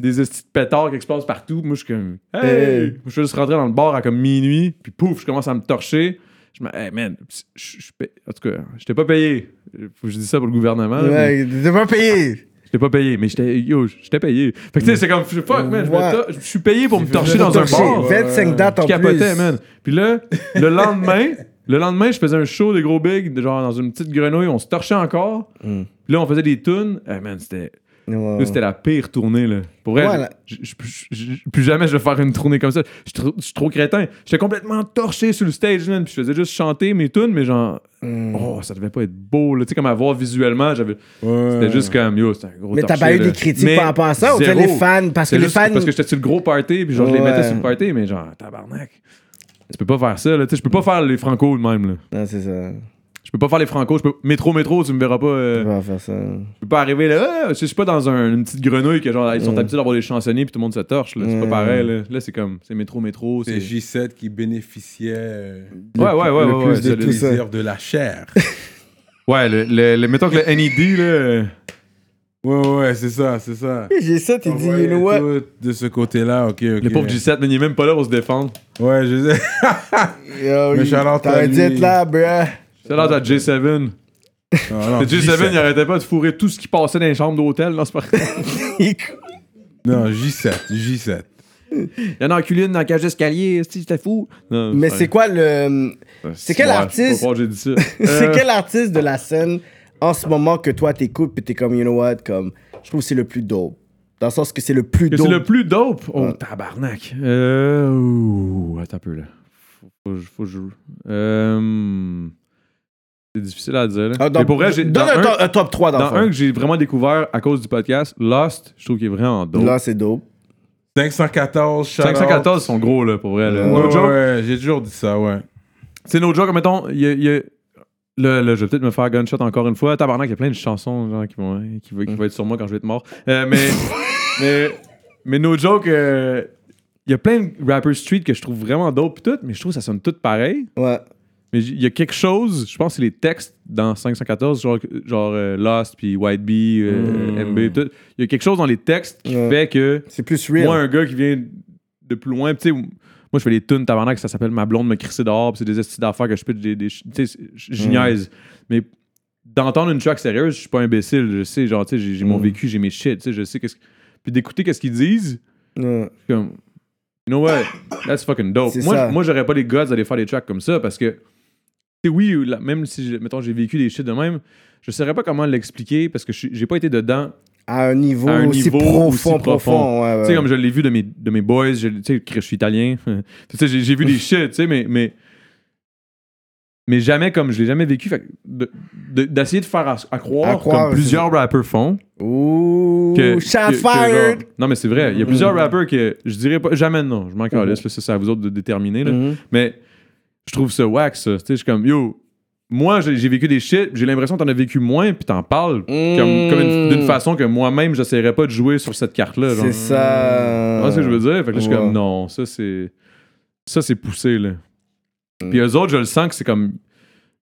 Speaker 4: des estis de pétards qui explosent partout. Moi, je suis comme, hey!
Speaker 2: Hey.
Speaker 4: Moi, je suis juste rentré dans le bar à comme minuit, puis pouf, je commence à me torcher. Je me, hey, man, je, je- je paye- en tout cas, j'étais pas payé. Faut que je dis ça pour le gouvernement. là, mais-
Speaker 2: Ouais, t'es pas payé.
Speaker 4: J'étais pas payé, mais j'étais yo, j'étais payé. Fait que tu sais, c'est comme fuck man, je, me
Speaker 2: Ouais.
Speaker 4: to- je suis payé pour me torcher
Speaker 3: faisais
Speaker 4: dans un
Speaker 2: Torché,
Speaker 4: bar.
Speaker 3: ouais.
Speaker 2: 25 dates en
Speaker 4: Je
Speaker 2: plus.
Speaker 4: capotais, man. Puis là, le lendemain, le lendemain, je faisais un show des gros bigs, genre dans une petite grenouille, on se torchait encore. Puis là, on faisait des tunes. Eh, man, c'était
Speaker 2: Mm. Ouais,
Speaker 4: Là, c'était la pire tournée, là. Pour vrai,
Speaker 2: Ouais, là.
Speaker 4: je- je- je- je- plus jamais je vais faire une tournée comme ça. Je suis trop- je suis trop crétin. J'étais complètement torché sur le stage, man, puis je faisais juste chanter mes tunes, mais genre,
Speaker 2: Mm.
Speaker 4: oh, ça devait pas être beau, là. Tu sais, comme à voir visuellement, j'avais. C'était juste comme, yo, c'était un gros
Speaker 2: Mais t'as
Speaker 4: torché,
Speaker 2: pas eu
Speaker 4: là.
Speaker 2: des critiques
Speaker 4: Mais
Speaker 2: par rapport à ça? Ou t'as
Speaker 4: zéro.
Speaker 2: les fans? Parce que
Speaker 4: C'est
Speaker 2: les
Speaker 4: juste
Speaker 2: fans.
Speaker 4: Parce que j'étais sur le gros party, puis genre, je les
Speaker 2: Ouais.
Speaker 4: mettais sur le party, mais genre, tabarnak. Tu peux pas faire ça, là. Tu sais, je peux pas faire les franco de même, là.
Speaker 2: Non, c'est ça.
Speaker 4: Je peux pas faire les franco. Je peux... Métro, métro, tu me verras pas. euh,
Speaker 2: Tu vas faire ça.
Speaker 4: je peux pas arriver là. Ah, je suis pas dans un- une petite grenouille que genre, ils sont habitués d'avoir des chansonniers puis tout le monde se torche. là. C'est
Speaker 2: Mm.
Speaker 4: pas pareil. Là, Là, c'est comme, c'est métro, métro.
Speaker 3: C'est
Speaker 4: C'est
Speaker 3: J7 qui bénéficiait euh,
Speaker 4: Ouais, ouais, ouais,
Speaker 3: le
Speaker 4: ouais,
Speaker 3: plus
Speaker 4: ouais,
Speaker 3: des
Speaker 4: ça, le-
Speaker 3: plaisirs de la chair.
Speaker 4: Ouais, le, le- le- mettons que le NED, là. euh,
Speaker 3: ouais, ouais, c'est ça, c'est ça.
Speaker 2: J'ai ça, t'es
Speaker 3: On
Speaker 2: dit,
Speaker 3: voyait
Speaker 2: you know what?
Speaker 3: tout De ce côté-là, ok, ok.
Speaker 4: Le pauvre G7, mais il est même pas là pour se défendre.
Speaker 3: Ouais, je sais.
Speaker 2: Yo,
Speaker 3: Mais
Speaker 2: il-
Speaker 3: Charlotte,
Speaker 2: T'aurais dû
Speaker 3: lui-
Speaker 2: être là, bruh.
Speaker 4: C'est là à J7.
Speaker 3: Non, non,
Speaker 4: Le J7, il
Speaker 3: J7.
Speaker 4: arrêtait pas de fourrer tout ce qui passait dans les chambres d'hôtel. Non, c'est pas
Speaker 3: Non, J7, J7.
Speaker 4: Il y en a en culine dans la cage d'escalier. esti, C'était fou. Non,
Speaker 2: Mais
Speaker 4: ouais.
Speaker 2: c'est quoi
Speaker 4: Euh.
Speaker 2: le. c'est quel
Speaker 4: Ouais,
Speaker 2: artiste?
Speaker 4: faut pas croire que j'ai dit ça.
Speaker 2: C'est
Speaker 4: Euh,
Speaker 2: quel artiste de la scène en ce moment que toi t'écoutes puis t'es comme you know what comme je trouve que c'est le plus dope dans le sens que c'est le plus
Speaker 4: que
Speaker 2: dope
Speaker 4: c'est le plus dope. Oh, tabarnak. Euh, ouh, attends un peu, là. Faut, faut, que je- faut que je... Euh, c'est difficile à dire, là.
Speaker 2: Ah, dans-
Speaker 4: Mais pour vrai, j'ai-
Speaker 2: donne
Speaker 4: dans,
Speaker 2: un, Ah,
Speaker 4: un,
Speaker 2: to- un top 3 dans,
Speaker 4: dans un que j'ai vraiment découvert à cause du podcast, Lost, je trouve qu'il est vraiment dope.
Speaker 2: là c'est dope
Speaker 3: 514, shout out.
Speaker 4: 514 sont gros, là, pour vrai. là.
Speaker 2: Ouais,
Speaker 3: Ouais,
Speaker 4: No joke.
Speaker 3: ouais, ouais, j'ai toujours dit ça, ouais.
Speaker 4: C'est no joke, mettons, il y a... il y a- Là, là, je vais peut-être me faire gunshot encore une fois. Tabarnak, il y a plein de chansons genre, qui, vont, hein, qui, vont- qui vont être sur moi quand je vais être mort. Euh, mais, mais, mais no joke, euh, il y a plein de rappers street que je trouve vraiment dope pis tout, mais je trouve que ça sonne tout pareil.
Speaker 2: ouais
Speaker 4: Mais j- il y a quelque chose, je pense que c'est les textes dans 514, genre, genre euh, Lost puis White Bee, euh, MB pis tout. Il y a quelque chose dans les textes qui
Speaker 2: Ouais.
Speaker 4: fait que
Speaker 2: c'est plus real
Speaker 4: moi, un gars qui vient de plus loin, pis tu sais, moi, je fais les tunes tabarnak, ça s'appelle Ma blonde me crisser dehors, pis c'est des estis d'affaires que je pitch, des, des, ch- tu sais, je je
Speaker 2: Mm.
Speaker 4: niaise. Mais d'entendre une track sérieuse, je suis pas imbécile, je sais, genre, tu sais, j'ai j'ai mon
Speaker 2: Mm.
Speaker 4: vécu, j'ai mes shit, tu sais, je sais qu'est-ce que- Puis d'écouter qu'est-ce qu'ils disent,
Speaker 2: Ouais.
Speaker 4: je suis comme, you know what, that's fucking dope.
Speaker 2: C'est
Speaker 4: Moi,
Speaker 2: ça.
Speaker 4: j- moi j'aurais pas les guts d'aller faire des tracks comme ça parce que, tu sais, oui, la- même si, j'ai- mettons, j'ai vécu des shit de même, je saurais pas comment l'expliquer parce que je suis- j'ai pas été dedans
Speaker 2: à un niveau,
Speaker 4: À un
Speaker 2: aussi,
Speaker 4: niveau
Speaker 2: profond,
Speaker 4: aussi
Speaker 2: profond
Speaker 4: profond.
Speaker 2: ouais, ouais.
Speaker 4: Tu sais, comme je l'ai vu de mes, de mes boys, je- tu sais, que je suis italien. tu sais, j'ai j'ai vu des shit, tu sais, mais, mais. Mais jamais comme je l'ai jamais vécu. Fait que de- de- D'essayer de, faire à, à croire,
Speaker 2: À croire,
Speaker 4: comme plusieurs rappers font.
Speaker 2: ouh
Speaker 4: que-
Speaker 2: shot
Speaker 4: que- que
Speaker 2: fired Mm.
Speaker 4: genre- non, mais c'est vrai. Il y a plusieurs rappers que je dirais pas. Jamais non. Je m'en calisse, là, ça, c'est à vous autres de déterminer. là.
Speaker 2: Mhm.
Speaker 4: Mais je trouve ça wax, ça. Tu sais, je suis comme, yo, moi, j'ai j'ai vécu des shit, j'ai l'impression que t'en as vécu moins, puis t'en parles. Comme, comme une- d'une façon que moi-même, j'essaierais pas de jouer sur cette carte-là. genre.
Speaker 2: Mm. c'est ça
Speaker 4: Tu vois ce que je veux dire? Fait que là, je suis
Speaker 2: Ouais.
Speaker 4: comme, non, ça, c'est. Ça, c'est poussé, là.
Speaker 2: Mm.
Speaker 4: Puis eux autres, je le sens que c'est comme.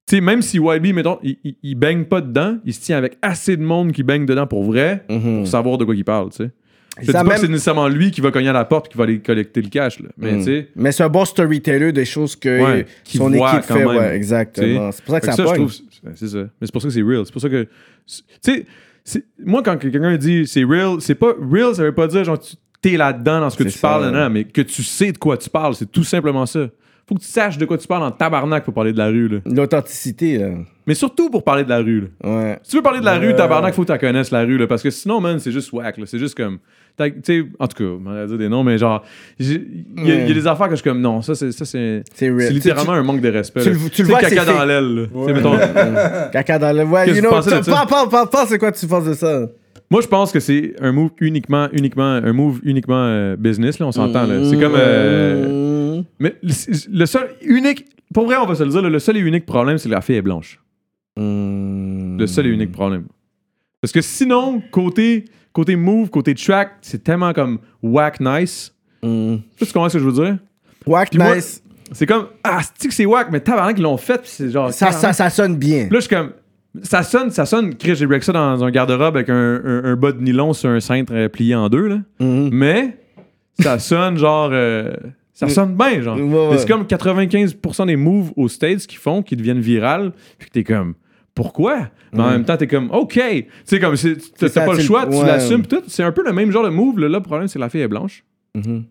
Speaker 4: Tu sais, même si YB, mettons, il, il, il baigne pas dedans, il se tient avec assez de monde qui baigne dedans pour vrai,
Speaker 2: Mhm.
Speaker 4: pour savoir de quoi il parle, tu sais. Je te dis
Speaker 2: Ça
Speaker 4: pas
Speaker 2: même-
Speaker 4: que c'est nécessairement lui qui va cogner à la porte qui va aller collecter le cash, là. Mais
Speaker 2: Mm.
Speaker 4: tu sais.
Speaker 2: mais c'est un bon storyteller des choses que
Speaker 4: Ouais, qui
Speaker 2: son
Speaker 4: voit
Speaker 2: équipe
Speaker 4: quand
Speaker 2: fait
Speaker 4: même.
Speaker 2: ouais exactement c'est pour ça que
Speaker 4: Fait que
Speaker 2: ça
Speaker 4: ça, je
Speaker 2: pogne
Speaker 4: trouve. ben, C'est ça. Mais c'est pour ça que c'est real. C'est pour ça que. Tu sais, c'est- moi, quand que quelqu'un dit c'est real, c'est pas. Real, ça veut pas dire genre tu t'es là-dedans dans ce que
Speaker 2: C'est
Speaker 4: tu
Speaker 2: ça.
Speaker 4: parles, nan, nan, mais que tu sais de quoi tu parles. C'est tout simplement ça. Faut que tu saches de quoi tu parles en tabarnak pour parler de la rue, là.
Speaker 2: l'authenticité là
Speaker 4: Mais surtout pour parler de la rue, là.
Speaker 2: ouais
Speaker 4: Si tu veux parler de la
Speaker 2: Euh.
Speaker 3: Ouais.
Speaker 4: rue, tabarnak, faut que tu la connaisses, la rue, là, parce que sinon, man, c'est juste whack, là. C'est juste comme. t'as- Tu sais, en tout cas, on va dire des noms, mais genre, j'ai- il y, a- il y a des affaires que je suis comme, non, ça, c'est. ça, C'est
Speaker 2: c'est real
Speaker 4: c'est littéralement un manque de respect.
Speaker 2: tu
Speaker 4: là.
Speaker 2: le- tu le
Speaker 4: C'est
Speaker 2: vois, c'est
Speaker 4: caca dans
Speaker 2: fait.
Speaker 4: l'aile, là. Tu sais,
Speaker 3: Ouais.
Speaker 4: mettons,
Speaker 2: Caca dans le voile.
Speaker 4: Qu'est-ce
Speaker 2: You
Speaker 4: que
Speaker 2: know,
Speaker 4: tu pensais de
Speaker 2: parle,
Speaker 4: ça?
Speaker 2: parle, parle, parle, c'est quoi tu penses de ça?
Speaker 4: Moi, je pense que c'est un move uniquement, uniquement, un move uniquement euh, business. Là, on s'entend. là. C'est comme, euh,
Speaker 2: Mmh.
Speaker 4: mais le, le seul unique, pour vrai, on va se le dire, là, le seul et unique problème, c'est que la fille est blanche.
Speaker 2: Mm-hmm.
Speaker 4: Le seul et unique
Speaker 2: Hmm.
Speaker 4: problème. Parce que sinon, côté, côté move, côté track, c'est tellement comme whack nice.
Speaker 2: Mmh.
Speaker 4: Tu sais, tu comprends ce que je veux dire?
Speaker 2: Whack
Speaker 4: Puis moi,
Speaker 2: nice.
Speaker 4: C'est comme ah, c'est que c'est whack, mais tabarnak ils l'ont fait, puis c'est genre
Speaker 2: ça, ça,
Speaker 4: tabarnak.
Speaker 2: ça sonne bien.
Speaker 4: Puis Là, je suis comme. Ça sonne, ça sonne. Chris, j'ai break ça dans un garde-robe avec un, un- un bas de nylon sur un cintre euh, plié en deux, là.
Speaker 2: Mhm.
Speaker 4: Mais ça sonne genre. euh,
Speaker 3: Mm.
Speaker 4: ça sonne bien, genre.
Speaker 2: Ouais, ouais.
Speaker 4: Mais c'est comme 95% des moves aux States qui font, qui deviennent virales, puis que t'es comme. Pourquoi? Mais
Speaker 3: Mm.
Speaker 4: en même temps, t'es comme, OK! Tu sais, comme, c'est- t'as
Speaker 2: ça,
Speaker 4: t'as pas
Speaker 2: tu
Speaker 4: le
Speaker 2: le-
Speaker 4: choix, tu
Speaker 2: ouais.
Speaker 4: l'assumes, pis tout. C'est un peu le même genre de move. Là, Là, le problème, c'est que la fille est blanche.
Speaker 2: Mhm.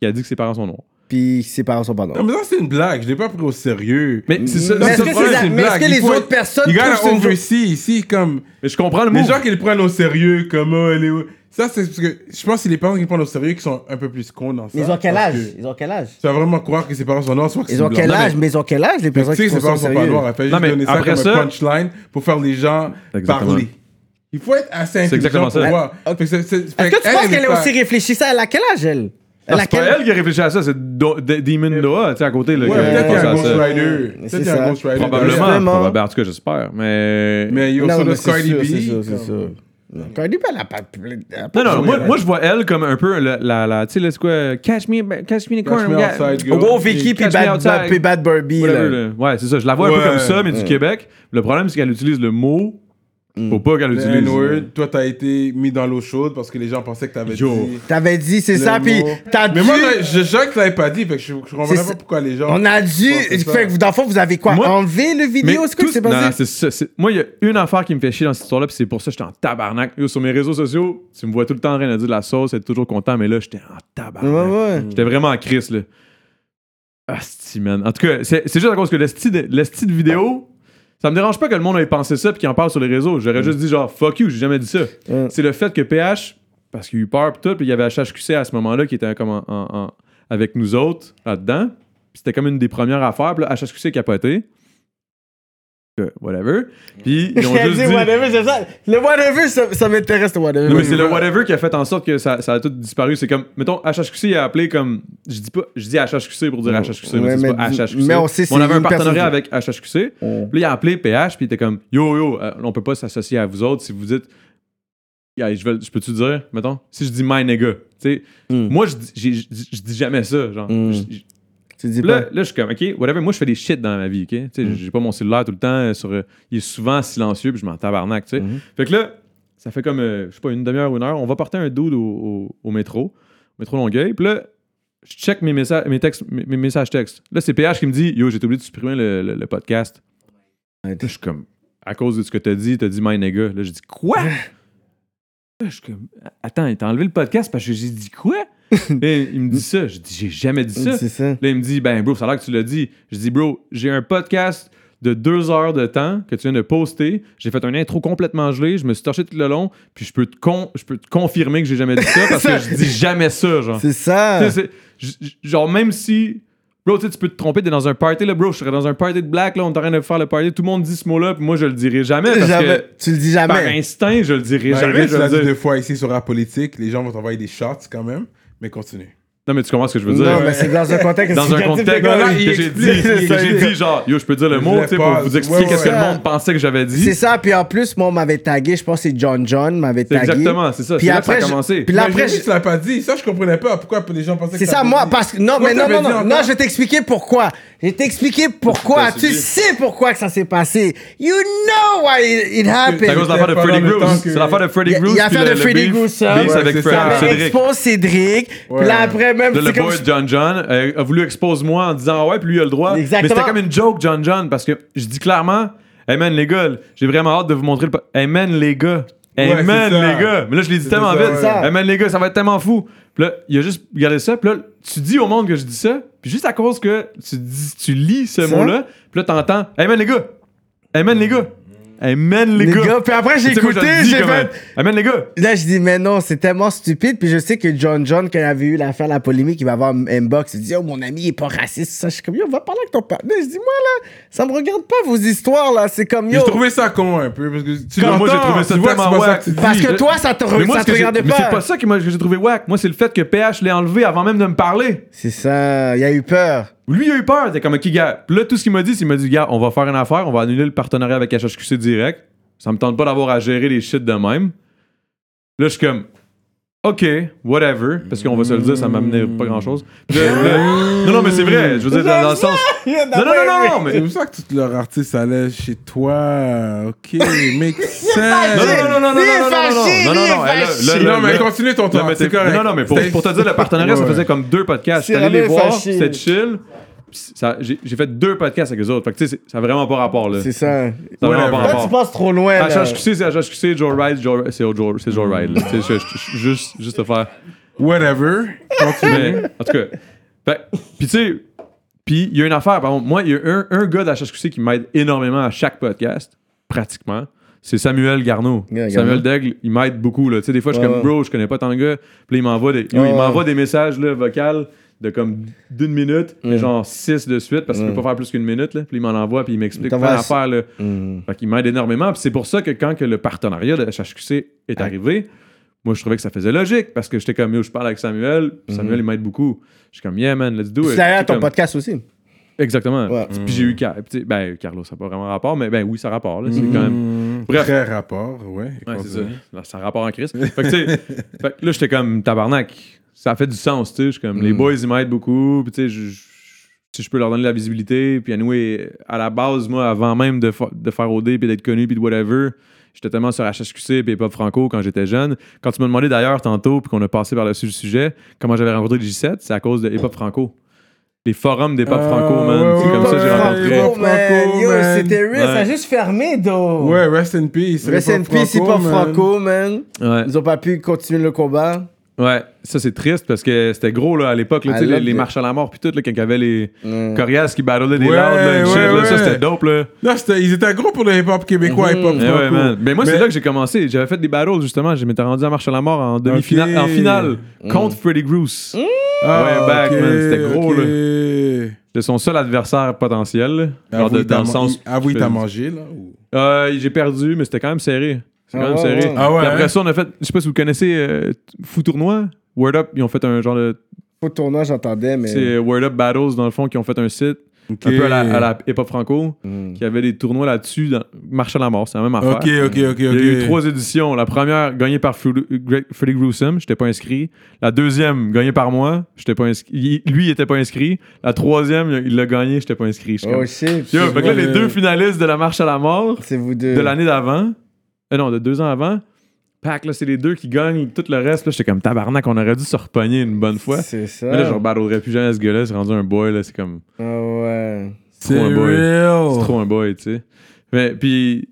Speaker 4: qui a dit que ses parents sont noirs.
Speaker 2: puis ses parents sont pas
Speaker 3: Non,
Speaker 2: noirs.
Speaker 3: mais ça, c'est une blague. Je l'ai pas pris au sérieux.
Speaker 4: Mais c'est ça.
Speaker 3: Non,
Speaker 4: c'est
Speaker 2: est-ce
Speaker 4: ça
Speaker 2: que
Speaker 4: le
Speaker 2: c'est
Speaker 4: problème,
Speaker 2: la-
Speaker 4: c'est une
Speaker 2: mais est-ce
Speaker 4: blague.
Speaker 2: que les
Speaker 3: Il faut-
Speaker 2: autres personnes
Speaker 3: You
Speaker 2: trouvent
Speaker 3: gotta
Speaker 2: que c'est une
Speaker 3: oversee ici, comme.
Speaker 4: Mais je comprends le mot.
Speaker 3: Les gens qui le prennent au sérieux, comme oh, elle est où? Ça, c'est parce que je pense que c'est les parents qui le prennent au sérieux qui sont un peu plus cons dans ça.
Speaker 2: Ils ont quel âge
Speaker 3: parce que
Speaker 2: Ils ont quel âge
Speaker 3: Tu vas vraiment croire que ses parents sont noirs, soit que
Speaker 2: Ils
Speaker 3: c'est
Speaker 2: ont
Speaker 3: blanc.
Speaker 2: quel
Speaker 3: Non, mais-
Speaker 2: âge Mais ils ont quel âge les
Speaker 3: Mais
Speaker 2: personnes
Speaker 3: tu sais
Speaker 2: qui
Speaker 3: que ses
Speaker 2: sont
Speaker 3: parents
Speaker 2: pas
Speaker 3: sont pas noirs.
Speaker 2: sérieux
Speaker 3: Elle fait
Speaker 4: Non,
Speaker 3: juste
Speaker 4: mais
Speaker 3: donner ça
Speaker 4: après
Speaker 3: comme
Speaker 4: ça-
Speaker 3: un punchline pour faire les gens
Speaker 4: Exactement.
Speaker 3: parler. Il faut être assez
Speaker 4: C'est exactement
Speaker 3: intelligent pour
Speaker 4: ça.
Speaker 3: voir. Fait que c'est- c'est- fait
Speaker 2: Est-ce que tu
Speaker 3: qu'elle,
Speaker 2: penses
Speaker 3: elle
Speaker 2: qu'elle est
Speaker 3: pas-
Speaker 2: aussi réfléchissante Elle a quel âge elle
Speaker 4: Non,
Speaker 2: Elle a
Speaker 4: c'est pas
Speaker 2: quel
Speaker 4: elle qui réfléchit à ça, c'est Do- De- Demon Doha, tu sais, à côté. Là,
Speaker 3: Ouais,
Speaker 4: qui
Speaker 3: peut-être qu'il y
Speaker 4: pense
Speaker 3: a un
Speaker 4: à
Speaker 3: Ghost
Speaker 4: ça.
Speaker 3: Rider.
Speaker 2: Mais
Speaker 3: Peut-être
Speaker 2: c'est
Speaker 3: qu'il y
Speaker 2: ça.
Speaker 3: a un Ghost Rider.
Speaker 4: Probablement.
Speaker 2: Justement.
Speaker 4: probablement. En tout cas, j'espère. Mais.
Speaker 3: Mais il y a
Speaker 2: Non,
Speaker 3: aussi
Speaker 2: mais
Speaker 3: notre
Speaker 2: c'est
Speaker 3: Cardi
Speaker 2: sûr,
Speaker 3: B.
Speaker 2: c'est sûr, c'est
Speaker 3: comme-
Speaker 2: sûr. Non, Cardi B, elle a pas. elle a pas-
Speaker 4: Non, non,
Speaker 3: Oui,
Speaker 4: moi,
Speaker 3: oui.
Speaker 4: moi je vois elle comme un peu la. la, la tu sais, là, c'est quoi Catch me, ben, catch me in the corner.
Speaker 3: me
Speaker 4: we got-
Speaker 3: outside, girl.
Speaker 4: Oh,
Speaker 2: Oh, Vicky, puis
Speaker 4: Catch me
Speaker 2: Bad,
Speaker 4: outside.
Speaker 2: Bad, puis Bad Barbie.
Speaker 4: Whatever,
Speaker 2: là.
Speaker 4: là. Ouais, c'est ça. Je la vois un
Speaker 3: Ouais.
Speaker 4: peu comme ça, mais du Québec. Le problème, c'est qu'elle utilise le mot.
Speaker 2: Mm.
Speaker 4: Faut pas qu'elle
Speaker 3: Le
Speaker 4: utilise.
Speaker 3: N-word, toi, t'as été mis dans l'eau chaude parce que les gens pensaient que t'avais dit.
Speaker 4: Yo.
Speaker 2: T'avais dit, c'est
Speaker 3: le
Speaker 2: ça, puis
Speaker 3: mot.
Speaker 2: t'as dû.
Speaker 3: Mais moi, t'as- je sais que tu l'avais pas dit, fait que je, je
Speaker 2: C'est
Speaker 3: comprenais
Speaker 2: ça.
Speaker 3: pas pourquoi les gens.
Speaker 2: On a dû.
Speaker 3: pensaient ça.
Speaker 2: Fait que dans le fond, vous avez quoi
Speaker 4: Moi-
Speaker 2: Enlever le
Speaker 4: Mais
Speaker 2: vidéo C'est quoi
Speaker 4: tout-
Speaker 2: qui s'est
Speaker 4: non, non,
Speaker 2: passé
Speaker 4: c'est ça, c'est- Moi, il y a une affaire qui me fait chier dans cette histoire-là, puis c'est pour ça que j'étais en tabarnak. Yo, sur mes réseaux sociaux, tu me vois tout le temps en train de dire de la sauce, être toujours content, mais là, j'étais en tabarnak.
Speaker 2: Ouais, ouais.
Speaker 4: J'étais vraiment en crise, là. Asti, man. En tout cas, c'est c'est juste à cause que le style de, le style de vidéo, ça me dérange pas que le monde ait pensé ça puis qu'il en parle sur les réseaux. J'aurais juste dit genre, fuck you, j'ai jamais dit ça.
Speaker 2: Mm.
Speaker 4: C'est le fait que PH, parce qu'il a eu peur pis tout, puis il y avait HHQC à ce moment-là qui était comme en- en- en- avec nous autres là-dedans. Puis c'était comme une des premières affaires. Puis là, HHQC capoté. Euh, Whatever. Puis ils ont
Speaker 2: J'ai
Speaker 4: juste
Speaker 2: dit
Speaker 4: dit-
Speaker 2: whatever, c'est ça. Le whatever, ça, ça m'intéresse, le whatever.
Speaker 4: non, mais c'est le whatever qui a fait en sorte que ça, ça a tout disparu. C'est comme, mettons, HHQC a appelé comme. Je dis pas, je dis HHQC pour dire HHQC, mais
Speaker 2: Ouais,
Speaker 4: c'est
Speaker 2: mais
Speaker 4: pas
Speaker 2: dis-
Speaker 4: HHQC.
Speaker 2: mais on sait, c'est
Speaker 4: avait un
Speaker 2: une personne
Speaker 4: partenariat
Speaker 2: qui-
Speaker 4: avec HHQC. Puis là, il a appelé PH, puis il était comme, yo, yo, euh, on peut pas s'associer à vous autres si vous dites. Yeah, je, vais- je peux-tu dire, mettons, si je dis my nigga, tu sais,
Speaker 2: Mm.
Speaker 4: moi, je dis, j'ai- je dis- je dis jamais ça. Genre,
Speaker 2: Mm.
Speaker 4: Je- je-
Speaker 2: Tu dis
Speaker 4: Là,
Speaker 2: pas. Hmm.
Speaker 4: là, je suis comme, OK, whatever, moi, je fais des shit dans ma vie, OK? Tu sais, j'ai pas mon cellulaire tout le temps. euh, Sur, euh, il est souvent silencieux, puis je m'en tabarnak, tu sais. Fait que là, ça fait comme, euh, je sais pas, une demi-heure ou une heure, on va porter un dude au, au- au métro, au métro Longueuil, puis là, je check mes, messages mes, textes, mes, mes messages textes. Là, c'est PH qui me dit, yo, j'ai oublié de supprimer le, le- le podcast. Là, je suis comme, à cause de ce que t'as dit, t'as dit my nigga. Là, j'ai dit, quoi? Là, je suis comme, attends, t'as enlevé le podcast parce que j'ai dit quoi? Et il me dit ça. Je dis, j'ai jamais dit ça.
Speaker 2: C'est ça.
Speaker 4: Là, il me dit, ben, bro, ça a l'air que tu l'as dit. Je dis, bro, j'ai un podcast de deux heures de temps que tu viens de poster. J'ai fait un intro complètement gelé. Je me suis torché tout le long. Puis je peux te, con- je peux te confirmer que j'ai jamais dit ça parce que
Speaker 2: Ça-
Speaker 4: je dis jamais ça, genre.
Speaker 2: C'est ça.
Speaker 4: Tu sais, c'est- j- Genre, même si. Bro, tu sais, tu peux te tromper, t'es dans un party, là, bro. Je serais dans un party de black, là, on est en train de faire le party. Tout le monde dit ce mot-là, puis moi, je le dirai jamais parce
Speaker 2: Jamais.
Speaker 4: que.
Speaker 2: Tu le dis
Speaker 4: Par
Speaker 2: jamais. Ben,
Speaker 4: instinct, je le dirai
Speaker 3: Malgré
Speaker 4: jamais.
Speaker 3: que
Speaker 4: Je
Speaker 3: tu l'as
Speaker 4: vais
Speaker 3: dit
Speaker 4: le dire.
Speaker 3: deux fois ici sur Ben, la politique, les gens vont t'envoyer des shots quand même, mais continue.
Speaker 4: Non, mais tu comprends ce que je veux dire. euh,
Speaker 2: Non, mais c'est dans un contexte.
Speaker 4: dans un contexte
Speaker 2: négatif,
Speaker 3: là,
Speaker 4: que
Speaker 3: il
Speaker 4: j'ai
Speaker 3: explique,
Speaker 4: dit,
Speaker 2: c'est
Speaker 4: que
Speaker 2: ça,
Speaker 4: j'ai
Speaker 2: il-
Speaker 4: dit genre, yo, je peux dire le
Speaker 3: Je
Speaker 4: mot,
Speaker 3: voulais
Speaker 4: tu sais,
Speaker 3: pas-
Speaker 4: pour vous expliquer
Speaker 3: ouais, ouais.
Speaker 4: qu'est-ce que le
Speaker 2: Ça-
Speaker 4: monde pensait que j'avais dit.
Speaker 2: C'est ça, puis en plus, moi, on m'avait tagué, je pense que c'est John John m'avait
Speaker 4: C'est
Speaker 2: tagué.
Speaker 4: exactement, c'est ça.
Speaker 2: Puis
Speaker 4: c'est là que ça a
Speaker 2: après, je-
Speaker 4: commencé.
Speaker 2: puis là,
Speaker 3: Mais
Speaker 2: après,
Speaker 3: j'ai vu
Speaker 2: je-
Speaker 3: que tu l'as pas dit, ça je comprenais pas pourquoi les gens pensaient que
Speaker 2: C'est ça,
Speaker 3: t'avais
Speaker 2: moi,
Speaker 3: dit.
Speaker 2: parce que. Non,
Speaker 3: Pourquoi
Speaker 2: mais non,
Speaker 3: t'avais
Speaker 2: non,
Speaker 3: dit
Speaker 2: non, non,
Speaker 3: encore?
Speaker 2: je vais t'expliquer pourquoi. Je vais t'expliquer pourquoi.
Speaker 4: Qu'est-ce que
Speaker 2: Tu
Speaker 4: t'as
Speaker 2: sais pourquoi que ça s'est passé. You know why it, it happened.
Speaker 4: C'est à cause de l'affaire de
Speaker 3: Pendant
Speaker 4: Freddy
Speaker 3: le temps
Speaker 4: Groose.
Speaker 3: que-
Speaker 4: C'est l'affaire de Freddy
Speaker 2: Il y a-
Speaker 4: Groose.
Speaker 2: il y a
Speaker 4: puis
Speaker 2: l'affaire
Speaker 4: le-
Speaker 2: de
Speaker 4: le
Speaker 2: Freddy
Speaker 4: beef-
Speaker 2: Groose, ça.
Speaker 4: beef
Speaker 3: Ouais,
Speaker 4: avec
Speaker 3: c'est
Speaker 4: Fred-
Speaker 3: ça.
Speaker 2: J'avais
Speaker 4: Cédric.
Speaker 2: expose Cédric.
Speaker 3: Ouais.
Speaker 2: Puis là, après, même.
Speaker 4: Le,
Speaker 2: c'est
Speaker 4: le
Speaker 2: comme
Speaker 4: boy
Speaker 2: si-
Speaker 4: John John euh, a voulu expose moi en disant ah ouais, puis lui il a le droit. Mais
Speaker 2: Exactement.
Speaker 4: c'était comme une joke, John John, parce que je dis clairement, hey man, les gars, j'ai vraiment hâte de vous montrer le. po- Hey man, les gars. Hey
Speaker 3: Ouais,
Speaker 4: man,
Speaker 3: c'est ça.
Speaker 4: les gars. Mais là, je l'ai dit
Speaker 3: C'est
Speaker 4: tellement
Speaker 3: ça,
Speaker 4: vite.
Speaker 3: ouais.
Speaker 2: Ça.
Speaker 4: Hey man, les gars, ça va être tellement fou. Puis là, il a juste regardé ça, puis là, tu dis au monde que je dis ça, puis juste à cause que tu, dis, tu lis ce
Speaker 2: Ça.
Speaker 4: mot-là, puis là, t'entends, hey man, les gars. Hey man, les gars. Hey man, les,
Speaker 2: Les gars, puis après, j'ai
Speaker 4: Tu sais, moi, je
Speaker 2: écouté,
Speaker 4: le dis
Speaker 2: j'ai
Speaker 4: comme,
Speaker 2: fait.
Speaker 4: Hey man, les gars.
Speaker 2: Là, je dis, mais non, c'est tellement stupide. Puis je sais que John John, quand il avait eu l'affaire, la polémique, il va avoir un inbox. Il dit, oh, mon ami, il est pas raciste. Ça, je suis comme, yo, va parler avec ton partenaire. Je dis, moi, là, ça me regarde pas vos histoires, là. C'est comme,
Speaker 3: J'ai
Speaker 2: yo.
Speaker 3: trouvé ça con un peu, parce que tu
Speaker 4: Comme
Speaker 3: l'entends,
Speaker 4: moi, j'ai trouvé ça
Speaker 3: tu vois
Speaker 4: tellement
Speaker 3: c'est pas ça
Speaker 4: wack.
Speaker 3: que tu dis.
Speaker 2: Parce que toi, ça te,
Speaker 4: Mais moi,
Speaker 2: ça te
Speaker 4: ce que j'ai-
Speaker 2: regardait
Speaker 4: mais c'est pas
Speaker 2: pas.
Speaker 4: ça qui m'a- que j'ai trouvé whack. Moi, c'est le fait que PH l'ait enlevé avant même de me parler.
Speaker 2: C'est ça. Il a eu peur.
Speaker 4: Lui, il a eu peur. T'es comme, OK, gars. Puis là, tout ce qu'il m'a dit, c'est qu'il m'a dit, gars, on va faire une affaire, on va annuler le partenariat avec HHQC direct. Ça me tente pas d'avoir à gérer les shit de même. Là, je suis comme, OK, whatever. Parce qu'on va se le dire, ça m'amenait pas grand chose. non, non, mais c'est vrai. Je veux dire, dans, dans le sens. Non, non, non, non, non, mais.
Speaker 3: C'est pour ça que tout leur artiste allait chez toi. Ok, make
Speaker 4: Non,
Speaker 3: sense.
Speaker 4: non, non, non, non, non, non, non, non, non, non, non, elle, là, là,
Speaker 3: Non, mais
Speaker 4: là,
Speaker 3: continue ton
Speaker 4: Non,
Speaker 3: temps.
Speaker 4: mais
Speaker 3: C'est
Speaker 4: t'es-
Speaker 3: correct.
Speaker 4: non, non, mais pour,
Speaker 3: C'était-
Speaker 4: pour te dire, le partenariat, ça
Speaker 3: Ouais.
Speaker 4: faisait comme deux podcasts. J'étais allé
Speaker 2: Cyrano est
Speaker 4: les voir,
Speaker 2: fâché.
Speaker 4: c'était chill. Puis ça- J'ai j'ai fait deux podcasts avec eux autres. Fait que tu sais, c'est- ça n'a vraiment pas rapport, là.
Speaker 2: C'est
Speaker 4: Ça
Speaker 2: ça.
Speaker 4: n'a vraiment
Speaker 3: whatever.
Speaker 4: pas
Speaker 3: Là,
Speaker 2: Là, tu
Speaker 4: rapport.
Speaker 2: passes trop loin. là.
Speaker 4: HHQC, c'est HHQC, Joe Ride, Joe- c'est Joe c'est Joe Ride. là. Tu sais, je- je- je- Juste juste te faire.
Speaker 3: Whatever. Continue.
Speaker 4: Mais, en tout cas. Fait- Puis tu sais, puis il y a une affaire, par exemple, moi, il y a un, un gars de la HHQC qui m'aide énormément à chaque podcast, pratiquement. C'est Samuel Garneau.
Speaker 2: Yeah, Garneau.
Speaker 4: Samuel Daigle, il m'aide beaucoup. Là. Tu sais, Des fois, je suis
Speaker 2: Ouais,
Speaker 4: comme,
Speaker 2: ouais.
Speaker 4: bro, je connais pas tant de gars. Puis là, il m'envoie des, yo,
Speaker 2: Ouais,
Speaker 4: il m'envoie
Speaker 2: ouais.
Speaker 4: des messages là, vocales de comme d'une minute, mais genre six de suite, parce qu'il
Speaker 2: Mm.
Speaker 4: peut pas faire plus qu'une minute. Là. Puis il m'en envoie, puis il m'explique
Speaker 2: T'en
Speaker 4: plein
Speaker 2: vas-
Speaker 4: d'affaires. là.
Speaker 2: Hmm.
Speaker 4: Fait qu'il m'aide énormément. Puis c'est pour ça que quand que le partenariat de HHQC est arrivé, moi, je trouvais que ça faisait logique parce que j'étais comme, yo, je parle avec Samuel. puis Samuel, il m'aide beaucoup. Je suis comme, yeah, man, let's do it.
Speaker 2: C'est Mhm. derrière
Speaker 4: C'est
Speaker 2: ton
Speaker 4: comme-
Speaker 2: podcast aussi.
Speaker 4: Exactement.
Speaker 2: Ouais.
Speaker 4: Puis j'ai eu Car- puis tu sais, ben, Carlos, ça n'a pas vraiment rapport, mais ben oui, ça rapporte. là. C'est
Speaker 2: Mhm.
Speaker 4: quand même.
Speaker 3: Mmh,
Speaker 4: Bref.
Speaker 3: Très rapport, ouais.
Speaker 4: Ouais, c'est ça.
Speaker 3: continue.
Speaker 4: Non, ça a rapport en crise. Fait que, tu sais, fait que là, j'étais comme tabarnak. Ça fait du sens, tu sais. Je suis
Speaker 3: Mm.
Speaker 4: comme, les boys, ils m'aident beaucoup. Puis, tu sais, je- je- si je peux leur donner de la visibilité. Puis, anyway, à la base, moi, avant même de, fa- de faire OD, puis d'être connu, puis de whatever, j'étais tellement sur HHQC, puis Pop Franco quand j'étais jeune. Quand tu m'as demandé d'ailleurs tantôt, puis qu'on a passé par-dessus le sujet, comment j'avais rencontré le J7, c'est à cause de Hip Hop Franco. Les forums d'Hip Hop
Speaker 3: Ah,
Speaker 4: Franco, man.
Speaker 3: ouais,
Speaker 4: c'est
Speaker 3: ouais,
Speaker 4: comme ça que j'ai
Speaker 3: ouais,
Speaker 4: rencontré.
Speaker 3: ouais, ouais.
Speaker 2: Franco, Oh, man.
Speaker 3: Franco,
Speaker 2: Yo,
Speaker 3: man.
Speaker 2: c'était Riz, ça a
Speaker 4: Ouais.
Speaker 2: juste fermé, though.
Speaker 3: Ouais, rest in peace.
Speaker 2: Rest in peace, hip hop franco, man.
Speaker 4: Ouais.
Speaker 2: Ils ont pas pu continuer le combat.
Speaker 4: Ouais, ça c'est triste parce que c'était gros là, à l'époque, là,
Speaker 2: I
Speaker 4: tu sais, les,
Speaker 2: love
Speaker 4: les
Speaker 2: it.
Speaker 4: marches à la mort puis tout, là, quand il y avait les
Speaker 2: Mm.
Speaker 4: coriaces qui battlaient des
Speaker 3: Ouais,
Speaker 4: lardes, là, and shit,
Speaker 3: ouais,
Speaker 4: là, ça
Speaker 3: ouais.
Speaker 4: c'était dope là.
Speaker 3: Là, c'était- ils étaient gros pour le hip-hop québécois, hip-hop
Speaker 4: Eh ouais,
Speaker 3: franco.
Speaker 4: man. Mais moi c'est là que j'ai commencé, j'avais fait des battles justement, je m'étais rendu à marche à la mort en demi-finale,
Speaker 3: Ok.
Speaker 4: en finale
Speaker 2: Mm.
Speaker 4: contre Freddy Groose.
Speaker 3: Ah,
Speaker 4: Ouais, back,
Speaker 3: ok,
Speaker 4: man, c'était gros,
Speaker 3: ok.
Speaker 4: C'était son seul adversaire potentiel, là. Genre
Speaker 3: Avoue,
Speaker 4: de-
Speaker 3: t'as
Speaker 4: dans le
Speaker 3: man-
Speaker 4: sens.
Speaker 3: Avoue,
Speaker 4: je
Speaker 3: t'as
Speaker 4: fais-
Speaker 3: mangé, là. ou-
Speaker 4: Euh, j'ai perdu, mais c'était quand même serré. C'est quand
Speaker 2: Ah
Speaker 4: même
Speaker 2: ouais,
Speaker 4: serré.
Speaker 2: ouais.
Speaker 3: Ah ouais,
Speaker 4: Puis après
Speaker 3: hein?
Speaker 4: ça, on a fait, je sais pas si vous connaissez euh, Fou Tournoi, Word Up, ils ont fait un genre de.
Speaker 2: Faut tournoi, j'entendais, mais.
Speaker 4: C'est Word Up Battles dans le fond, qui ont fait un site.
Speaker 3: Ok.
Speaker 4: un peu à la, à la hip-hop franco,
Speaker 2: Mm.
Speaker 4: qui avait des tournois là-dessus, dans Marche à la mort, c'est la même affaire.
Speaker 3: Ok, ok, ok, ok.
Speaker 4: Il y a eu trois éditions. La première, gagnée par Fru- Greg- Freddy Gruesome, j'étais pas inscrit. La deuxième, gagnée par moi, j'étais pas inscrit. Il- Lui, il était pas inscrit. La troisième, il l'a gagné, j'étais pas inscrit. J'étais
Speaker 2: Oh
Speaker 4: comme-
Speaker 2: shit.
Speaker 4: Yo, fait que là, les
Speaker 3: Ouais.
Speaker 4: deux finalistes de la Marche à la mort
Speaker 2: C'est vous deux.
Speaker 4: de l'année d'avant, euh, non, de deux ans avant, pack, là, c'est les deux qui gagnent tout le reste. Là, j'étais comme tabarnak, on aurait dû se repogner une bonne fois.
Speaker 2: C'est ça.
Speaker 4: Mais là, bah- je rebattlerais plus jamais ce gars-là, c'est rendu un boy, là, c'est comme.
Speaker 2: Ah ouais.
Speaker 3: C'est
Speaker 4: Trop un boy.
Speaker 2: Oh.
Speaker 4: C'est
Speaker 3: real.
Speaker 4: trop un boy, tu sais. Mais puis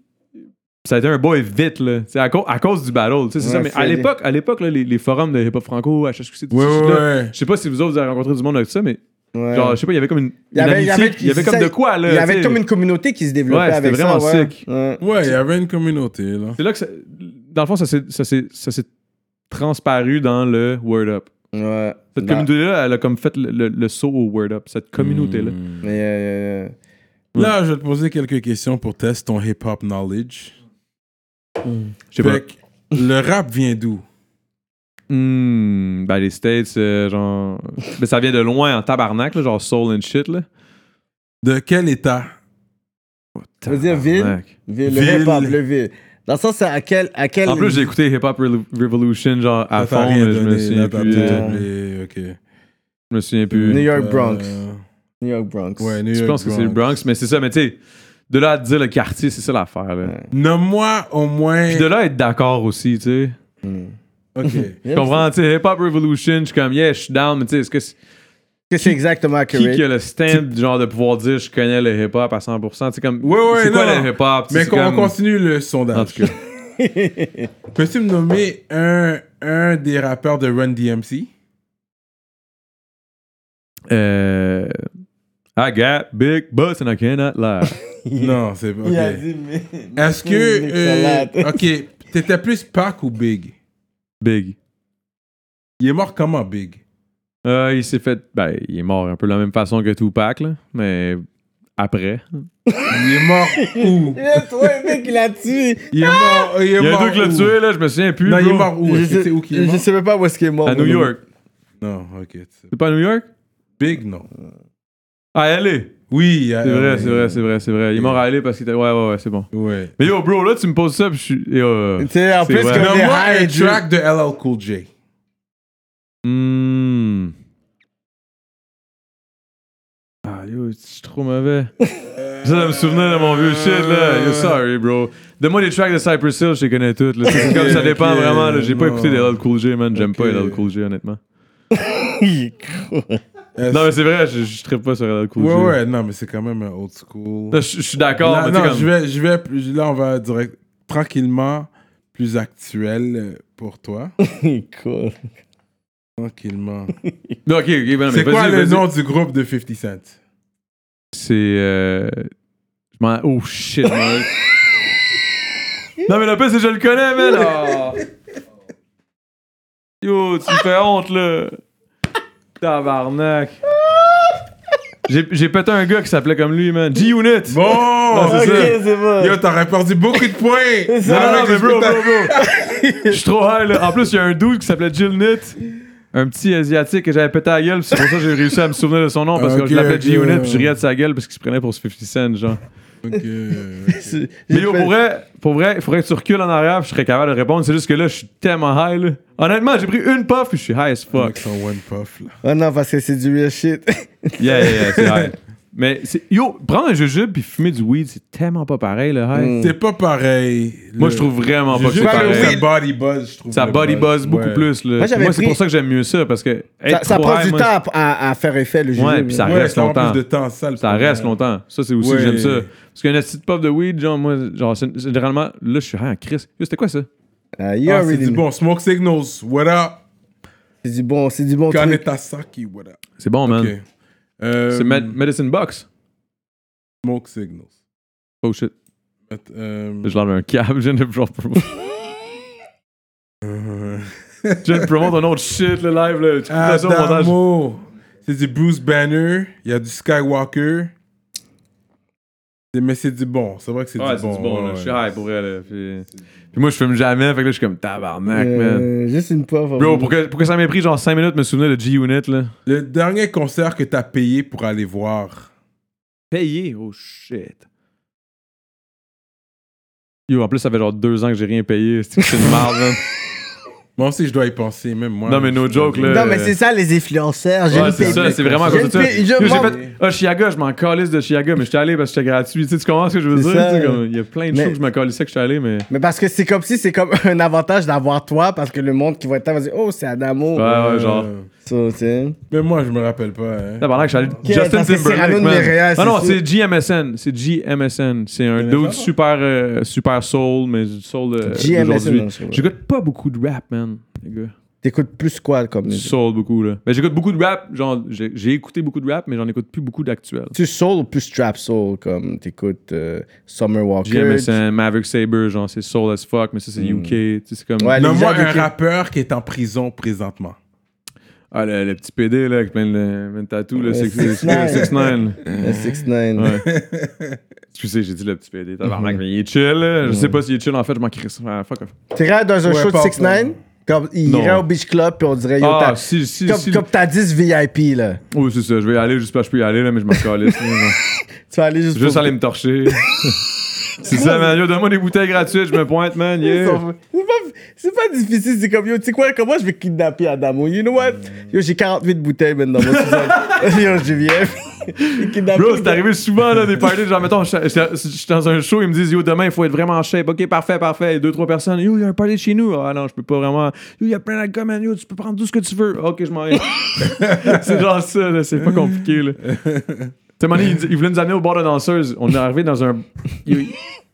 Speaker 4: ça a été un boy vite là, tu sais, à, cau- à cause du battle, tu sais, c'est
Speaker 2: Ouais,
Speaker 4: ça. Mais
Speaker 2: c'est
Speaker 4: à
Speaker 2: les-
Speaker 4: l'époque, à l'époque là, les, les forums de hip hop franco, HHQC, tout
Speaker 3: Ouais,
Speaker 4: ce
Speaker 3: ouais,
Speaker 4: shit-là,
Speaker 3: ouais.
Speaker 4: Je sais pas si vous autres vous avez rencontré du monde avec ça, mais
Speaker 2: ouais.
Speaker 4: genre je sais pas, il y avait comme une,
Speaker 2: Il y avait-
Speaker 4: une
Speaker 2: il y
Speaker 4: amitié,
Speaker 2: avait-
Speaker 4: il y avait comme
Speaker 2: ça,
Speaker 4: de quoi là.
Speaker 2: Il y avait
Speaker 4: tu sais.
Speaker 2: comme une communauté qui se développait
Speaker 4: Ouais, c'était
Speaker 2: avec ça.
Speaker 4: vraiment
Speaker 2: ouais.
Speaker 4: sick.
Speaker 2: Ouais.
Speaker 3: Ouais, il y avait une communauté, là.
Speaker 4: C'est là que ça- dans le fond ça s'est ça s'est- ça s'est transparu dans le word up.
Speaker 2: Ouais.
Speaker 4: Cette
Speaker 2: Bah,
Speaker 4: communauté là, elle a comme fait le, le- le saut au word up. Cette communauté là.
Speaker 3: Hmm.
Speaker 2: mais, euh, euh,
Speaker 3: Là, je vais te poser quelques questions pour tester ton hip-hop knowledge.
Speaker 4: Je sais pas.
Speaker 3: Fait que le rap vient d'où?
Speaker 4: Hmm, ben les States, euh, genre. Mais ça vient de loin en tabarnak, là, genre soul and shit, là.
Speaker 3: De quel état?
Speaker 2: Ça veut dire ville?
Speaker 4: Tabarnak.
Speaker 2: ville, le
Speaker 3: Ville.
Speaker 2: hip-hop, le ville. Dans le sens, c'est à quel. À quel
Speaker 4: En plus, j'ai écouté Hip Hop Re- Revolution, genre à
Speaker 3: Là, t'as
Speaker 4: fond,
Speaker 3: rien
Speaker 4: mais je me
Speaker 3: donné,
Speaker 4: souviens
Speaker 3: là, t'as
Speaker 4: plus.
Speaker 3: tout
Speaker 4: euh,
Speaker 3: oublié, ok.
Speaker 4: Je me souviens
Speaker 2: New
Speaker 4: plus.
Speaker 2: York
Speaker 3: Euh,
Speaker 2: Bronx. New York Bronx.
Speaker 3: Ouais, New York
Speaker 4: Je pense que c'est le Bronx, mais c'est ça, mais tu sais, de là à dire le quartier, c'est ça l'affaire, là.
Speaker 2: Ouais.
Speaker 3: Nomme-moi au moins.
Speaker 4: Puis de là à être d'accord aussi, tu sais.
Speaker 3: Ok.
Speaker 4: Tu comprends, tu sais, Hip Hop Revolution, je suis comme, yeah, je suis down, mais tu sais, est-ce que c'est-
Speaker 2: Que c'est exactement
Speaker 4: qui
Speaker 2: accurate.
Speaker 4: qui a le stamp, genre, de pouvoir dire je connais le hip hop à 100%? Tu sais, comme,
Speaker 3: Ouais, ouais,
Speaker 4: c'est quoi
Speaker 3: non.
Speaker 4: le hip hop? Tu sais,
Speaker 3: Mais
Speaker 4: c'est
Speaker 3: qu'on
Speaker 4: comme-
Speaker 3: continue le sondage.
Speaker 4: En tout cas.
Speaker 3: Peux-tu me nommer un, un des rappeurs de Run DMC?
Speaker 4: Euh, I got big butts and I cannot lie.
Speaker 3: Non, c'est pas.
Speaker 2: Il a
Speaker 3: ok.
Speaker 2: dit, mais.
Speaker 4: Ah.
Speaker 3: Est-ce que.
Speaker 2: Mix
Speaker 3: euh,
Speaker 2: salade.
Speaker 3: ok, t'étais plus Pac ou Big?
Speaker 4: Big.
Speaker 3: Il est mort comment, Big?
Speaker 4: Euh, il s'est fait. Ben, il est mort un peu de la même façon que Tupac, là. Mais après.
Speaker 3: Il est mort où?
Speaker 2: Il y a trois mecs qui l'a tué.
Speaker 3: Il est mort. Il est
Speaker 4: Il y a
Speaker 3: mort.
Speaker 4: un truc le
Speaker 3: où?
Speaker 4: tué, là, je me souviens plus.
Speaker 3: Non, il est
Speaker 4: bro.
Speaker 3: mort où?
Speaker 2: je,
Speaker 3: Est-ce que
Speaker 2: sais,
Speaker 3: c'est où qu'il est
Speaker 2: je
Speaker 3: mort?
Speaker 2: sais même pas où est-ce qu'il est mort.
Speaker 4: À
Speaker 2: mon
Speaker 4: New
Speaker 2: nom.
Speaker 4: York.
Speaker 3: Non, ok. tu sais.
Speaker 4: C'est pas à New York?
Speaker 3: Big, non.
Speaker 4: À LA.
Speaker 3: Oui,
Speaker 4: C'est vrai, c'est vrai, c'est vrai, c'est vrai. Il est mort à LA parce qu'il était. Ouais, ouais, ouais, c'est bon.
Speaker 3: Ouais.
Speaker 4: Mais yo, bro, là, tu me poses ça, puis je suis. Yo, euh,
Speaker 2: Tu sais, en
Speaker 4: C'est
Speaker 2: plus,
Speaker 4: vrai.
Speaker 2: comme
Speaker 4: Non,
Speaker 2: des
Speaker 3: Nomme-moi un
Speaker 2: high ju-
Speaker 3: track de LL Cool J.
Speaker 4: hmm. Ah, yo, je suis trop mauvais. Ça, ça me souvenir de mon vieux shit, là.
Speaker 3: Euh.
Speaker 4: Yo, sorry, bro. Donne-moi des tracks de Cypress Hill, je les connais toutes. Là. C'est comme ça
Speaker 3: Ok,
Speaker 4: dépend
Speaker 3: ok,
Speaker 4: vraiment. Là. J'ai pas
Speaker 3: non.
Speaker 4: écouté des LL Cool J, man. J'aime
Speaker 3: Ok.
Speaker 4: pas LL Cool J, honnêtement.
Speaker 3: Est-ce-
Speaker 4: Non, mais c'est vrai, je, je trippe pas sur LL Cool
Speaker 3: Ouais,
Speaker 4: J.
Speaker 3: ouais, non, mais c'est quand même un old school.
Speaker 4: Là, je, je suis d'accord,
Speaker 3: Là,
Speaker 4: mais
Speaker 3: non,
Speaker 4: tu sais, comme...
Speaker 3: je vais, je vais, plus- là, on va direct, tranquillement, plus actuel euh, pour toi.
Speaker 2: cool.
Speaker 3: Tranquillement.
Speaker 4: Non, ok, ok, ben non, mais
Speaker 3: C'est quoi
Speaker 4: vas-y,
Speaker 3: le
Speaker 4: vas-y.
Speaker 3: nom du groupe de 50 Cent?
Speaker 4: C'est. euh, je m'en- Oh shit, man. non, mais le pire, c'est que je le connais, mais là. Yo, tu me fais honte, là. Tabarnak. J'ai j'ai pété un gars qui s'appelait comme lui, man. G-Unit.
Speaker 3: Bon!
Speaker 4: Ah, c'est ça.
Speaker 2: bon.
Speaker 3: Yo, t'aurais perdu beaucoup de points!
Speaker 4: Non, non, non,
Speaker 3: Avec
Speaker 4: mais
Speaker 3: les
Speaker 4: bro, bro,
Speaker 3: spectacles.
Speaker 4: bro. Je suis trop high, là. En plus, il y a un dude qui s'appelait Jill Nit. Un petit asiatique que j'avais pété à la gueule, puis c'est pour ça que j'ai réussi à me souvenir de son nom, parce que
Speaker 3: Ok,
Speaker 4: je l'appelais
Speaker 3: ok,
Speaker 4: G-Unit,
Speaker 3: ouais.
Speaker 4: puis je riais de sa gueule parce qu'il se prenait pour ce 50 Cent, genre.
Speaker 3: Ok, ok.
Speaker 4: Mais yo, pour vrai, pour vrai, il faudrait que tu recules en arrière, puis je serais capable de répondre. C'est juste que là, je suis tellement high, là. Honnêtement, j'ai pris une puff, puis je suis high as
Speaker 3: Avec
Speaker 4: fuck.
Speaker 3: son one puff, là.
Speaker 2: Ah non, parce que c'est du real shit.
Speaker 4: Yeah, yeah, yeah, c'est high. Mais c'est- yo, prendre un jujube puis fumer du weed, c'est tellement pas pareil, le high.
Speaker 2: Mm.
Speaker 3: C'est pas pareil.
Speaker 4: Moi, je trouve vraiment pas que
Speaker 3: Juste
Speaker 4: c'est
Speaker 2: pas le
Speaker 4: pareil.
Speaker 3: sa body buzz, je trouve.
Speaker 4: Ça
Speaker 3: le
Speaker 4: body buzz beaucoup
Speaker 3: Ouais.
Speaker 4: plus. Là.
Speaker 2: Moi, j'avais
Speaker 4: Moi, c'est
Speaker 2: pris-
Speaker 4: pour ça que j'aime mieux ça, parce que.
Speaker 2: ça
Speaker 4: être
Speaker 2: ça
Speaker 4: trop
Speaker 2: prend
Speaker 4: high,
Speaker 2: du
Speaker 4: moi,
Speaker 2: temps à, à faire effet, le jeu.
Speaker 4: Ouais, puis ça
Speaker 3: Ouais,
Speaker 4: reste
Speaker 3: ça prend
Speaker 4: longtemps.
Speaker 3: plus de temps, ça, le
Speaker 4: Ça
Speaker 3: problème.
Speaker 4: reste longtemps. Ça, c'est aussi
Speaker 3: Ouais.
Speaker 4: que j'aime ça. Parce qu'une petite puff de weed, genre, moi, genre, c'est- c'est généralement, là, je suis high en crise. Yo, C'était quoi ça?
Speaker 2: Ah, you
Speaker 3: Ah, c'est
Speaker 2: already
Speaker 3: du
Speaker 2: know.
Speaker 3: bon. Smoke Signals, what up?
Speaker 2: C'est du bon. C'est du bon truc.
Speaker 3: Kanetasaki, what up?
Speaker 4: C'est bon, man.
Speaker 3: Ok. Euh,
Speaker 4: C'est Med- Medicine Box.
Speaker 3: Smoke Signals.
Speaker 4: Oh shit.
Speaker 3: But, euh,
Speaker 4: Je lance un câble, je viens de genre promo-
Speaker 3: euh,
Speaker 4: je viens de promote un autre shit, le live, là. Tu coupes ça au montage.
Speaker 3: Adamo. C'est du Bruce Banner. Il y a du Skywalker. C'est- Mais c'est du bon. C'est vrai que c'est
Speaker 4: Ouais,
Speaker 3: du
Speaker 4: c'est
Speaker 3: bon.
Speaker 4: du bon,
Speaker 3: ouais,
Speaker 4: là. Je suis
Speaker 3: ouais.
Speaker 4: high pour elle, là. Puis... puis moi, je fume jamais, fait que là, je suis comme tabarnak, man.
Speaker 2: Euh, juste une puff.
Speaker 4: Bro, pour que, pour que ça m'ait pris genre 5 minutes, me souvenir de G-Unit, là.
Speaker 3: Le dernier concert que t'as payé pour aller voir.
Speaker 4: Payé, oh shit. Yo, en plus, ça fait genre 2 ans que j'ai rien payé. C'est que c'est une merde, man.
Speaker 3: Moi aussi, je dois y penser, même moi.
Speaker 4: Non, mais no
Speaker 3: Je-
Speaker 4: joke, là.
Speaker 2: Non, mais c'est ça, les influenceurs. J'ai
Speaker 4: Ouais,
Speaker 2: le
Speaker 4: c'est ça,
Speaker 2: payback.
Speaker 4: c'est vraiment à
Speaker 2: J'ai
Speaker 4: cause de ça.
Speaker 2: le pay- je-
Speaker 4: Yo, J'ai
Speaker 2: moi-
Speaker 4: fait, ah, Chiaga, je m'en calisse de Chiaga, mais j'étais allé parce que c'était gratuit. Tu, sais, tu comprends ce que je veux
Speaker 2: C'est
Speaker 4: dire?
Speaker 2: ça.
Speaker 4: Tu sais, comme, Il y a plein de
Speaker 2: Mais-
Speaker 4: choses que je me calissais que j'étais allé, mais.
Speaker 2: Mais parce que c'est comme si c'est comme un avantage d'avoir toi, parce que le monde qui va être là va dire Oh, c'est Adamo.
Speaker 4: Ouais, ouais, genre.
Speaker 3: Euh,
Speaker 2: So, tu sais.
Speaker 3: Mais moi, je me rappelle pas. hein.
Speaker 4: Là, pendant que je suis allé. Justin
Speaker 2: parce que Cyrano
Speaker 4: Timberlake.
Speaker 2: de
Speaker 4: man.
Speaker 2: Montréal, c'est
Speaker 4: Non, non,
Speaker 2: ça.
Speaker 4: c'est GMSN. C'est GMSN. C'est un
Speaker 3: connais
Speaker 4: dude
Speaker 3: pas?
Speaker 4: super, euh, super soul, mais du soul euh,
Speaker 2: GMSN,
Speaker 4: d'aujourd'hui.
Speaker 2: non, c'est vrai.
Speaker 4: J'écoute pas beaucoup de rap, man, les gars.
Speaker 2: T'écoutes plus quoi comme
Speaker 4: Du soul beaucoup, là. Mais j'écoute beaucoup de rap. Genre, j'ai j'ai écouté beaucoup de rap, mais j'en écoute plus beaucoup d'actuel.
Speaker 2: Tu soul ou plus trap soul comme t'écoutes euh, Summer Walker.
Speaker 4: GMSN, Maverick Saber, genre, c'est soul as fuck, mais ça, c'est UK. Tu sais, c'est comme.
Speaker 2: Hmm. Ouais, les
Speaker 3: Nomme-moi
Speaker 2: gens
Speaker 3: un
Speaker 2: qui-
Speaker 3: rappeur qui est en prison présentement.
Speaker 4: Ah, le, le petit PD, là, avec plein de, plein de tatous, là,
Speaker 2: Ouais,
Speaker 4: c'est
Speaker 2: six
Speaker 4: c'est- c'est-
Speaker 2: nine. Le
Speaker 4: 6ix9ine.
Speaker 2: 6ix9ine.
Speaker 4: Ouais. Tu sais, j'ai dit le petit PD, tabarnak, mais il est chill, là. Je sais pas s'il est chill, en fait, je m'en crisse. Ah, fuck off.
Speaker 2: T'irais dans un
Speaker 3: Ouais,
Speaker 2: show de
Speaker 3: pas-
Speaker 2: 6ix9ine comme il
Speaker 4: Non.
Speaker 2: irait au Beach Club puis on dirait Yo,
Speaker 4: Ah,
Speaker 2: t'as-
Speaker 4: si, si,
Speaker 2: comme,
Speaker 4: si.
Speaker 2: comme t'as 10 VIP là.
Speaker 4: Oui, c'est ça, je vais y aller, juste parce que je peux y aller, là, mais je m'en calisse. là, genre.
Speaker 2: Tu vas aller juste,
Speaker 4: Juste
Speaker 2: pour-
Speaker 4: aller me torcher. c'est ça, man. Yo, donne-moi des bouteilles gratuites, je me pointe, man.
Speaker 2: C'est
Speaker 4: Yeah.
Speaker 2: pas, c'est pas difficile, c'est comme yo, tu sais quoi, comment je vais kidnapper Adamo? You know what? Yo, j'ai 48 bouteilles maintenant dans mon sous-sol. yo, je viens. Kidnapper
Speaker 4: Bro,
Speaker 2: le
Speaker 4: c'est
Speaker 2: gars.
Speaker 4: arrivé souvent, là, des parties. Genre, mettons, je je- je suis dans un show, ils me disent, yo, demain, il faut être vraiment en shape. Ok, parfait, parfait. Et deux, trois personnes. Yo, il y a un party chez nous. Ah non, je peux pas vraiment. Yo, il y a plein d'alcool, man. Yo, tu peux prendre tout ce que tu veux. Ok, je m'en vais. c'est genre ça, là. C'est pas compliqué, là. Tu sais, Manny, il, il voulait nous amener au bar de danseuse. On est arrivé dans un. yo,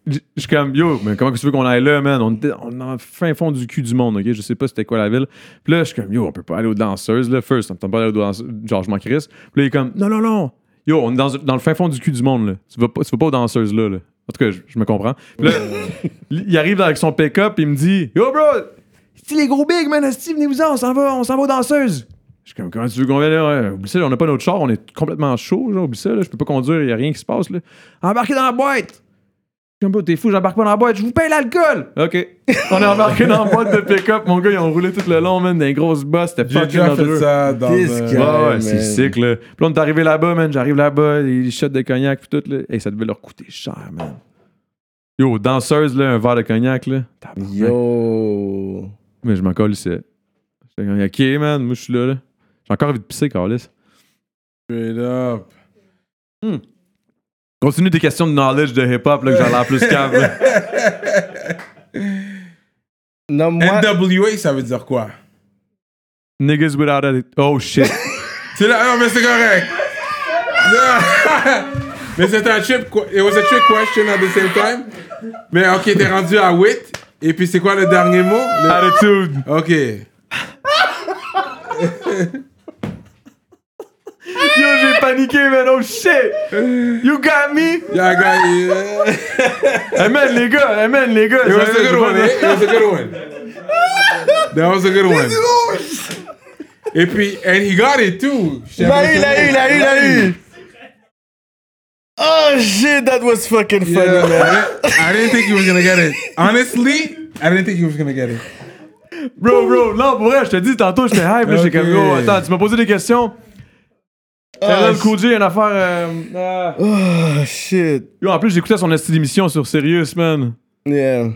Speaker 4: je je suis comme, yo, mais comment que tu veux qu'on aille là, man? On était on est en fin fond du cul du monde, ok? Je sais pas c'était quoi la ville. Puis là, je suis comme, yo, on peut pas aller aux danseuses, là, first, on peut pas aller aux danseuses. Genre, je m'en crisse. Puis là, il est comme, non, non, non. Yo, on est dans, dans le fin fond du cul du monde, là. Tu vas pas, tu vas pas aux danseuses, là, là. En tout cas, je, je me comprends. Puis là, il arrive avec son pick-up, il me dit, yo, bro, c'est les gros bigs, man, Steve, venez-vous-en, on s'en va, on s'en va aux danseuses. Je suis comme, comment tu veux qu'on vienne là? Ouais, Oublie ça, on n'a pas notre char, on est complètement chaud, genre, oublie ça, là, je peux pas conduire, il y a rien qui se passe, là. Embarquez dans la boîte! Je suis comme, t'es fou, j'embarque pas dans la boîte, je vous paye l'alcool! Ok. On est embarqué dans la boîte de pick-up, mon gars, ils ont roulé tout le long, man, dans les grosses bosses, c'était
Speaker 3: J'ai
Speaker 4: fucking
Speaker 3: déjà fait
Speaker 4: dangereux.
Speaker 3: ça dans.
Speaker 2: This
Speaker 3: un-
Speaker 2: guy.
Speaker 4: Ouais,
Speaker 2: man.
Speaker 4: ouais, c'est sick, là. Puis là, on est arrivé là-bas, man, j'arrive là-bas, les shots de cognac, puis tout, là. Hey, ça devait leur coûter cher, man. Yo, danseuse, là, un verre de cognac, là. Tabarnak.
Speaker 2: Yo.
Speaker 4: Mais je m'en colissais. J'étais comme, ok, man, moi, je suis là, là. J'ai encore envie de pisser, Carlis.
Speaker 3: Straight up.
Speaker 4: Continue tes questions de knowledge de hip-hop, là, que j'en ai l'air plus cave, là.
Speaker 2: Non, moi.
Speaker 3: NWA, ça veut dire quoi?
Speaker 4: Niggas without a... Oh, shit.
Speaker 3: C'est là, non, mais c'est correct. Non. mais c'est un trip. que- It was a trick question at the same time. Mais ok, t'es rendu à 8. Et puis c'est quoi le dernier mot? Le-
Speaker 4: Attitude.
Speaker 3: Ok.
Speaker 4: Yo, j'ai paniqué, man. Oh shit! You got me!
Speaker 3: Yeah, I got you. It
Speaker 4: Hey, man, les gars! Hey, man, les gars!
Speaker 3: was a good one. eh? It was a good one. That was a good one. Et puis, and he got it too.
Speaker 2: Il l'a eu, Bah, il l'a eu, il l'a eu, il l'a eu. Oh shit, that was fucking funny,
Speaker 3: Yeah,
Speaker 2: man.
Speaker 3: I didn't- I didn't think he was gonna get it. Honestly, I didn't think he was gonna get it.
Speaker 4: Bro, bro, non, pour vrai, je te dis, tantôt, j'étais hype, là, j'étais
Speaker 3: Ok.
Speaker 4: comme, yo, attends, tu m'as posé des questions.
Speaker 2: Ah,
Speaker 4: LL Cool J, il y a une affaire. euh, ah.
Speaker 2: Oh shit.
Speaker 4: Yo, en plus, j'écoutais son esti d'émission sur Serious, man.
Speaker 2: Yeah.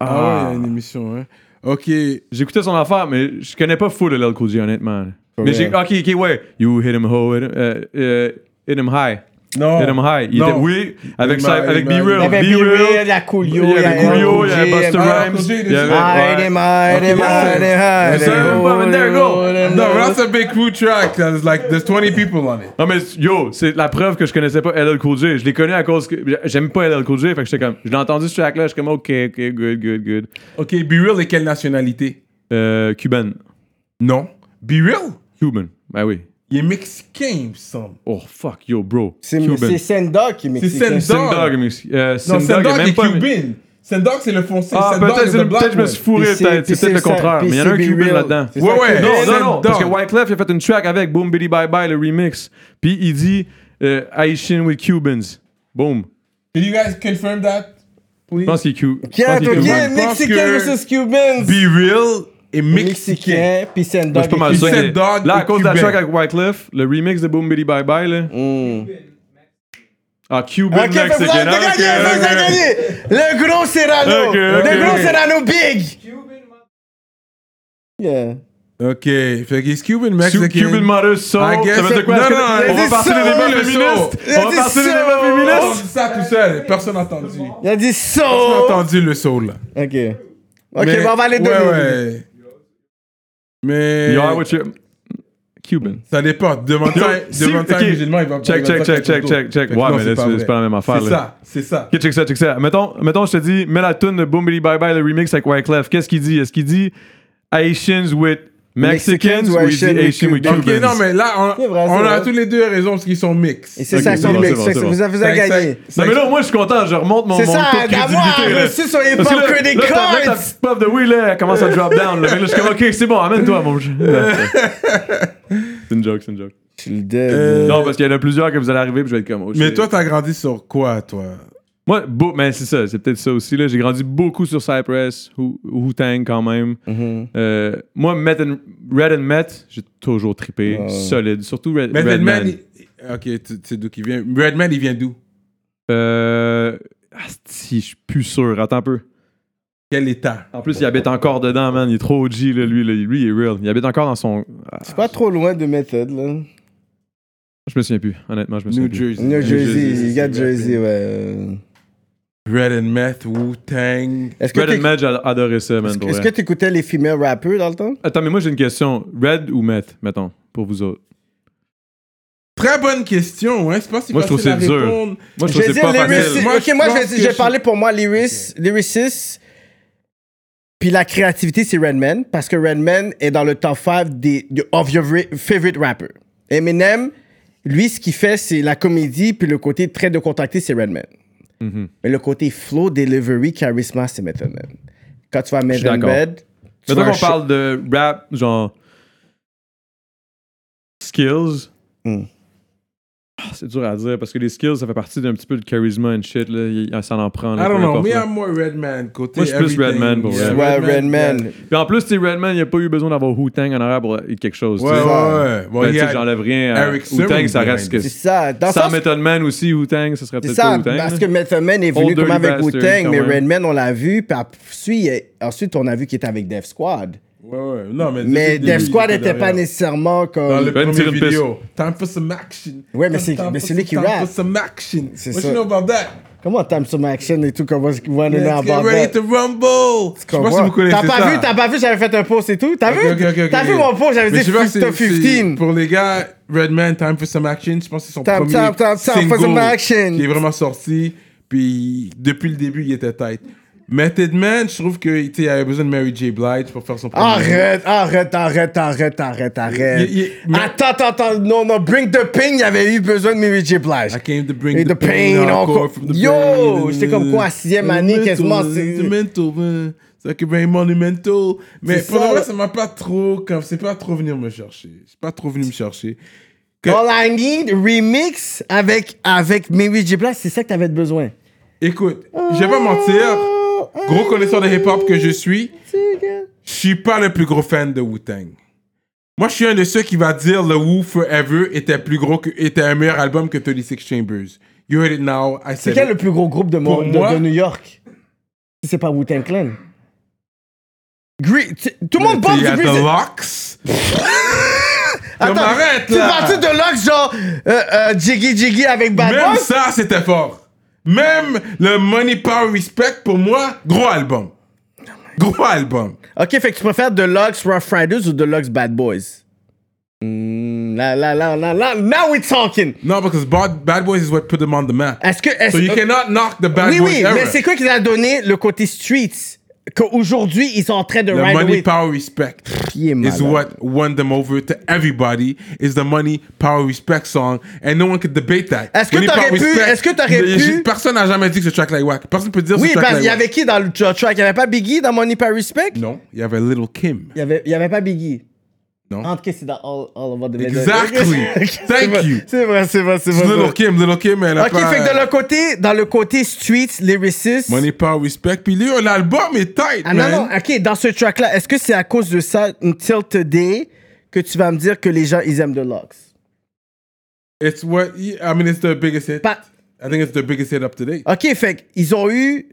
Speaker 3: Ah ouais, il y a une émission, hein. Ok.
Speaker 4: J'écoutais son affaire, mais je connais pas full LL Cool J, honnêtement. Mais
Speaker 2: real.
Speaker 4: j'ai. Ok, ok, ouais. You hit him ho, hit him, euh, euh, hit him high.
Speaker 3: Non.
Speaker 4: Hit him high. Il
Speaker 3: Oh. Non.
Speaker 4: était- oui, avec,
Speaker 3: Il
Speaker 4: ça,
Speaker 3: m'a-
Speaker 4: avec
Speaker 3: il m'a-
Speaker 4: B-Real.
Speaker 2: Il y avait B-Real, il y a Coolio, Ah,
Speaker 4: Il y avait
Speaker 2: il y a
Speaker 4: Coolio, il y
Speaker 2: LL
Speaker 4: avait
Speaker 2: Cool J,
Speaker 4: Buster
Speaker 2: il y avait-
Speaker 4: Rhymes.
Speaker 3: LL
Speaker 4: Ah,
Speaker 3: Cool J,
Speaker 4: il y avait-
Speaker 2: Hide him, hide him, hide him, hide
Speaker 3: Okay,
Speaker 2: him.
Speaker 4: yeah. And there you
Speaker 2: oh,
Speaker 4: go.
Speaker 3: No, that's a big crew track. That's like there's 20 people on it.
Speaker 4: Non, mais yo, c'est la preuve que je connaissais pas LL Cool J. Je l'ai connu à cause que j'aime pas LL Cool J. Fait que j'étais comme, je l'ai entendu ce track-là, je suis comme, ok, ok, good, good, good.
Speaker 3: Ok, Be Real est quelle nationalité?
Speaker 4: Euh, Cuban.
Speaker 3: Non. Be Real?
Speaker 4: Cuban. Ben oui.
Speaker 3: Il est mexicain, il me semble.
Speaker 4: Oh fuck, yo, bro.
Speaker 2: C'est
Speaker 4: Cuban.
Speaker 2: c'est Sendog qui
Speaker 3: C'est
Speaker 2: mexicain.
Speaker 3: Sendog.
Speaker 4: Send Dog, Mex- euh,
Speaker 3: Non,
Speaker 4: Send Dog est
Speaker 3: Sendog
Speaker 4: même
Speaker 3: est
Speaker 4: pas.
Speaker 3: cubain. Sendog, c'est le foncé.
Speaker 4: Ah,
Speaker 3: Sendog
Speaker 4: peut-être
Speaker 3: is the
Speaker 4: peut
Speaker 3: black
Speaker 4: je me suis
Speaker 3: one.
Speaker 4: fourré,
Speaker 2: Puis c'est-
Speaker 4: peut-être.
Speaker 2: puis
Speaker 4: C'est peut-être le
Speaker 2: c'est ça,
Speaker 4: contraire.
Speaker 2: puis
Speaker 4: Mais il y en a un
Speaker 2: c'est
Speaker 4: Cuban
Speaker 2: Be Real.
Speaker 4: là-dedans.
Speaker 2: C'est
Speaker 3: Ouais,
Speaker 2: ça que-
Speaker 3: ouais.
Speaker 4: Non, non,
Speaker 3: Send
Speaker 4: non. Parce que
Speaker 3: Dog.
Speaker 4: Wyclef, il a fait une track avec Boom Biddy Bye Bye, le remix. Puis il dit euh, Haitian with Cubans. Boom.
Speaker 3: Can you guys confirm that, please?
Speaker 4: Je pense qu'il est cu- je
Speaker 2: Yeah,
Speaker 4: pense qu'il est
Speaker 2: ok,
Speaker 4: cubain.
Speaker 3: Je pense
Speaker 2: Mexicain
Speaker 3: que-
Speaker 2: versus Cubans.
Speaker 3: Be Real est mexicain.
Speaker 2: Mexicain, puis
Speaker 4: Moi,
Speaker 2: Sendog.
Speaker 4: je suis pas mal
Speaker 2: et
Speaker 4: sûr.
Speaker 3: Send
Speaker 4: qu'il est-
Speaker 3: Dog
Speaker 4: Là, à
Speaker 3: et
Speaker 4: cause de la
Speaker 3: Cubain.
Speaker 4: track avec Wyclef, le remix de Boom Biddy Bye Bye, là.
Speaker 2: Hmm.
Speaker 4: Ah, Cuban
Speaker 2: Ok, fait que vous
Speaker 4: Mexican.
Speaker 2: avez
Speaker 4: Ok,
Speaker 2: gagné, vous avez
Speaker 4: ok.
Speaker 2: gagné. Le gros Serrano.
Speaker 4: Ok,
Speaker 2: Le
Speaker 4: ok,
Speaker 2: gros
Speaker 4: ok.
Speaker 2: Serrano big. Yeah.
Speaker 3: Ok, fait qu'il est Cuban,
Speaker 4: Cu-
Speaker 3: mexicain.
Speaker 4: Cuban Mother Soul.
Speaker 3: I guess
Speaker 4: Ça veut dire quoi? Est-ce
Speaker 3: it-
Speaker 4: que-
Speaker 3: non, non,
Speaker 4: on va
Speaker 2: it's
Speaker 4: partir des
Speaker 2: soul,
Speaker 4: débats
Speaker 3: it's
Speaker 4: féministes.
Speaker 2: soul.
Speaker 4: On va
Speaker 2: It's
Speaker 4: partir des débats
Speaker 2: soul.
Speaker 3: On
Speaker 4: féministes.
Speaker 3: dit Oh, ça tout seul, personne n'a entendu.
Speaker 2: Il a dit
Speaker 3: Personne n'a
Speaker 2: so.
Speaker 3: entendu le soul. là.
Speaker 2: Ok. Ok,
Speaker 3: Mais-
Speaker 2: bon, on va aller de
Speaker 3: ouais,
Speaker 2: nous.
Speaker 3: ouais. Mais
Speaker 4: You are what you- Cuban.
Speaker 3: ça dépend. Demande
Speaker 4: Yo,
Speaker 3: ça
Speaker 4: si-
Speaker 3: demande ça à un
Speaker 4: ok.
Speaker 3: musulman, il va
Speaker 4: Check,
Speaker 3: il va
Speaker 4: check,
Speaker 3: dire
Speaker 4: check,
Speaker 3: que c'est
Speaker 4: check,
Speaker 3: plutôt.
Speaker 4: check, check.
Speaker 3: Fait que
Speaker 4: Ouais,
Speaker 3: non,
Speaker 4: mais là, c'est-
Speaker 3: vrai.
Speaker 4: c'est pas la même affaire,
Speaker 3: C'est
Speaker 4: là.
Speaker 3: ça, c'est ça.
Speaker 4: Ok, check ça, check ça. Mettons, mettons je te dis, mets la tune de Boom Biddy Bye Bye, le remix avec Wyclef. Qu'est-ce qu'il dit? Est-ce qu'il dit Haitians with Mexicans
Speaker 2: Mexicans
Speaker 4: ou il dit
Speaker 2: ou
Speaker 4: Haitians with
Speaker 2: Haitians
Speaker 4: Cubans?
Speaker 3: Ok, non, mais là,
Speaker 2: C'est
Speaker 3: on,
Speaker 2: vrai, c'est
Speaker 3: on a
Speaker 2: vrai.
Speaker 3: tous les deux raison parce qu'ils sont mix.
Speaker 2: Et c'est
Speaker 4: Ok,
Speaker 2: ça,
Speaker 4: c'est
Speaker 2: son
Speaker 4: bon,
Speaker 2: mix.
Speaker 4: c'est bon,
Speaker 2: fait que
Speaker 4: c'est bon.
Speaker 2: Vous avez vous avez gagné.
Speaker 4: Non, mais là, moi, je suis content. Je remonte mon,
Speaker 2: C'est
Speaker 4: mon
Speaker 2: ça,
Speaker 4: taux de
Speaker 2: d'avoir
Speaker 4: crédibilité. là.
Speaker 2: reçu son
Speaker 4: Parce que
Speaker 2: époque
Speaker 4: là,
Speaker 2: que des
Speaker 4: là, t'as- là, ta
Speaker 2: cards.
Speaker 4: petite puff de oui, là, elle commence à drop down. Là, Fait que là, je suis comme, OK, c'est bon, amène-toi, mon jeu. C'est une joke, c'est une joke.
Speaker 2: Je suis le dead.
Speaker 3: Euh,
Speaker 4: Non, parce qu'il y en a plusieurs que vous allez arriver, puis je vais être comme. oh,
Speaker 3: Mais
Speaker 4: shit.
Speaker 3: toi, t'as grandi sur quoi, toi
Speaker 4: Moi, beau, mais c'est ça, c'est peut-être ça aussi. Là. J'ai grandi beaucoup sur Cypress, Wu- Wu-Tang quand même.
Speaker 2: Mhm.
Speaker 4: Euh, moi, Met and- Red and Met, j'ai toujours trippé.
Speaker 2: Ouais.
Speaker 4: Solide. Surtout Red,
Speaker 3: Mais
Speaker 4: Redman.
Speaker 3: Redman, il- ok, tu tu sais d'où il vient. Redman, il vient d'où
Speaker 4: Euh, asti, je suis plus sûr. Attends un peu.
Speaker 3: Quel état
Speaker 4: En plus, il habite encore dedans, man. Il est trop OG, là, lui. là. Lui, il est real. Il habite encore dans son. Ah,
Speaker 2: C'est pas trop loin de méthode, là.
Speaker 4: je me souviens plus, honnêtement. Je me souviens
Speaker 3: New
Speaker 4: plus.
Speaker 3: Jersey.
Speaker 2: New Jersey,
Speaker 3: c'est
Speaker 2: il y a
Speaker 3: vrai.
Speaker 2: Jersey, ouais.
Speaker 3: Red and Meth, Wu-Tang.
Speaker 2: Est-ce que
Speaker 4: Red
Speaker 2: t'éc-
Speaker 4: and Met, j'ai adoré ça, man.
Speaker 2: est-ce que-
Speaker 4: pour
Speaker 2: est-ce que
Speaker 4: vrai.
Speaker 2: t'écoutais les female rappers dans le temps?
Speaker 4: Attends, mais moi, j'ai une question. Red ou Met, mettons, pour vous autres.
Speaker 3: Très bonne question, hein. C'est pas si
Speaker 4: Moi,
Speaker 3: facile
Speaker 4: je trouve que c'est
Speaker 3: à
Speaker 4: dur.
Speaker 3: répondre.
Speaker 4: Moi,
Speaker 2: Je
Speaker 4: je trouve
Speaker 2: vais
Speaker 4: que c'est
Speaker 2: dire
Speaker 4: pas
Speaker 2: Lyris.
Speaker 4: facile.
Speaker 3: Moi,
Speaker 2: Ok,
Speaker 3: je
Speaker 2: moi, je
Speaker 3: pense
Speaker 2: vais-
Speaker 3: que
Speaker 2: je vais
Speaker 3: je-
Speaker 2: parler pour moi Lyris. Lyricist. Puis la créativité, c'est Redman. Parce que Redman est dans le top 5 des, de- of your ra- favorite rapper. Eminem, lui, ce qu'il fait, c'est la comédie. Puis le côté très de contacter, c'est Redman.
Speaker 4: Mhm.
Speaker 2: Mais le côté flow, delivery, charisma, c'est Method Man. Quand tu vas à Method
Speaker 4: d'accord.
Speaker 2: Man, tu
Speaker 4: Mettons
Speaker 2: vas à
Speaker 4: qu'on
Speaker 2: Sh-
Speaker 4: parle de rap, genre. Skills.
Speaker 2: Hmm.
Speaker 4: Ah, C'est dur à dire parce que les skills, ça fait partie d'un petit peu de charisma and shit. Là. Il- Ça en prend.
Speaker 3: I
Speaker 4: Là,
Speaker 3: don't
Speaker 4: peu
Speaker 3: know.
Speaker 4: importe,
Speaker 3: Me,
Speaker 4: là.
Speaker 3: I'm more Redman côté.
Speaker 4: Moi, je suis plus
Speaker 3: everything.
Speaker 4: Redman pour
Speaker 3: Yeah,
Speaker 4: vrai.
Speaker 2: Ouais, Redman.
Speaker 3: yeah.
Speaker 4: Puis en plus, tu sais, Redman, il n'y a pas eu besoin d'avoir Wu Tang en arabe pour être quelque chose. tu
Speaker 3: Ouais,
Speaker 4: sais.
Speaker 3: ouais, ouais.
Speaker 4: Ben,
Speaker 3: Bon, il
Speaker 4: tu
Speaker 3: y
Speaker 4: sais,
Speaker 3: a-
Speaker 4: J'enlève rien. à-
Speaker 3: Eric
Speaker 4: Wu Tang,
Speaker 3: Sermon
Speaker 4: ça reste que.
Speaker 2: ben, C'est ça. Dans le
Speaker 4: Sans
Speaker 2: sens-
Speaker 4: Method Man aussi, Wu Tang, ça serait
Speaker 2: C'est
Speaker 4: peut-être pas
Speaker 2: ça,
Speaker 4: Wu Tang.
Speaker 2: parce que Method Man est
Speaker 4: Old
Speaker 2: venu
Speaker 4: Dirty
Speaker 2: comme avec
Speaker 4: Bastard,
Speaker 2: Wu-Tang,
Speaker 4: quand
Speaker 2: mais
Speaker 4: même.
Speaker 2: Redman, on l'a vu. Puis après, ensuite, il- ensuite, on a vu qu'il était avec Dev Squad.
Speaker 3: Ouais, ouais. Non,
Speaker 2: Mais
Speaker 3: mais. depuis le
Speaker 2: Dev
Speaker 3: début,
Speaker 2: Squad
Speaker 3: il
Speaker 2: n'était pas
Speaker 3: derrière.
Speaker 2: nécessairement
Speaker 3: Dans
Speaker 2: comme.
Speaker 3: le
Speaker 4: Ben,
Speaker 3: premier
Speaker 4: tire une
Speaker 3: vidéo. Time for some action.
Speaker 2: Ouais, mais c'est-
Speaker 3: Time
Speaker 2: mais
Speaker 3: for
Speaker 2: c'est lui
Speaker 3: some-
Speaker 2: qui
Speaker 3: time
Speaker 2: rap.
Speaker 3: for some action.
Speaker 2: C'est
Speaker 3: What
Speaker 2: ça.
Speaker 3: you know about that?
Speaker 2: Comment Time Some Action et tout, comment on va nous
Speaker 3: Let's
Speaker 2: about
Speaker 3: get ready
Speaker 2: that?
Speaker 3: to rumble. Je sais pas si vous connaissez
Speaker 2: T'as
Speaker 3: ça.
Speaker 2: pas vu, t'as pas vu, j'avais fait un post et tout. T'as
Speaker 3: Ok,
Speaker 2: vu?
Speaker 3: ok, ok, ok,
Speaker 2: t'as
Speaker 3: ok.
Speaker 2: vu mon post, j'avais
Speaker 3: Mais
Speaker 2: dit
Speaker 3: je sais pas si-
Speaker 2: Top
Speaker 3: si-
Speaker 2: 15.
Speaker 3: Pour les gars, Redman, Time for Some Action, je pense que c'est son
Speaker 2: Time,
Speaker 3: premier
Speaker 2: time, time, time for
Speaker 3: single
Speaker 2: some action.
Speaker 3: qui est vraiment sorti. Puis depuis le début, il était tight. Method Man, je trouve qu'il y avait besoin de Mary J. Blige pour faire son premier.
Speaker 2: Ah, Arrête, arrête, arrête, arrête, arrête, arrête.
Speaker 3: Il- il- mais-
Speaker 2: Attends, attends, attends. Non, non, Bring the Pain, il y avait eu besoin de Mary J. Blige.
Speaker 3: I came to bring
Speaker 2: Et the pain encore.
Speaker 3: from the
Speaker 2: Yo,
Speaker 3: brain.
Speaker 2: j'étais comme quoi, sixième année, quasiment. c'est-
Speaker 3: Sentimental, man. C'est que ben monumental. Mais
Speaker 2: C'est
Speaker 3: pour
Speaker 2: ça.
Speaker 3: le reste, ça m'a pas trop. Comme, c'est pas trop venu me chercher. C'est pas trop venu me chercher. Que-
Speaker 2: All I Need, remix avec, avec Mary J. Blige, c'est ça que t'avais besoin. Oh,
Speaker 3: Écoute, je vais pas mentir. Gros connaisseur de hip-hop que je suis, je suis pas le plus gros fan de Wu-Tang. Moi, je suis un de ceux qui va dire le Wu Forever était plus gros que, était un meilleur album que 36 Chambers. You heard it now, I
Speaker 2: C'est
Speaker 3: said
Speaker 2: quel
Speaker 3: it.
Speaker 2: le plus gros groupe de, mon-
Speaker 3: Pour
Speaker 2: de-
Speaker 3: moi-
Speaker 2: de New York Si c'est pas Wu-Tang Clan. Gre- tu- tout le monde parle
Speaker 3: Il
Speaker 2: du
Speaker 3: y a The
Speaker 2: Grease.
Speaker 3: Locks.
Speaker 2: Attends,
Speaker 3: m'arrête,
Speaker 2: tu
Speaker 3: là.
Speaker 2: parti de Lux, genre euh, euh, Jiggy Jiggy avec Bad
Speaker 3: Même
Speaker 2: Boys?
Speaker 3: ça, c'était fort. Même le Money Power Respect, pour moi, gros album. Gros album.
Speaker 2: Ok, fait que tu préfères The Lux Rough Riders ou The Lux Bad Boys Hmm, Là, là, là, là, là, now we're talking.
Speaker 3: Non, because Bad, Bad Boys is what put them on the map.
Speaker 2: Est-ce que. Est
Speaker 3: So you cannot knock the
Speaker 2: Euh,
Speaker 3: Bad
Speaker 2: oui,
Speaker 3: Boys
Speaker 2: oui,
Speaker 3: era.
Speaker 2: mais c'est quoi qui a donné le côté streets Qu'aujourd'hui, ils sont en train de
Speaker 3: The
Speaker 2: ride
Speaker 3: Money
Speaker 2: away.
Speaker 3: Power Respect
Speaker 2: Il est
Speaker 3: is
Speaker 2: malade.
Speaker 3: what won them over to everybody. Is the Money Power Respect song, and no one could debate that.
Speaker 2: Est-ce que
Speaker 3: Money
Speaker 2: t'aurais
Speaker 3: Power
Speaker 2: pu-
Speaker 3: Respect,
Speaker 2: est-ce que t'aurais
Speaker 3: y-
Speaker 2: pu-
Speaker 3: Personne n'a jamais dit que ce track là est whack. Personne peut dire
Speaker 2: Oui,
Speaker 3: ce track
Speaker 2: parce
Speaker 3: là est
Speaker 2: qu'il y
Speaker 3: whack.
Speaker 2: avait qui dans le tra- track Il n'y avait pas Biggie dans Money Paris Respect
Speaker 3: Non, il y avait Little Kim.
Speaker 2: Il n'y avait, il y avait pas Biggie.
Speaker 3: Non.
Speaker 2: En tout cas, c'est dans All, all About the
Speaker 3: Exactly.
Speaker 2: C'est vrai,
Speaker 3: Thank you.
Speaker 2: C'est vrai, c'est vrai, c'est vrai.
Speaker 3: Little Kim, Little Kim, elle a
Speaker 2: Ok,
Speaker 3: pas-
Speaker 2: fait que de le côté, dans le côté streets, lyricist.
Speaker 3: Money Power Respect. Puis lui, oh, l'album est tight,
Speaker 2: Ah non,
Speaker 3: man.
Speaker 2: non, ok, dans ce track-là, est-ce que c'est à cause de ça, Until Today, que tu vas me dire que les gens, ils aiment The Locks?
Speaker 3: It's what I mean. It's the biggest hit.
Speaker 2: Pas-
Speaker 3: I think it's the biggest hit up to date.
Speaker 2: Ok, fait qu'ils ont eu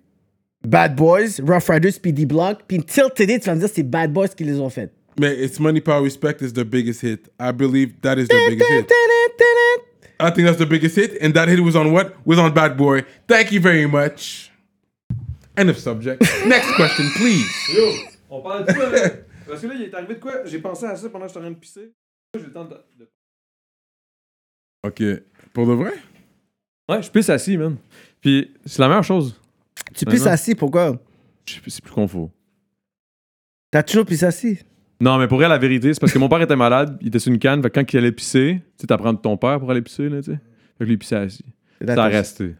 Speaker 2: Bad Boys, Rough Riders, puis D-Block, puis Until Today, tu vas me dire que c'est Bad Boys qui les ont faites.
Speaker 3: Man, it's Money Power Respect is the biggest hit. I believe that is the biggest hit. I think that's the biggest hit, and that hit was on what? Was on Bad Boy. Thank you very much. End of subject. Next question, please.
Speaker 4: Yo, on parle de quoi, là? Parce que là, il est arrivé de quoi? J'ai pensé à ça pendant que j'étais en train de pisser. J'ai le temps de... de-
Speaker 3: Ok, pour de vrai?
Speaker 4: Ouais, je pisse assis, man. Puis c'est la meilleure chose.
Speaker 2: Tu pisses
Speaker 4: Vraiment.
Speaker 2: assis, pourquoi?
Speaker 4: Je sais plus- C'est plus confort.
Speaker 2: T'as toujours pissé assis?
Speaker 4: Non, mais pour vrai, la vérité, c'est parce que mon père était malade, il était sur une canne, fait que quand il allait pisser, tu sais, t'apprends de ton père pour aller pisser, là, tu sais. Fait que lui, il pissait assis. Ça a Ben, resté.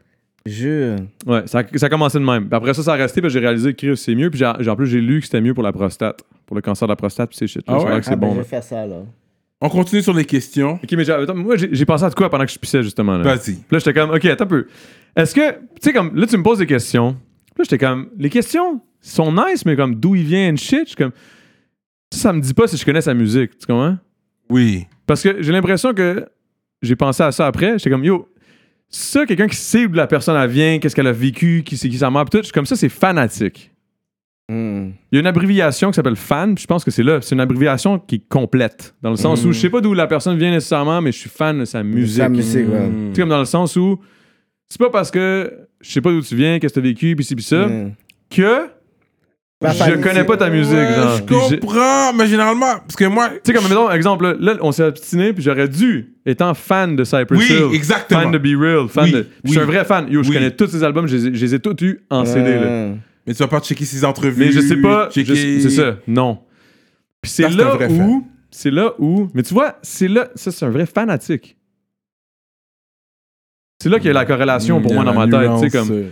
Speaker 2: Je...
Speaker 4: Ouais, ça, ça a commencé de même. Puis après ça, ça a resté, puis j'ai réalisé que c'est mieux, puis j'ai- j'ai- en plus, j'ai lu que c'était mieux pour la prostate, pour le cancer de la prostate, puis ces shit
Speaker 3: Ah
Speaker 4: là.
Speaker 3: ouais?
Speaker 4: c'est bon,
Speaker 2: ben, je
Speaker 4: là.
Speaker 2: vais faire ça, là.
Speaker 3: On continue sur les questions.
Speaker 4: Ok, mais j'ai- attends, moi, j'ai j'ai pensé à de quoi pendant que je pissais, justement, là.
Speaker 3: Vas-y.
Speaker 4: Puis là, j'étais comme, OK, attends un peu. Est-ce que, tu sais, comme, là, tu me poses des questions. Puis là, j'étais comme, les questions sont nice, mais comme, d'où il vient and shit, je suis comme, ça, ça me dit pas si je connais sa musique, tu comprends?
Speaker 3: Oui.
Speaker 4: Parce que j'ai l'impression que j'ai pensé à ça après, j'étais comme, yo, ça, quelqu'un qui sait où la personne elle vient, qu'est-ce qu'elle a vécu, qui c'est qui sa mère, puis tout, je suis comme ça, c'est fanatique.
Speaker 2: Hmm.
Speaker 4: Il y a une abréviation qui s'appelle fan, puis je pense que c'est là, c'est une abréviation qui est complète, dans le sens où je sais pas d'où la personne vient nécessairement, mais je suis fan Mm. de sa
Speaker 2: Musique.
Speaker 4: musique.
Speaker 2: musique, ouais.
Speaker 3: Mm. Hmm.
Speaker 4: Tu sais, comme dans le sens où c'est pas parce que je sais pas d'où tu viens, qu'est-ce que t'as vécu, pis ci, pis ça,
Speaker 3: Hmm.
Speaker 2: Mm.
Speaker 4: que
Speaker 2: Ma
Speaker 4: je
Speaker 2: famille,
Speaker 4: connais pas ta musique,
Speaker 3: Ouais,
Speaker 4: genre.
Speaker 3: Je
Speaker 4: Puis j'ai- Tu
Speaker 3: comprends, mais généralement, parce que moi,
Speaker 4: sais, comme, mettons, exemple, là, là, on s'est obstiné, puis j'aurais dû, étant fan de Cypress
Speaker 3: Oui,
Speaker 4: Hill,
Speaker 3: exactement.
Speaker 4: fan de Be Real, fan
Speaker 3: Oui,
Speaker 4: de... puis Je suis
Speaker 3: oui.
Speaker 4: un vrai fan. Yo, je
Speaker 3: Oui.
Speaker 4: connais tous ces albums, je les ai- je les ai tous eus en CD, là.
Speaker 2: Euh,
Speaker 3: mais tu vas pas checker ses entrevues.
Speaker 4: Mais je sais pas, je-
Speaker 3: checker-
Speaker 4: c'est ça, non. Puis c'est
Speaker 3: Ça, c'est un
Speaker 4: là
Speaker 3: vrai fan.
Speaker 4: où... C'est là où... Mais tu vois, c'est là... Ça, c'est un vrai fanatique. C'est là qu'il y a la corrélation pour
Speaker 3: Mm, Il y a
Speaker 4: moi dans
Speaker 3: la
Speaker 4: ma tête, tu sais,
Speaker 3: nuance,
Speaker 4: comme...
Speaker 3: euh,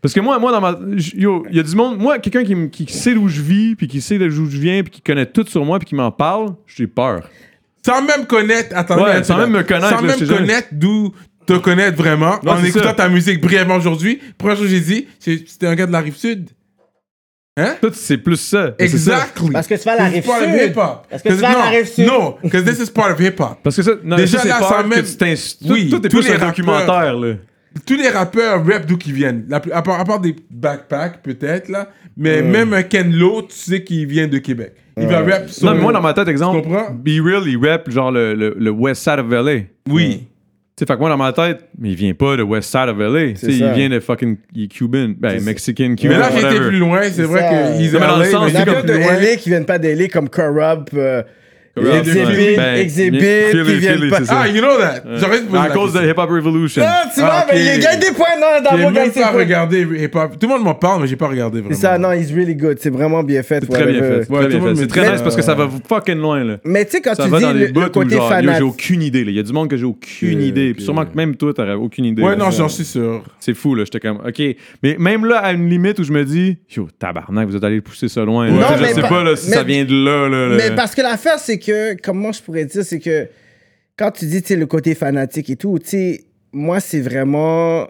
Speaker 4: Parce que moi, moi dans ma. j- Yo, il y a du monde. Moi, quelqu'un qui, me- qui sait d'où je vis, puis qui sait d'où je viens, puis qui connaît tout sur moi, puis qui m'en parle, j'ai peur.
Speaker 3: Sans même connaître, attendez,
Speaker 4: Ouais,
Speaker 3: un
Speaker 4: sans
Speaker 3: peu.
Speaker 4: même me connaître,
Speaker 3: Sans
Speaker 4: là,
Speaker 3: même
Speaker 4: je sais jamais.
Speaker 3: connaître d'où te connaître vraiment.
Speaker 4: Non,
Speaker 3: en
Speaker 4: c'est
Speaker 3: écoutant
Speaker 4: ça.
Speaker 3: ta musique brièvement aujourd'hui, première chose que j'ai dit, c'est- c'était un gars de la rive sud. Hein?
Speaker 4: Tout, c'est plus ça. C'est ça.
Speaker 3: Exactly.
Speaker 2: Parce que tu vas à la
Speaker 3: This is part of
Speaker 2: Rive-Sud.
Speaker 3: hip-hop.
Speaker 2: Parce que tu
Speaker 3: Cause-
Speaker 2: vas à la
Speaker 3: non,
Speaker 2: Rive-Sud.
Speaker 3: Non, because this is part of hip hop.
Speaker 4: Parce que ça, non,
Speaker 3: Déjà,
Speaker 4: ça, c'est
Speaker 3: là,
Speaker 4: peur
Speaker 3: ça
Speaker 4: que
Speaker 3: même-
Speaker 4: tu t'ins- tout-
Speaker 3: Oui,
Speaker 4: tout est
Speaker 3: tous
Speaker 4: plus
Speaker 3: les
Speaker 4: un
Speaker 3: rappeurs-
Speaker 4: documentaire, là.
Speaker 3: Tous les rappeurs rap d'où qu'ils viennent. La plus- à, part, à part des backpacks, peut-être, là. Mais même un Ken Lo, tu sais qu'il vient de Québec. Il va rap sur.
Speaker 4: Non, mais moi, dans ma tête, exemple,
Speaker 3: Tu comprends?
Speaker 4: Be Real, il rap genre le, le, le West Side of LA. Tu
Speaker 3: Oui.
Speaker 4: sais, fait que moi, dans ma tête, mais il vient pas de West Side of LA. Tu sais,
Speaker 2: ça.
Speaker 4: il vient de fucking. Il est cubain. Ben, mexicain, cubain.
Speaker 3: Mais là, j'ai été
Speaker 4: whatever.
Speaker 3: plus loin. C'est vrai
Speaker 2: ça.
Speaker 3: qu'ils
Speaker 4: Mais dans le
Speaker 3: allaient,
Speaker 4: sens,
Speaker 3: mais
Speaker 2: Il y en
Speaker 4: c'est
Speaker 2: a
Speaker 3: j'étais
Speaker 4: comme
Speaker 2: plein
Speaker 3: plus
Speaker 2: de
Speaker 3: loin.
Speaker 2: LA qui viennent pas d'LA comme Corrupt. euh,
Speaker 4: Ouais,
Speaker 2: Exhibit,
Speaker 4: ben,
Speaker 2: Exhibit,
Speaker 4: Philly,
Speaker 2: qui viennent
Speaker 4: Philly,
Speaker 2: pas-
Speaker 4: c'est ça.
Speaker 3: Ah, you know that. J'aurais dû poser
Speaker 4: à
Speaker 3: la
Speaker 4: cause de
Speaker 3: question.
Speaker 4: Hip Hop Revolution.
Speaker 2: Ah, tu vois,
Speaker 3: Ah, ok.
Speaker 2: mais il y a des points non, dans
Speaker 3: J'ai
Speaker 2: mon gars,
Speaker 3: même
Speaker 2: c'est
Speaker 3: pas
Speaker 2: quoi?
Speaker 3: regardé hip-hop. Tout le monde m'en parle, mais j'ai pas regardé
Speaker 2: C'est
Speaker 3: vraiment.
Speaker 2: ça, non, he's really good. C'est vraiment bien fait.
Speaker 4: C'est très bien
Speaker 2: whatever.
Speaker 4: fait. c'est
Speaker 3: Ouais,
Speaker 4: très
Speaker 3: tout le
Speaker 4: bien
Speaker 3: monde
Speaker 4: fait.
Speaker 3: me
Speaker 4: C'est
Speaker 3: dit
Speaker 4: très
Speaker 3: ça.
Speaker 4: nice parce que ça va fucking loin, là.
Speaker 2: Mais tu sais, quand
Speaker 4: Ça
Speaker 2: Ah, tu
Speaker 4: va
Speaker 2: dis
Speaker 4: dans
Speaker 2: le,
Speaker 4: les
Speaker 2: le
Speaker 4: buts où
Speaker 2: côté
Speaker 4: genre, yo, j'ai
Speaker 2: fanat,
Speaker 4: aucune idée. là. Il y a du monde que j'ai aucune idée. Puis sûrement que même toi, t'aurais aucune idée.
Speaker 3: Ouais,
Speaker 4: là.
Speaker 3: non, j'en suis sûr.
Speaker 4: C'est fou, là. J'étais comme, OK. Mais même là, à une limite où je me dis, yo, tabarnak, vous êtes allé pousser ça loin. là.
Speaker 2: Non,
Speaker 4: Tu sais,
Speaker 2: mais
Speaker 4: je sais
Speaker 2: pas-
Speaker 4: pas là, si
Speaker 2: mais-
Speaker 4: ça vient de là. là, là.
Speaker 2: Mais parce que l'affaire, c'est que, comment je pourrais dire, c'est que quand tu dis, tu sais, le côté fanatique et tout, tu sais, moi, c'est vraiment,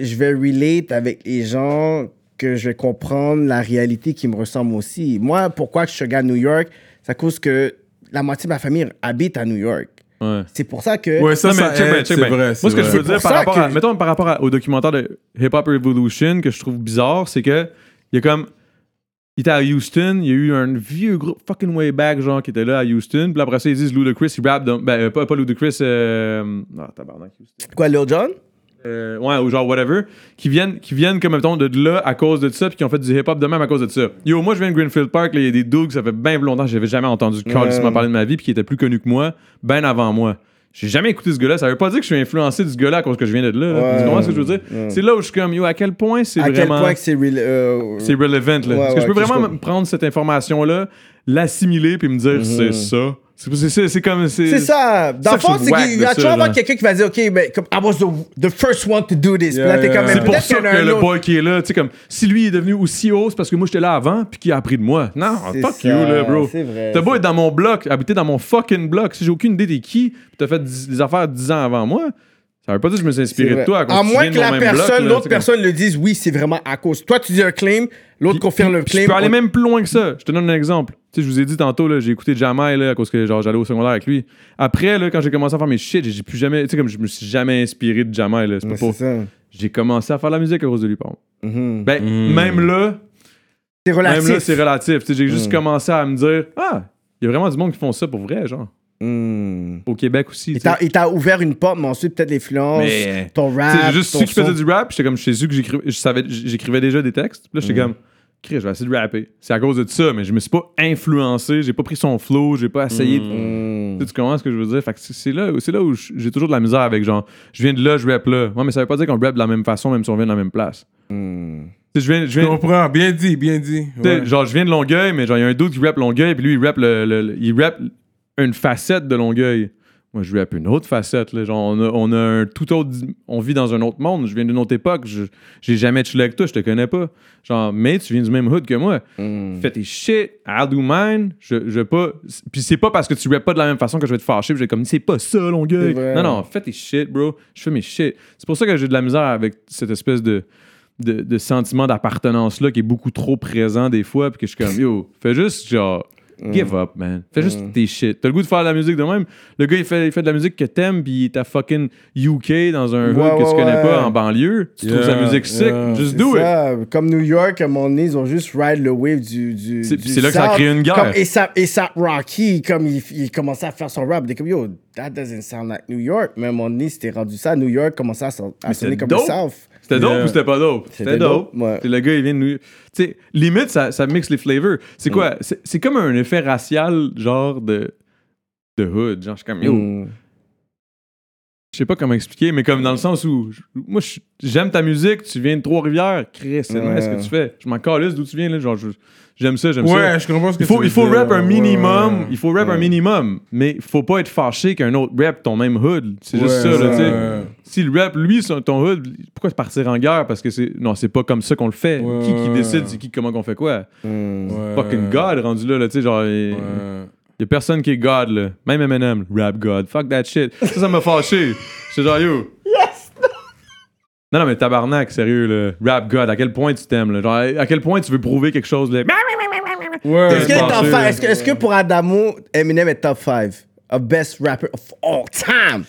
Speaker 2: je vais relate avec les gens que je vais comprendre la réalité qui me ressemble aussi. Moi, pourquoi que je suis à New York, c'est à cause que la moitié de ma famille habite à New York.
Speaker 4: Ouais.
Speaker 2: C'est pour ça que...
Speaker 3: Ouais, ça,
Speaker 4: Non, mais
Speaker 3: ça
Speaker 4: check
Speaker 3: aide,
Speaker 4: bien, check
Speaker 3: c'est
Speaker 4: bien.
Speaker 3: vrai.
Speaker 4: Moi, ce que je
Speaker 3: vrai.
Speaker 4: veux dire
Speaker 2: pour
Speaker 4: par
Speaker 2: ça
Speaker 4: rapport,
Speaker 2: que-
Speaker 4: à, mettons, par rapport à- au documentaire de Hip Hop Revolution que je trouve bizarre, c'est que il y a comme. Il était à Houston, il y a eu un vieux groupe fucking way back, genre, qui était là à Houston. Puis après ça, ils disent Ludacris, il rappe dans. Ben, euh, pas, pas Ludacris, euh. Ah, tabarnak, Houston.
Speaker 2: Quoi, Lil Jon?
Speaker 4: Euh, ouais, ou genre whatever, qui viennent, qui viennent comme mettons de de là à cause de ça, puis qui ont fait du hip-hop de même à cause de ça. Yo, moi je viens de Greenfield Park, là, il y a des dudes, ça fait bien longtemps que j'avais jamais entendu de Carl m'a parler de ma vie, puis qui était plus connu que moi, bien avant moi. J'ai jamais écouté ce gars-là, ça veut pas dire que je suis influencé de ce gars-là à cause que je viens de là. là.
Speaker 2: Ouais.
Speaker 4: Tu comprends ce que je veux dire? C'est là où je suis comme, yo, à quel point c'est
Speaker 2: À quel
Speaker 4: vraiment.
Speaker 2: point que c'est... rela- euh,
Speaker 4: c'est relevant, là.
Speaker 2: Ouais,
Speaker 4: Parce
Speaker 2: ouais,
Speaker 4: que je peux
Speaker 2: ok, je
Speaker 4: vraiment
Speaker 2: comprends.
Speaker 4: prendre cette information-là, l'assimiler, puis me dire, c'est ça. C'est- c'est- C'est c'est comme.
Speaker 2: C'est ça. Dans
Speaker 4: ça
Speaker 2: le
Speaker 4: que je
Speaker 2: fond,
Speaker 4: trouve
Speaker 2: c'est
Speaker 4: whack
Speaker 2: qu'il y
Speaker 4: de
Speaker 2: a
Speaker 4: ça,
Speaker 2: toujours avoir
Speaker 4: là.
Speaker 2: quelqu'un qui va dire, OK, ben, comme, I was the, the first one to do this. Puis là,
Speaker 3: Yeah,
Speaker 2: t'es
Speaker 3: yeah.
Speaker 2: comme, mais
Speaker 4: C'est pour
Speaker 2: peut-être
Speaker 4: ça
Speaker 2: qu'il y en
Speaker 4: que
Speaker 2: a un
Speaker 4: le
Speaker 2: autre.
Speaker 4: boy qui est là, tu sais, comme si lui est devenu aussi haut, c'est parce que moi j'étais là avant, puis qu'il a appris de moi. Non,
Speaker 2: C'est
Speaker 4: Ah, fuck
Speaker 2: ça,
Speaker 4: you, là, bro.
Speaker 2: c'est vrai,
Speaker 4: T'as beau
Speaker 2: c'est-
Speaker 4: être dans mon bloc, habiter dans mon fucking bloc, si j'ai aucune idée t'es qui, puis t'as fait dix- des affaires 10 ans avant moi, ça veut pas dire que je me suis inspiré de
Speaker 2: vrai.
Speaker 4: toi.
Speaker 2: À moins que la personne, l'autre
Speaker 4: personne
Speaker 2: personne le dise, oui, c'est vraiment à cause. Toi, tu dis un claim, l'autre confirme le
Speaker 4: Puis
Speaker 2: claim.
Speaker 4: Je peux aller
Speaker 2: on-
Speaker 4: même plus loin que ça. Je te donne un exemple. Tu sais, je vous ai dit tantôt, là, j'ai écouté Jamai là, à cause que genre, j'allais au secondaire avec lui. Après, là, quand j'ai commencé à faire mes shit, j'ai plus jamais. Tu sais, comme je me suis jamais inspiré de Jamai. Là, c'est pas
Speaker 2: Ouais, C'est
Speaker 4: pour-
Speaker 2: ça.
Speaker 4: J'ai commencé à faire la musique à cause de lui, par exemple.
Speaker 2: Mhm.
Speaker 4: Ben, même là,
Speaker 2: C'est relatif.
Speaker 4: Même là, c'est relatif. Tu sais, J'ai juste
Speaker 2: Mm.
Speaker 4: commencé à me dire Ah, il y a vraiment du monde qui font ça pour vrai, genre.
Speaker 2: Mhm.
Speaker 4: Au Québec aussi.
Speaker 2: Il
Speaker 4: tu sais.
Speaker 2: t'a- Il t'a ouvert une porte, mais ensuite, peut-être l'influence,
Speaker 4: Mais-
Speaker 2: ton
Speaker 4: Tu sais,
Speaker 2: rap.
Speaker 4: J'ai juste
Speaker 2: ton
Speaker 4: su qu'il
Speaker 2: son.
Speaker 4: faisait du rap. J'étais comme, j'ai su que j'écrivais- je savais- j'écrivais déjà des textes. Puis là, j'étais comme, Chris, je vais essayer de rapper. C'est à cause de ça, mais je me suis pas influencé. J'ai pas pris son flow. J'ai pas essayé de
Speaker 2: Mhm.
Speaker 4: Tu sais, tu comprends ce que je veux dire? Fait que c'est- c'est là, c'est là où je- j'ai toujours de la misère avec genre, je viens de là, je rappe là. Ouais, mais ça veut pas dire qu'on rappe de la même façon, même si on vient de la même place.
Speaker 2: Hmm.
Speaker 4: Tu sais, Je viens, je
Speaker 3: Je
Speaker 4: viens,
Speaker 3: comprends. Bien dit, bien dit.
Speaker 4: Tu sais,
Speaker 3: Ouais.
Speaker 4: Genre, je viens de Longueuil, mais genre, il y a un dude qui rappe Longueuil, puis lui, il rappe, le, le- le- il rappe une facette de Longueuil. Moi, je rappe une autre facette. Là. Genre, on a, on a un tout autre. On vit dans un autre monde. Je viens d'une autre époque. Je- J'ai jamais chillé avec toi. Je te connais pas. Genre, mais tu viens du même hood que moi.
Speaker 2: Hmm. Mm.
Speaker 4: Fais tes shit. I'll do mine. Je, je vais pas. Puis c'est pas parce que tu rappes pas de la même façon que je vais te fâcher. Puis je vais comme, c'est pas ça, Longueuil.
Speaker 2: C'est vrai.
Speaker 4: Non, non, fais tes shit, bro. Je fais mes shit. C'est pour ça que j'ai de la misère avec cette espèce de de, de sentiment d'appartenance-là qui est beaucoup trop présent des fois, puis que je suis comme, yo, fais juste genre,
Speaker 2: Mm. Hmm.
Speaker 4: give up, man. Fais juste tes shit. T'as le goût de faire de la musique de même. Le gars, il fait, il fait de la musique que t'aimes, puis il est à fucking UK dans un hood
Speaker 2: Ouais,
Speaker 4: que tu
Speaker 2: ouais,
Speaker 4: connais
Speaker 2: ouais.
Speaker 4: pas, en banlieue. Tu trouves
Speaker 3: Yeah,
Speaker 4: sa musique sick,
Speaker 3: yeah.
Speaker 4: just
Speaker 2: C'est
Speaker 4: do it.
Speaker 2: ça. Comme New York, à un moment donné, ils ont juste ride le wave du. du
Speaker 4: C'est-
Speaker 2: du
Speaker 4: c'est là que ça
Speaker 2: South.
Speaker 4: crée une guerre.
Speaker 2: Comme ASAP, A$AP Rocky, comme il, il commençait à faire son rap, des comme yo, that doesn't sound like New York. Mais à un moment donné, c'était rendu ça. New York commençait à, son- à sonner
Speaker 4: c'était
Speaker 2: comme le
Speaker 4: dope.
Speaker 2: South.
Speaker 4: C'était dope
Speaker 3: Yeah.
Speaker 4: ou c'était pas dope?
Speaker 2: C'était
Speaker 4: C'était dope.
Speaker 2: dope, ouais.
Speaker 4: Puis le gars, il vient de nous. Tu sais, limite, ça, ça mixe les flavors. C'est quoi? C'est c'est comme un effet racial, genre de. de hood. Genre, je suis comme, yo,
Speaker 2: Mm.
Speaker 4: Je sais pas comment expliquer, mais comme dans le sens où je- moi je- j'aime ta musique, tu viens de Trois-Rivières, Chris, c'est
Speaker 2: Ouais.
Speaker 4: nice ce que tu fais. Je m'en calisse d'où tu viens, là, genre je- j'aime ça, j'aime ça.
Speaker 3: Ouais, je comprends ce que
Speaker 4: Il faut,
Speaker 3: tu
Speaker 4: il faut
Speaker 3: veux dire.
Speaker 4: rap un
Speaker 3: Ouais,
Speaker 4: minimum,
Speaker 3: ouais, ouais.
Speaker 4: il faut rap un minimum, mais faut pas être fâché qu'un autre rap ton même hood. C'est juste ça,
Speaker 3: Ouais,
Speaker 4: là, tu sais.
Speaker 3: ouais.
Speaker 4: Si le rap, lui, son- ton hood, pourquoi partir en guerre? Parce que c'est. Non, c'est pas comme ça qu'on le fait.
Speaker 3: Ouais,
Speaker 4: qui qui
Speaker 3: ouais.
Speaker 4: décide, c'est qui, comment qu'on fait quoi?
Speaker 3: Ouais.
Speaker 4: Fucking God rendu là, là tu sais, genre. il-
Speaker 3: Ouais.
Speaker 4: Y'a personne qui est God, là. Même Eminem, rap God. Fuck that shit. Ça, ça m'a fâché. J'étais genre, yo. Yes! Non, non, mais tabarnak, sérieux, là. Rap God, à quel point tu t'aimes, là. Genre, à quel point tu veux prouver quelque chose, là.
Speaker 3: Ouais.
Speaker 2: Est-ce que,
Speaker 4: Ouais,
Speaker 2: top
Speaker 4: pensé,
Speaker 2: five-
Speaker 4: là.
Speaker 2: est-ce que- est-ce que pour Adamo, Eminem est top 5 of best rapper of all time?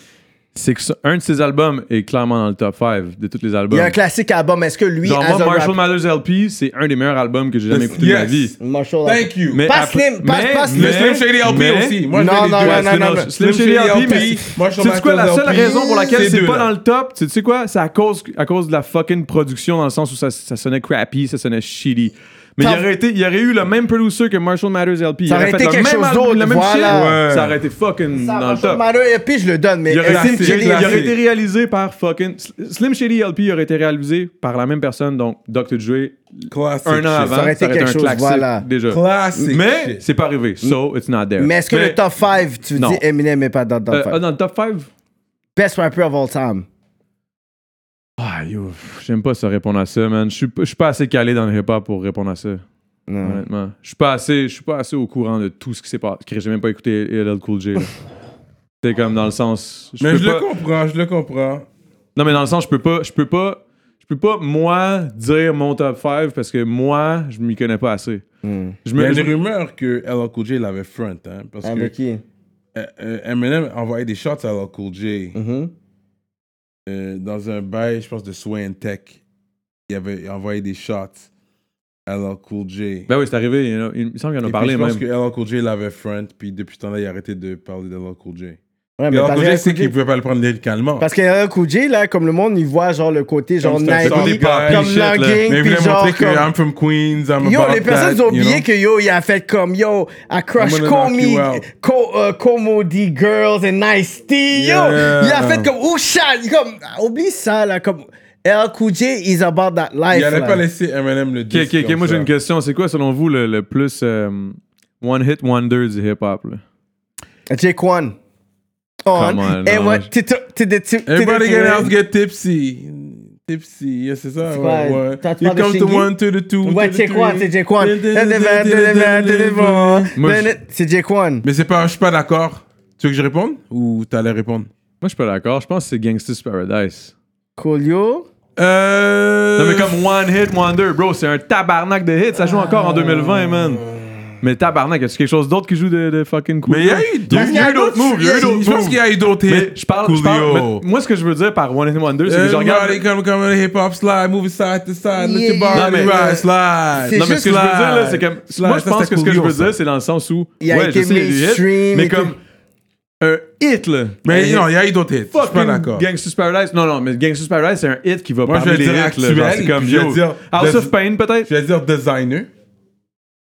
Speaker 4: C'est que ça- un de ses albums est clairement dans le top 5 de tous les
Speaker 2: Il
Speaker 4: albums.
Speaker 2: y a un classique album. Est-ce que lui,
Speaker 4: Genre,
Speaker 2: as
Speaker 4: moi,
Speaker 2: a
Speaker 4: Marshall
Speaker 2: rapper-
Speaker 4: Mathers LP, c'est un des meilleurs albums que j'ai jamais écouté de ma
Speaker 3: Yes.
Speaker 4: vie.
Speaker 2: Marshall.
Speaker 3: Thank you.
Speaker 4: Mais
Speaker 2: Pas
Speaker 4: après-
Speaker 2: Slim, pas-
Speaker 4: mais-
Speaker 2: pas Slim.
Speaker 4: mais-
Speaker 3: Le Slim Shady LP
Speaker 4: mais-
Speaker 3: aussi. Moi, je
Speaker 2: Non,
Speaker 3: fais les
Speaker 2: non,
Speaker 3: deux.
Speaker 2: non,
Speaker 3: Ouais,
Speaker 2: non,
Speaker 3: Slim
Speaker 2: non,
Speaker 3: Shady
Speaker 2: non.
Speaker 4: Slim Shady LP, mais
Speaker 3: Marshall
Speaker 4: C'est quoi la
Speaker 3: Mathers
Speaker 4: seule
Speaker 3: LP,
Speaker 4: raison pour laquelle c'est pas
Speaker 3: deux-là.
Speaker 4: dans le top, tu sais quoi, c'est à cause à cause de la fucking production dans le sens où ça, ça sonnait crappy, ça sonnait shitty. Mais
Speaker 2: Ça-
Speaker 4: il aurait, été, il aurait eu le même producer que Marshall Matters LP. Il
Speaker 2: Ça aurait
Speaker 4: fait
Speaker 2: été
Speaker 4: le
Speaker 2: quelque
Speaker 4: même
Speaker 2: chose
Speaker 4: album,
Speaker 2: d'autre,
Speaker 4: le même shit.
Speaker 2: voilà.
Speaker 4: Ça aurait été
Speaker 2: Ça,
Speaker 4: fucking dans le
Speaker 2: Marshall
Speaker 4: top.
Speaker 2: Matters LP, je le donne, mais
Speaker 4: Il aurait,
Speaker 2: Slim
Speaker 4: été-
Speaker 2: Shady,
Speaker 4: il aurait
Speaker 3: classique.
Speaker 4: été réalisé par fucking. Slim Shady LP aurait été réalisé par la même personne, donc Dr. Dre,
Speaker 3: Classic
Speaker 4: un an avant.
Speaker 2: aurait été
Speaker 4: ça
Speaker 2: quelque
Speaker 4: un
Speaker 2: chose,
Speaker 4: classique
Speaker 2: voilà.
Speaker 4: Déjà.
Speaker 3: Classic
Speaker 4: Mais
Speaker 3: shit.
Speaker 4: c'est pas arrivé, so it's not
Speaker 3: Euh,
Speaker 4: there.
Speaker 2: Mais est-ce que le top 5, tu
Speaker 4: Non.
Speaker 2: dis Eminem est pas dans le top
Speaker 4: euh,
Speaker 3: oh,
Speaker 2: 5?
Speaker 4: ah, dans le top 5
Speaker 2: Best rapper of all time.
Speaker 4: Ah, yo, pff, j'aime pas ça répondre à ça, man. Je suis pas- je suis pas assez calé dans le hip-hop pour répondre à ça,
Speaker 2: Non.
Speaker 4: honnêtement. Je suis pas assez, je suis pas assez au courant de tout ce qui s'est passé. Chris, J'ai même pas écouté LL Cool J. là. C'est comme dans le sens.
Speaker 3: Mais
Speaker 4: peux
Speaker 3: je
Speaker 4: pas-
Speaker 3: le comprends, je le comprends.
Speaker 4: Non, mais dans le sens, je peux pas, je peux pas, je peux pas, moi, dire mon top 5 parce que moi, je m'y connais pas assez. Je
Speaker 3: Il y
Speaker 4: me,
Speaker 3: a des
Speaker 4: je-
Speaker 3: rumeurs que LL Cool J l'avait front, hein, parce
Speaker 2: Avec
Speaker 3: que
Speaker 2: Ah, qui?
Speaker 3: euh, euh, Eminem envoyait des shots à LL Cool J
Speaker 2: Mhm.
Speaker 3: euh, dans un bail, je pense, de Swain Tech. Il avait envoyé des shots à LL Cool J.
Speaker 4: ben oui, c'est arrivé, il, y en a- il me semble qu'il en a
Speaker 3: Et puis,
Speaker 4: parlé
Speaker 3: je pense
Speaker 4: même.
Speaker 3: que LL Cool J l'avait front, puis depuis ce temps-là, il a arrêté de parler de LL Cool J.
Speaker 2: Ouais, Ah, mais
Speaker 3: LL
Speaker 2: parce
Speaker 3: Cool
Speaker 2: que-
Speaker 3: J, c'est qu'il pouvait pas le prendre calmement.
Speaker 2: Parce qu'il y a un coup de J, là, comme le monde, il voit genre le côté genre
Speaker 3: Comme c'est un
Speaker 2: Nike,
Speaker 3: sort des papilles,
Speaker 2: comme
Speaker 4: shit, là.
Speaker 2: Languing,
Speaker 3: Mais il
Speaker 2: puis
Speaker 3: voulait
Speaker 2: genre
Speaker 3: montrer que
Speaker 2: comme-
Speaker 3: I'm from Queens, I'm
Speaker 2: Yo,
Speaker 3: about
Speaker 2: les personnes
Speaker 3: that,
Speaker 2: ont
Speaker 3: you
Speaker 2: oublié
Speaker 3: know?
Speaker 2: que yo, il a fait comme yo, I crush
Speaker 3: I'm gonna
Speaker 2: Comey,
Speaker 3: knock you out.
Speaker 2: Co- euh, Comody Girls and Nice T, yo.
Speaker 3: Yeah.
Speaker 2: Il a fait comme, oh chat, comme, oublie ça, là, comme, El Coujé is about that life.
Speaker 3: Il allait
Speaker 2: là.
Speaker 3: pas laisser Eminem le
Speaker 4: Ok,
Speaker 3: dire.
Speaker 4: ok, ok, moi j'ai une question. C'est quoi, selon vous, le, le plus euh, one hit wonder du hip-hop? là?
Speaker 2: Jake One. On.
Speaker 4: Come on,
Speaker 2: et
Speaker 4: non,
Speaker 2: what?
Speaker 4: je-
Speaker 2: t'es- t'es- t'es- t'es-
Speaker 3: Everybody
Speaker 2: t'es-
Speaker 3: get out, get tipsy. Tipsy, yeah, c'est ça.
Speaker 2: C'est
Speaker 3: Ouais,
Speaker 2: pas-
Speaker 3: ouais.
Speaker 2: t'as- tu
Speaker 3: You
Speaker 2: parles de
Speaker 3: come to
Speaker 2: Shingy?
Speaker 3: one, to the two. to
Speaker 2: Ouais,
Speaker 3: the
Speaker 2: Jake One,
Speaker 3: three.
Speaker 2: c'est Jake One.
Speaker 4: Moi, je-
Speaker 2: C'est Jake One.
Speaker 3: Mais c'est pas, je suis pas d'accord. Tu veux que je réponde ou t'allais répondre?
Speaker 4: Moi, je suis pas d'accord. Je pense que c'est Gangsta's Paradise.
Speaker 2: Colio.
Speaker 3: Euh.
Speaker 4: Non, mais comme One Hit Wonder, bro, c'est un tabarnak de hits. Ça joue encore en 2020, man. Mais tabarnak, est-ce quelque chose d'autre qui joue de, de fucking cool?
Speaker 3: Mais il y a eu
Speaker 4: Il y a eu d'autres moves, il y a eu d'autres
Speaker 3: Je pense
Speaker 4: moves.
Speaker 3: qu'il y a eu d'autres
Speaker 4: Mais
Speaker 3: hits.
Speaker 4: je parle, je parle-
Speaker 3: Coolio.
Speaker 4: mais moi, ce que je veux dire par One Hit Wonder, c'est que
Speaker 3: Euh,
Speaker 4: je regarde.
Speaker 3: Everybody come, come on the hip hop slide, move it side to side, let
Speaker 2: Yeah.
Speaker 3: your body
Speaker 4: Non, mais-
Speaker 3: ride, slide.
Speaker 2: C'est
Speaker 4: Non, mais ce que je veux dire, là, c'est comme.
Speaker 3: Slide,
Speaker 4: moi, je
Speaker 3: ça,
Speaker 4: pense
Speaker 3: c'était
Speaker 4: que ce que je veux
Speaker 3: Coolio,
Speaker 4: dire,
Speaker 3: ça.
Speaker 4: c'est dans le sens où.
Speaker 2: Il a
Speaker 4: ouais,
Speaker 2: été
Speaker 4: je sais, il y a eu des hits,
Speaker 2: mainstream,
Speaker 4: Mais
Speaker 2: il
Speaker 4: comme. Un hit, là.
Speaker 3: Mais non, il y a eu d'autres hits. Je suis pas
Speaker 4: Fucking
Speaker 3: d'accord.
Speaker 4: Gangsta's Paradise. Non, non, mais Gangsta's Paradise, c'est un hit qui va
Speaker 3: Moi, je vais
Speaker 4: parler des hits,
Speaker 3: dire
Speaker 4: là.
Speaker 3: actuel,
Speaker 4: Genre, C'est
Speaker 3: puis
Speaker 4: comme,
Speaker 3: je vais
Speaker 4: yo.
Speaker 3: dire-
Speaker 4: House
Speaker 3: de-
Speaker 4: of Pain, peut-être?
Speaker 3: Je vais dire designer.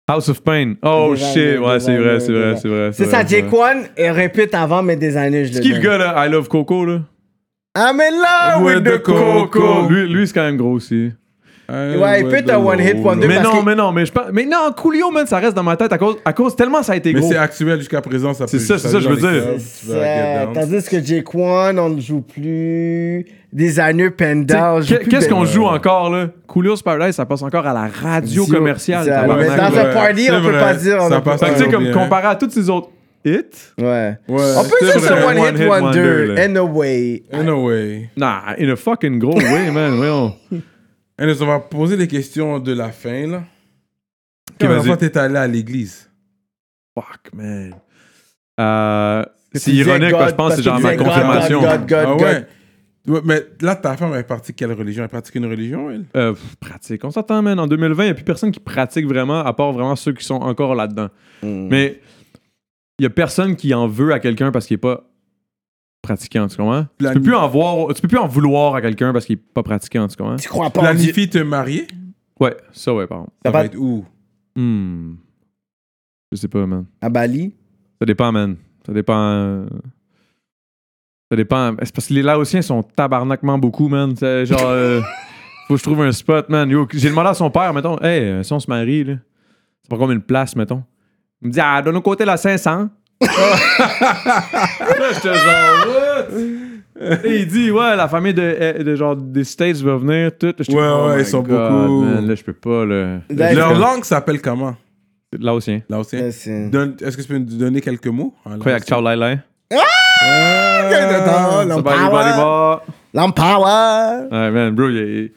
Speaker 4: House of Pain. Oh
Speaker 2: Designer,
Speaker 4: shit,
Speaker 2: designer,
Speaker 4: ouais, c'est vrai, c'est vrai,
Speaker 2: designer.
Speaker 4: c'est vrai.
Speaker 2: C'est
Speaker 4: vrai,
Speaker 2: ça,
Speaker 4: c'est
Speaker 2: Jake
Speaker 4: vrai.
Speaker 2: One, et répète avant, mais des années, je le Ah,
Speaker 4: C'est qui le
Speaker 2: donne.
Speaker 4: gars là, I Love Coco là?
Speaker 2: I'm in love with the coco.
Speaker 4: Lui, lui c'est quand même gros aussi.
Speaker 2: Ouais, il peut être un one hit wonder.
Speaker 4: Mais
Speaker 2: parce
Speaker 4: non,
Speaker 2: que-
Speaker 4: mais non, mais je pense. Mais non, Coolio, man, ça reste dans ma tête à cause, à cause tellement ça a été
Speaker 3: Mais
Speaker 4: gros.
Speaker 3: c'est actuel jusqu'à présent. ça
Speaker 4: C'est
Speaker 3: peut-
Speaker 4: ça, c'est ça, je
Speaker 3: joue
Speaker 4: veux
Speaker 3: dans les
Speaker 4: dire.
Speaker 3: clubs, tu vas à
Speaker 2: Ça,
Speaker 3: Get Down.
Speaker 2: Tandis que Jake One, on ne joue plus. Des années Panda. on joue
Speaker 4: Qu'est-
Speaker 2: plus
Speaker 4: Qu'est-ce
Speaker 2: de-
Speaker 4: qu'on joue encore là? Coolio's Paradise, ça passe encore à la radio
Speaker 2: Zio,
Speaker 4: commerciale.
Speaker 2: ça,
Speaker 4: tabarnak,
Speaker 2: mais dans
Speaker 4: là.
Speaker 2: un party,
Speaker 3: C'est
Speaker 2: on peut
Speaker 3: vrai,
Speaker 2: pas dire. on
Speaker 3: ça
Speaker 2: a pas-
Speaker 3: passe
Speaker 4: Fait que tu sais, comme
Speaker 3: Ouais.
Speaker 4: comparé à toutes ces autres hits,
Speaker 2: Ouais.
Speaker 3: Ouais.
Speaker 2: On peut
Speaker 3: C'est
Speaker 2: dire
Speaker 3: vrai.
Speaker 2: c'est un one hit wonder.
Speaker 4: là.
Speaker 2: In a way.
Speaker 3: Anyway.
Speaker 4: nah, in a fucking gros way, man, voyons.
Speaker 3: Anyways, on va poser les questions de la fin, là.
Speaker 4: Ok,
Speaker 3: Quand la
Speaker 4: vas-y.
Speaker 3: fois, t'es allé à l'église.
Speaker 4: Fuck, man. Euh,
Speaker 2: Tu
Speaker 4: c'est
Speaker 2: disais
Speaker 4: ironique parce que je pense que c'est
Speaker 2: tu
Speaker 4: genre ma
Speaker 2: disais God,
Speaker 4: confirmation.
Speaker 2: God, God,
Speaker 3: ah
Speaker 2: God,
Speaker 3: ouais. Ouais, Mais là, ta femme, elle pratique quelle religion Elle pratique une religion, elle
Speaker 4: Euh, pff, pratique. On s'entend, man. En 2020, il n'y a plus personne qui pratique vraiment, à part vraiment ceux qui sont encore là-dedans.
Speaker 2: Mm.
Speaker 4: Mais il n'y a personne qui en veut à quelqu'un parce qu'il n'est pas pratiquant, tu comprends? Tu peux,
Speaker 3: Planifi-
Speaker 4: plus en voir, tu peux plus en vouloir à quelqu'un parce qu'il n'est pas pratiquant, tu comprends?
Speaker 2: Tu crois pas en Dieu.
Speaker 3: Planifie te marier
Speaker 4: Ouais, ça, ouais, pardon.
Speaker 2: Ça
Speaker 3: Ça
Speaker 2: va-
Speaker 3: va être où
Speaker 4: Hmm. Je sais pas, man.
Speaker 2: À Bali.
Speaker 4: Ça dépend, man. Ça dépend. euh, Ça dépend. C'est parce que les Laotiens sont tabarnakement beaucoup, man. C'est genre. euh, Faut que je trouve un spot, man. Yo, J'ai demandé à son père, mettons, hey, euh, si on se marie, là, c'est pas combien de place, mettons. Il me dit, ah, de nos côtés, la 500. là, j'étais genre, what? Et il dit, ouais, la famille de, euh, de genre des States va venir, tout. J'étais
Speaker 3: Ouais,
Speaker 4: comme, oh
Speaker 3: ouais,
Speaker 4: my
Speaker 3: ils sont
Speaker 4: God,
Speaker 3: beaucoup.
Speaker 4: man, là, je peux pas, là.
Speaker 2: Là,
Speaker 3: Leur
Speaker 2: c'est-
Speaker 3: langue s'appelle comment
Speaker 4: Laotien.
Speaker 3: Là aussi.
Speaker 2: Là, Euh, c'est-
Speaker 3: Donne- Est-ce que tu peux nous donner quelques mots en
Speaker 4: Koyak,
Speaker 3: laotien?
Speaker 4: ciao, lai, lai.
Speaker 3: Ah,
Speaker 4: Ça va, aller, va, aller,
Speaker 2: L'empower.
Speaker 4: va.
Speaker 2: L'empower.
Speaker 4: Ouais, man, bro, il est.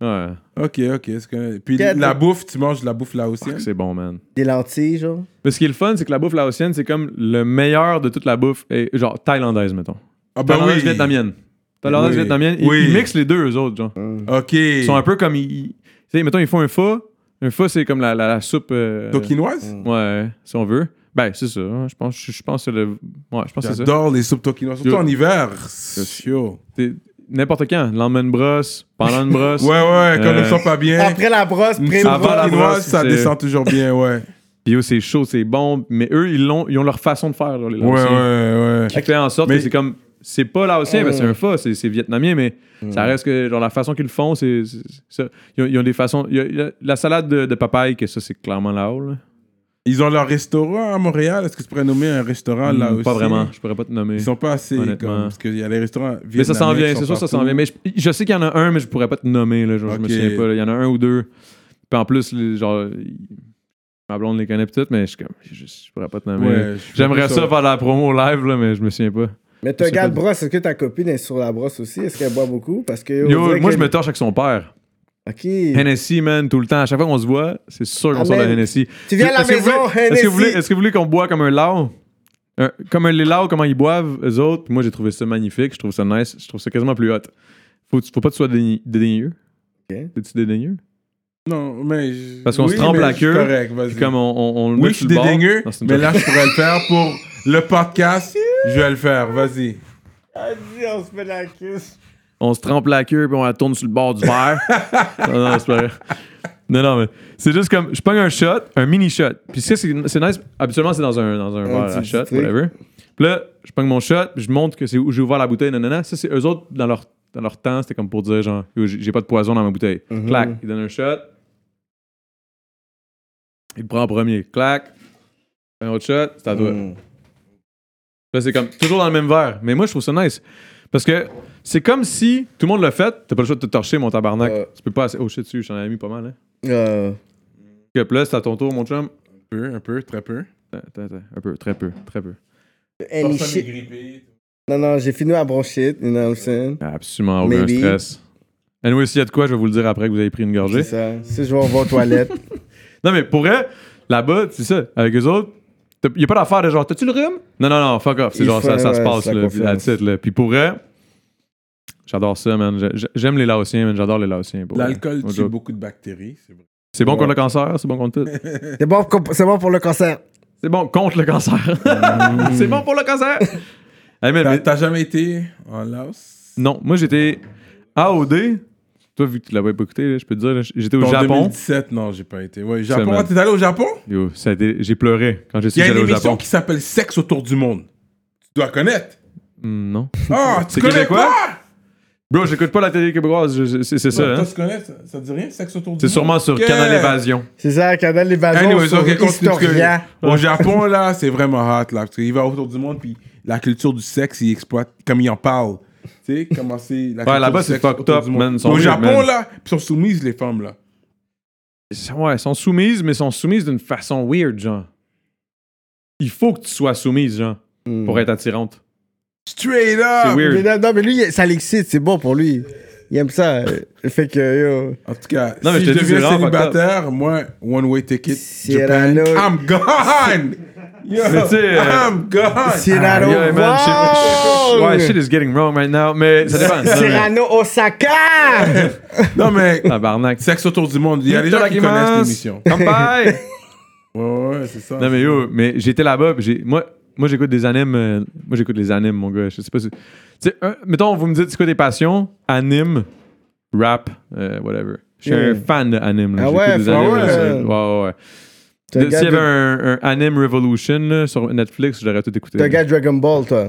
Speaker 4: Ouais,
Speaker 3: Ok, ok. est-ce que- Puis
Speaker 2: Quatre-
Speaker 3: la bouffe, tu manges de la bouffe hein? laotienne
Speaker 4: fuck, Ah, c'est bon, man.
Speaker 2: Des lentilles, genre.
Speaker 4: Mais ce qui est le fun, c'est que la bouffe laotienne, c'est comme le meilleur de toute la bouffe, et, genre thaïlandaise, mettons.
Speaker 3: Ah ben
Speaker 4: thaïlandaise
Speaker 3: oui.
Speaker 4: vietnamienne. Thaïlandaise
Speaker 3: Oui.
Speaker 4: vietnamienne, ils-
Speaker 3: Oui.
Speaker 4: ils, mixent les deux, eux autres, genre.
Speaker 3: Ok.
Speaker 4: Ils sont un peu comme. Ils, ils- tu sais, mettons, ils font un pho. Un pho, c'est comme la, la, la soupe. euh,
Speaker 3: Tokinoise
Speaker 4: Ouais, si on veut. Ben, c'est ça. hein, Je pense, je, je pense que c'est le. Ouais, je pense que c'est ça.
Speaker 3: J'adore les soupes tokinoises, surtout
Speaker 4: Yo.
Speaker 3: en hiver.
Speaker 4: Yes.
Speaker 3: Yo.
Speaker 4: T'es- n'importe quand. Le lendemain de brosse, pendant une brosse.
Speaker 3: Ouais, ouais, quand
Speaker 4: Euh,
Speaker 3: nous sommes pas bien.
Speaker 2: Après la brosse,
Speaker 4: Mm,
Speaker 3: Une
Speaker 2: pré
Speaker 3: petite
Speaker 4: Avant la
Speaker 3: quinoise,
Speaker 4: brosse,
Speaker 3: ça
Speaker 4: c'est-
Speaker 3: descend toujours bien, ouais.
Speaker 4: Puis yo, c'est chaud, c'est bon. Mais eux, ils, l'ont, ils ont leur façon de faire, là, les
Speaker 3: Ouais, ouais,
Speaker 4: Laotiens.
Speaker 3: ouais.
Speaker 4: Qui fait en sorte
Speaker 3: Mais-
Speaker 4: que c'est comme. C'est pas laotien, parce que c'est un fa, c'est, c'est vietnamien, mais ça reste que genre, la façon qu'ils le font, c'est, c'est- c'est ça. Ils ont, ils ont des façons. il y a- il y a la salade de, de papaye, que ça, c'est clairement là-haut. là.
Speaker 3: Ils ont leur restaurant à Montréal. Est-ce que tu pourrais nommer un restaurant Ah, là
Speaker 4: Mm,
Speaker 3: aussi
Speaker 4: pas vraiment, je pourrais pas te nommer.
Speaker 3: Ils sont pas assez,
Speaker 4: Honnêtement.
Speaker 3: comme, parce qu'il y a les restaurants
Speaker 4: Mais ça s'en vient,
Speaker 3: vietnamiens qui
Speaker 4: c'est
Speaker 3: sont
Speaker 4: sûr, ça
Speaker 3: partout.
Speaker 4: s'en vient. Mais je, je sais qu'il y en a un, mais je pourrais pas te nommer, là, genre, je me
Speaker 3: Ok.
Speaker 4: souviens pas. là. Il y en a un ou deux. Puis en plus, les- genre, il- ma blonde les connaît peut-être, mais je, suis comme, je, je pourrais pas te nommer.
Speaker 3: Ouais,
Speaker 4: là.
Speaker 3: je suis
Speaker 4: J'aimerais
Speaker 3: pas
Speaker 4: ça
Speaker 3: sûr.
Speaker 4: faire la promo live, là, mais je me souviens pas.
Speaker 2: Mais t'as un
Speaker 4: C'est
Speaker 2: gars
Speaker 4: pas-
Speaker 2: de brosse, est-ce que ta copine est sur la brosse aussi? Est-ce qu'elle boit beaucoup? Parce que. on
Speaker 4: Yo,
Speaker 2: dirait
Speaker 4: moi,
Speaker 2: que-
Speaker 4: je me torche avec son père.
Speaker 2: Ok.
Speaker 4: Hennessy, man, tout le temps. À chaque fois qu'on se voit, c'est sûr qu'on
Speaker 2: Ah,
Speaker 4: sort de
Speaker 2: man.
Speaker 4: Hennessy.
Speaker 2: Tu viens à la
Speaker 4: Est-ce que vous
Speaker 2: maison,
Speaker 4: voulez- Est-ce que vous voulez,
Speaker 2: Hennessy.
Speaker 4: est-ce que vous voulez qu'on boit comme un lao? Un- comme un les lao, comment ils boivent, eux autres. Puis moi, j'ai trouvé ça magnifique. Je trouve ça nice. Je trouve ça quasiment plus hot. Faut, faut pas que tu sois déni- dédaigneux.
Speaker 2: Ok.
Speaker 4: T'es-tu dédaigneux?
Speaker 3: Non, mais. je-
Speaker 4: Parce qu'on se
Speaker 3: oui,
Speaker 4: trempe
Speaker 3: mais
Speaker 4: la
Speaker 3: je suis
Speaker 4: queue,
Speaker 3: Correct, vas-y.
Speaker 4: Puis comme on, on, on le met
Speaker 3: Oui, je suis
Speaker 4: sur le bord.
Speaker 3: dédaigneux,
Speaker 4: Non, c'est une
Speaker 3: mais
Speaker 4: joke.
Speaker 3: là, je pourrais le faire pour le podcast. Je vais le faire, vas-y.
Speaker 2: Vas-y, on se fait la cuisse.
Speaker 4: on se trempe la queue puis on la tourne sur le bord du verre. non, non, c'est pas vrai. Non, non, mais c'est juste comme je pogne un shot, un mini shot. Puis ça, c'est c'est nice. Habituellement, c'est dans un, dans un verre
Speaker 2: petit
Speaker 4: à shot,
Speaker 2: truc.
Speaker 4: whatever. Puis là, je pogne mon shot, puis je montre que c'est où j'ai ouvert la bouteille, nanana. Ça, c'est eux autres, dans leur, dans leur temps, c'était comme pour dire genre, Yo, j'ai j'ai pas de poison dans ma bouteille. Clac, ils donnent un shot. Il le prend en premier. Clac. Un autre shot, c'est à toi.
Speaker 2: Mm.
Speaker 4: Là, Ben, c'est comme toujours dans le même verre. Mais moi, je trouve ça nice. Parce que c'est comme si tout le monde l'a fait, t'as pas le choix de te torcher, mon tabarnak.
Speaker 2: Ouais.
Speaker 4: Tu peux pas. assez- Oh shit, dessus, j'en avais mis pas mal. Hein.
Speaker 2: Euh,
Speaker 4: Que là, c'est à ton tour, mon chum.
Speaker 3: Un peu, un peu, très peu.
Speaker 4: Attends, attends, un peu, très peu, très peu.
Speaker 2: any shit. Non, non, j'ai fini ma bronchite, you know what I'm saying?
Speaker 4: Absolument aucun
Speaker 2: Maybe.
Speaker 4: stress. Anyway, s'il y a de quoi, je vais vous le dire après que vous avez pris une gorgée.
Speaker 2: C'est ça. Si je vais en aux toilettes.
Speaker 4: Non, mais pour vrai, là-bas, c'est ça, avec eux autres, t'as- y a pas d'affaire de genre, t'as-tu le rhume? Non, non, non, fuck off. C'est
Speaker 2: Il
Speaker 4: genre, ça,
Speaker 2: faut-
Speaker 4: ça se
Speaker 2: ouais,
Speaker 4: passe,
Speaker 2: c'est la
Speaker 4: là, puis
Speaker 2: confiance.
Speaker 4: that's it, là. Puis pour vrai, j'adore ça, man. J'a- j'a- J'aime les Laotiens, man. J'adore les Laotiens. pour vrai.
Speaker 3: L'alcool
Speaker 4: No
Speaker 3: tue
Speaker 4: joke.
Speaker 3: beaucoup de bactéries, c'est vrai.
Speaker 4: C'est bon contre le cancer, c'est bon contre tout.
Speaker 2: C'est bon, pour- c'est bon pour le cancer.
Speaker 4: C'est bon contre le cancer. c'est bon pour le cancer. Hey, man,
Speaker 3: T'as-
Speaker 4: mais-
Speaker 3: T'as jamais été en Laos
Speaker 4: non, moi j'étais AOD. Toi, vu que tu l'avais pas écouté, là, je peux te dire, là, j'étais au
Speaker 3: En
Speaker 4: Japon.
Speaker 3: 2017, non, j'ai pas été. Ouais, Japon.
Speaker 4: Seulement.
Speaker 3: Ah, t'es allé au Japon
Speaker 4: Yo, ça a été- j'ai pleuré quand j'ai su
Speaker 3: Il y a
Speaker 4: que
Speaker 3: une
Speaker 4: j'allais au
Speaker 3: émission
Speaker 4: Japon.
Speaker 3: qui s'appelle Sexe autour du monde. Tu dois connaître.
Speaker 4: Hmm, non.
Speaker 3: Ah,
Speaker 4: C'est
Speaker 3: tu connais
Speaker 4: québécois?
Speaker 3: pas
Speaker 4: Bro, j'écoute pas la télé québécoise, je- je- c'est c'est ça.
Speaker 3: Toi,
Speaker 4: hein.
Speaker 3: tu connais ça, ça te dit rien, Sexe autour du monde
Speaker 4: C'est sûrement sur
Speaker 3: Ok.
Speaker 4: Canal Évasion.
Speaker 2: C'est ça, Canal Évasion
Speaker 3: Anyway,
Speaker 2: sur
Speaker 3: ok, continue, parce que
Speaker 2: Historia.
Speaker 3: Au Japon, là, c'est vraiment hot, là. Parce qu'il va autour du monde, puis la culture du sexe, il exploite comme il en parle. Tu sais, comment c'est. la culture
Speaker 4: là-bas,
Speaker 3: du
Speaker 4: c'est
Speaker 3: sexe
Speaker 4: fucked
Speaker 3: autour
Speaker 4: up,
Speaker 3: du monde.
Speaker 4: man, ils sont
Speaker 3: Au
Speaker 4: weird,
Speaker 3: Japon,
Speaker 4: man.
Speaker 3: là, ils sont soumises, les femmes, là.
Speaker 4: Ouais, elles sont soumises, mais sont soumises d'une façon weird, genre. Il faut que tu sois soumise, genre, pour être attirante.
Speaker 3: Straight
Speaker 4: C'est
Speaker 3: up!
Speaker 2: Mais
Speaker 4: weird.
Speaker 2: non, non, mais lui, ça l'excite, c'est bon pour lui. Il aime ça. fait que, yo.
Speaker 3: En tout cas,
Speaker 4: Non, mais
Speaker 3: si
Speaker 4: je
Speaker 3: je,
Speaker 4: te dis, c'est
Speaker 3: deviens
Speaker 4: vraiment fucked up.
Speaker 3: célibataire, moi, one way ticket, Japan,
Speaker 2: Cyrano.
Speaker 3: I'm gone! Yo,
Speaker 4: Mais tu sais, euh,
Speaker 3: I'm gone!
Speaker 2: Cyrano.
Speaker 4: Yeah, man, shit-
Speaker 2: Wong!
Speaker 4: Ouais, shit is getting wrong right now, mais ça dépend. Non, mais-
Speaker 2: Cyrano Osaka!
Speaker 3: Non, mais
Speaker 4: Tabarnak.
Speaker 3: sexe autour du monde, il y a des gens qui connaissent l'émission.
Speaker 4: Kampai!
Speaker 3: Ouais, ouais, c'est ça.
Speaker 4: non, mais yo, mais j'étais là-bas, puis j'ai. Moi, moi j'écoute des animes. euh, moi, j'écoute les animes, mon gars. Je sais pas si. Tu sais, un- mettons, vous me dites, c'est quoi tes passions? Anime, rap, euh, whatever. Je suis
Speaker 2: Yeah.
Speaker 4: un fan de anime. là.
Speaker 2: Ah
Speaker 4: J'écoute
Speaker 2: ouais,
Speaker 4: des
Speaker 2: ah
Speaker 4: animes, là,
Speaker 2: ouais.
Speaker 4: c'est- ouais, ouais, ouais.
Speaker 2: T'es un
Speaker 4: De-
Speaker 2: gars
Speaker 4: S'il y avait
Speaker 2: de-
Speaker 4: un, un Anime Revolution là, sur Netflix, j'aurais tout écouté.
Speaker 2: T'es un gars de Dragon Ball, toi.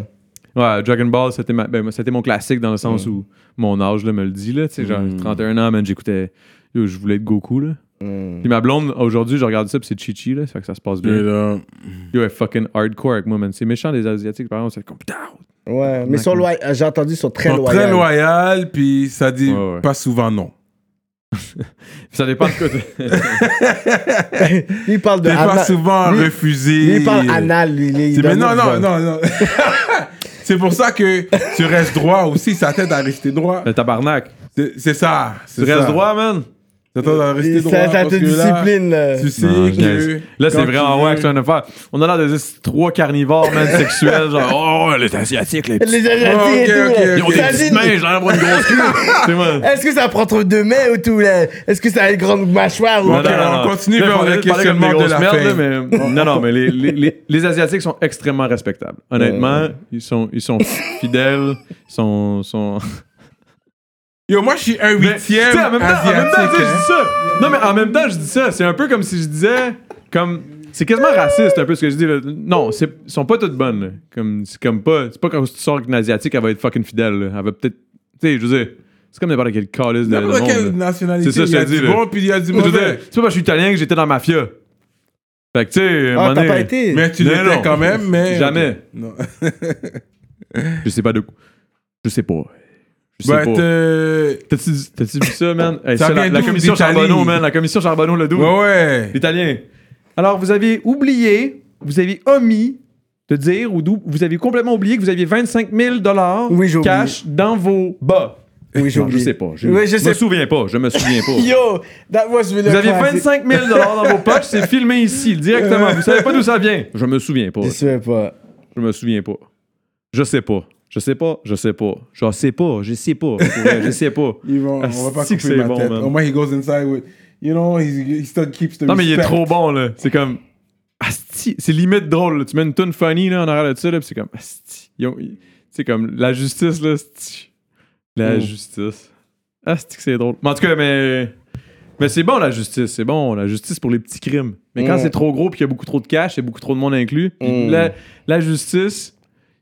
Speaker 4: Ouais, Dragon Ball, c'était ma- ben, c'était mon classique dans le sens
Speaker 3: Mm.
Speaker 4: où mon âge là, me le dit. Là, tu sais, genre, 31 ans, man, j'écoutais. yo, Je voulais être Goku. Là.
Speaker 3: Mm.
Speaker 4: Puis ma blonde, aujourd'hui, je regarde ça, puis c'est Chichi. Là, ça fait que ça se passe bien.
Speaker 3: Straight up.
Speaker 4: Yo, elle est fucking hardcore avec moi, man. C'est méchant, les Asiatiques, par exemple. C'est comme putain.
Speaker 2: Ouais, mais sont loy- j'ai entendu, ils sont très
Speaker 3: Ils sont
Speaker 2: loyaux.
Speaker 3: très loyal, puis ça dit
Speaker 4: Ouais, ouais.
Speaker 3: pas souvent non.
Speaker 4: Ça dépend de quoi.
Speaker 2: Lui, il parle de
Speaker 3: T'es pas
Speaker 2: ana-
Speaker 3: souvent
Speaker 2: lui-
Speaker 3: refusé. euh,
Speaker 2: Lui, il parle anal, lui. lui, il
Speaker 3: C'est- Mais
Speaker 2: donne
Speaker 3: non,
Speaker 2: le bon.
Speaker 3: non, non, non. c'est pour ça que tu restes droit aussi, ça t'aide à rester droit.
Speaker 4: Le tabarnak.
Speaker 3: C'est c'est ça.
Speaker 4: Tu restes droit, man.
Speaker 3: Ça t'aide à rester
Speaker 2: Et
Speaker 3: droit.
Speaker 2: Ça, ça te
Speaker 3: parce que là,
Speaker 2: discipline. là.
Speaker 3: Tu sais
Speaker 4: Non, je
Speaker 3: que.
Speaker 4: niaise. Là, c'est
Speaker 3: quand tu
Speaker 4: vraiment ouais
Speaker 3: veux-
Speaker 4: que tu viens de faire. On a l'air de des trois carnivores, man, sexuels. Genre, oh, les Asiatiques, les petits.
Speaker 2: Les Asiatiques
Speaker 3: Oh, ok,
Speaker 2: et tout,
Speaker 3: ok,
Speaker 2: là.
Speaker 3: ok.
Speaker 4: Ils ont des
Speaker 2: Ça
Speaker 4: petites
Speaker 2: dit-
Speaker 4: mains, j'ai l'air d'avoir une grosse queue. C'est moi.
Speaker 2: Est-ce que ça prend trop de mains ou tout, là? Est-ce que ça a une grande mâchoire ou
Speaker 3: Bon, ok. on continue vers le questionnement de la
Speaker 4: merde,
Speaker 3: fin.
Speaker 4: mais, Non, non, mais les, les, les, les Asiatiques sont extrêmement respectables. Honnêtement, ils sont, ils sont fidèles, ils sont, sont,
Speaker 3: Yo, moi, je suis un
Speaker 4: Mais, tu sais,
Speaker 3: huitième
Speaker 4: en même temps, en même temps,
Speaker 3: asiatique.
Speaker 4: tu sais, je
Speaker 3: hein.
Speaker 4: dis ça. Non, mais en même temps, je dis ça. C'est un peu comme si je disais. comme C'est quasiment raciste, un peu ce que je dis. Là. Non, c'est- ils sont pas toutes bonnes. là. Comme, c'est comme pas. C'est pas quand tu sors avec une asiatique, elle va être fucking fidèle. là. Elle va peut-être. Tu sais, je veux dire. C'est comme n'importe quel calice de, de
Speaker 3: N'importe quelle
Speaker 4: monde. là.
Speaker 3: nationalité.
Speaker 4: C'est ça,
Speaker 3: il y a
Speaker 4: je te
Speaker 3: du
Speaker 4: dis, là.
Speaker 3: bon, puis il y a du
Speaker 4: Je veux dire,
Speaker 3: mauvais.
Speaker 4: c'est pas parce que je suis italien que j'étais dans la mafia. Fait que, tu sais, à
Speaker 2: Ah,
Speaker 4: un moment
Speaker 2: t'as
Speaker 4: donné,
Speaker 2: pas été.
Speaker 3: Mais tu
Speaker 4: Non,
Speaker 3: l'étais
Speaker 4: non.
Speaker 3: quand même, mais.
Speaker 4: Jamais.
Speaker 3: Non.
Speaker 4: Je sais pas de quoi. Je sais pas. Je sais
Speaker 3: But,
Speaker 4: pas.
Speaker 3: euh,
Speaker 4: T'as-tu t'as-tu vu ça, man? Hey,
Speaker 3: Ça
Speaker 4: ça, la,
Speaker 3: vient
Speaker 4: la
Speaker 3: d'où,
Speaker 4: commission
Speaker 3: d'Italie?
Speaker 4: Charbonneau, man. La commission Charbonneau, le doux.
Speaker 3: Ouais, ouais.
Speaker 4: L'Italien. Alors, vous avez oublié, vous avez omis de dire, ou d'ou- vous avez complètement oublié que vous aviez 25 000
Speaker 2: Oui, j'ai oublié.
Speaker 4: cash dans vos bas.
Speaker 2: Oui, j'ai
Speaker 4: Non, je
Speaker 2: oublié.
Speaker 4: sais pas. Je,
Speaker 2: Oui, je
Speaker 4: je me
Speaker 2: sais
Speaker 4: souviens pas. Je me souviens pas.
Speaker 2: Yo, that was really
Speaker 4: Vous aviez
Speaker 2: classic.
Speaker 4: 25 000 dans vos poches, c'est filmé ici, directement. Vous savez pas d'où ça vient. Je me souviens pas.
Speaker 2: Je sais pas.
Speaker 4: Je me souviens pas. Je sais pas. Je sais pas. Je sais pas. Je sais pas. Je sais pas. Pour vrai, Je sais pas.
Speaker 3: Ils vont,
Speaker 2: Ah,
Speaker 3: on va pas
Speaker 4: Asti que
Speaker 3: couper
Speaker 4: c'est
Speaker 3: ma
Speaker 4: bon,
Speaker 3: tête.
Speaker 4: man.
Speaker 3: Au moins, he goes inside with. You know, he's, he still keeps the
Speaker 4: Non, mais il est
Speaker 3: respect.
Speaker 4: trop bon, là. C'est comme. Asti. C'est limite drôle. là. Tu mets une tune funny, là, en arrière de ça, là, pis c'est comme. Asti. Ils ont- ils- C'est comme la justice, là. asti. La
Speaker 2: Mm.
Speaker 4: justice. Asti, que c'est drôle. Mais en tout cas, mais. Mais c'est bon, la justice. C'est bon, la justice pour les petits crimes. Mais quand
Speaker 2: Mm.
Speaker 4: c'est trop gros, puis qu'il y a beaucoup trop de cash, il y a beaucoup trop de monde inclus, pis
Speaker 2: Mm.
Speaker 4: la, la justice.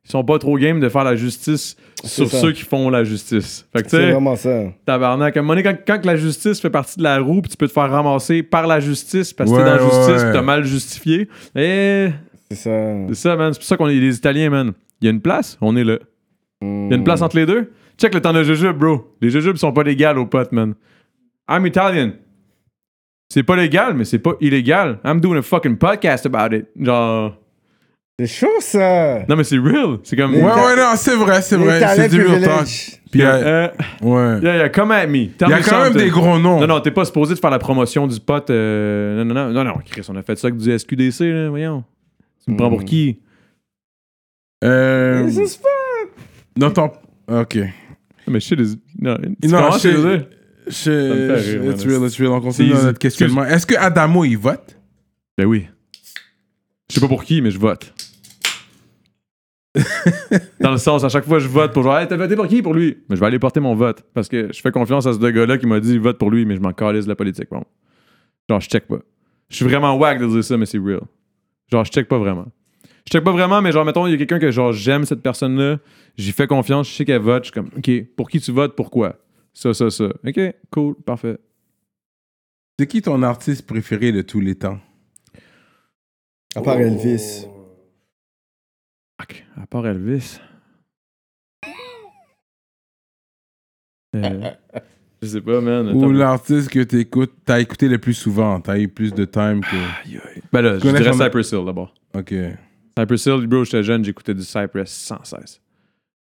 Speaker 4: Ils sont pas trop game de faire la justice sur
Speaker 2: ça.
Speaker 4: ceux qui font la justice. Fait que tu
Speaker 2: C'est
Speaker 4: sais,
Speaker 2: vraiment ça.
Speaker 4: Tabarnak. À un moment donné, quand, quand que la justice fait partie de la roue, puis tu peux te faire ramasser par la justice parce que t'es
Speaker 3: Ouais,
Speaker 4: dans la justice,
Speaker 3: ouais.
Speaker 4: pis t'as mal justifié. Eh,
Speaker 2: C'est ça.
Speaker 4: c'est ça, man. C'est pour ça qu'on est des Italiens, man. Il y a une place, on est là. Il y a une place entre les deux. Check le temps de jujube, bro. Les jujubes sont pas légales aux potes, man. I'm Italian. C'est pas légal, mais c'est pas illégal. I'm doing a fucking podcast about it. Genre.
Speaker 2: C'est chaud, ça.
Speaker 4: Non, mais c'est real. C'est comme.
Speaker 3: Ouais, ouais, non, c'est vrai, c'est
Speaker 2: Les
Speaker 3: vrai.
Speaker 2: talents
Speaker 3: C'est du real talk.
Speaker 2: privilèges.
Speaker 3: Puis, euh,
Speaker 4: Euh,
Speaker 3: ouais.
Speaker 4: yeah, yeah, come at me. Tell
Speaker 3: Il y a
Speaker 4: me
Speaker 3: quand même
Speaker 4: something.
Speaker 3: des gros noms.
Speaker 4: Non, non, t'es pas supposé de faire la promotion du pote. euh, non, non, non, non, non, Chris, on a fait ça avec du SQDC, là, voyons. Tu me prends pour qui?
Speaker 3: Euh,
Speaker 2: This is fun.
Speaker 3: dans ton. Ok.
Speaker 4: Non, mais shit is. Non, tu
Speaker 3: Non,
Speaker 4: commences,
Speaker 3: shit-
Speaker 4: je veux dire?
Speaker 3: Je-
Speaker 4: me fait rire,
Speaker 3: je-
Speaker 4: man.
Speaker 3: It's real, it's real. On
Speaker 4: C'est
Speaker 3: continue dans
Speaker 4: easy.
Speaker 3: notre questionnement. Est-ce que Adamo, il vote
Speaker 4: Ben oui. Je sais pas pour qui, mais je vote. Dans le sens, à chaque fois, je vote pour genre, hey, t'as voté pour qui? Pour lui. Mais je vais aller porter mon vote. Parce que je fais confiance à ce deux gars-là qui m'a dit, vote pour lui, mais je m'en calise de la politique. Bon. Genre, je check pas. Je suis vraiment wack de dire ça, mais c'est real. Genre, je check pas vraiment. Je check pas vraiment, mais genre, mettons, il y a quelqu'un que genre, j'aime cette personne-là, j'y fais confiance, je sais qu'elle vote, je suis comme, OK, pour qui tu votes, pourquoi? Ça, ça, ça. OK, cool, parfait.
Speaker 3: C'est qui ton artiste préféré de tous les temps
Speaker 2: À part Elvis.
Speaker 4: Fuck, à part Elvis. Euh, je sais pas, man.
Speaker 3: Ou
Speaker 4: Attends.
Speaker 3: l'artiste que t'écoutes, t'as écouté le plus souvent, t'as eu plus de time que.
Speaker 4: Aïe, aïe. Ben là, je
Speaker 3: connais
Speaker 4: dirais
Speaker 3: son-
Speaker 4: Cypress Hill d'abord.
Speaker 3: Ok.
Speaker 4: Cypress Hill, bro, j'étais jeune, j'écoutais du Cypress sans cesse.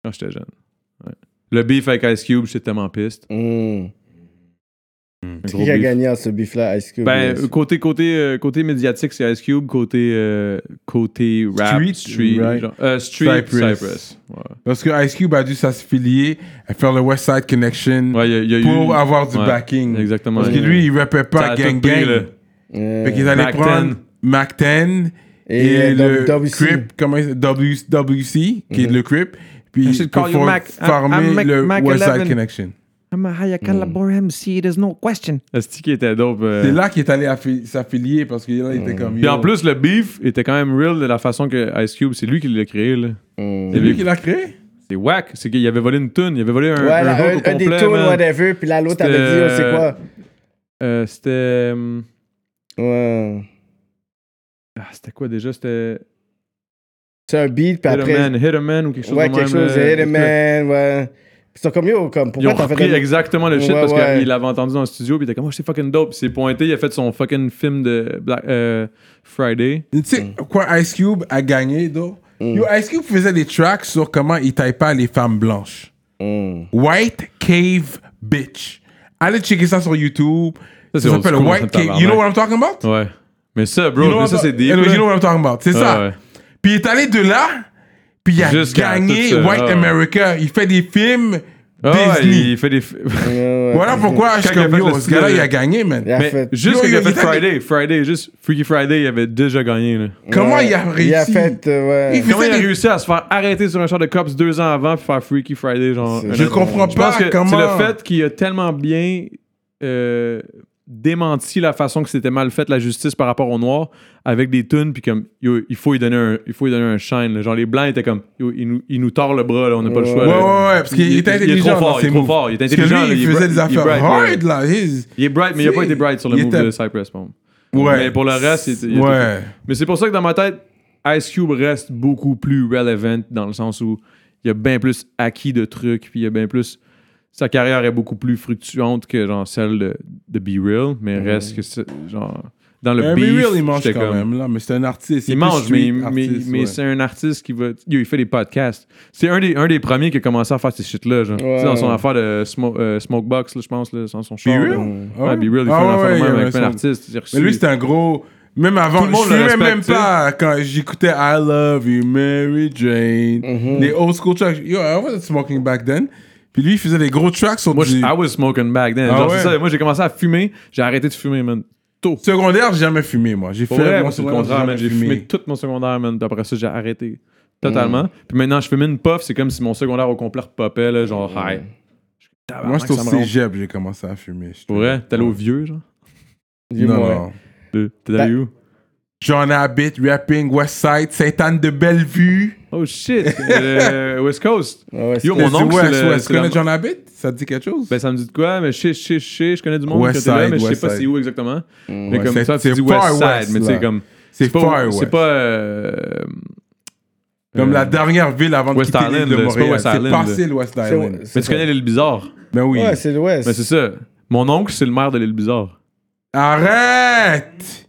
Speaker 4: Quand j'étais jeune. Ouais. Le beef avec Ice Cube, j'étais tellement piste. Hmm.
Speaker 2: Mm.
Speaker 4: Un
Speaker 2: C'est
Speaker 4: gros
Speaker 2: Qui a
Speaker 4: beef.
Speaker 2: gagné à ce beef-là, Ice Cube?
Speaker 4: Ben,
Speaker 2: yes.
Speaker 4: côté, côté, euh, côté médiatique, c'est Ice Cube. Côté, euh, côté rap,
Speaker 3: Street, right.
Speaker 4: genre- euh, street
Speaker 3: Cypress.
Speaker 4: Cypress. Ouais,
Speaker 3: Parce que Ice Cube a dû s'affilier à faire le West Side Connection
Speaker 4: Ouais, il y a- il y a eu-
Speaker 3: pour avoir du
Speaker 4: ouais,
Speaker 3: backing.
Speaker 4: Exactement.
Speaker 3: Parce que lui, il rappait
Speaker 4: Ça
Speaker 3: pas
Speaker 4: a tout
Speaker 3: Gang
Speaker 4: pris, là.
Speaker 3: Gang.
Speaker 2: Euh,
Speaker 3: Fait qu'ils allaient
Speaker 4: Mac
Speaker 3: prendre
Speaker 4: 10.
Speaker 3: Mac 10 et,
Speaker 2: et, euh,
Speaker 3: le
Speaker 2: WC.
Speaker 3: Crip, comment il WC, qui est le Crip, puis
Speaker 4: I should
Speaker 3: pour
Speaker 4: call you Mac. I'm- I'm
Speaker 3: former
Speaker 4: Mac-
Speaker 3: le
Speaker 4: Mac
Speaker 3: West Side
Speaker 4: 11.
Speaker 3: Connection.
Speaker 5: I'm a higher caliber MC, there's no question.
Speaker 4: Asti qui était dope. euh,
Speaker 3: C'est là qu'il est allé affi- s'affilier parce qu'il là, il était comme.
Speaker 4: Puis en
Speaker 3: yo,
Speaker 4: plus, le beef était quand même real de la façon que Ice Cube, c'est lui qui l'a créé. là.
Speaker 2: Mm.
Speaker 3: c'est lui qui l'a créé.
Speaker 4: C'est whack. C'est qu'il avait volé une tune. Il avait volé un,
Speaker 2: Ouais,
Speaker 4: un
Speaker 2: là,
Speaker 4: hook
Speaker 2: un,
Speaker 4: au
Speaker 2: un
Speaker 4: complet,
Speaker 2: des tours,
Speaker 4: man.
Speaker 2: whatever, puis la l'autre avait dit, oh, c'est quoi?
Speaker 4: Euh, C'était. hum,
Speaker 2: Ouais.
Speaker 4: ah, c'était quoi déjà C'était.
Speaker 2: C'est un beat, puis
Speaker 4: Hit a
Speaker 2: après.
Speaker 4: Man, Hit a Man ou quelque chose
Speaker 2: Ouais,
Speaker 4: de
Speaker 2: quelque
Speaker 4: même,
Speaker 2: chose,
Speaker 4: euh,
Speaker 2: Hit a Man, ouais. Puis c'est comme, yo, comme,
Speaker 4: Ils
Speaker 2: pourquoi
Speaker 4: ont
Speaker 2: t'as
Speaker 4: repris
Speaker 2: fait un-
Speaker 4: exactement le shit
Speaker 2: Ouais,
Speaker 4: parce
Speaker 2: ouais.
Speaker 4: qu'il l'avait entendu dans le studio. Puis il était comme, oh, c'est fucking dope. Puis il s'est pointé. Il a fait son fucking film de Black, euh, Friday.
Speaker 3: Tu sais quoi, Ice Cube a gagné, though? Yo, Ice Cube faisait des tracks sur comment il taille pas les femmes blanches.
Speaker 2: Mm.
Speaker 3: White Cave Bitch. Allez checker ça sur YouTube. Ça,
Speaker 4: Ça, c'est old
Speaker 3: s'appelle
Speaker 4: school, ça,
Speaker 3: White Cave.
Speaker 4: tabarnak.
Speaker 3: You know what I'm talking about?
Speaker 4: Ouais. Mais ça, bro,
Speaker 3: You know
Speaker 4: mais
Speaker 3: what
Speaker 4: ça,
Speaker 3: I'm-
Speaker 4: c'est deep.
Speaker 3: You
Speaker 4: là.
Speaker 3: know what I'm talking about. C'est ça.
Speaker 4: Ouais, ouais.
Speaker 3: Puis il est allé de là, puis il a
Speaker 4: Jusqu'à
Speaker 3: gagné
Speaker 4: tout ça, Ah
Speaker 3: White
Speaker 4: ouais.
Speaker 3: America. Il fait des films
Speaker 4: Ah ouais,
Speaker 3: Disney.
Speaker 4: il fait des.
Speaker 3: Voilà pourquoi je suis
Speaker 4: Quand il a
Speaker 3: comme
Speaker 4: fait
Speaker 3: yo,
Speaker 4: le
Speaker 3: ce gars-là,
Speaker 4: style-
Speaker 3: il
Speaker 4: euh,
Speaker 3: a gagné, man.
Speaker 2: Il a
Speaker 4: Mais
Speaker 2: fait-
Speaker 4: juste
Speaker 3: Yo,
Speaker 4: quand il
Speaker 3: yo,
Speaker 4: a fait
Speaker 3: il a-
Speaker 4: Friday, Friday, juste Freaky Friday, il avait déjà gagné. Là.
Speaker 3: Comment
Speaker 2: Ouais,
Speaker 3: il a réussi
Speaker 2: Il a fait, euh, ouais.
Speaker 3: Il fait-
Speaker 4: Comment il a
Speaker 3: des-
Speaker 4: réussi à se faire arrêter sur un char de cops deux ans avant puis faire Freaky Friday, genre.
Speaker 2: C'est-
Speaker 4: un
Speaker 3: Je
Speaker 4: an-
Speaker 3: comprends
Speaker 4: Je pense
Speaker 3: pas
Speaker 4: que c'est
Speaker 3: comment.
Speaker 4: le fait qu'il a tellement bien euh, démenti la façon que c'était mal fait la justice par rapport aux noirs avec des tunes puis comme yo, il faut y donner un il faut y donner un shine là. genre les blancs étaient comme yo, il nous il nous tord le bras là, on n'a pas le choix
Speaker 3: Ouais, ouais,
Speaker 4: là.
Speaker 3: ouais, parce qu'il
Speaker 4: Il-
Speaker 3: était
Speaker 4: il- il est trop
Speaker 3: intelligent. dans
Speaker 4: fort, il est
Speaker 3: ses
Speaker 4: trop
Speaker 3: moves.
Speaker 4: fort, il est
Speaker 3: Parce que
Speaker 4: intelligent, là,
Speaker 3: lui,
Speaker 4: il
Speaker 3: il
Speaker 4: est
Speaker 3: faisait
Speaker 4: bright,
Speaker 3: des
Speaker 4: il est
Speaker 3: affaires
Speaker 4: bright, ouais.
Speaker 3: hard, là. He's-
Speaker 4: il est bright mais il a pas
Speaker 3: C'est-
Speaker 4: été bright sur le
Speaker 3: il
Speaker 4: move
Speaker 3: était-
Speaker 4: de Cypress bon.
Speaker 3: Ouais.
Speaker 4: mais pour le reste il était- il était-
Speaker 3: Ouais.
Speaker 4: mais c'est pour ça que dans ma tête, Ice Cube reste beaucoup plus relevant dans le sens où il a bien plus acquis de trucs, puis il a bien plus. Sa carrière est beaucoup plus fructuante que genre celle de, de Be Real, mais reste que c'est genre. Dans le
Speaker 3: Mais
Speaker 4: beef,
Speaker 3: Real, Euh, il mange
Speaker 4: j'étais
Speaker 3: quand
Speaker 4: comme-
Speaker 3: même, là. Mais c'est un artiste. c'est
Speaker 4: Il
Speaker 3: plus
Speaker 4: mange, mais,
Speaker 3: street
Speaker 4: mais,
Speaker 3: artiste,
Speaker 4: mais
Speaker 3: ouais.
Speaker 4: c'est un artiste qui va. Yo, il fait des podcasts. C'est un des, un des premiers qui a commencé à faire ces shit-là. Genre.
Speaker 2: Ouais.
Speaker 4: Tu sais, Dans son affaire de Smo- euh, Smokebox, là, je pense, là, dans son show.
Speaker 3: Real?
Speaker 2: Hmm.
Speaker 3: Ah ouais?
Speaker 4: Be Real, il fait
Speaker 3: Ah
Speaker 4: un
Speaker 3: ouais,
Speaker 4: affaire de
Speaker 3: ouais, il
Speaker 4: même
Speaker 3: y
Speaker 4: avec
Speaker 3: avait
Speaker 4: plein
Speaker 3: son-
Speaker 4: d'artistes. J'ai reçu-
Speaker 3: Mais lui, c'était un gros. Même
Speaker 4: Tout
Speaker 3: avant,
Speaker 4: le monde
Speaker 3: je
Speaker 4: le
Speaker 3: suivais
Speaker 4: respecte,
Speaker 3: même pas quand j'écoutais I Love You, Mary Jane,
Speaker 4: Mm-hmm.
Speaker 3: les old school tracks. Yo, I wasn't smoking back then. Puis lui, il faisait des gros tracks sur
Speaker 4: Moi, je-
Speaker 3: du
Speaker 4: I was smoking back then.
Speaker 3: Ah
Speaker 4: Genre,
Speaker 3: ouais?
Speaker 4: c'est ça. Moi, j'ai commencé à fumer. J'ai arrêté de fumer, man. Tôt.
Speaker 3: secondaire. J'ai jamais fumé, moi. J'ai fait
Speaker 4: Pour vrai,
Speaker 3: mon
Speaker 4: moi, c'est le
Speaker 3: secondaire,
Speaker 4: contraire,
Speaker 3: j'ai
Speaker 4: man. J'ai
Speaker 3: jamais
Speaker 4: fumé tout mon secondaire, man. Puis après ça, j'ai arrêté
Speaker 3: Mm.
Speaker 4: totalement. Puis maintenant, je fume une puff. C'est comme si mon secondaire au complet popait, là, genre, hi.
Speaker 3: Moi, j'étais au
Speaker 4: ça me rend-
Speaker 3: cégep, j'ai commencé à fumer. je te
Speaker 4: Pour vrai,
Speaker 3: dis.
Speaker 4: t'es allé au vieux, genre.
Speaker 2: Dis-moi.
Speaker 3: Non, non.
Speaker 4: De- T'es allé
Speaker 3: Ben-
Speaker 2: Bah-
Speaker 4: où?
Speaker 3: John Abbott, rapping, Westside, Sainte-Anne de Bellevue.
Speaker 4: Oh shit! euh, West Coast.
Speaker 2: Ah ouais, c'est-
Speaker 4: Yo, mon
Speaker 3: C'est
Speaker 4: oncle,
Speaker 3: West,
Speaker 4: c'est le-
Speaker 3: West.
Speaker 4: c'est
Speaker 3: Tu connais
Speaker 4: la-
Speaker 3: John Abbott Ça te dit quelque chose
Speaker 4: Ben, ça me dit de quoi, mais je sais, je sais, je sais, je connais du monde qui
Speaker 3: West
Speaker 4: était là,
Speaker 3: side,
Speaker 4: mais je sais
Speaker 3: West
Speaker 4: pas c'est
Speaker 3: side.
Speaker 4: où exactement. Mais
Speaker 3: Ouais,
Speaker 4: comme
Speaker 3: c'est-
Speaker 4: ça, tu
Speaker 3: c'est
Speaker 4: dis
Speaker 3: far
Speaker 4: West Side,
Speaker 3: west,
Speaker 4: mais tu sais,
Speaker 3: là.
Speaker 4: comme.
Speaker 3: C'est
Speaker 4: pas-
Speaker 3: Far
Speaker 4: C'est
Speaker 3: West.
Speaker 4: pas. euh,
Speaker 3: Comme
Speaker 4: euh,
Speaker 3: la dernière ville avant de
Speaker 4: West
Speaker 3: quitter l'île
Speaker 4: Island,
Speaker 3: de
Speaker 4: là, c'est pas
Speaker 3: Montréal.
Speaker 4: West
Speaker 3: C'est
Speaker 4: Island, là.
Speaker 3: passé le West
Speaker 2: C'est-
Speaker 3: Island.
Speaker 2: c'est
Speaker 4: Mais tu connais l'île bizarre.
Speaker 3: Ben oui.
Speaker 2: Ouais, c'est l'Ouest.
Speaker 4: Mais c'est ça. Mon oncle, c'est le maire de l'île Bizarre.
Speaker 3: Arrête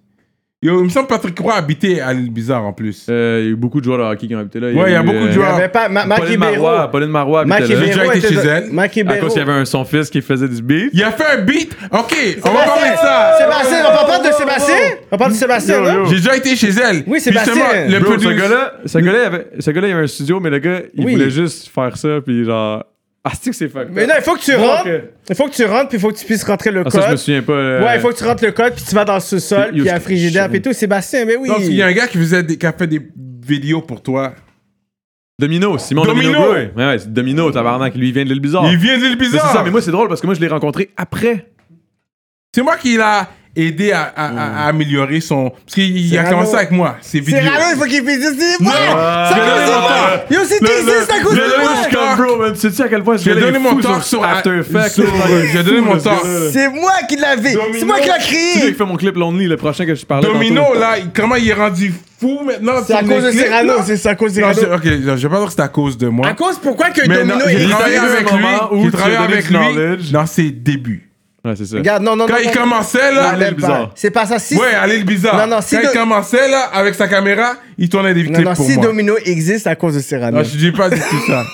Speaker 3: Yo, il me semble que Patrick Roy habitait à l'île bizarre en plus.
Speaker 4: Euh, Il y a eu beaucoup de joueurs de hockey qui ont habité là.
Speaker 3: Ouais, il y a
Speaker 4: eu, euh,
Speaker 3: beaucoup de
Speaker 2: Il y
Speaker 3: joueurs.
Speaker 2: avait pas Ma- Maki
Speaker 4: Pauline
Speaker 2: Béraud.
Speaker 4: Marois, Pauline Marois
Speaker 2: Maki
Speaker 4: habitait là.
Speaker 3: Béraud. déjà été
Speaker 2: était
Speaker 3: chez
Speaker 2: de-
Speaker 3: elle.
Speaker 2: Maki
Speaker 4: À cause
Speaker 2: Béraud.
Speaker 4: qu'il y avait un son fils qui faisait du beat.
Speaker 3: Il a fait un beat Ok, on va parler de
Speaker 2: Sébastien,
Speaker 3: ça.
Speaker 2: Sébastien, on parle pas de Sébastien? On parle de Sébastien,
Speaker 4: Yo,
Speaker 2: là?
Speaker 4: yo.
Speaker 3: J'ai déjà été chez elle.
Speaker 2: Oui,
Speaker 3: Puis
Speaker 2: Sébastien.
Speaker 3: justement, Le
Speaker 4: Bro, ce
Speaker 3: producer-
Speaker 4: gars-là, ce gars-là, il avait- ce gars-là, il y avait un studio, mais le gars, il
Speaker 2: Oui.
Speaker 4: voulait juste faire ça, puis genre. Ah, c'est que c'est fucked
Speaker 2: Mais
Speaker 4: up.
Speaker 2: non, il faut que tu
Speaker 4: Bon,
Speaker 2: rentres.
Speaker 4: ok.
Speaker 2: Il faut que tu rentres, puis il faut que tu puisses rentrer le
Speaker 4: Ah,
Speaker 2: code.
Speaker 4: ça, je me souviens pas. euh,
Speaker 2: Ouais, il faut que tu rentres le code, puis tu vas dans le sous-sol,
Speaker 4: Yo,
Speaker 2: puis il y a un
Speaker 4: c'est-
Speaker 2: frigidaire, puis tout. Sébastien, mais oui.
Speaker 3: Donc, il y a un gars qui, faisait des- qui a fait des vidéos pour toi.
Speaker 4: Domino, Simon Domino.
Speaker 3: Domino.
Speaker 4: Gray. Ouais, ouais, c'est Domino, tabarnak. Lui, il vient de l'île bizarre.
Speaker 3: Il vient de l'île
Speaker 4: Ah. Mais c'est
Speaker 3: bizarre.
Speaker 4: ça, mais moi, c'est drôle parce que moi, je l'ai rencontré après.
Speaker 3: C'est moi qui l'a aidé à, à-
Speaker 4: Mm.
Speaker 3: à- à améliorer son. Parce qu'il a
Speaker 2: Cyrano.
Speaker 3: commencé avec moi, ses
Speaker 2: C'est
Speaker 3: vidéos.
Speaker 2: rare, il faut qu'il finisse. C'est moi!
Speaker 4: Ah,
Speaker 2: C'est à
Speaker 4: le
Speaker 2: cause
Speaker 4: dernier
Speaker 2: de
Speaker 4: montage.
Speaker 2: moi! Yo, c'est t'existes à cause
Speaker 4: Le
Speaker 2: de
Speaker 4: dernier
Speaker 2: moi!
Speaker 3: montage.
Speaker 4: montage, bro, man. Tu sais-tu à quel point ce
Speaker 3: J'ai
Speaker 4: gars-là
Speaker 3: donné
Speaker 4: est
Speaker 3: mon
Speaker 4: fou
Speaker 3: talk sur
Speaker 4: After Effects?
Speaker 3: sur- J'ai donné mon talk.
Speaker 2: C'est moi qui l'avais! C'est moi qui l'a
Speaker 4: C'est lui
Speaker 2: créé!
Speaker 4: qui fait mon clip Lonely, le prochain que je parlais.
Speaker 3: Domino,
Speaker 4: tantôt.
Speaker 3: là, il- comment il est rendu fou maintenant
Speaker 2: C'est à
Speaker 3: sur
Speaker 2: cause de
Speaker 3: les clips,
Speaker 2: Cyrano,
Speaker 3: là?
Speaker 2: c'est à cause de
Speaker 3: Non,
Speaker 2: Cyrano.
Speaker 3: c'est- ok, non, je vais pas dire que c'est à cause de moi.
Speaker 2: À cause pourquoi que
Speaker 3: Mais
Speaker 2: Domino
Speaker 3: non,
Speaker 2: est
Speaker 3: j'ai
Speaker 4: travaillé
Speaker 3: travaillé
Speaker 2: rentré-
Speaker 3: avec
Speaker 4: un moment où
Speaker 3: lui,
Speaker 4: tu as
Speaker 3: j'ai travaillé
Speaker 4: donné
Speaker 3: avec
Speaker 4: du knowledge.
Speaker 3: lui dans ses débuts.
Speaker 4: Ouais, c'est ça.
Speaker 2: Regarde, non, non, non.
Speaker 3: Quand il
Speaker 2: non,
Speaker 3: commençait
Speaker 2: non,
Speaker 3: là,
Speaker 2: même
Speaker 4: l'île
Speaker 2: pas.
Speaker 4: bizarre.
Speaker 2: C'est pas ça. Si,
Speaker 3: ouais, allez le bizarre.
Speaker 2: Non, non, si
Speaker 3: Quand
Speaker 2: de-
Speaker 3: il commençait là, avec sa caméra, il tournait des
Speaker 2: non,
Speaker 3: clips
Speaker 2: non,
Speaker 3: pour
Speaker 2: si
Speaker 3: moi.
Speaker 2: Domino existe à cause de Cyrano.
Speaker 3: Non, je n'ai pas dit tout ça.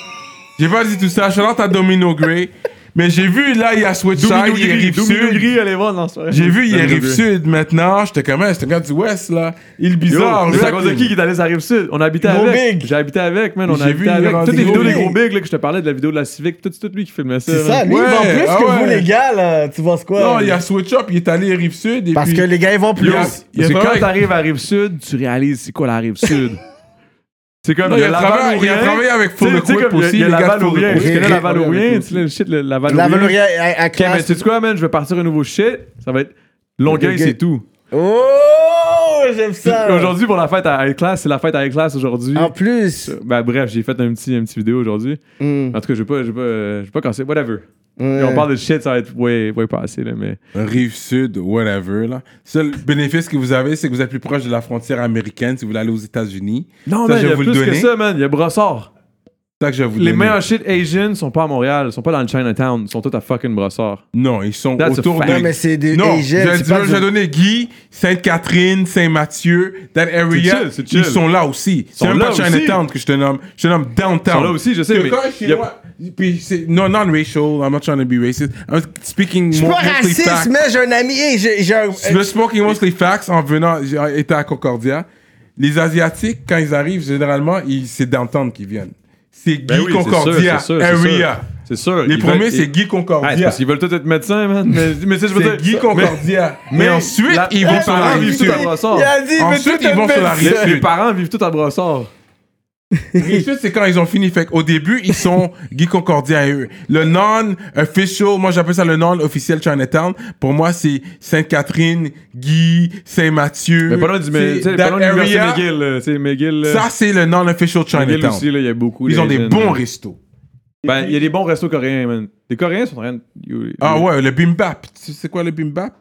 Speaker 3: J'ai pas dit tout ça. Je suis à Domino Gray, mais j'ai vu là, il y a Switchside,
Speaker 4: Domino
Speaker 3: il y a
Speaker 4: Gris, Domino
Speaker 3: Rive-Sud.
Speaker 4: Gris, allez voir dans ce
Speaker 3: J'ai vu, il y a
Speaker 4: Domino Gris.
Speaker 3: Rive-Sud maintenant. J'étais comme, hein, j'étais un gars du West là. Il bizarre.
Speaker 4: Yo, mais
Speaker 3: là.
Speaker 4: c'est à cause de qui qui est allé sur la rive sud? On habitait
Speaker 2: Gros
Speaker 4: avec.
Speaker 2: Big.
Speaker 4: J'ai habité avec, man. On
Speaker 3: J'ai
Speaker 4: a
Speaker 3: vu, il
Speaker 4: habité
Speaker 3: est
Speaker 4: avec.
Speaker 3: rendu
Speaker 4: Toutes les
Speaker 3: gros
Speaker 4: vidéos des
Speaker 2: Big.
Speaker 4: gros bigs là, que je te parlais de la vidéo de la Civic, tout, c'est tout lui qui filmait ça.
Speaker 2: C'est
Speaker 4: là.
Speaker 2: ça, lui, il
Speaker 3: Ouais,
Speaker 2: vend plus
Speaker 3: ah
Speaker 2: que
Speaker 3: ouais.
Speaker 2: vous, les gars, là. Tu penses quoi?
Speaker 3: Non, il y a Switch Up, il est allé Rive-Sud. et
Speaker 2: Parce
Speaker 3: puis-
Speaker 2: que les gars, ils vont plus.
Speaker 3: Yo,
Speaker 4: Parce que
Speaker 3: Il y a
Speaker 4: quand
Speaker 3: vraiment-
Speaker 4: t'arrives à Rive-Sud, tu réalises c'est quoi la Rive-Sud. c'est comme
Speaker 3: Non,
Speaker 4: de
Speaker 3: il a
Speaker 4: Laval
Speaker 3: travaillé-
Speaker 4: ou
Speaker 3: il a
Speaker 4: rien.
Speaker 3: travaillé avec
Speaker 4: Tu sais-
Speaker 3: Full
Speaker 4: tu sais,
Speaker 3: Equip
Speaker 4: comme il y a-
Speaker 3: aussi,
Speaker 4: Il y a
Speaker 3: les gars de
Speaker 4: Laval ou
Speaker 3: Full
Speaker 4: rien.
Speaker 3: Equip.
Speaker 4: Tu connais
Speaker 2: Oui,
Speaker 4: Laval ou
Speaker 3: oui,
Speaker 4: rien.
Speaker 3: oui.
Speaker 4: Tu sais, le shit, le- Laval ou
Speaker 2: La
Speaker 4: rien.
Speaker 2: Valoria à, à
Speaker 4: Ok, mais
Speaker 2: classe.
Speaker 4: tu sais quoi, man? Je vais partir un nouveau shit. Ça va être Longueuil,
Speaker 2: Longueuil.
Speaker 4: c'est tout.
Speaker 2: Oh, j'aime ça.
Speaker 4: Aujourd'hui, pour la fête à High-Class, c'est la fête à High-Class aujourd'hui.
Speaker 2: En
Speaker 3: Euh,
Speaker 2: plus.
Speaker 4: Ben, bref, j'ai fait un petit, un petit vidéo aujourd'hui.
Speaker 2: Hmm.
Speaker 4: En tout cas, je vais pas, je vais pas, euh, je vais pas casser. Whatever. Et
Speaker 2: Ouais.
Speaker 4: on parle de shit, ça va être way, way passé, là, mais...
Speaker 3: Rive-Sud, whatever là. Seul bénéfice que vous avez, c'est que vous êtes plus proche de la frontière américaine si vous voulez aller aux États-Unis.
Speaker 4: Non,
Speaker 3: Ça,
Speaker 4: man,
Speaker 3: je
Speaker 4: il y
Speaker 3: vais
Speaker 4: a
Speaker 3: vous
Speaker 4: plus
Speaker 3: le
Speaker 4: que
Speaker 3: donner.
Speaker 4: ça, man. Il y a Brossard.
Speaker 3: C'est ça que je vais vous
Speaker 4: Les
Speaker 3: donner.
Speaker 4: meilleurs shit Asian sont pas à Montréal, sont pas dans le Chinatown, sont tous à fucking Brossard.
Speaker 3: Non, ils sont
Speaker 4: That's a
Speaker 3: autour de.
Speaker 4: fact.
Speaker 2: Non, mais c'est des
Speaker 3: Non,
Speaker 2: Asians,
Speaker 3: je-
Speaker 2: c'est
Speaker 3: je
Speaker 2: pas
Speaker 3: je
Speaker 2: des-
Speaker 3: vais donner Guy, Sainte-Catherine, Saint-Mathieu, that area.
Speaker 4: chill, c'est chill.
Speaker 3: Ils sont là aussi.
Speaker 4: sont
Speaker 3: C'est même
Speaker 4: là
Speaker 3: pas
Speaker 4: aussi.
Speaker 3: Chinatown que je te nomme. Je te nomme Downtown.
Speaker 4: Ils sont là aussi, je sais,
Speaker 3: Yo,
Speaker 4: mais
Speaker 3: quand un
Speaker 4: y a-
Speaker 3: Chinois- puis c'est- Non, non-racial. I'm not trying to be racist. I'm speaking
Speaker 2: Je suis
Speaker 3: mo-
Speaker 2: pas
Speaker 3: mostly
Speaker 2: raciste,
Speaker 3: facts.
Speaker 2: mais j'ai un ami et j'ai. j'ai un-
Speaker 3: Le smoking mostly facts en venant, j'étais à Concordia. Les Asiatiques, quand ils arrivent, généralement, ils- c'est d'entendre qu'ils viennent. C'est Guy
Speaker 4: Ben oui, c'est sûr,
Speaker 3: Concordia,
Speaker 4: c'est sûr, c'est
Speaker 3: area.
Speaker 4: sûr. C'est sûr.
Speaker 3: Les
Speaker 4: ils
Speaker 3: premiers,
Speaker 4: veulent-
Speaker 3: c'est Guy
Speaker 4: Ah, c'est
Speaker 3: Concordia.
Speaker 4: parce qu'ils veulent tous être médecins, man. Mais, mais tu sais, je veux
Speaker 3: c'est
Speaker 4: dire.
Speaker 3: Guy Concordia. Mais,
Speaker 4: Mais
Speaker 3: ensuite,
Speaker 4: la-
Speaker 3: ils vont
Speaker 4: la-
Speaker 3: sur
Speaker 4: la-
Speaker 3: la
Speaker 4: la-
Speaker 3: rive
Speaker 4: la-
Speaker 3: sud.
Speaker 4: la- brossard.
Speaker 2: Il a dit, mais
Speaker 3: Ensuite,
Speaker 2: tout est
Speaker 3: ils vont sur la
Speaker 2: médecin.
Speaker 3: rive
Speaker 4: Les, les
Speaker 3: sud.
Speaker 4: parents vivent tout à brossard.
Speaker 3: Rive sud, c'est quand ils ont fini. Fait qu'au début, ils sont Guy Concordia et eux. Le non-official, moi j'appelle ça le non-officiel Chinatown. Pour moi, c'est Sainte-Catherine, Guy, Saint-Mathieu.
Speaker 4: Mais pas loin du. mais,
Speaker 3: C'est
Speaker 4: Tu sais,
Speaker 3: that
Speaker 4: pas loin de l'université
Speaker 3: area.
Speaker 4: McGill. euh, Tu sais, McGill. euh,
Speaker 3: Ça, c'est le non-official
Speaker 4: McGill
Speaker 3: Chinatown.
Speaker 4: aussi, là, il y a beaucoup.
Speaker 3: Ils
Speaker 4: les
Speaker 3: ont des
Speaker 4: jeunes, euh,
Speaker 3: bons
Speaker 4: là.
Speaker 3: restos.
Speaker 4: Ben, il y a des bons restos coréens, man. Les Coréens sont en train de.
Speaker 3: Ah ouais, le bimbap. Tu sais quoi le bimbap?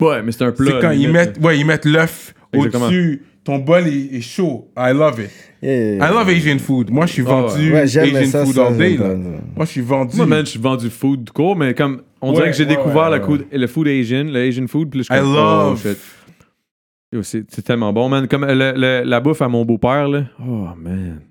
Speaker 4: Ouais, mais c'est un plat.
Speaker 3: C'est quand ils
Speaker 4: limite,
Speaker 3: mettent, ouais, ils mettent l'œuf
Speaker 4: Exactement.
Speaker 3: au-dessus. Ton bol est, est chaud. I love it.
Speaker 2: Yeah.
Speaker 3: I love Asian food. Moi, je suis
Speaker 4: Ah
Speaker 3: vendu
Speaker 2: Ouais, j'aime
Speaker 3: Ah Asian
Speaker 2: ça,
Speaker 3: food
Speaker 2: ça,
Speaker 3: all day.
Speaker 2: j'aime
Speaker 3: là.
Speaker 2: ça.
Speaker 3: Moi, je suis vendu.
Speaker 4: Moi, man, je suis vendu food court, mais comme on
Speaker 3: Ouais,
Speaker 4: dirait que j'ai
Speaker 3: ouais,
Speaker 4: découvert
Speaker 3: ouais,
Speaker 4: la cou- le food Asian, le Asian food, puis là, je suis
Speaker 3: I
Speaker 4: comme,
Speaker 3: love.
Speaker 4: oh, shit. Yo, c'est c'est tellement bon, man. Comme le- le- la bouffe à mon beau-père, là. Oh, man.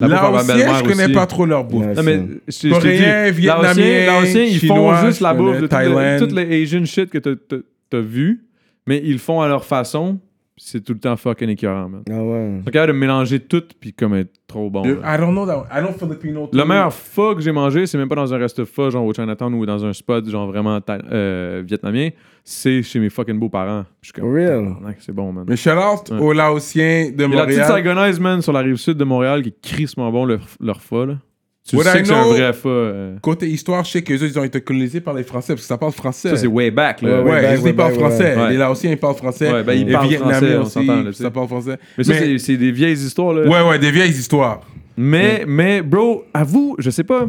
Speaker 4: La bouffe à ma
Speaker 3: Laotien,
Speaker 4: belle-mère
Speaker 3: je connais
Speaker 4: aussi.
Speaker 3: pas trop leur bouffe.
Speaker 2: Ouais.
Speaker 4: Non, mais je- je, te dis,
Speaker 3: Coréen, Vietnamien,
Speaker 4: Laotien, ils
Speaker 3: Chinois,
Speaker 4: font juste la
Speaker 3: je
Speaker 4: bouffe
Speaker 3: connais,
Speaker 4: de
Speaker 3: Thaïlande.
Speaker 4: toutes les Asian shit que t'as- t'as- t'as vu, mais ils le font à leur façon, puis c'est tout le temps fucking écœurant, man.
Speaker 2: Ah ouais.
Speaker 4: Ils sont capables de mélanger tout, puis comme être trop bon. là.
Speaker 3: I don't know that one. I don't Filipino. too.
Speaker 4: Le meilleur pho que j'ai mangé, c'est même pas dans un reste pho, genre au Chinatown ou dans un spot, genre vraiment thaï- euh, vietnamien. C'est chez mes fucking beaux-parents. Je suis comme,
Speaker 2: For real?
Speaker 4: tabarnak, C'est bon, man.
Speaker 3: Mais shout out
Speaker 4: Ouais.
Speaker 3: aux Laotiens de
Speaker 4: Il y a la petite
Speaker 3: Montréal.
Speaker 4: Saigonaise, man, sur la rive sud de Montréal qui est crissement bon leur, leur pho, là. Tu
Speaker 3: What
Speaker 4: sais
Speaker 3: I
Speaker 4: que c'est un
Speaker 3: know-
Speaker 4: vrai pho. euh.
Speaker 3: Côté histoire, je sais qu'eux autres, ils ont été colonisés par les Français parce que ça parle français.
Speaker 4: Ça, c'est way back, là.
Speaker 3: Ouais,
Speaker 2: Ouais, ben,
Speaker 3: ils
Speaker 2: ouais,
Speaker 3: parlent
Speaker 2: ben,
Speaker 3: français.
Speaker 4: ouais.
Speaker 3: Les Laotiens, ils parlent français.
Speaker 4: Ouais, ben, ils
Speaker 3: les
Speaker 4: parlent
Speaker 3: Vietnamiens
Speaker 4: français, on s'entend, là,
Speaker 3: aussi,
Speaker 4: tu sais.
Speaker 3: ça parle français.
Speaker 4: Mais ça,
Speaker 3: Mais-
Speaker 4: c'est- c'est des vieilles histoires, là.
Speaker 3: Ouais, ouais, des vieilles histoires.
Speaker 4: Mais, mais, bro, avoue, je sais pas.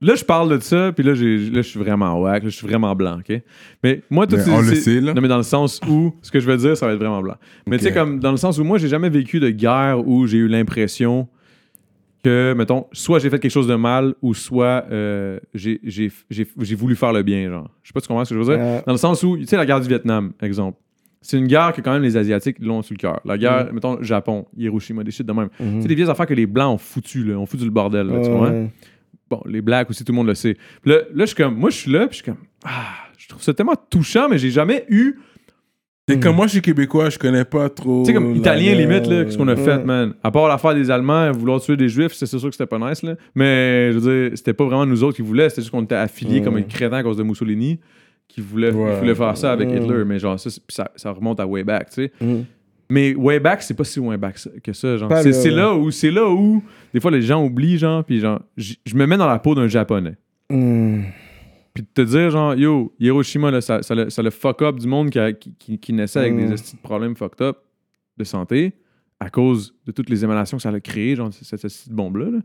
Speaker 4: Là, je parle de ça, puis là, j'ai- là, je suis vraiment whack, là, je suis vraiment blanc, OK? Mais moi, tout
Speaker 3: Mais on le sait, là.
Speaker 4: Non, mais dans le sens où, ce que je veux dire, ça va être vraiment blanc. Mais tu sais,
Speaker 3: Ok.
Speaker 4: comme dans le sens où moi, j'ai jamais vécu de guerre où j'ai eu l'impression que, mettons, soit j'ai fait quelque chose de mal ou soit euh, j'ai j'ai- j'ai- j'ai voulu faire le bien, genre. Je sais pas si tu comprends ce que je veux dire.
Speaker 2: Euh.
Speaker 4: Dans le sens où, tu sais, la guerre du Vietnam, exemple. C'est une guerre que quand même les Asiatiques l'ont sous le cœur. La guerre,
Speaker 2: Mm.
Speaker 4: mettons, Japon, Hiroshima, des shit de même. C'est des vieilles affaires que les Blancs ont foutu, là, ont foutu le bordel, là, tu
Speaker 2: hmm. Ouais.
Speaker 3: hein.
Speaker 4: comprends? Bon, les Blacks aussi, tout le monde le sait. Puis Là, là, je suis comme, moi, je suis là, puis je suis comme, ah, je trouve ça tellement touchant, mais j'ai jamais eu,
Speaker 3: C'est comme moi, je suis québécois, je connais pas trop.
Speaker 4: tu sais, comme
Speaker 3: la
Speaker 4: italien
Speaker 3: guerre.
Speaker 4: limite, là, ce qu'on a fait, man. À part l'affaire des Allemands, vouloir tuer des Juifs, c'est c'est sûr que c'était pas nice, là. Mais je veux dire, c'était pas vraiment nous autres qui voulaient, c'était juste qu'on était affiliés comme un crétin à cause de Mussolini qui voulait, qui
Speaker 3: Ouais.
Speaker 4: voulait faire ça avec
Speaker 2: Mm.
Speaker 4: Hitler, mais genre, ça, c'est- ça, ça remonte à way back, tu sais.
Speaker 2: Mm.
Speaker 4: Mais way back, c'est pas si way back que ça, genre.
Speaker 2: Pas
Speaker 4: C'est
Speaker 2: là,
Speaker 4: c'est
Speaker 2: ouais.
Speaker 4: là où, c'est là où, des fois, les gens oublient, genre, puis genre, j- je me mets dans la peau d'un Japonais.
Speaker 2: Mm.
Speaker 4: Puis de te dire, genre, yo, Hiroshima, là, ça, ça, le, ça le fuck up du monde qui, a- qui, qui- qui naissait avec
Speaker 2: Mm.
Speaker 4: des esti de problèmes fucked up de santé à cause de toutes les émanations que ça a créé, genre, cette, cette esti de bombe-là. là.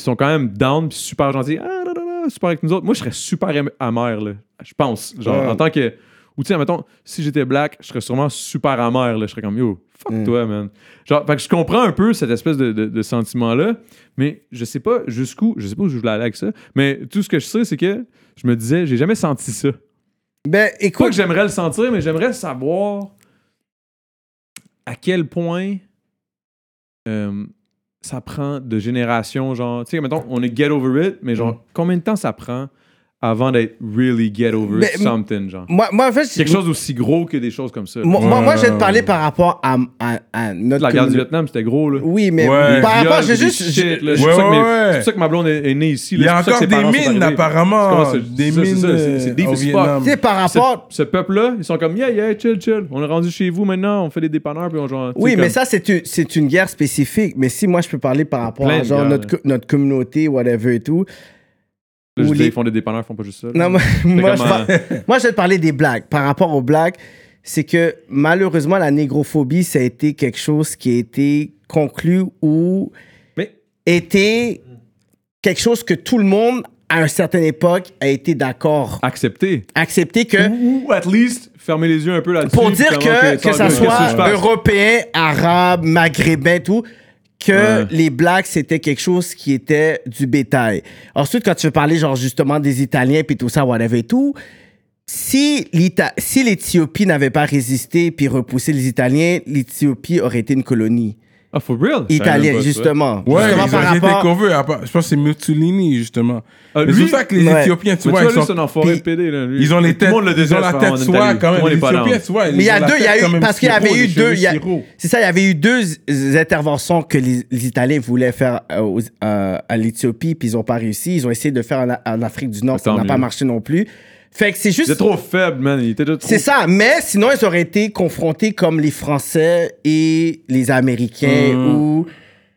Speaker 4: Ils sont quand même down, puis super gentils, ah, là, là, là, super avec nous autres. Moi, je serais super am- amer, là, je pense. Genre,
Speaker 2: Ouais.
Speaker 4: en tant que. Ou tu sais, mettons, si j'étais black, je serais sûrement super amer, là. Je serais comme, yo, fuck
Speaker 2: Mm.
Speaker 4: toi, man. Genre, fait que je comprends un peu cette espèce de, de- de sentiment-là, mais je sais pas jusqu'où, je sais pas où je voulais aller avec ça, mais tout ce que je sais, c'est que je me disais, j'ai jamais senti ça.
Speaker 2: Ben,
Speaker 4: Pas que
Speaker 2: écoute,
Speaker 4: j'aimerais le sentir, mais j'aimerais savoir à quel point euh, ça prend de génération, genre, tu sais, mettons, on est get over it, mais genre, combien de temps ça prend avant d'être really get over
Speaker 2: Ben,
Speaker 4: something, genre?
Speaker 2: moi, moi, en fait,
Speaker 4: Quelque chose aussi gros que des choses comme ça.
Speaker 2: moi, moi, moi, je vais te
Speaker 3: Ouais.
Speaker 2: parler par rapport à, à, à notre.
Speaker 4: La guerre du
Speaker 2: communauté.
Speaker 4: Vietnam, c'était gros, là.
Speaker 2: Oui, mais
Speaker 3: Ouais.
Speaker 2: par rapport,
Speaker 4: Viol,
Speaker 2: j'ai
Speaker 4: des
Speaker 2: juste.
Speaker 4: shit,
Speaker 2: j'ai-
Speaker 4: là. C'est pour
Speaker 3: Ouais,
Speaker 4: ça que mes-
Speaker 3: ouais.
Speaker 4: C'est pour ça que ma blonde est, est née ici.
Speaker 3: Il y a
Speaker 4: là. C'est
Speaker 3: encore
Speaker 4: pour ça que ses
Speaker 3: des
Speaker 4: parents sont
Speaker 3: mines,
Speaker 4: arrivés.
Speaker 3: apparemment.
Speaker 4: C'est-
Speaker 3: Des
Speaker 4: c'est- c'est
Speaker 3: mines
Speaker 4: ça, c'est- c'est
Speaker 3: euh,
Speaker 4: deep
Speaker 3: au
Speaker 4: as fuck.
Speaker 3: Vietnam.
Speaker 2: Tu sais, par
Speaker 4: Ce,
Speaker 2: rapport.
Speaker 4: ce peuple-là, ils sont comme, yeah, yeah, chill, chill. On est rendu chez vous maintenant, on fait des dépanneurs, puis on genre. tu
Speaker 2: Oui,
Speaker 4: sais,
Speaker 2: mais
Speaker 4: comme-
Speaker 2: ça, c'est une, c'est une guerre spécifique. Mais si moi, je peux parler par rapport
Speaker 4: Plein
Speaker 2: à
Speaker 4: de
Speaker 2: genre,
Speaker 4: guerres,
Speaker 2: notre,
Speaker 4: là.
Speaker 2: co- notre communauté, whatever et tout.
Speaker 4: Là, je
Speaker 2: Ou
Speaker 4: dis,
Speaker 2: les-
Speaker 4: ils font des dépanneurs, ils font pas juste ça. là.
Speaker 2: Non, moi, moi, je
Speaker 4: Mm. comme un-
Speaker 2: par- moi, je vais te parler des blagues. Par rapport aux blagues, c'est que malheureusement, la négrophobie, ça a été quelque chose qui a été conclu ou
Speaker 4: Mais-
Speaker 2: été quelque chose que tout le monde, à une certaine époque, a été d'accord.
Speaker 4: Accepter.
Speaker 2: Accepter que
Speaker 4: Ou, at least, fermer les yeux un peu là-dessus.
Speaker 2: Hein? pour
Speaker 4: puis
Speaker 2: dire
Speaker 4: comment
Speaker 2: que, que
Speaker 4: qu'est-ce
Speaker 2: ça
Speaker 4: je
Speaker 2: soit
Speaker 4: fasse?
Speaker 2: européen, arabe, maghrébin, tout, que
Speaker 4: Ouais.
Speaker 2: les blacks, c'était quelque chose qui était du bétail. Ensuite, quand tu veux parler, genre, justement, des Italiens, puis tout ça, whatever et tout, si l'Ita- si l'Éthiopie n'avait pas résisté puis repoussé les Italiens, l'Éthiopie aurait été une colonie.
Speaker 4: Ah, for real?
Speaker 3: même
Speaker 2: italien,
Speaker 3: pas ça.
Speaker 2: justement.
Speaker 3: Ouais,
Speaker 2: justement
Speaker 3: ils ont été convaincus, à part- Je pense que c'est Mussolini, justement.
Speaker 4: Ah,
Speaker 3: Mais c'est
Speaker 4: lui?
Speaker 3: pour ça que les
Speaker 2: Ouais.
Speaker 3: Éthiopiens, tu
Speaker 4: Mais
Speaker 3: vois, ils
Speaker 4: tu vois, lui,
Speaker 3: sont.
Speaker 4: c'est un enfoiré
Speaker 2: puis-
Speaker 4: pédé. Là, lui.
Speaker 3: Ils ont les
Speaker 4: Tout le
Speaker 3: têtes.
Speaker 4: monde le
Speaker 3: Ils ont
Speaker 4: déseste
Speaker 3: la
Speaker 4: en
Speaker 3: tête soit
Speaker 4: Italie.
Speaker 3: quand
Speaker 4: Tout
Speaker 3: même.
Speaker 4: le monde
Speaker 3: Les
Speaker 4: est pas down.
Speaker 3: Éthiopiens, soit.
Speaker 2: Mais il y a deux, il y a eu, parce qu'il y avait eu deux, il y a- c'est ça, il y avait eu deux euh, interventions que les, les Italiens voulaient faire euh, aux- euh, à l'Éthiopie, puis ils n'ont pas réussi. Ils ont essayé de le faire en, A- en Afrique du Nord,
Speaker 4: Ah, Tant
Speaker 2: ça n'a
Speaker 4: mieux.
Speaker 2: pas marché non plus. Fait que c'est
Speaker 4: Il
Speaker 2: juste.
Speaker 4: était trop faible, man. Il était déjà trop.
Speaker 2: C'est ça, mais sinon, ils auraient été confrontés comme les Français et les Américains ou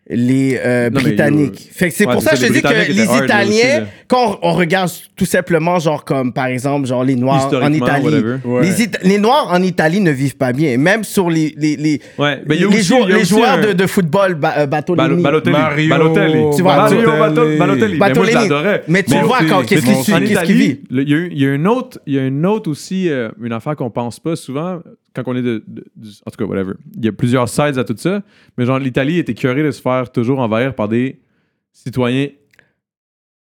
Speaker 2: les euh,
Speaker 4: Hmm. Non, mais
Speaker 2: Britanniques.
Speaker 4: you-
Speaker 2: Fait que c'est
Speaker 4: Ouais,
Speaker 2: pour
Speaker 4: c'est
Speaker 2: ça que
Speaker 4: ça,
Speaker 2: je
Speaker 4: les
Speaker 2: dis que
Speaker 4: Britanniques
Speaker 2: les
Speaker 4: étaient hard, là, aussi,
Speaker 2: Italiens,
Speaker 4: là.
Speaker 2: quand on regarde tout simplement, genre comme par exemple, genre les Noirs en
Speaker 4: Historiquement,
Speaker 2: Italie,
Speaker 4: whatever.
Speaker 3: Ouais.
Speaker 2: les, Ita- les Noirs en Italie ne vivent pas bien. Même sur les, les, les,
Speaker 4: Ouais, ben, il y
Speaker 2: les,
Speaker 4: a aussi-
Speaker 2: jou-
Speaker 4: il y a
Speaker 2: les
Speaker 4: aussi
Speaker 2: joueurs
Speaker 4: un-
Speaker 2: de, de football, ba- euh, Bartolini.
Speaker 4: Balotelli.
Speaker 3: Mario-
Speaker 4: Balotelli.
Speaker 2: Tu vois,
Speaker 4: Mario
Speaker 3: Balotelli.
Speaker 4: Balotelli. Balotelli. Ben, moi, je
Speaker 2: Bartolini.
Speaker 4: l'adorais.
Speaker 2: Mais tu
Speaker 4: Bon,
Speaker 2: vois
Speaker 3: c'est-
Speaker 2: quand-
Speaker 3: c'est
Speaker 2: qu'est-ce qu'il
Speaker 3: bon,
Speaker 2: suit,
Speaker 4: En
Speaker 2: qu'est-ce qu'il vit.
Speaker 4: Italie, le- il y, a eu- il y a une autre, il y a une autre aussi, euh, une affaire qu'on pense pas souvent quand on est de, de- du- en tout cas whatever. Il y a plusieurs sides à tout ça, mais genre l'Italie était curée de se faire toujours envahir par des citoyens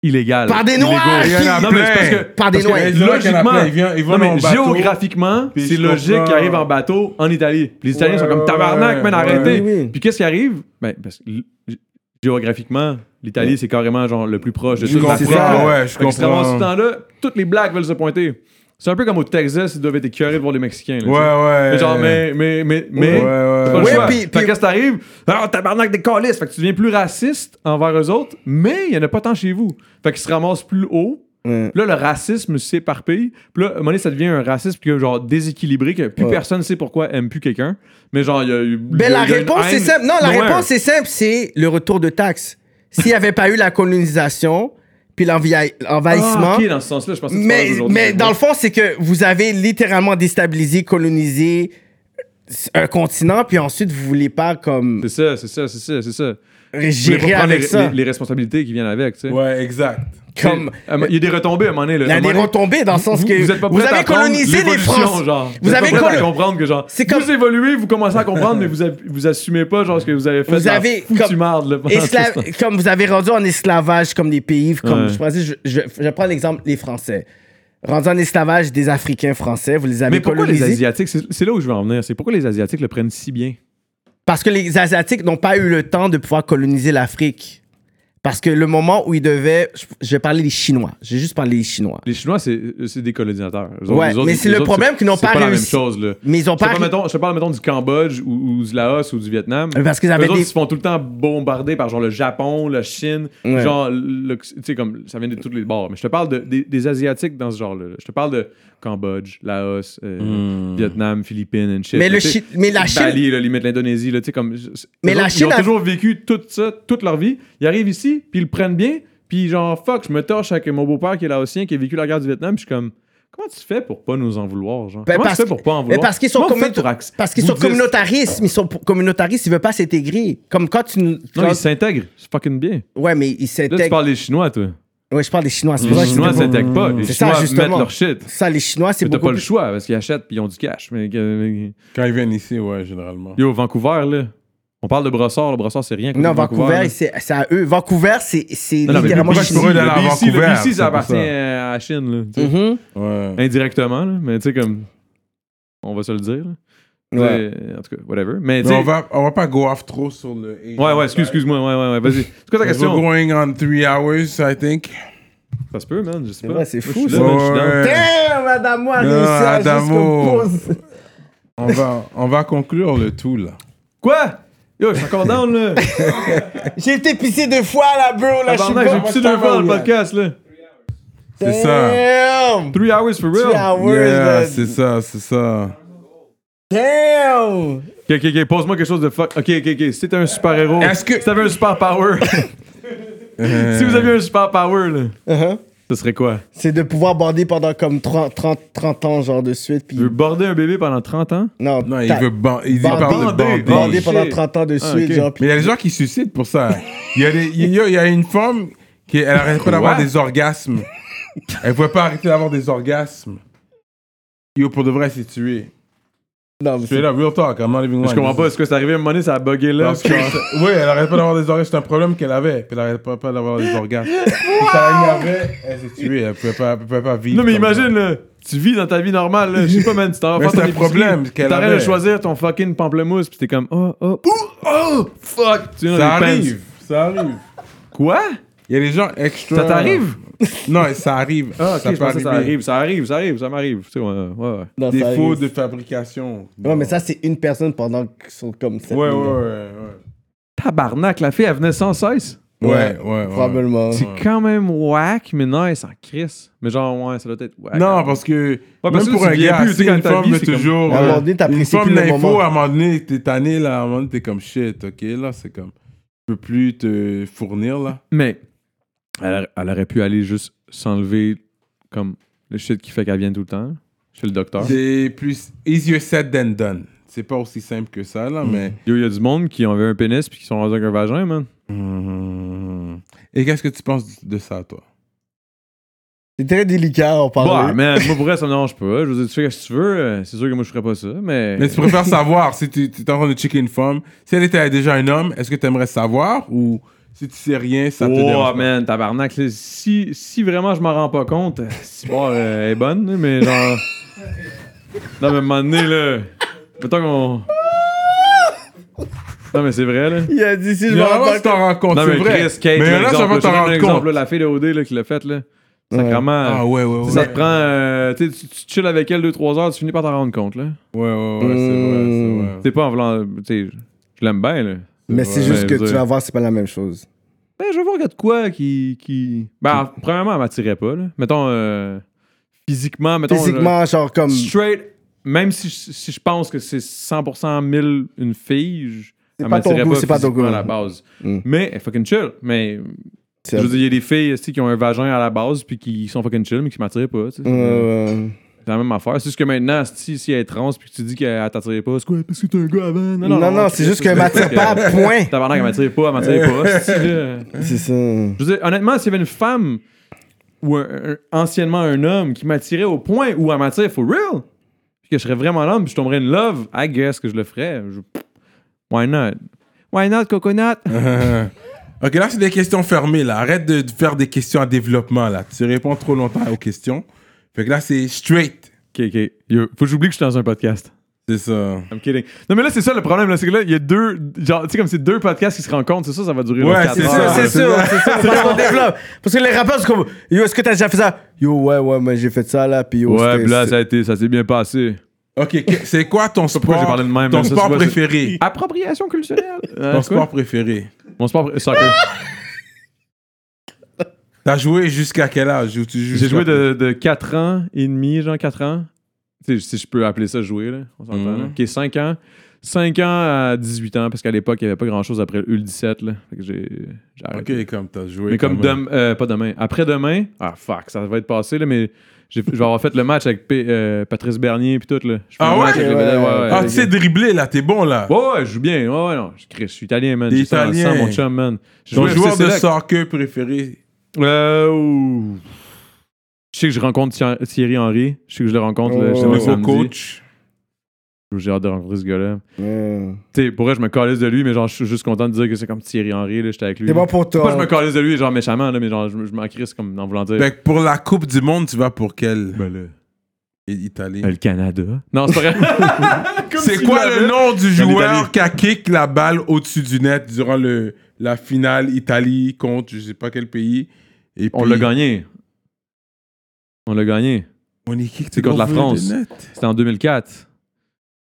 Speaker 4: illégaux.
Speaker 2: Par des
Speaker 4: Illégaux.
Speaker 2: Noirs
Speaker 3: Il y en a
Speaker 2: qui-
Speaker 4: Non, mais c'est parce
Speaker 3: plein.
Speaker 4: que
Speaker 2: Par des
Speaker 4: parce que
Speaker 2: Noirs.
Speaker 3: Il y en a qui en a
Speaker 4: Logiquement,
Speaker 3: plein. Ils viennent- ils vont
Speaker 4: non, mais
Speaker 3: en bateau,
Speaker 4: géographiquement,
Speaker 3: puis
Speaker 4: c'est
Speaker 3: je
Speaker 4: logique
Speaker 3: comprends.
Speaker 4: qu'ils arrivent en bateau en Italie. Puis les Italiens
Speaker 3: Ouais,
Speaker 4: sont
Speaker 3: ouais,
Speaker 4: comme tabarnak,
Speaker 3: ouais,
Speaker 4: man, arrêtez.
Speaker 2: ouais. Oui, oui.
Speaker 4: Puis qu'est-ce qui arrive Ben, parce que l- géographiquement, l'Italie, c'est carrément genre le plus proche de
Speaker 3: Je
Speaker 4: toute la
Speaker 3: comprends, ouais, je
Speaker 4: Fait qu'ils se ramassent ce
Speaker 3: comprends.
Speaker 4: temps-là, toutes les blagues veulent se pointer. C'est un peu comme au Texas, ils doivent être écœurés de voir les Mexicains. là,
Speaker 3: Ouais,
Speaker 4: tu sais.
Speaker 3: ouais.
Speaker 4: Mais genre, mais, mais, mais, mais.
Speaker 3: Ouais, ouais.
Speaker 4: t'as pas le
Speaker 2: Ouais,
Speaker 4: choix.
Speaker 2: puis-
Speaker 4: Fait
Speaker 2: puis-
Speaker 4: que qu'est-ce que t'arrives? Ah, tabarnak des calices! Fait que tu deviens plus raciste envers eux autres, mais il y en a pas tant chez vous. Fait qu'ils se ramassent plus haut.
Speaker 2: Ouais.
Speaker 4: Puis là, le racisme s'éparpille. Puis là, à un moment donné, ça devient un racisme qui est genre déséquilibré, que plus
Speaker 2: Ouais.
Speaker 4: personne sait pourquoi aime plus quelqu'un. Mais genre, il y a eu.
Speaker 2: Ben,
Speaker 4: il y a
Speaker 2: la
Speaker 4: une
Speaker 2: réponse,
Speaker 4: haine
Speaker 2: c'est simple. Non, la
Speaker 4: nowhere.
Speaker 2: réponse, c'est simple. C'est le retour de taxes. S'il n'y avait pas eu la colonisation, puis l'envi- l'envahissement.
Speaker 4: Ah, ok, dans ce sens-là, je pense que tu
Speaker 2: mais,
Speaker 4: parles d'aujourd'hui.
Speaker 2: mais dans le fond, c'est que vous avez littéralement déstabilisé, colonisé un continent, puis ensuite, vous voulez pas, comme,
Speaker 4: C'est ça, c'est ça, c'est ça, c'est ça. Vous voulez
Speaker 2: gérer
Speaker 4: pas prendre
Speaker 2: avec
Speaker 4: les,
Speaker 2: ça.
Speaker 4: les- les responsabilités qui viennent avec, tu sais.
Speaker 3: Ouais, exact.
Speaker 2: comme,
Speaker 4: Euh, Il y a des retombées à un moment donné. là.
Speaker 2: il y
Speaker 4: À
Speaker 2: a
Speaker 4: un
Speaker 2: des
Speaker 4: moment donné,
Speaker 2: retombées dans le sens
Speaker 4: vous,
Speaker 2: que
Speaker 4: vous êtes pas prêts à
Speaker 2: avez
Speaker 4: prendre
Speaker 2: colonisé les
Speaker 4: l'évolution,
Speaker 2: Français.
Speaker 4: Genre. Vous,
Speaker 2: Vous
Speaker 4: êtes
Speaker 2: avez
Speaker 4: pas prêts à
Speaker 2: colo-
Speaker 4: comprendre que genre,
Speaker 2: C'est comme-
Speaker 4: vous évoluez, vous commencez à comprendre, mais vous, a- vous assumez pas genre ce que vous avez fait.
Speaker 2: Vous
Speaker 4: de la
Speaker 2: avez
Speaker 4: foutue
Speaker 2: comme-
Speaker 4: marde, là, pendant
Speaker 2: Escla-
Speaker 4: tout ce temps.
Speaker 2: comme vous avez rendu en esclavage comme des pays, comme
Speaker 4: Ouais.
Speaker 2: je, pensais, je, je, je prends l'exemple les Français. Rendu en esclavage des Africains français, vous les avez
Speaker 4: Mais pourquoi les
Speaker 2: colonisés.
Speaker 4: Asiatiques C'est c'est là où je veux en venir. C'est pourquoi les Asiatiques le prennent si bien.
Speaker 2: Parce que les Asiatiques n'ont pas eu le temps de pouvoir coloniser l'Afrique. Parce que le moment où ils devaient. Je, je vais parler des Chinois. J'ai juste parlé des Chinois.
Speaker 4: Les Chinois, c'est c'est des colonisateurs. Eux autres-
Speaker 2: Ouais,
Speaker 4: eux autres-
Speaker 2: mais c'est
Speaker 4: eux
Speaker 2: le
Speaker 4: autres,
Speaker 2: problème qu'ils n'ont
Speaker 4: c'est
Speaker 2: pas
Speaker 4: la même
Speaker 2: réussi.
Speaker 4: chose. Là.
Speaker 2: Mais ils ont
Speaker 4: Je te,
Speaker 2: pas.
Speaker 4: parle, mettons, je te parle, mettons, du Cambodge ou, ou du Laos ou du Vietnam.
Speaker 2: Parce qu'ils
Speaker 4: Eux
Speaker 2: avaient
Speaker 4: autres,
Speaker 2: Ah, des.
Speaker 4: ils se font tout le temps bombarder par genre le Japon, la Chine,
Speaker 2: Ouais.
Speaker 4: genre, le- tu sais, comme ça vient de tous les bords. Mais je te parle de- des, des Asiatiques dans ce genre-là. Je te parle de Cambodge, Laos, euh, Vietnam, Philippines, and shit.
Speaker 2: Hmm. Mais, le
Speaker 4: Tu sais,
Speaker 2: Chi- mais la Chine.
Speaker 4: Bali, là, limite l'Indonésie, là, tu sais, comme.
Speaker 2: Mais
Speaker 4: eux
Speaker 2: la
Speaker 4: autres,
Speaker 2: Chine
Speaker 4: Ils ont
Speaker 2: a-
Speaker 4: toujours vécu tout ça, toute leur vie. Ils arrivent ici, puis ils le prennent bien, puis genre, fuck, je me torche avec mon beau-père qui est laotien, qui a vécu la guerre du Vietnam, puis je suis comme. Comment tu fais pour pas nous en vouloir, genre?
Speaker 2: Ben,
Speaker 4: Comment
Speaker 2: parce
Speaker 4: tu
Speaker 2: que-
Speaker 4: fais pour pas en
Speaker 2: Mais
Speaker 4: vouloir?
Speaker 2: parce qu'ils sont,
Speaker 4: Comment vous
Speaker 2: communaut-
Speaker 4: faites pour acc-
Speaker 2: parce qu'ils sont
Speaker 4: vous dire-
Speaker 2: communautaristes. Ils sont p- communautaristes. Ils veulent pas s'intégrer. Comme quand tu. nous-
Speaker 4: Non,
Speaker 2: quand-
Speaker 4: ils s'intègrent. C'est fucking bien.
Speaker 2: Ouais, mais ils
Speaker 4: Là, tu
Speaker 2: s'intègrent.
Speaker 4: parles des Chinois, toi.
Speaker 2: Ouais, je parle des Chinois. c'est pour ça
Speaker 4: Les
Speaker 2: que je
Speaker 4: Chinois
Speaker 2: dis-
Speaker 4: s'intègrent pas. Les
Speaker 2: C'est ça,
Speaker 4: Chinois
Speaker 2: justement.
Speaker 4: mettent leur shit.
Speaker 2: Ça, les Chinois, c'est
Speaker 4: Mais T'as
Speaker 2: beaucoup
Speaker 4: pas le
Speaker 2: plus-
Speaker 4: choix parce qu'ils achètent puis ils ont du cash. Mais, que-
Speaker 3: Quand ils viennent ici, ouais, généralement.
Speaker 4: yo, Vancouver, là. On parle de brossard. Le brossard, c'est rien.
Speaker 2: Non,
Speaker 4: contre là.
Speaker 2: Vancouver, c'est c'est à eux. Vancouver, c'est c'est
Speaker 4: Non, non, mais
Speaker 2: littéralement
Speaker 3: pourquoi je
Speaker 2: chinois.
Speaker 3: pourrais d'aller à
Speaker 4: le BC, le
Speaker 3: Vancouver,
Speaker 4: BC,
Speaker 3: c'est pour
Speaker 4: ça appartient
Speaker 3: ça.
Speaker 4: à la Chine, là. tu sais.
Speaker 2: Mhm.
Speaker 3: Ouais.
Speaker 4: Indirectement, là. Mais tu sais, comme. On va se le dire, là. Tu
Speaker 2: Ouais.
Speaker 4: sais, En tout cas, whatever. Mais tu
Speaker 3: Mais
Speaker 4: sais.
Speaker 3: on va, on va pas go off trop sur le.
Speaker 4: Ouais, ouais, excuse, excuse-moi. Ouais, ouais, ouais. Vas-y. C'est quoi ta
Speaker 3: We're
Speaker 4: question?
Speaker 3: going on three hours, I think.
Speaker 4: Ça se peut, man. Je sais
Speaker 2: vrai,
Speaker 4: pas.
Speaker 2: c'est
Speaker 4: Moi, je
Speaker 2: fou,
Speaker 4: suis
Speaker 2: ça.
Speaker 4: là, man, je suis down.
Speaker 3: Ouais.
Speaker 2: Damn, Adamo a
Speaker 3: Non,
Speaker 2: réussi à
Speaker 3: Adamo.
Speaker 2: jusqu'au pause.
Speaker 3: On va, on va conclure le tout, là.
Speaker 4: Quoi? Yo, je suis encore down, là.
Speaker 2: J'ai été pissé deux fois là, bro. Là, je suis
Speaker 4: Tabarnak, J'ai
Speaker 2: pas...
Speaker 4: pissé deux fois dans le podcast, là.
Speaker 3: C'est ça.
Speaker 2: Damn!
Speaker 4: Three hours for
Speaker 2: Three
Speaker 4: real.
Speaker 2: hours,
Speaker 3: Yeah,
Speaker 2: là.
Speaker 3: c'est ça, c'est ça.
Speaker 2: Damn!
Speaker 4: Ok, ok, ok, pose-moi quelque chose de fuck. Ok, ok, ok. Si t'es un super héros,
Speaker 3: Est-ce que-
Speaker 4: si t'avais un super power, si vous
Speaker 3: Euh,
Speaker 4: aviez un super power, là,
Speaker 2: Uh-huh.
Speaker 4: ce serait quoi?
Speaker 2: C'est de pouvoir border pendant comme 30, 30, 30 ans, genre de suite. Puis...
Speaker 4: Tu veux border un bébé pendant 30 ans?
Speaker 2: Non,
Speaker 3: Non, il
Speaker 2: t'as-
Speaker 3: veut ban- il dit-
Speaker 2: Ban-
Speaker 3: parle de
Speaker 4: bander,
Speaker 3: bander.
Speaker 4: bander.
Speaker 2: border pendant
Speaker 4: shit.
Speaker 2: 30 ans de
Speaker 4: Ah,
Speaker 2: suite,
Speaker 4: ok.
Speaker 2: genre.
Speaker 3: Mais
Speaker 2: Puis...
Speaker 3: il y a des gens qui se suicident pour ça. Il y a, des, il y a- il y a une femme qui elle arrête pas d'avoir
Speaker 4: Quoi?
Speaker 3: des orgasmes. Elle pouvait pas arrêter d'avoir des orgasmes. Yo, pour de vrai, c'est tué.
Speaker 2: Non, mais
Speaker 3: Straight
Speaker 2: c'est-
Speaker 3: up, real talk, I'm not even
Speaker 4: Je
Speaker 3: lying.
Speaker 4: comprends pas, est-ce que c'est arrivé à un moment donné, ça a bugué là?
Speaker 3: Parce que- oui, elle arrête pas d'avoir des orgasmes. C'est un problème qu'elle avait. Puis elle arrête pas, pas d'avoir des orgasmes. Puis ça l'a énervé. Elle s'est tuée. Elle pouvait pas, elle pouvait pas vivre.
Speaker 4: Non, mais
Speaker 3: comme ça.
Speaker 4: imagine, là, tu vis dans ta vie normale. là. Je sais pas, man, tu t'en vas
Speaker 3: Mais
Speaker 4: faire
Speaker 3: c'est
Speaker 4: ton
Speaker 3: un
Speaker 4: épicerie,
Speaker 3: problème qu'elle
Speaker 4: T'arrêtes
Speaker 3: avait.
Speaker 4: de choisir ton fucking pamplemousse, puis t'es comme, oh, oh, ouh, oh, fuck. Tu viens
Speaker 3: Ça
Speaker 4: dans les pants.
Speaker 3: arrive, ça arrive.
Speaker 4: Quoi?
Speaker 3: Il y a des gens extra.
Speaker 4: Ça t'arrive?
Speaker 3: Non, ça arrive.
Speaker 4: Ah, ok,
Speaker 3: ça
Speaker 4: je
Speaker 3: peut
Speaker 4: pensais que
Speaker 3: arriver.
Speaker 4: ça arrive, ça arrive, ça arrive, ça m'arrive. Tu sais, ouais, ouais, ouais.
Speaker 2: Non, ça
Speaker 3: Défaut
Speaker 2: arrive.
Speaker 3: de fabrication.
Speaker 2: Ouais, mais ça, c'est une personne pendant qu'ils sont comme ça.
Speaker 3: Ouais, ouais, ouais. ouais.
Speaker 4: Tabarnak, la fille, elle venait sans cesse.
Speaker 3: Ouais, ouais, ouais.
Speaker 2: Probablement.
Speaker 4: C'est quand même whack, mais nice en crisse. Mais genre, ouais, ça doit être whack.
Speaker 3: Non, parce que
Speaker 4: parce
Speaker 3: même
Speaker 4: que
Speaker 3: pour
Speaker 4: tu
Speaker 3: un
Speaker 4: viens
Speaker 3: gars,
Speaker 4: plus, tu sais,
Speaker 3: si
Speaker 4: quand
Speaker 3: une
Speaker 4: ta
Speaker 3: femme
Speaker 4: vie,
Speaker 3: veut
Speaker 4: c'est comme-
Speaker 3: toujours...
Speaker 2: À un
Speaker 3: euh,
Speaker 2: moment donné,
Speaker 3: Une
Speaker 2: t'apprécies
Speaker 3: forme
Speaker 2: plus le
Speaker 3: d'info,
Speaker 2: moment.
Speaker 3: à un moment donné, t'es tanné, là, à un moment donné, t'es comme shit, ok, là, c'est comme, je peux plus te fournir, là.
Speaker 4: Mais elle, elle aurait pu aller juste s'enlever comme le shit qui fait qu'elle vient tout le temps chez le
Speaker 2: Ah.
Speaker 4: docteur.
Speaker 3: C'est plus easier said than done. C'est pas aussi simple que ça, là, mais.
Speaker 4: Yo, Il y a du monde qui ont vu un pénis puis qui sont rendus avec un vagin, man.
Speaker 2: Mm-hmm.
Speaker 3: Mhm. Et qu'est-ce que tu penses de ça, toi?
Speaker 2: C'est très délicat à en
Speaker 4: Bah,
Speaker 2: parler.
Speaker 4: man, moi pour vrai, ça me dérange pas. Je veux dire, tu fais ce que tu veux, euh, c'est sûr que moi je ferais pas ça,
Speaker 2: Eh.
Speaker 4: mais.
Speaker 3: Mais tu préfères savoir si tu tu es en train de checker une femme. Si elle était déjà un homme, est-ce que tu aimerais savoir ou si tu sais rien, ça te
Speaker 4: oh
Speaker 3: dérange pas?
Speaker 4: man, tabarnak. là, Si, si vraiment je m'en rends pas compte, si bon, euh, elle est bonne, mais genre. Non, mais à un moment donné, là. Mettons qu'on. Non, mais c'est vrai, là.
Speaker 2: Il a dit si je
Speaker 3: Il
Speaker 2: me
Speaker 3: y en a
Speaker 2: rends
Speaker 3: pas qui
Speaker 2: pas
Speaker 3: t'en rends compte,
Speaker 4: Non,
Speaker 3: c'est
Speaker 4: mais
Speaker 3: vrai.
Speaker 4: Chris, Kate,
Speaker 3: mais il y en a,
Speaker 4: là,
Speaker 3: ça va t'en rendre compte.
Speaker 4: la fille de OD là, qui l'a faite, là. Sacrément.
Speaker 3: Ah ouais, ouais, ouais.
Speaker 4: Ça te prend. euh, tu, sais, tu tu chilles avec elle 2-3 heures, tu finis par t'en rendre compte, là.
Speaker 3: Ouais, ouais, ouais, c'est
Speaker 2: Mm.
Speaker 3: vrai, c'est vrai.
Speaker 4: T'es pas en voulant. Tu sais, je l'aime bien, là.
Speaker 2: Mais c'est
Speaker 3: Ouais,
Speaker 2: juste que
Speaker 4: je veux
Speaker 2: tu
Speaker 4: dire.
Speaker 2: vas voir, c'est pas la même chose.
Speaker 4: Ben, je veux voir de quoi qui. qui... Ben, premièrement, elle m'attirait pas, là. Mettons, euh, physiquement, mettons.
Speaker 2: Physiquement, genre
Speaker 4: là,
Speaker 2: comme.
Speaker 4: straight, même si, je- si je pense que c'est 100% 1000 une fille, je-
Speaker 2: C'est
Speaker 4: elle
Speaker 2: pas ton
Speaker 4: m'attirait
Speaker 2: goût, c'est pas ton
Speaker 4: physiquement
Speaker 2: goût.
Speaker 4: à la base.
Speaker 2: Mm.
Speaker 4: Mais, elle est fucking chill. Mais, je veux dire, il y a des filles tu sais, qui ont un vagin à la base puis qui sont fucking chill, mais qui m'attirent pas, tu sais.
Speaker 2: Euh,
Speaker 4: C'est la même affaire. C'est juste que maintenant, si, si elle est trans puis que tu dis qu'elle t'attirait pas, c'est quoi, parce que t'es un gars avant? Non, non,
Speaker 2: Non, non, c'est juste qu'elle m'attire pas, point.
Speaker 4: Tabarnak, elle m'attirait pas, elle m'attirait pas. c'est-tu, là.
Speaker 2: C'est ça.
Speaker 4: Je veux dire, honnêtement, s'il y avait une femme ou un- un- anciennement un homme qui m'attirait au point où elle m'attire for real, puis que je serais vraiment l'homme, puis je tomberais une love, I guess que je le ferais. Je- Why not? Why not, coconut?
Speaker 3: Ok, là, c'est des questions fermées, là. Arrête de de faire des questions à développement, là. Tu réponds trop longtemps aux questions. Fait que là, c'est straight.
Speaker 4: ok, ok. Yo, faut que j'oublie que je suis dans un podcast.
Speaker 3: C'est ça.
Speaker 4: I'm kidding. Non, mais là, c'est ça le problème, là. C'est que là, il y a deux. Genre, tu sais, comme c'est deux podcasts qui se rencontrent, c'est ça, ça va durer
Speaker 3: Ouais,
Speaker 4: genre quatre
Speaker 3: c'est
Speaker 4: heures.
Speaker 3: ça,
Speaker 2: Ah, C'est
Speaker 3: c'est
Speaker 2: sûr,
Speaker 3: ça.
Speaker 2: c'est sûr. Parce qu'on développe. Parce que les rappeurs, c'est comme Yo, est-ce que t'as déjà fait ça Yo, ouais, ouais, mais j'ai fait ça là, puis yo,
Speaker 4: Ouais,
Speaker 2: c'était-
Speaker 4: puis là,
Speaker 2: c'était-
Speaker 4: ça a été, ça s'est bien passé.
Speaker 3: Ok, que- c'est quoi ton
Speaker 4: pourquoi
Speaker 3: sport,
Speaker 4: j'ai parlé de même,
Speaker 3: ton
Speaker 4: mais ça,
Speaker 3: sport
Speaker 4: c'est pas-
Speaker 3: préféré?
Speaker 4: Appropriation culturelle. Euh,
Speaker 3: Ton
Speaker 4: quoi?
Speaker 3: sport préféré.
Speaker 4: Mon sport. Soccer.
Speaker 3: T'as joué jusqu'à quel âge? Ou tu joues
Speaker 4: J'ai joué
Speaker 3: jusqu'à-
Speaker 4: de, de 4 ans et demi, genre 4 ans. Tu sais, si je peux appeler ça jouer, là. On s'entend, là.
Speaker 3: Mhm.
Speaker 4: Ok, 5 ans. 5 ans à 18 ans, parce qu'à l'époque, il n'y avait pas grand-chose après le 17, là. Fait que j'ai j'ai arrêté.
Speaker 3: Ok, comme t'as joué.
Speaker 4: mais comme
Speaker 3: quand même.
Speaker 4: dem- euh, pas demain. Après-demain, ah fuck, ça va être passé, là, mais j'ai- je vais avoir fait le match avec P- euh, Patrice Bernier puis tout, là. Je fais
Speaker 3: Ah
Speaker 4: le
Speaker 3: ouais?
Speaker 4: match avec les
Speaker 2: Ouais,
Speaker 4: Bédets,
Speaker 2: ouais,
Speaker 3: Ah, tu sais dribbler, là. T'es bon, là.
Speaker 4: Ouais, ouais, je joue bien. Ouais, ouais, non. Je, crie, je suis italien, man.
Speaker 3: T'es
Speaker 4: J'ai ça dans le sang,
Speaker 3: italien.
Speaker 4: mon chum, man. J'ai
Speaker 3: Ton
Speaker 4: joué au
Speaker 3: joueur
Speaker 4: FC
Speaker 3: de
Speaker 4: Select.
Speaker 3: soccer préféré?
Speaker 4: Euh, ouh. Je sais que je rencontre Thi- Thierry Henry. Je sais que je le rencontre le,
Speaker 2: Oh.
Speaker 4: je
Speaker 3: Le
Speaker 4: le
Speaker 3: nouveau
Speaker 4: samedi.
Speaker 3: coach?
Speaker 4: J'ai hâte de rencontrer ce gars-là.
Speaker 2: Ouais.
Speaker 4: Tu sais, pour vrai, je me calisse de lui, mais genre, je suis juste content de dire que c'est comme Thierry Henry, là, j'étais avec lui.
Speaker 2: C'est bon pour
Speaker 4: Pas que je me
Speaker 2: toi.
Speaker 4: calisse de lui, genre méchamment, là, mais genre, je, me- je m'en crisse comme en voulant dire.
Speaker 3: Fait que pour la Coupe du Monde, tu vas pour quel?
Speaker 4: Ben là,
Speaker 3: Italie.
Speaker 4: euh, le Canada. Non, c'est pas vrai. Comme
Speaker 3: C'est
Speaker 4: si
Speaker 3: quoi
Speaker 4: il
Speaker 3: le nom du
Speaker 4: En
Speaker 3: joueur
Speaker 4: Italie.
Speaker 3: qui a kick la balle au-dessus du net durant le, la finale Italie contre je sais pas quel pays et
Speaker 4: On
Speaker 3: puis,
Speaker 4: l'a gagné. On l'a gagné.
Speaker 3: On est kick
Speaker 4: C'est contre la
Speaker 3: au-dessus
Speaker 4: France.
Speaker 3: du net.
Speaker 4: C'était en 2004.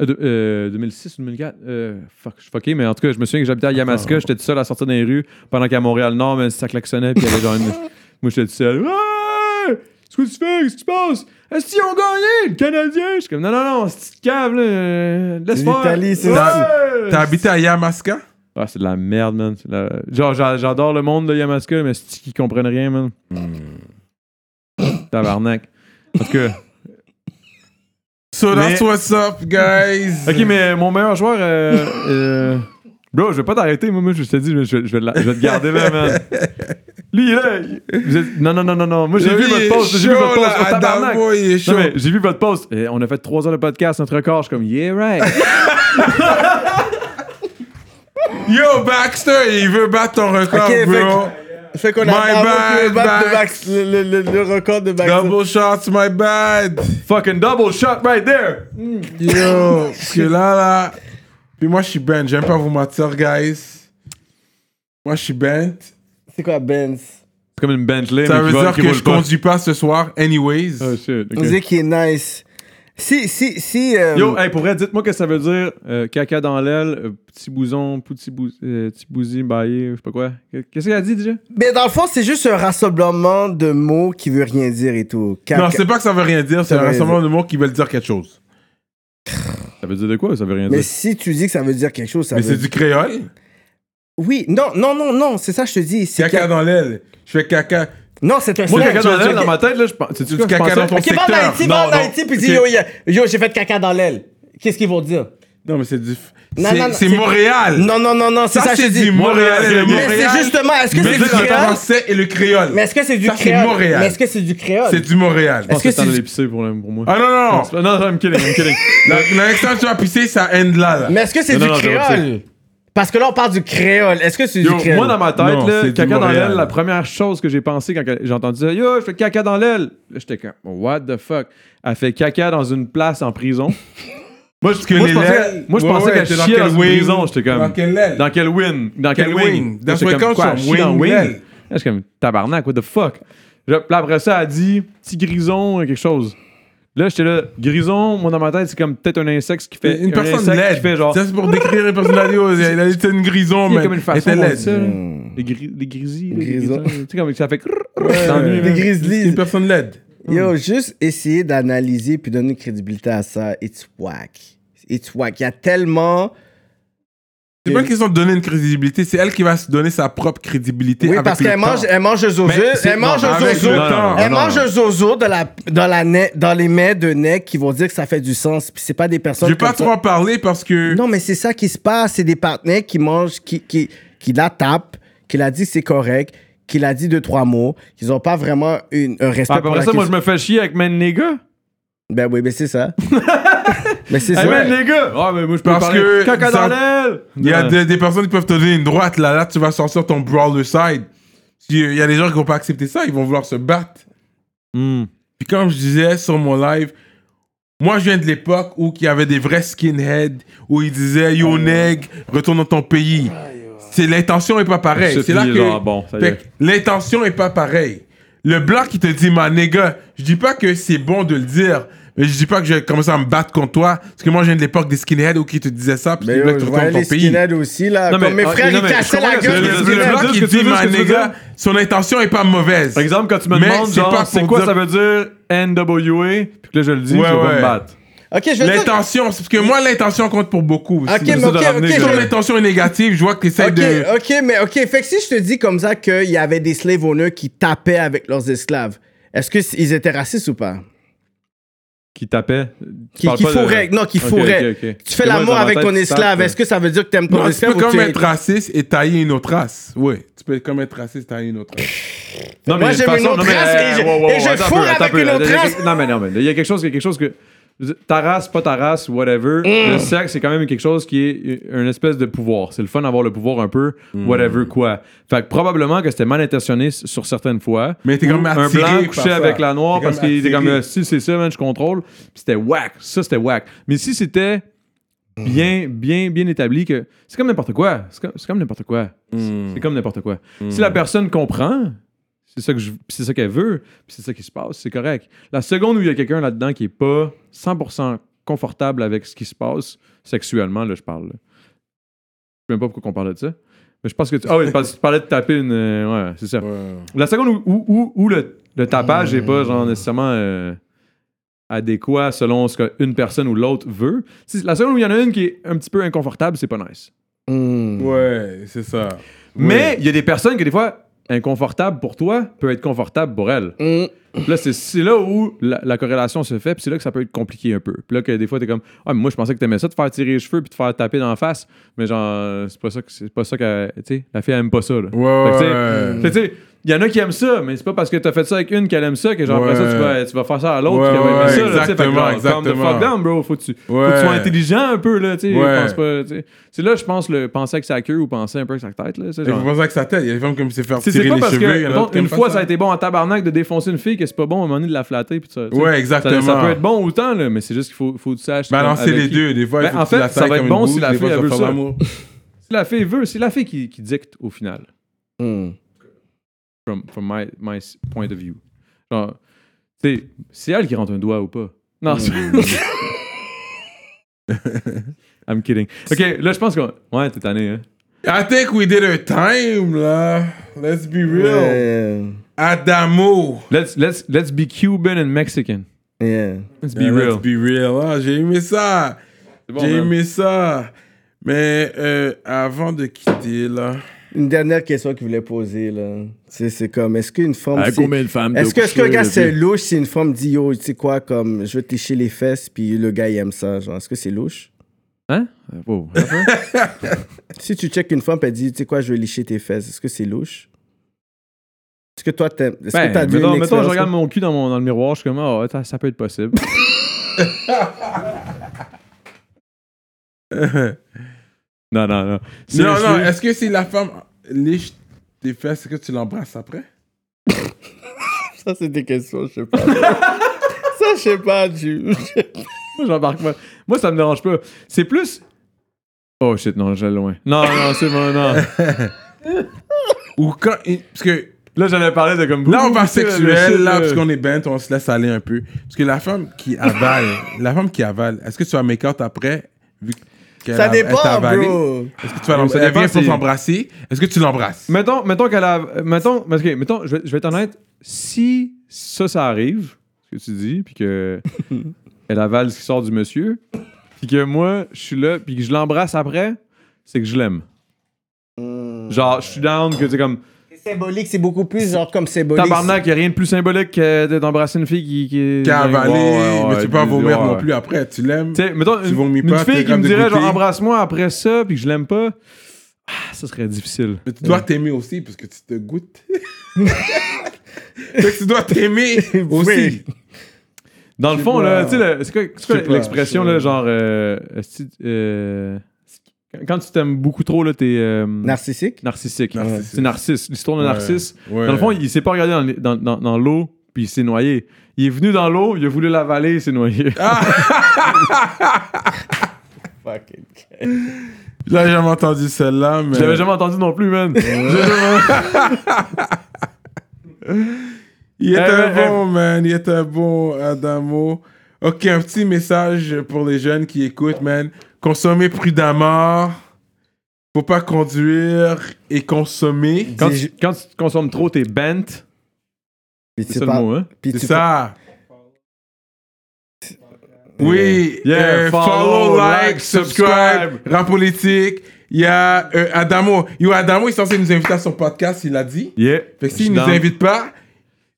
Speaker 4: Euh, de- euh, 2006 ou 2004 euh, Fuck, je suis fucké, mais en tout cas, je me souviens que j'habitais à Yamaska, j'étais tout seul à sortir dans les rues, pendant qu'à Montréal-Nord, mais ça klaxonnait, puis il y avait genre une... Moi, j'étais tout seul. Ouais! Qu'est-ce que tu fais? Qu'est-ce qui se passe? Est-ce qu'ils ont gagné, le Canadien? Je suis comme, non, non, non, c'est une cave, là. euh, Laisse faire.
Speaker 2: L'Italie, c'est-
Speaker 4: Ouais!
Speaker 3: T'as habité à Yamaska
Speaker 4: Ah, c'est de la merde, man. C'est de la- Genre, j'a- j'adore le monde de Yamaska, mais c'est qu'ils comprennent rien, man. Hmm. Tabarnak. En tout cas...
Speaker 3: So that's
Speaker 4: Mais-
Speaker 3: what's up, guys.
Speaker 4: Ok, mais mon meilleur joueur. euh, euh, Bro, je vais pas t'arrêter, moi, moi, je te dis, je, je vais, la- je vais te garder là, man. Lui, il est là. il- vous êtes- Non, non, non, non, non. Moi, j'ai
Speaker 3: Lui,
Speaker 4: vu
Speaker 3: il est
Speaker 4: votre post. J'ai vu
Speaker 3: chaud,
Speaker 4: votre post.
Speaker 3: là,
Speaker 4: Oh, tabarnak.
Speaker 3: Adamo, il est chaud.
Speaker 4: Non, mais j'ai vu votre post. Et on a fait trois heures de podcast, notre record. Je suis comme, yeah, right.
Speaker 3: Yo, Baxter, il veut battre ton record,
Speaker 2: Ok, fait
Speaker 3: bro.
Speaker 2: Fait qu'on a
Speaker 3: My
Speaker 2: bravo
Speaker 3: bad,
Speaker 2: que le, bat de
Speaker 3: Max.
Speaker 2: Max- le, le- le- le record de Max.
Speaker 3: Double shots, my bad.
Speaker 4: Fucking double shot right there.
Speaker 3: Yo, parce que là, là. Puis moi, je suis bent. J'aime pas vous mentir, guys. Moi, je suis bent.
Speaker 2: C'est quoi Benz?
Speaker 4: C'est comme une Bentley.
Speaker 3: Ça
Speaker 4: mais
Speaker 3: veut
Speaker 4: qui
Speaker 3: dire
Speaker 4: vole- qui
Speaker 3: que
Speaker 4: vole
Speaker 3: je
Speaker 4: pas.
Speaker 3: conduis pas ce soir, anyways.
Speaker 4: Oh shit. ok.
Speaker 2: Musique qui est nice. Si, si, si. euh,
Speaker 4: Yo, hey, pour vrai, dites-moi qu'est-ce que ça veut dire euh, caca dans l'aile, euh, petit bouson, petit, bou euh, petit bousi, baillé, je sais pas quoi. Qu'est-ce qu'elle a dit déjà?
Speaker 2: Mais dans le fond, c'est juste un rassemblement de mots qui veut rien dire et tout. Caca-
Speaker 3: Non, c'est pas que ça veut rien dire, c'est
Speaker 2: Ça
Speaker 3: un
Speaker 2: veut
Speaker 3: rassemblement de mots qui veulent dire quelque chose.
Speaker 4: Ça veut dire de quoi? Ça veut rien
Speaker 2: Mais
Speaker 4: dire.
Speaker 2: si tu dis que ça veut dire quelque chose, ça
Speaker 3: Mais
Speaker 2: veut
Speaker 3: c'est du créole.
Speaker 2: Oui, non, non, non, non, c'est ça que je te dis. C'est
Speaker 3: Caca
Speaker 2: ca-
Speaker 3: dans l'aile. Je fais caca.
Speaker 2: Non, c'est un
Speaker 4: Moi,
Speaker 2: slang,
Speaker 4: caca
Speaker 2: tu
Speaker 4: dans
Speaker 2: vois,
Speaker 4: l'aile,
Speaker 2: tu-
Speaker 4: dans ma tête, là, je pense. C'est
Speaker 3: Du
Speaker 4: du caca
Speaker 3: caca dans ton
Speaker 2: Ok, va en
Speaker 3: secteur.
Speaker 2: Haïti, va en
Speaker 3: Non, non.
Speaker 2: Haïti, puis dis yo,
Speaker 3: Ok.
Speaker 2: y a- yo, j'ai fait caca dans l'aile. Qu'est-ce qu'ils vont dire?
Speaker 3: Non, mais c'est du.
Speaker 2: Non, non, non,
Speaker 3: C'est c'est
Speaker 2: c'est-
Speaker 3: Montréal.
Speaker 2: Non, non, non, non, c'est
Speaker 3: Euh, Ça,
Speaker 2: ça, que je
Speaker 3: c'est
Speaker 2: te dis.
Speaker 3: du Montréal. et le
Speaker 2: Mais
Speaker 3: Montréal.
Speaker 2: c'est justement, est-ce que
Speaker 3: Mais
Speaker 2: c'est du
Speaker 3: c'est entre le
Speaker 2: créole?
Speaker 3: français et le créole.
Speaker 2: Mais est-ce que c'est du
Speaker 3: Ça, c'est
Speaker 2: créole?
Speaker 3: Montréal.
Speaker 2: Mais est-ce que c'est du créole?
Speaker 3: C'est du Montréal.
Speaker 4: Je pense
Speaker 2: Est-ce
Speaker 4: que
Speaker 2: que
Speaker 4: c'est de
Speaker 2: c'est-
Speaker 4: l'épicer pour, le- pour moi.
Speaker 3: Ah non, non, non.
Speaker 4: Non, non, I'm kidding, I'm kidding.
Speaker 3: La, la next time tu vas pisser, ça end là. là.
Speaker 2: Mais est-ce que c'est
Speaker 4: Non,
Speaker 2: du
Speaker 4: non, non,
Speaker 2: créole? Parce que là, on parle du créole. Est-ce que c'est du
Speaker 4: Yo,
Speaker 2: créole?
Speaker 4: moi, dans ma tête,
Speaker 3: Non,
Speaker 4: là,
Speaker 3: c'est du
Speaker 4: caca dans
Speaker 3: Montréal.
Speaker 4: l'aile, la première chose que j'ai pensé quand j'ai entendu ça, yo, je fais caca dans l'aile. Là, j'étais comme, what the fuck? Elle fait caca dans une place en prison. moi, je,
Speaker 3: que
Speaker 4: moi, je
Speaker 3: les
Speaker 4: pensais,
Speaker 3: lèvres-
Speaker 4: moi, je
Speaker 3: Ouais,
Speaker 4: pensais
Speaker 3: ouais,
Speaker 4: qu'elle
Speaker 3: t'es dans
Speaker 4: chiait dans,
Speaker 3: quel
Speaker 4: une
Speaker 3: wing?
Speaker 4: prison. J'étais comme,
Speaker 3: Dans quelle aile?
Speaker 4: Dans quel wing? Dans quel,
Speaker 3: Quel
Speaker 4: wing?
Speaker 3: wing? Dans
Speaker 4: J'étais
Speaker 3: quel
Speaker 4: comme, quoi,
Speaker 3: camp,
Speaker 4: elle chie dans
Speaker 3: wing,
Speaker 4: wing? Là,
Speaker 3: aile.
Speaker 4: j'étais comme, tabarnak, what the fuck? Je- puis après ça, elle dit, petit grison, euh, quelque chose. Là, j'étais là, grison, moi, dans ma tête, c'est comme peut-être un insecte qui fait.
Speaker 3: Une
Speaker 4: un
Speaker 3: personne
Speaker 4: insecte qui
Speaker 3: laide.
Speaker 4: fait genre.
Speaker 3: Ça, c'est pour décrire une personne laide. Yo, Elle elle était une grison,
Speaker 4: Il y a
Speaker 3: mais
Speaker 4: comme une
Speaker 3: elle
Speaker 4: façon
Speaker 3: était
Speaker 4: de
Speaker 3: laide.
Speaker 4: ça. là.
Speaker 2: Mm. Hmm.
Speaker 4: Les, gris, les grisis. là, les
Speaker 2: Grisons.
Speaker 4: grisons, Tu sais, comme ça fait. crrr, crrr,
Speaker 3: Ouais.
Speaker 4: dans le
Speaker 2: Des
Speaker 4: nuit, là.
Speaker 3: C'est une
Speaker 2: grizzlies.
Speaker 3: personne laide.
Speaker 2: Yo, juste essayer d'analyser puis donner crédibilité à ça, it's whack. It's whack. Il y a tellement.
Speaker 3: C'est pas une question de donner une crédibilité, c'est elle qui va se donner sa propre crédibilité.
Speaker 2: Oui,
Speaker 3: avec
Speaker 2: parce
Speaker 3: le
Speaker 2: qu'elle
Speaker 3: temps.
Speaker 2: mange, elle mange un zozo.
Speaker 3: Mais c'est-
Speaker 2: Elle
Speaker 3: non,
Speaker 2: mange un
Speaker 3: avec
Speaker 2: zozo.
Speaker 3: le temps.
Speaker 2: Elle
Speaker 3: Non,
Speaker 2: mange
Speaker 3: non.
Speaker 2: un zozo dans, la, dans, la ne- dans les mains de nec qui vont dire que ça fait du sens. Puis c'est pas des
Speaker 3: Je
Speaker 2: personnes.
Speaker 3: vais pas
Speaker 2: comme ça.
Speaker 3: trop en parler parce que.
Speaker 2: Non, mais c'est ça qui se passe. C'est des partenaires qui mangent, qui, qui, qui la tapent, qui la dit que c'est correct, qui la dit deux, trois mots, qu'ils ont pas vraiment une, un respect
Speaker 3: ben
Speaker 4: Ah,
Speaker 2: pour
Speaker 4: Après
Speaker 2: la
Speaker 4: ça, moi, je
Speaker 2: culture.
Speaker 4: me fais chier avec Man Nigga.
Speaker 2: Ben oui, mais c'est ça. mais
Speaker 3: Eh,
Speaker 2: c'est ça.
Speaker 4: Hey, Man Nigga! Ah, mais moi, je peux
Speaker 3: Parce
Speaker 4: parler.
Speaker 3: que
Speaker 4: Caca
Speaker 3: ça-
Speaker 4: dans l'aile! Ah.
Speaker 3: Il y a
Speaker 4: Ouais.
Speaker 3: des, des personnes qui peuvent te donner une droite, là, là, tu vas sortir ton brawler side. Il y a des gens qui vont pas accepter ça, ils vont vouloir se battre.
Speaker 4: Hmm.
Speaker 3: Puis comme je disais sur mon live, moi je viens de l'époque où il y avait des vrais skinheads, où ils disaient Yo neg, retourne dans ton pays. C'est l'intention est pas pareille.
Speaker 4: Ensuite,
Speaker 3: C'est là
Speaker 4: il est
Speaker 3: que
Speaker 4: genre, bon, ça y
Speaker 3: fait
Speaker 4: est.
Speaker 3: que l'intention est pas pareille. Le blanc qui te dit ma nigga, je dis pas que c'est bon de le dire. Mais je dis pas que je vais commencer à me battre contre toi. Parce que moi, je viens de l'époque des skinheads où qui te disaient ça. Puis
Speaker 2: Mais
Speaker 3: tu
Speaker 2: yo,
Speaker 3: voulais que
Speaker 2: je
Speaker 3: tu retournes
Speaker 2: voyais
Speaker 3: dans ton
Speaker 2: les
Speaker 3: pays.
Speaker 2: skinheads aussi, là.
Speaker 4: Non,
Speaker 2: Comme
Speaker 4: mais-
Speaker 2: mes
Speaker 4: ah,
Speaker 2: frères,
Speaker 4: non,
Speaker 2: ils
Speaker 4: mais je
Speaker 2: cassaient
Speaker 4: comprends
Speaker 2: la
Speaker 4: ce que
Speaker 2: gueule
Speaker 4: tu
Speaker 2: des
Speaker 4: veux dire.
Speaker 3: Le
Speaker 4: veux
Speaker 2: skinheads.
Speaker 4: dire
Speaker 3: blanc
Speaker 4: ce
Speaker 3: qui
Speaker 4: que tu
Speaker 3: dit
Speaker 4: veux dire, ce
Speaker 3: ma
Speaker 4: que tu veux
Speaker 3: nigga,
Speaker 4: dire.
Speaker 3: son intention est pas mauvaise.
Speaker 4: Par exemple, quand tu me
Speaker 3: Mais
Speaker 4: demandes,
Speaker 3: c'est
Speaker 4: genre,
Speaker 3: pas
Speaker 4: c'est
Speaker 3: pour
Speaker 4: quoi
Speaker 3: dire-
Speaker 4: ça veut dire NWA? Puis que là, je le dis,
Speaker 3: Ouais,
Speaker 4: je vais pas me
Speaker 3: ouais.
Speaker 4: battre.
Speaker 2: Ok, je veux dire.
Speaker 3: L'intention, c'est parce que moi, l'intention compte pour beaucoup. aussi.
Speaker 2: Ok, mais
Speaker 4: ça
Speaker 2: ok,
Speaker 4: de ramener,
Speaker 2: ok,
Speaker 4: je-
Speaker 3: Quand
Speaker 2: je-
Speaker 3: l'intention est négative, je vois que tu essaies
Speaker 2: Ok, euh,
Speaker 3: de.
Speaker 2: ok, mais ok. Fait que si je te dis comme ça qu'il y avait des slave owners qui tapaient avec leurs esclaves, est-ce qu'ils étaient racistes ou pas?
Speaker 4: Qui tapait?
Speaker 2: Qui, qui fourraient, non, qui fourraient. Tu fais l'amour avec ton esclave, est-ce que ça veut dire que t'aimes ton
Speaker 3: Non, tu
Speaker 2: esclave
Speaker 3: peux
Speaker 2: ou
Speaker 3: quand
Speaker 2: tu
Speaker 3: même
Speaker 2: es...
Speaker 3: être raciste et tailler une autre race. Oui, tu peux quand même être raciste et tailler une autre race.
Speaker 4: Non,
Speaker 2: Moi,
Speaker 4: de
Speaker 2: j'aime
Speaker 4: toute
Speaker 2: une autre
Speaker 4: non, mais,
Speaker 2: race et
Speaker 4: euh,
Speaker 2: je-
Speaker 4: wow, wow,
Speaker 2: et je
Speaker 4: wow, attends un
Speaker 2: fourre
Speaker 4: peu, attends
Speaker 2: avec
Speaker 4: un peu,
Speaker 2: une
Speaker 4: là,
Speaker 2: autre
Speaker 4: il y a
Speaker 2: race.
Speaker 4: quelque- Non, mais non, mais là, il y a quelque chose, il y a quelque chose que. Ta race, pas ta race, whatever.
Speaker 2: Mm.
Speaker 4: Le sexe, c'est quand même quelque chose qui est une espèce de pouvoir. C'est le fun d'avoir le pouvoir un peu,
Speaker 3: Mm.
Speaker 4: whatever quoi. Fait que probablement que c'était mal intentionné s- sur certaines fois.
Speaker 3: Mais t'es
Speaker 4: Ou
Speaker 3: quand même
Speaker 4: Un
Speaker 3: attiré
Speaker 4: blanc
Speaker 3: par
Speaker 4: couché
Speaker 3: ça.
Speaker 4: avec la noire
Speaker 3: T'es
Speaker 4: parce
Speaker 3: comme
Speaker 4: qu'il était comme
Speaker 3: attiré.
Speaker 4: euh, si c'est ça, man, je contrôle. Puis c'était whack. Ça, c'était whack. Mais si c'était bien, bien, bien établi que. C'est comme n'importe quoi. C'est comme, c'est comme n'importe quoi. C'est comme n'importe quoi. Si la personne comprend, c'est ça que je- c'est ça qu'elle veut, puis c'est ça qui se passe, c'est correct. La seconde où il y a quelqu'un là-dedans qui est pas 100% confortable avec ce qui se passe sexuellement, là, je parle. là. Je sais même pas pourquoi on parlait de ça. Mais je pense que tu. Ah oui, parce que tu parlais de taper une. euh, ouais, c'est ça. La seconde où, où- où- où le, le tapage n'est pas genre nécessairement euh, adéquat selon ce qu'une personne ou l'autre veut. Si- La seconde où il y en a une qui est un petit peu inconfortable, c'est pas nice.
Speaker 2: Hmm.
Speaker 3: Ouais, c'est ça.
Speaker 4: Mm. Mais il y a des personnes que des fois, inconfortable pour toi peut être confortable pour elle.
Speaker 2: Hmm.
Speaker 4: Puis Là, c'est- c'est là où la, la corrélation se fait, puis c'est là que ça peut être compliqué un peu. Puis là, que des fois, t'es comme Ah, mais moi, je pensais que t'aimais ça, te faire tirer les cheveux puis te faire taper dans la face, mais genre, c'est pas ça que c'est pas ça que. Tu sais, la fille, elle aime pas ça, là.
Speaker 3: Ouais,
Speaker 4: Fait que,
Speaker 3: ouais.
Speaker 4: tu sais, tu sais, il y en a qui aiment ça, mais c'est pas parce que t'as fait ça avec une qu'elle aime ça que genre après ça,
Speaker 3: Ouais.
Speaker 4: tu vas, tu vas faire ça à l'autre
Speaker 3: Ouais,
Speaker 4: qui va aimer
Speaker 3: ouais,
Speaker 4: ça. là, tu sais, fait que,
Speaker 3: exactement,
Speaker 4: genre, calm the
Speaker 3: exactement.
Speaker 4: fuck down, bro. Faut que tu, faut
Speaker 3: Ouais.
Speaker 4: que tu sois intelligent un peu, là, tu sais.
Speaker 3: Ouais.
Speaker 4: pense pas, tu sais. C'est là, je pense, le penser avec sa queue ou penser un peu avec sa tête, là. tu sais,
Speaker 3: Il
Speaker 4: genre.
Speaker 3: faut penser avec sa tête. Il y a des femmes comme s'est faire
Speaker 4: Tu sais, C'est
Speaker 3: tirer
Speaker 4: pas
Speaker 3: les
Speaker 4: parce
Speaker 3: cheveux. il y en
Speaker 4: que,
Speaker 3: a
Speaker 4: mettons,
Speaker 3: d'autres qui
Speaker 4: une
Speaker 3: aiment
Speaker 4: fois,
Speaker 3: pas
Speaker 4: ça a été bon en tabarnak de défoncer une fille que c'est pas bon à un moment donné de la flatter. Puis ça, tu sais.
Speaker 3: Ouais,
Speaker 4: Ça,
Speaker 3: exactement.
Speaker 4: ça peut être bon autant, là, mais c'est juste qu'il faut, faut que tu saches.
Speaker 3: Balancer
Speaker 4: avec
Speaker 3: les
Speaker 4: qui.
Speaker 3: deux. Des fois, il
Speaker 4: Ben,
Speaker 3: faut que
Speaker 4: en
Speaker 3: tu
Speaker 4: fait,
Speaker 3: la
Speaker 4: ça
Speaker 3: tailles
Speaker 4: va être
Speaker 3: comme une
Speaker 4: bon si
Speaker 3: bouse,
Speaker 4: la
Speaker 3: des fois,
Speaker 4: fille,
Speaker 3: tu
Speaker 4: elle
Speaker 3: vas
Speaker 4: veut
Speaker 3: faire
Speaker 4: ça.
Speaker 3: l'amour.
Speaker 4: Si la fille veut, c'est la fille qui, qui dicte au final,
Speaker 2: Hmm.
Speaker 4: from, from my, my s- point of view. Genre, tu sais, c'est elle qui rentre un doigt ou pas.
Speaker 2: Mm.
Speaker 4: Non, c'est. I'm kidding. Ok, là, je pense qu'on. Ouais, t'es tanné, hein.
Speaker 3: I think we did our time, là. Let's be real.
Speaker 2: Yeah.
Speaker 3: Adamo.
Speaker 4: Let's, let's, let's be Cuban and Mexican.
Speaker 2: Yeah.
Speaker 4: Let's be
Speaker 3: Yeah,
Speaker 4: real.
Speaker 3: Let's be real. Ah, J'ai aimé ça.
Speaker 4: C'est bon,
Speaker 3: J'ai
Speaker 4: man.
Speaker 3: aimé ça. Mais euh, avant de quitter, là.
Speaker 2: Une dernière question qu'il voulait poser, là. C'est, c'est comme, est-ce qu'une
Speaker 4: Ah,
Speaker 2: femme.
Speaker 6: Avec
Speaker 2: c'est-
Speaker 6: Ah, combien de femmes
Speaker 2: Est-ce que, est-ce que le gars, c'est
Speaker 6: c'est
Speaker 2: louche si une femme dit, yo, tu sais quoi, comme, je vais te lécher les fesses, puis le gars, il aime ça? Genre, est-ce que c'est louche?
Speaker 4: Hein? Wow.
Speaker 2: Si tu check une femme, puis elle dit, tu sais quoi, je vais lécher tes fesses, est-ce que c'est louche? Est-ce que toi, t'aimes. Est-ce
Speaker 4: Ben,
Speaker 2: que t'as déjà une
Speaker 4: mettons, mettons, je
Speaker 2: expérience-
Speaker 4: regarde mon cul dans, mon, dans le miroir, je suis comme, ah, ouais, ça, ça peut être possible. non, non, non. C'est-
Speaker 3: non,
Speaker 4: c'est-
Speaker 3: non, est-ce que si la femme liche tes fesses, est-ce que tu l'embrasses après?
Speaker 2: Ça, c'est des questions, je sais pas. ça, je sais pas, du.
Speaker 4: Moi, j'embarque pas. Moi, ça me dérange pas. C'est plus. Oh shit, non, j'allais loin. Non, non, c'est bon, non.
Speaker 3: Ou quand. Parce que
Speaker 4: Là, j'allais parler de comme.
Speaker 3: là, on va
Speaker 4: Tu sais, le
Speaker 3: sexuel,
Speaker 4: shit,
Speaker 3: là,
Speaker 4: euh,
Speaker 3: parce qu'on est bent, on se laisse aller un peu. Parce que la femme qui avale, la femme qui avale, est-ce que tu vas make out après? Vu qu'elle
Speaker 2: Ça
Speaker 3: a- elle t'a
Speaker 2: dépend,
Speaker 3: avalé?
Speaker 2: bro.
Speaker 3: Est-ce que tu vas
Speaker 4: Ça
Speaker 3: l'embrasser?
Speaker 4: dépend
Speaker 3: Elle vient pour
Speaker 4: si-
Speaker 3: s'embrasser. Est-ce que tu l'embrasses?
Speaker 4: Mettons, mettons qu'elle a. euh, Mettons, parce que, mettons, je vais, je vais être honnête, si ça, ça arrive, ce que tu dis, puis que elle avale ce qui sort du monsieur, puis que moi, je suis là, puis que je l'embrasse après, c'est que je l'aime. Genre, je suis down, que tu sais, comme.
Speaker 2: Symbolique, Hmm. c'est beaucoup plus, genre, comme symbolique.
Speaker 4: Tabarnak, y a rien de plus symbolique que d'embrasser une fille qui. Qui,
Speaker 3: Qui a avalé,
Speaker 4: Ouais, ouais, ouais,
Speaker 3: mais tu peux pas
Speaker 4: ouais,
Speaker 3: vomir
Speaker 4: ouais.
Speaker 3: non plus après. Tu l'aimes?
Speaker 4: Tu sais, mettons,
Speaker 3: Tu
Speaker 4: une,
Speaker 3: vomis
Speaker 4: une
Speaker 3: pas, t'es
Speaker 4: fille qui me
Speaker 3: capable de
Speaker 4: dirait, genre,
Speaker 3: goûter.
Speaker 4: embrasse-moi après ça, puis que je l'aime pas, ah, ça serait difficile.
Speaker 3: Mais tu
Speaker 2: euh.
Speaker 3: dois t'aimer aussi parce que tu te goûtes. Fait que tu dois t'aimer aussi.
Speaker 4: Dans le
Speaker 3: sais
Speaker 4: fond, là,
Speaker 3: pas.
Speaker 4: tu sais, le- c'est quoi- c'est
Speaker 3: sais
Speaker 4: quoi
Speaker 3: pas,
Speaker 4: l'expression,
Speaker 3: je sais pas.
Speaker 4: là, genre, euh, esti- euh, quand tu t'aimes beaucoup trop, là, t'es euh,
Speaker 2: Narcissique?
Speaker 4: narcissique.
Speaker 3: Narcissique.
Speaker 4: C'est narcisse. L'histoire de narcisse.
Speaker 3: Ouais.
Speaker 4: Dans le fond, il s'est pas regardé dans le- dans, dans- dans l'eau, puis il s'est noyé. Il est venu dans l'eau, il a voulu l'avaler, il s'est noyé.
Speaker 3: Ah,
Speaker 2: Fucking.
Speaker 3: Là, j'ai jamais entendu celle-là, mais.
Speaker 4: Je l'avais jamais entendu non plus, man.
Speaker 3: Il était
Speaker 4: Eh, eh,
Speaker 3: bon, man. Il était bon, Adamo. Ok, un petit message pour les jeunes qui écoutent, man. Consommer prudemment. Faut pas conduire et consommer.
Speaker 4: quand,
Speaker 2: Dis-
Speaker 4: tu, quand tu consommes trop, t'es bent.
Speaker 2: Puis
Speaker 4: C'est
Speaker 2: tu
Speaker 4: ça le
Speaker 2: parles-
Speaker 4: mot, hein?
Speaker 2: puis
Speaker 3: C'est
Speaker 2: tu
Speaker 3: ça. Oui.
Speaker 4: Yeah,
Speaker 3: euh, follow,
Speaker 4: follow,
Speaker 3: like,
Speaker 4: like,
Speaker 3: subscribe.
Speaker 4: subscribe.
Speaker 3: Rap politique. Il y a euh, Adamo. Yo, Adamo est censé nous inviter à son podcast, il l'a dit.
Speaker 4: Yeah.
Speaker 3: Fait que
Speaker 4: Je suis
Speaker 3: s'il nous
Speaker 4: down.
Speaker 3: invite pas,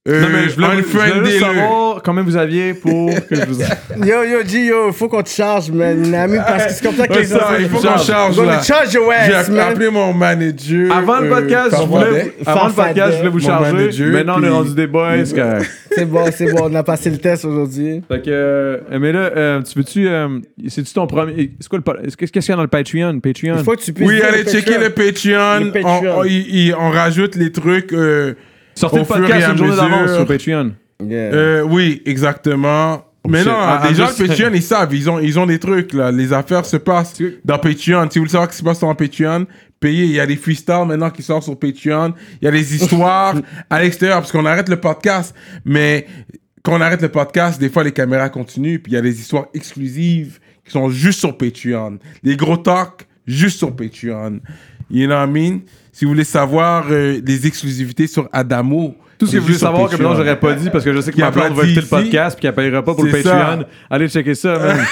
Speaker 3: euh,
Speaker 4: Non, mais je voulais, ah, je voulais juste
Speaker 3: unfriendez-le.
Speaker 4: savoir combien vous aviez pour que je vous...
Speaker 2: Yo, yo, G, yo, faut qu'on te charge, man, une amie, parce que c'est comme ça que
Speaker 3: Ouais,
Speaker 2: les
Speaker 3: ça, il faut qu'on charge,
Speaker 2: Gonna
Speaker 3: là.
Speaker 2: charge your
Speaker 3: J'ai
Speaker 2: ass, man.
Speaker 3: appelé mon manager.
Speaker 4: Avant le
Speaker 3: euh,
Speaker 4: podcast, je voulais,
Speaker 3: Farfadet.
Speaker 4: avant le
Speaker 2: Farfadet,
Speaker 4: podcast, je voulais vous
Speaker 3: mon
Speaker 4: charger.
Speaker 3: manager,
Speaker 4: Maintenant, on est
Speaker 3: puis-
Speaker 4: rendu des boys.
Speaker 3: puis-
Speaker 4: correct.
Speaker 2: C'est bon, c'est bon, on a passé le test aujourd'hui.
Speaker 4: fait que, euh, mais là, euh, tu veux-tu, euh, c'est-tu ton premier, c'est quoi le, pa- est-ce que- qu'est-ce qu'il y a dans le Patreon? Patreon.
Speaker 2: Il faut que tu puisses...
Speaker 3: Oui,
Speaker 2: dire
Speaker 3: allez
Speaker 2: quelque
Speaker 3: checker
Speaker 2: chose.
Speaker 3: le Patreon.
Speaker 2: Le Patreon.
Speaker 3: On, on- il- il- on rajoute les trucs. euh,
Speaker 4: Sortez
Speaker 3: au
Speaker 4: le
Speaker 3: fur et
Speaker 4: podcast
Speaker 3: à
Speaker 4: une journée
Speaker 3: mesure.
Speaker 4: d'avance sur Patreon.
Speaker 2: Yeah.
Speaker 3: euh, oui, exactement. Mais
Speaker 4: shit.
Speaker 3: non,
Speaker 4: Ah,
Speaker 3: les
Speaker 4: ah,
Speaker 3: gens
Speaker 4: je
Speaker 3: de Patreon, ils savent. Ils ont, ils ont des trucs, là. Les affaires se passent
Speaker 4: Tu-
Speaker 3: dans Patreon. Si vous voulez savoir ce qui se passe dans Patreon, payez. Il y a des freestyles maintenant qui sortent sur Patreon. Il y a des histoires à l'extérieur parce qu'on arrête le podcast. Mais quand on arrête le podcast, des fois, les caméras continuent. Puis il y a des histoires exclusives qui sont juste sur Patreon. Les gros talks, juste sur Patreon. You know what I mean? Si vous voulez savoir euh, des exclusivités sur Adamo,
Speaker 4: Tout ce
Speaker 3: c'est
Speaker 4: que vous voulez
Speaker 3: juste sur
Speaker 4: savoir que maintenant
Speaker 3: Patreon.
Speaker 4: j'aurais pas dit parce que je sais que
Speaker 3: Qu'il
Speaker 4: ma
Speaker 3: a pas
Speaker 4: blonde va écouter le
Speaker 3: dit
Speaker 4: podcast puis qu'elle payera pas pour le
Speaker 3: C'est ça.
Speaker 4: Patreon. Allez checker ça, man.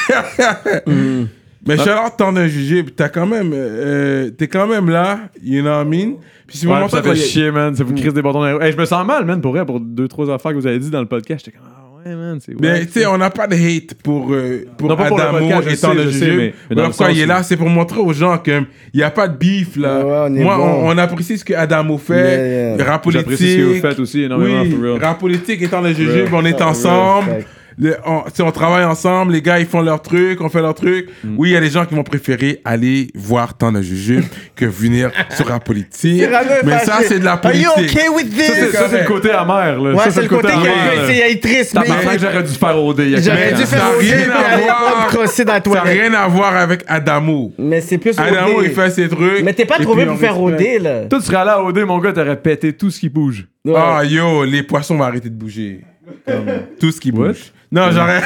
Speaker 3: Mais
Speaker 4: Ah.
Speaker 3: je suis alors t'en as jugé, puis t'as quand même, euh, t'es quand même là, you know what I mean? Puis si vous
Speaker 4: Ouais,
Speaker 3: montrez
Speaker 4: ça
Speaker 3: quand
Speaker 4: fait
Speaker 3: il y a-
Speaker 4: chier, man. Ça vous crise des bâtons dans les roues. Hey, je me sens mal, man, pour vrai, pour deux, trois affaires que vous avez dit dans le podcast. J'étais comme, ah ouais. ouais, man, c'est
Speaker 3: Mais
Speaker 4: ouais,
Speaker 3: tu sais, on n'a pas de hate pour, euh, pour
Speaker 4: Non, pas pour le
Speaker 3: Adamo
Speaker 4: podcast, je
Speaker 3: étant
Speaker 4: sais,
Speaker 3: le
Speaker 4: je sais,
Speaker 3: jujube.
Speaker 4: mais- mais dans
Speaker 3: Voilà
Speaker 4: le
Speaker 3: pourquoi
Speaker 4: sens
Speaker 3: il est
Speaker 4: où-
Speaker 3: là, c'est pour montrer aux gens qu'il n'y a pas de beef là.
Speaker 2: Ouais, ouais, on est
Speaker 3: Moi,
Speaker 2: bon.
Speaker 3: on, on apprécie ce que Adamo fait,
Speaker 2: Yeah, yeah.
Speaker 3: rap
Speaker 4: J'apprécie
Speaker 3: politique.
Speaker 4: ce que vous faites aussi énormément,
Speaker 3: oui, Ah,
Speaker 4: for real.
Speaker 3: rap politique étant le jujube, on est
Speaker 2: Real
Speaker 3: ensemble.
Speaker 2: respect.
Speaker 3: Le- on, tu sais, on travaille ensemble, les gars ils font leur truc, on fait leur truc.
Speaker 4: Mm.
Speaker 3: Oui, il y a des gens qui vont préférer aller voir tant de jujube que venir sur rap politique.
Speaker 2: Cyrano est
Speaker 3: Mais ça,
Speaker 2: fâché.
Speaker 3: c'est de la
Speaker 2: Are
Speaker 3: politique.
Speaker 2: you okay with
Speaker 4: Ça, c'est-
Speaker 2: this?
Speaker 4: ça, c'est le côté amer, là.
Speaker 2: Ouais,
Speaker 4: Ça,
Speaker 2: c'est le côté qui
Speaker 4: amer, là.
Speaker 2: est- c'est- il est triste, mais
Speaker 4: Tabarnak, j'aurais dû faire OD. il y a
Speaker 2: j'aurais
Speaker 4: quelques
Speaker 2: dû
Speaker 4: temps.
Speaker 3: Ça
Speaker 2: faire
Speaker 3: a
Speaker 2: aussi,
Speaker 3: rien
Speaker 2: puis
Speaker 3: à
Speaker 2: aller
Speaker 3: voir.
Speaker 2: prendre crosser dans la
Speaker 3: Ça n'a
Speaker 2: toilette.
Speaker 3: rien à voir avec Adamo.
Speaker 2: Mais c'est plus
Speaker 3: Adamo,
Speaker 2: OD.
Speaker 3: il fait ses trucs.
Speaker 2: Mais t'es pas
Speaker 3: et
Speaker 2: trouvé
Speaker 3: puis
Speaker 2: pour
Speaker 3: on
Speaker 2: faire OD,
Speaker 3: respecte.
Speaker 2: là.
Speaker 4: Toi, tu serais allé à OD, mon gars, t'aurais pété tout ce qui bouge.
Speaker 2: Ouais.
Speaker 3: Ah, yo, les poissons vont arrêter de bouger. Comme tout ce qui
Speaker 4: What?
Speaker 3: bouge. Non, j'arrête.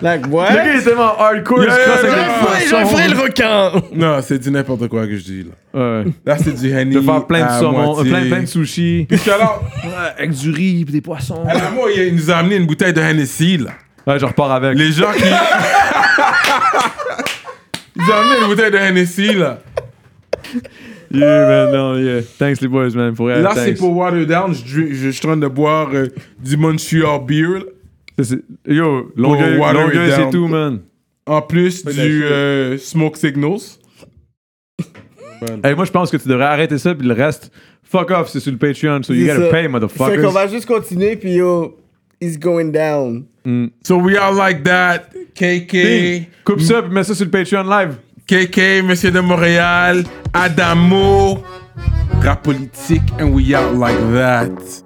Speaker 2: Like,
Speaker 4: Le gars, il
Speaker 2: what?
Speaker 4: est tellement hardcore, il se
Speaker 3: Yeah,
Speaker 4: crosse
Speaker 3: yeah, yeah.
Speaker 4: avec les poissons.
Speaker 2: Hein? J'aurais fait le requin!
Speaker 3: Non, c'est du n'importe quoi que je dis, là.
Speaker 4: Ouais.
Speaker 3: Là, c'est du Henny.
Speaker 4: De faire plein de
Speaker 3: à
Speaker 4: saumon, euh,
Speaker 3: moitié.
Speaker 4: plein, plein de sushis.
Speaker 3: Puis alors,
Speaker 4: avec du riz, pis des poissons.
Speaker 3: Adamo, il nous a amené une bouteille de Hennessy, là.
Speaker 4: Ouais, je repars avec.
Speaker 3: Les gens qui. Ils nous a amené une bouteille de Hennessy, là.
Speaker 4: Yeah, man, non, yeah. Thanks, les boys, man. Pour
Speaker 3: Là, c'est pour Water Down. Je, dru- je suis en train de boire euh, du Montreal Beer. là.
Speaker 4: Yo, Longueuil,
Speaker 3: Pour water it
Speaker 4: Longueuil,
Speaker 3: down.
Speaker 4: c'est tout, man.
Speaker 3: En plus du euh, Smoke Signals.
Speaker 4: Hey, moi, je pense que tu devrais arrêter ça, puis le reste, fuck off, c'est sur le Patreon, so you
Speaker 2: C'est
Speaker 4: gotta
Speaker 2: ça.
Speaker 4: pay,
Speaker 2: Fait qu'on
Speaker 4: motherfuckers.
Speaker 2: va juste continuer, puis yo, it's going down.
Speaker 3: So we are like that. KK.
Speaker 4: Hey, Coupe ça, puis mets ça sur le Patreon live.
Speaker 3: KK, Monsieur de Montréal, Adamo, rap politique, and we out like that.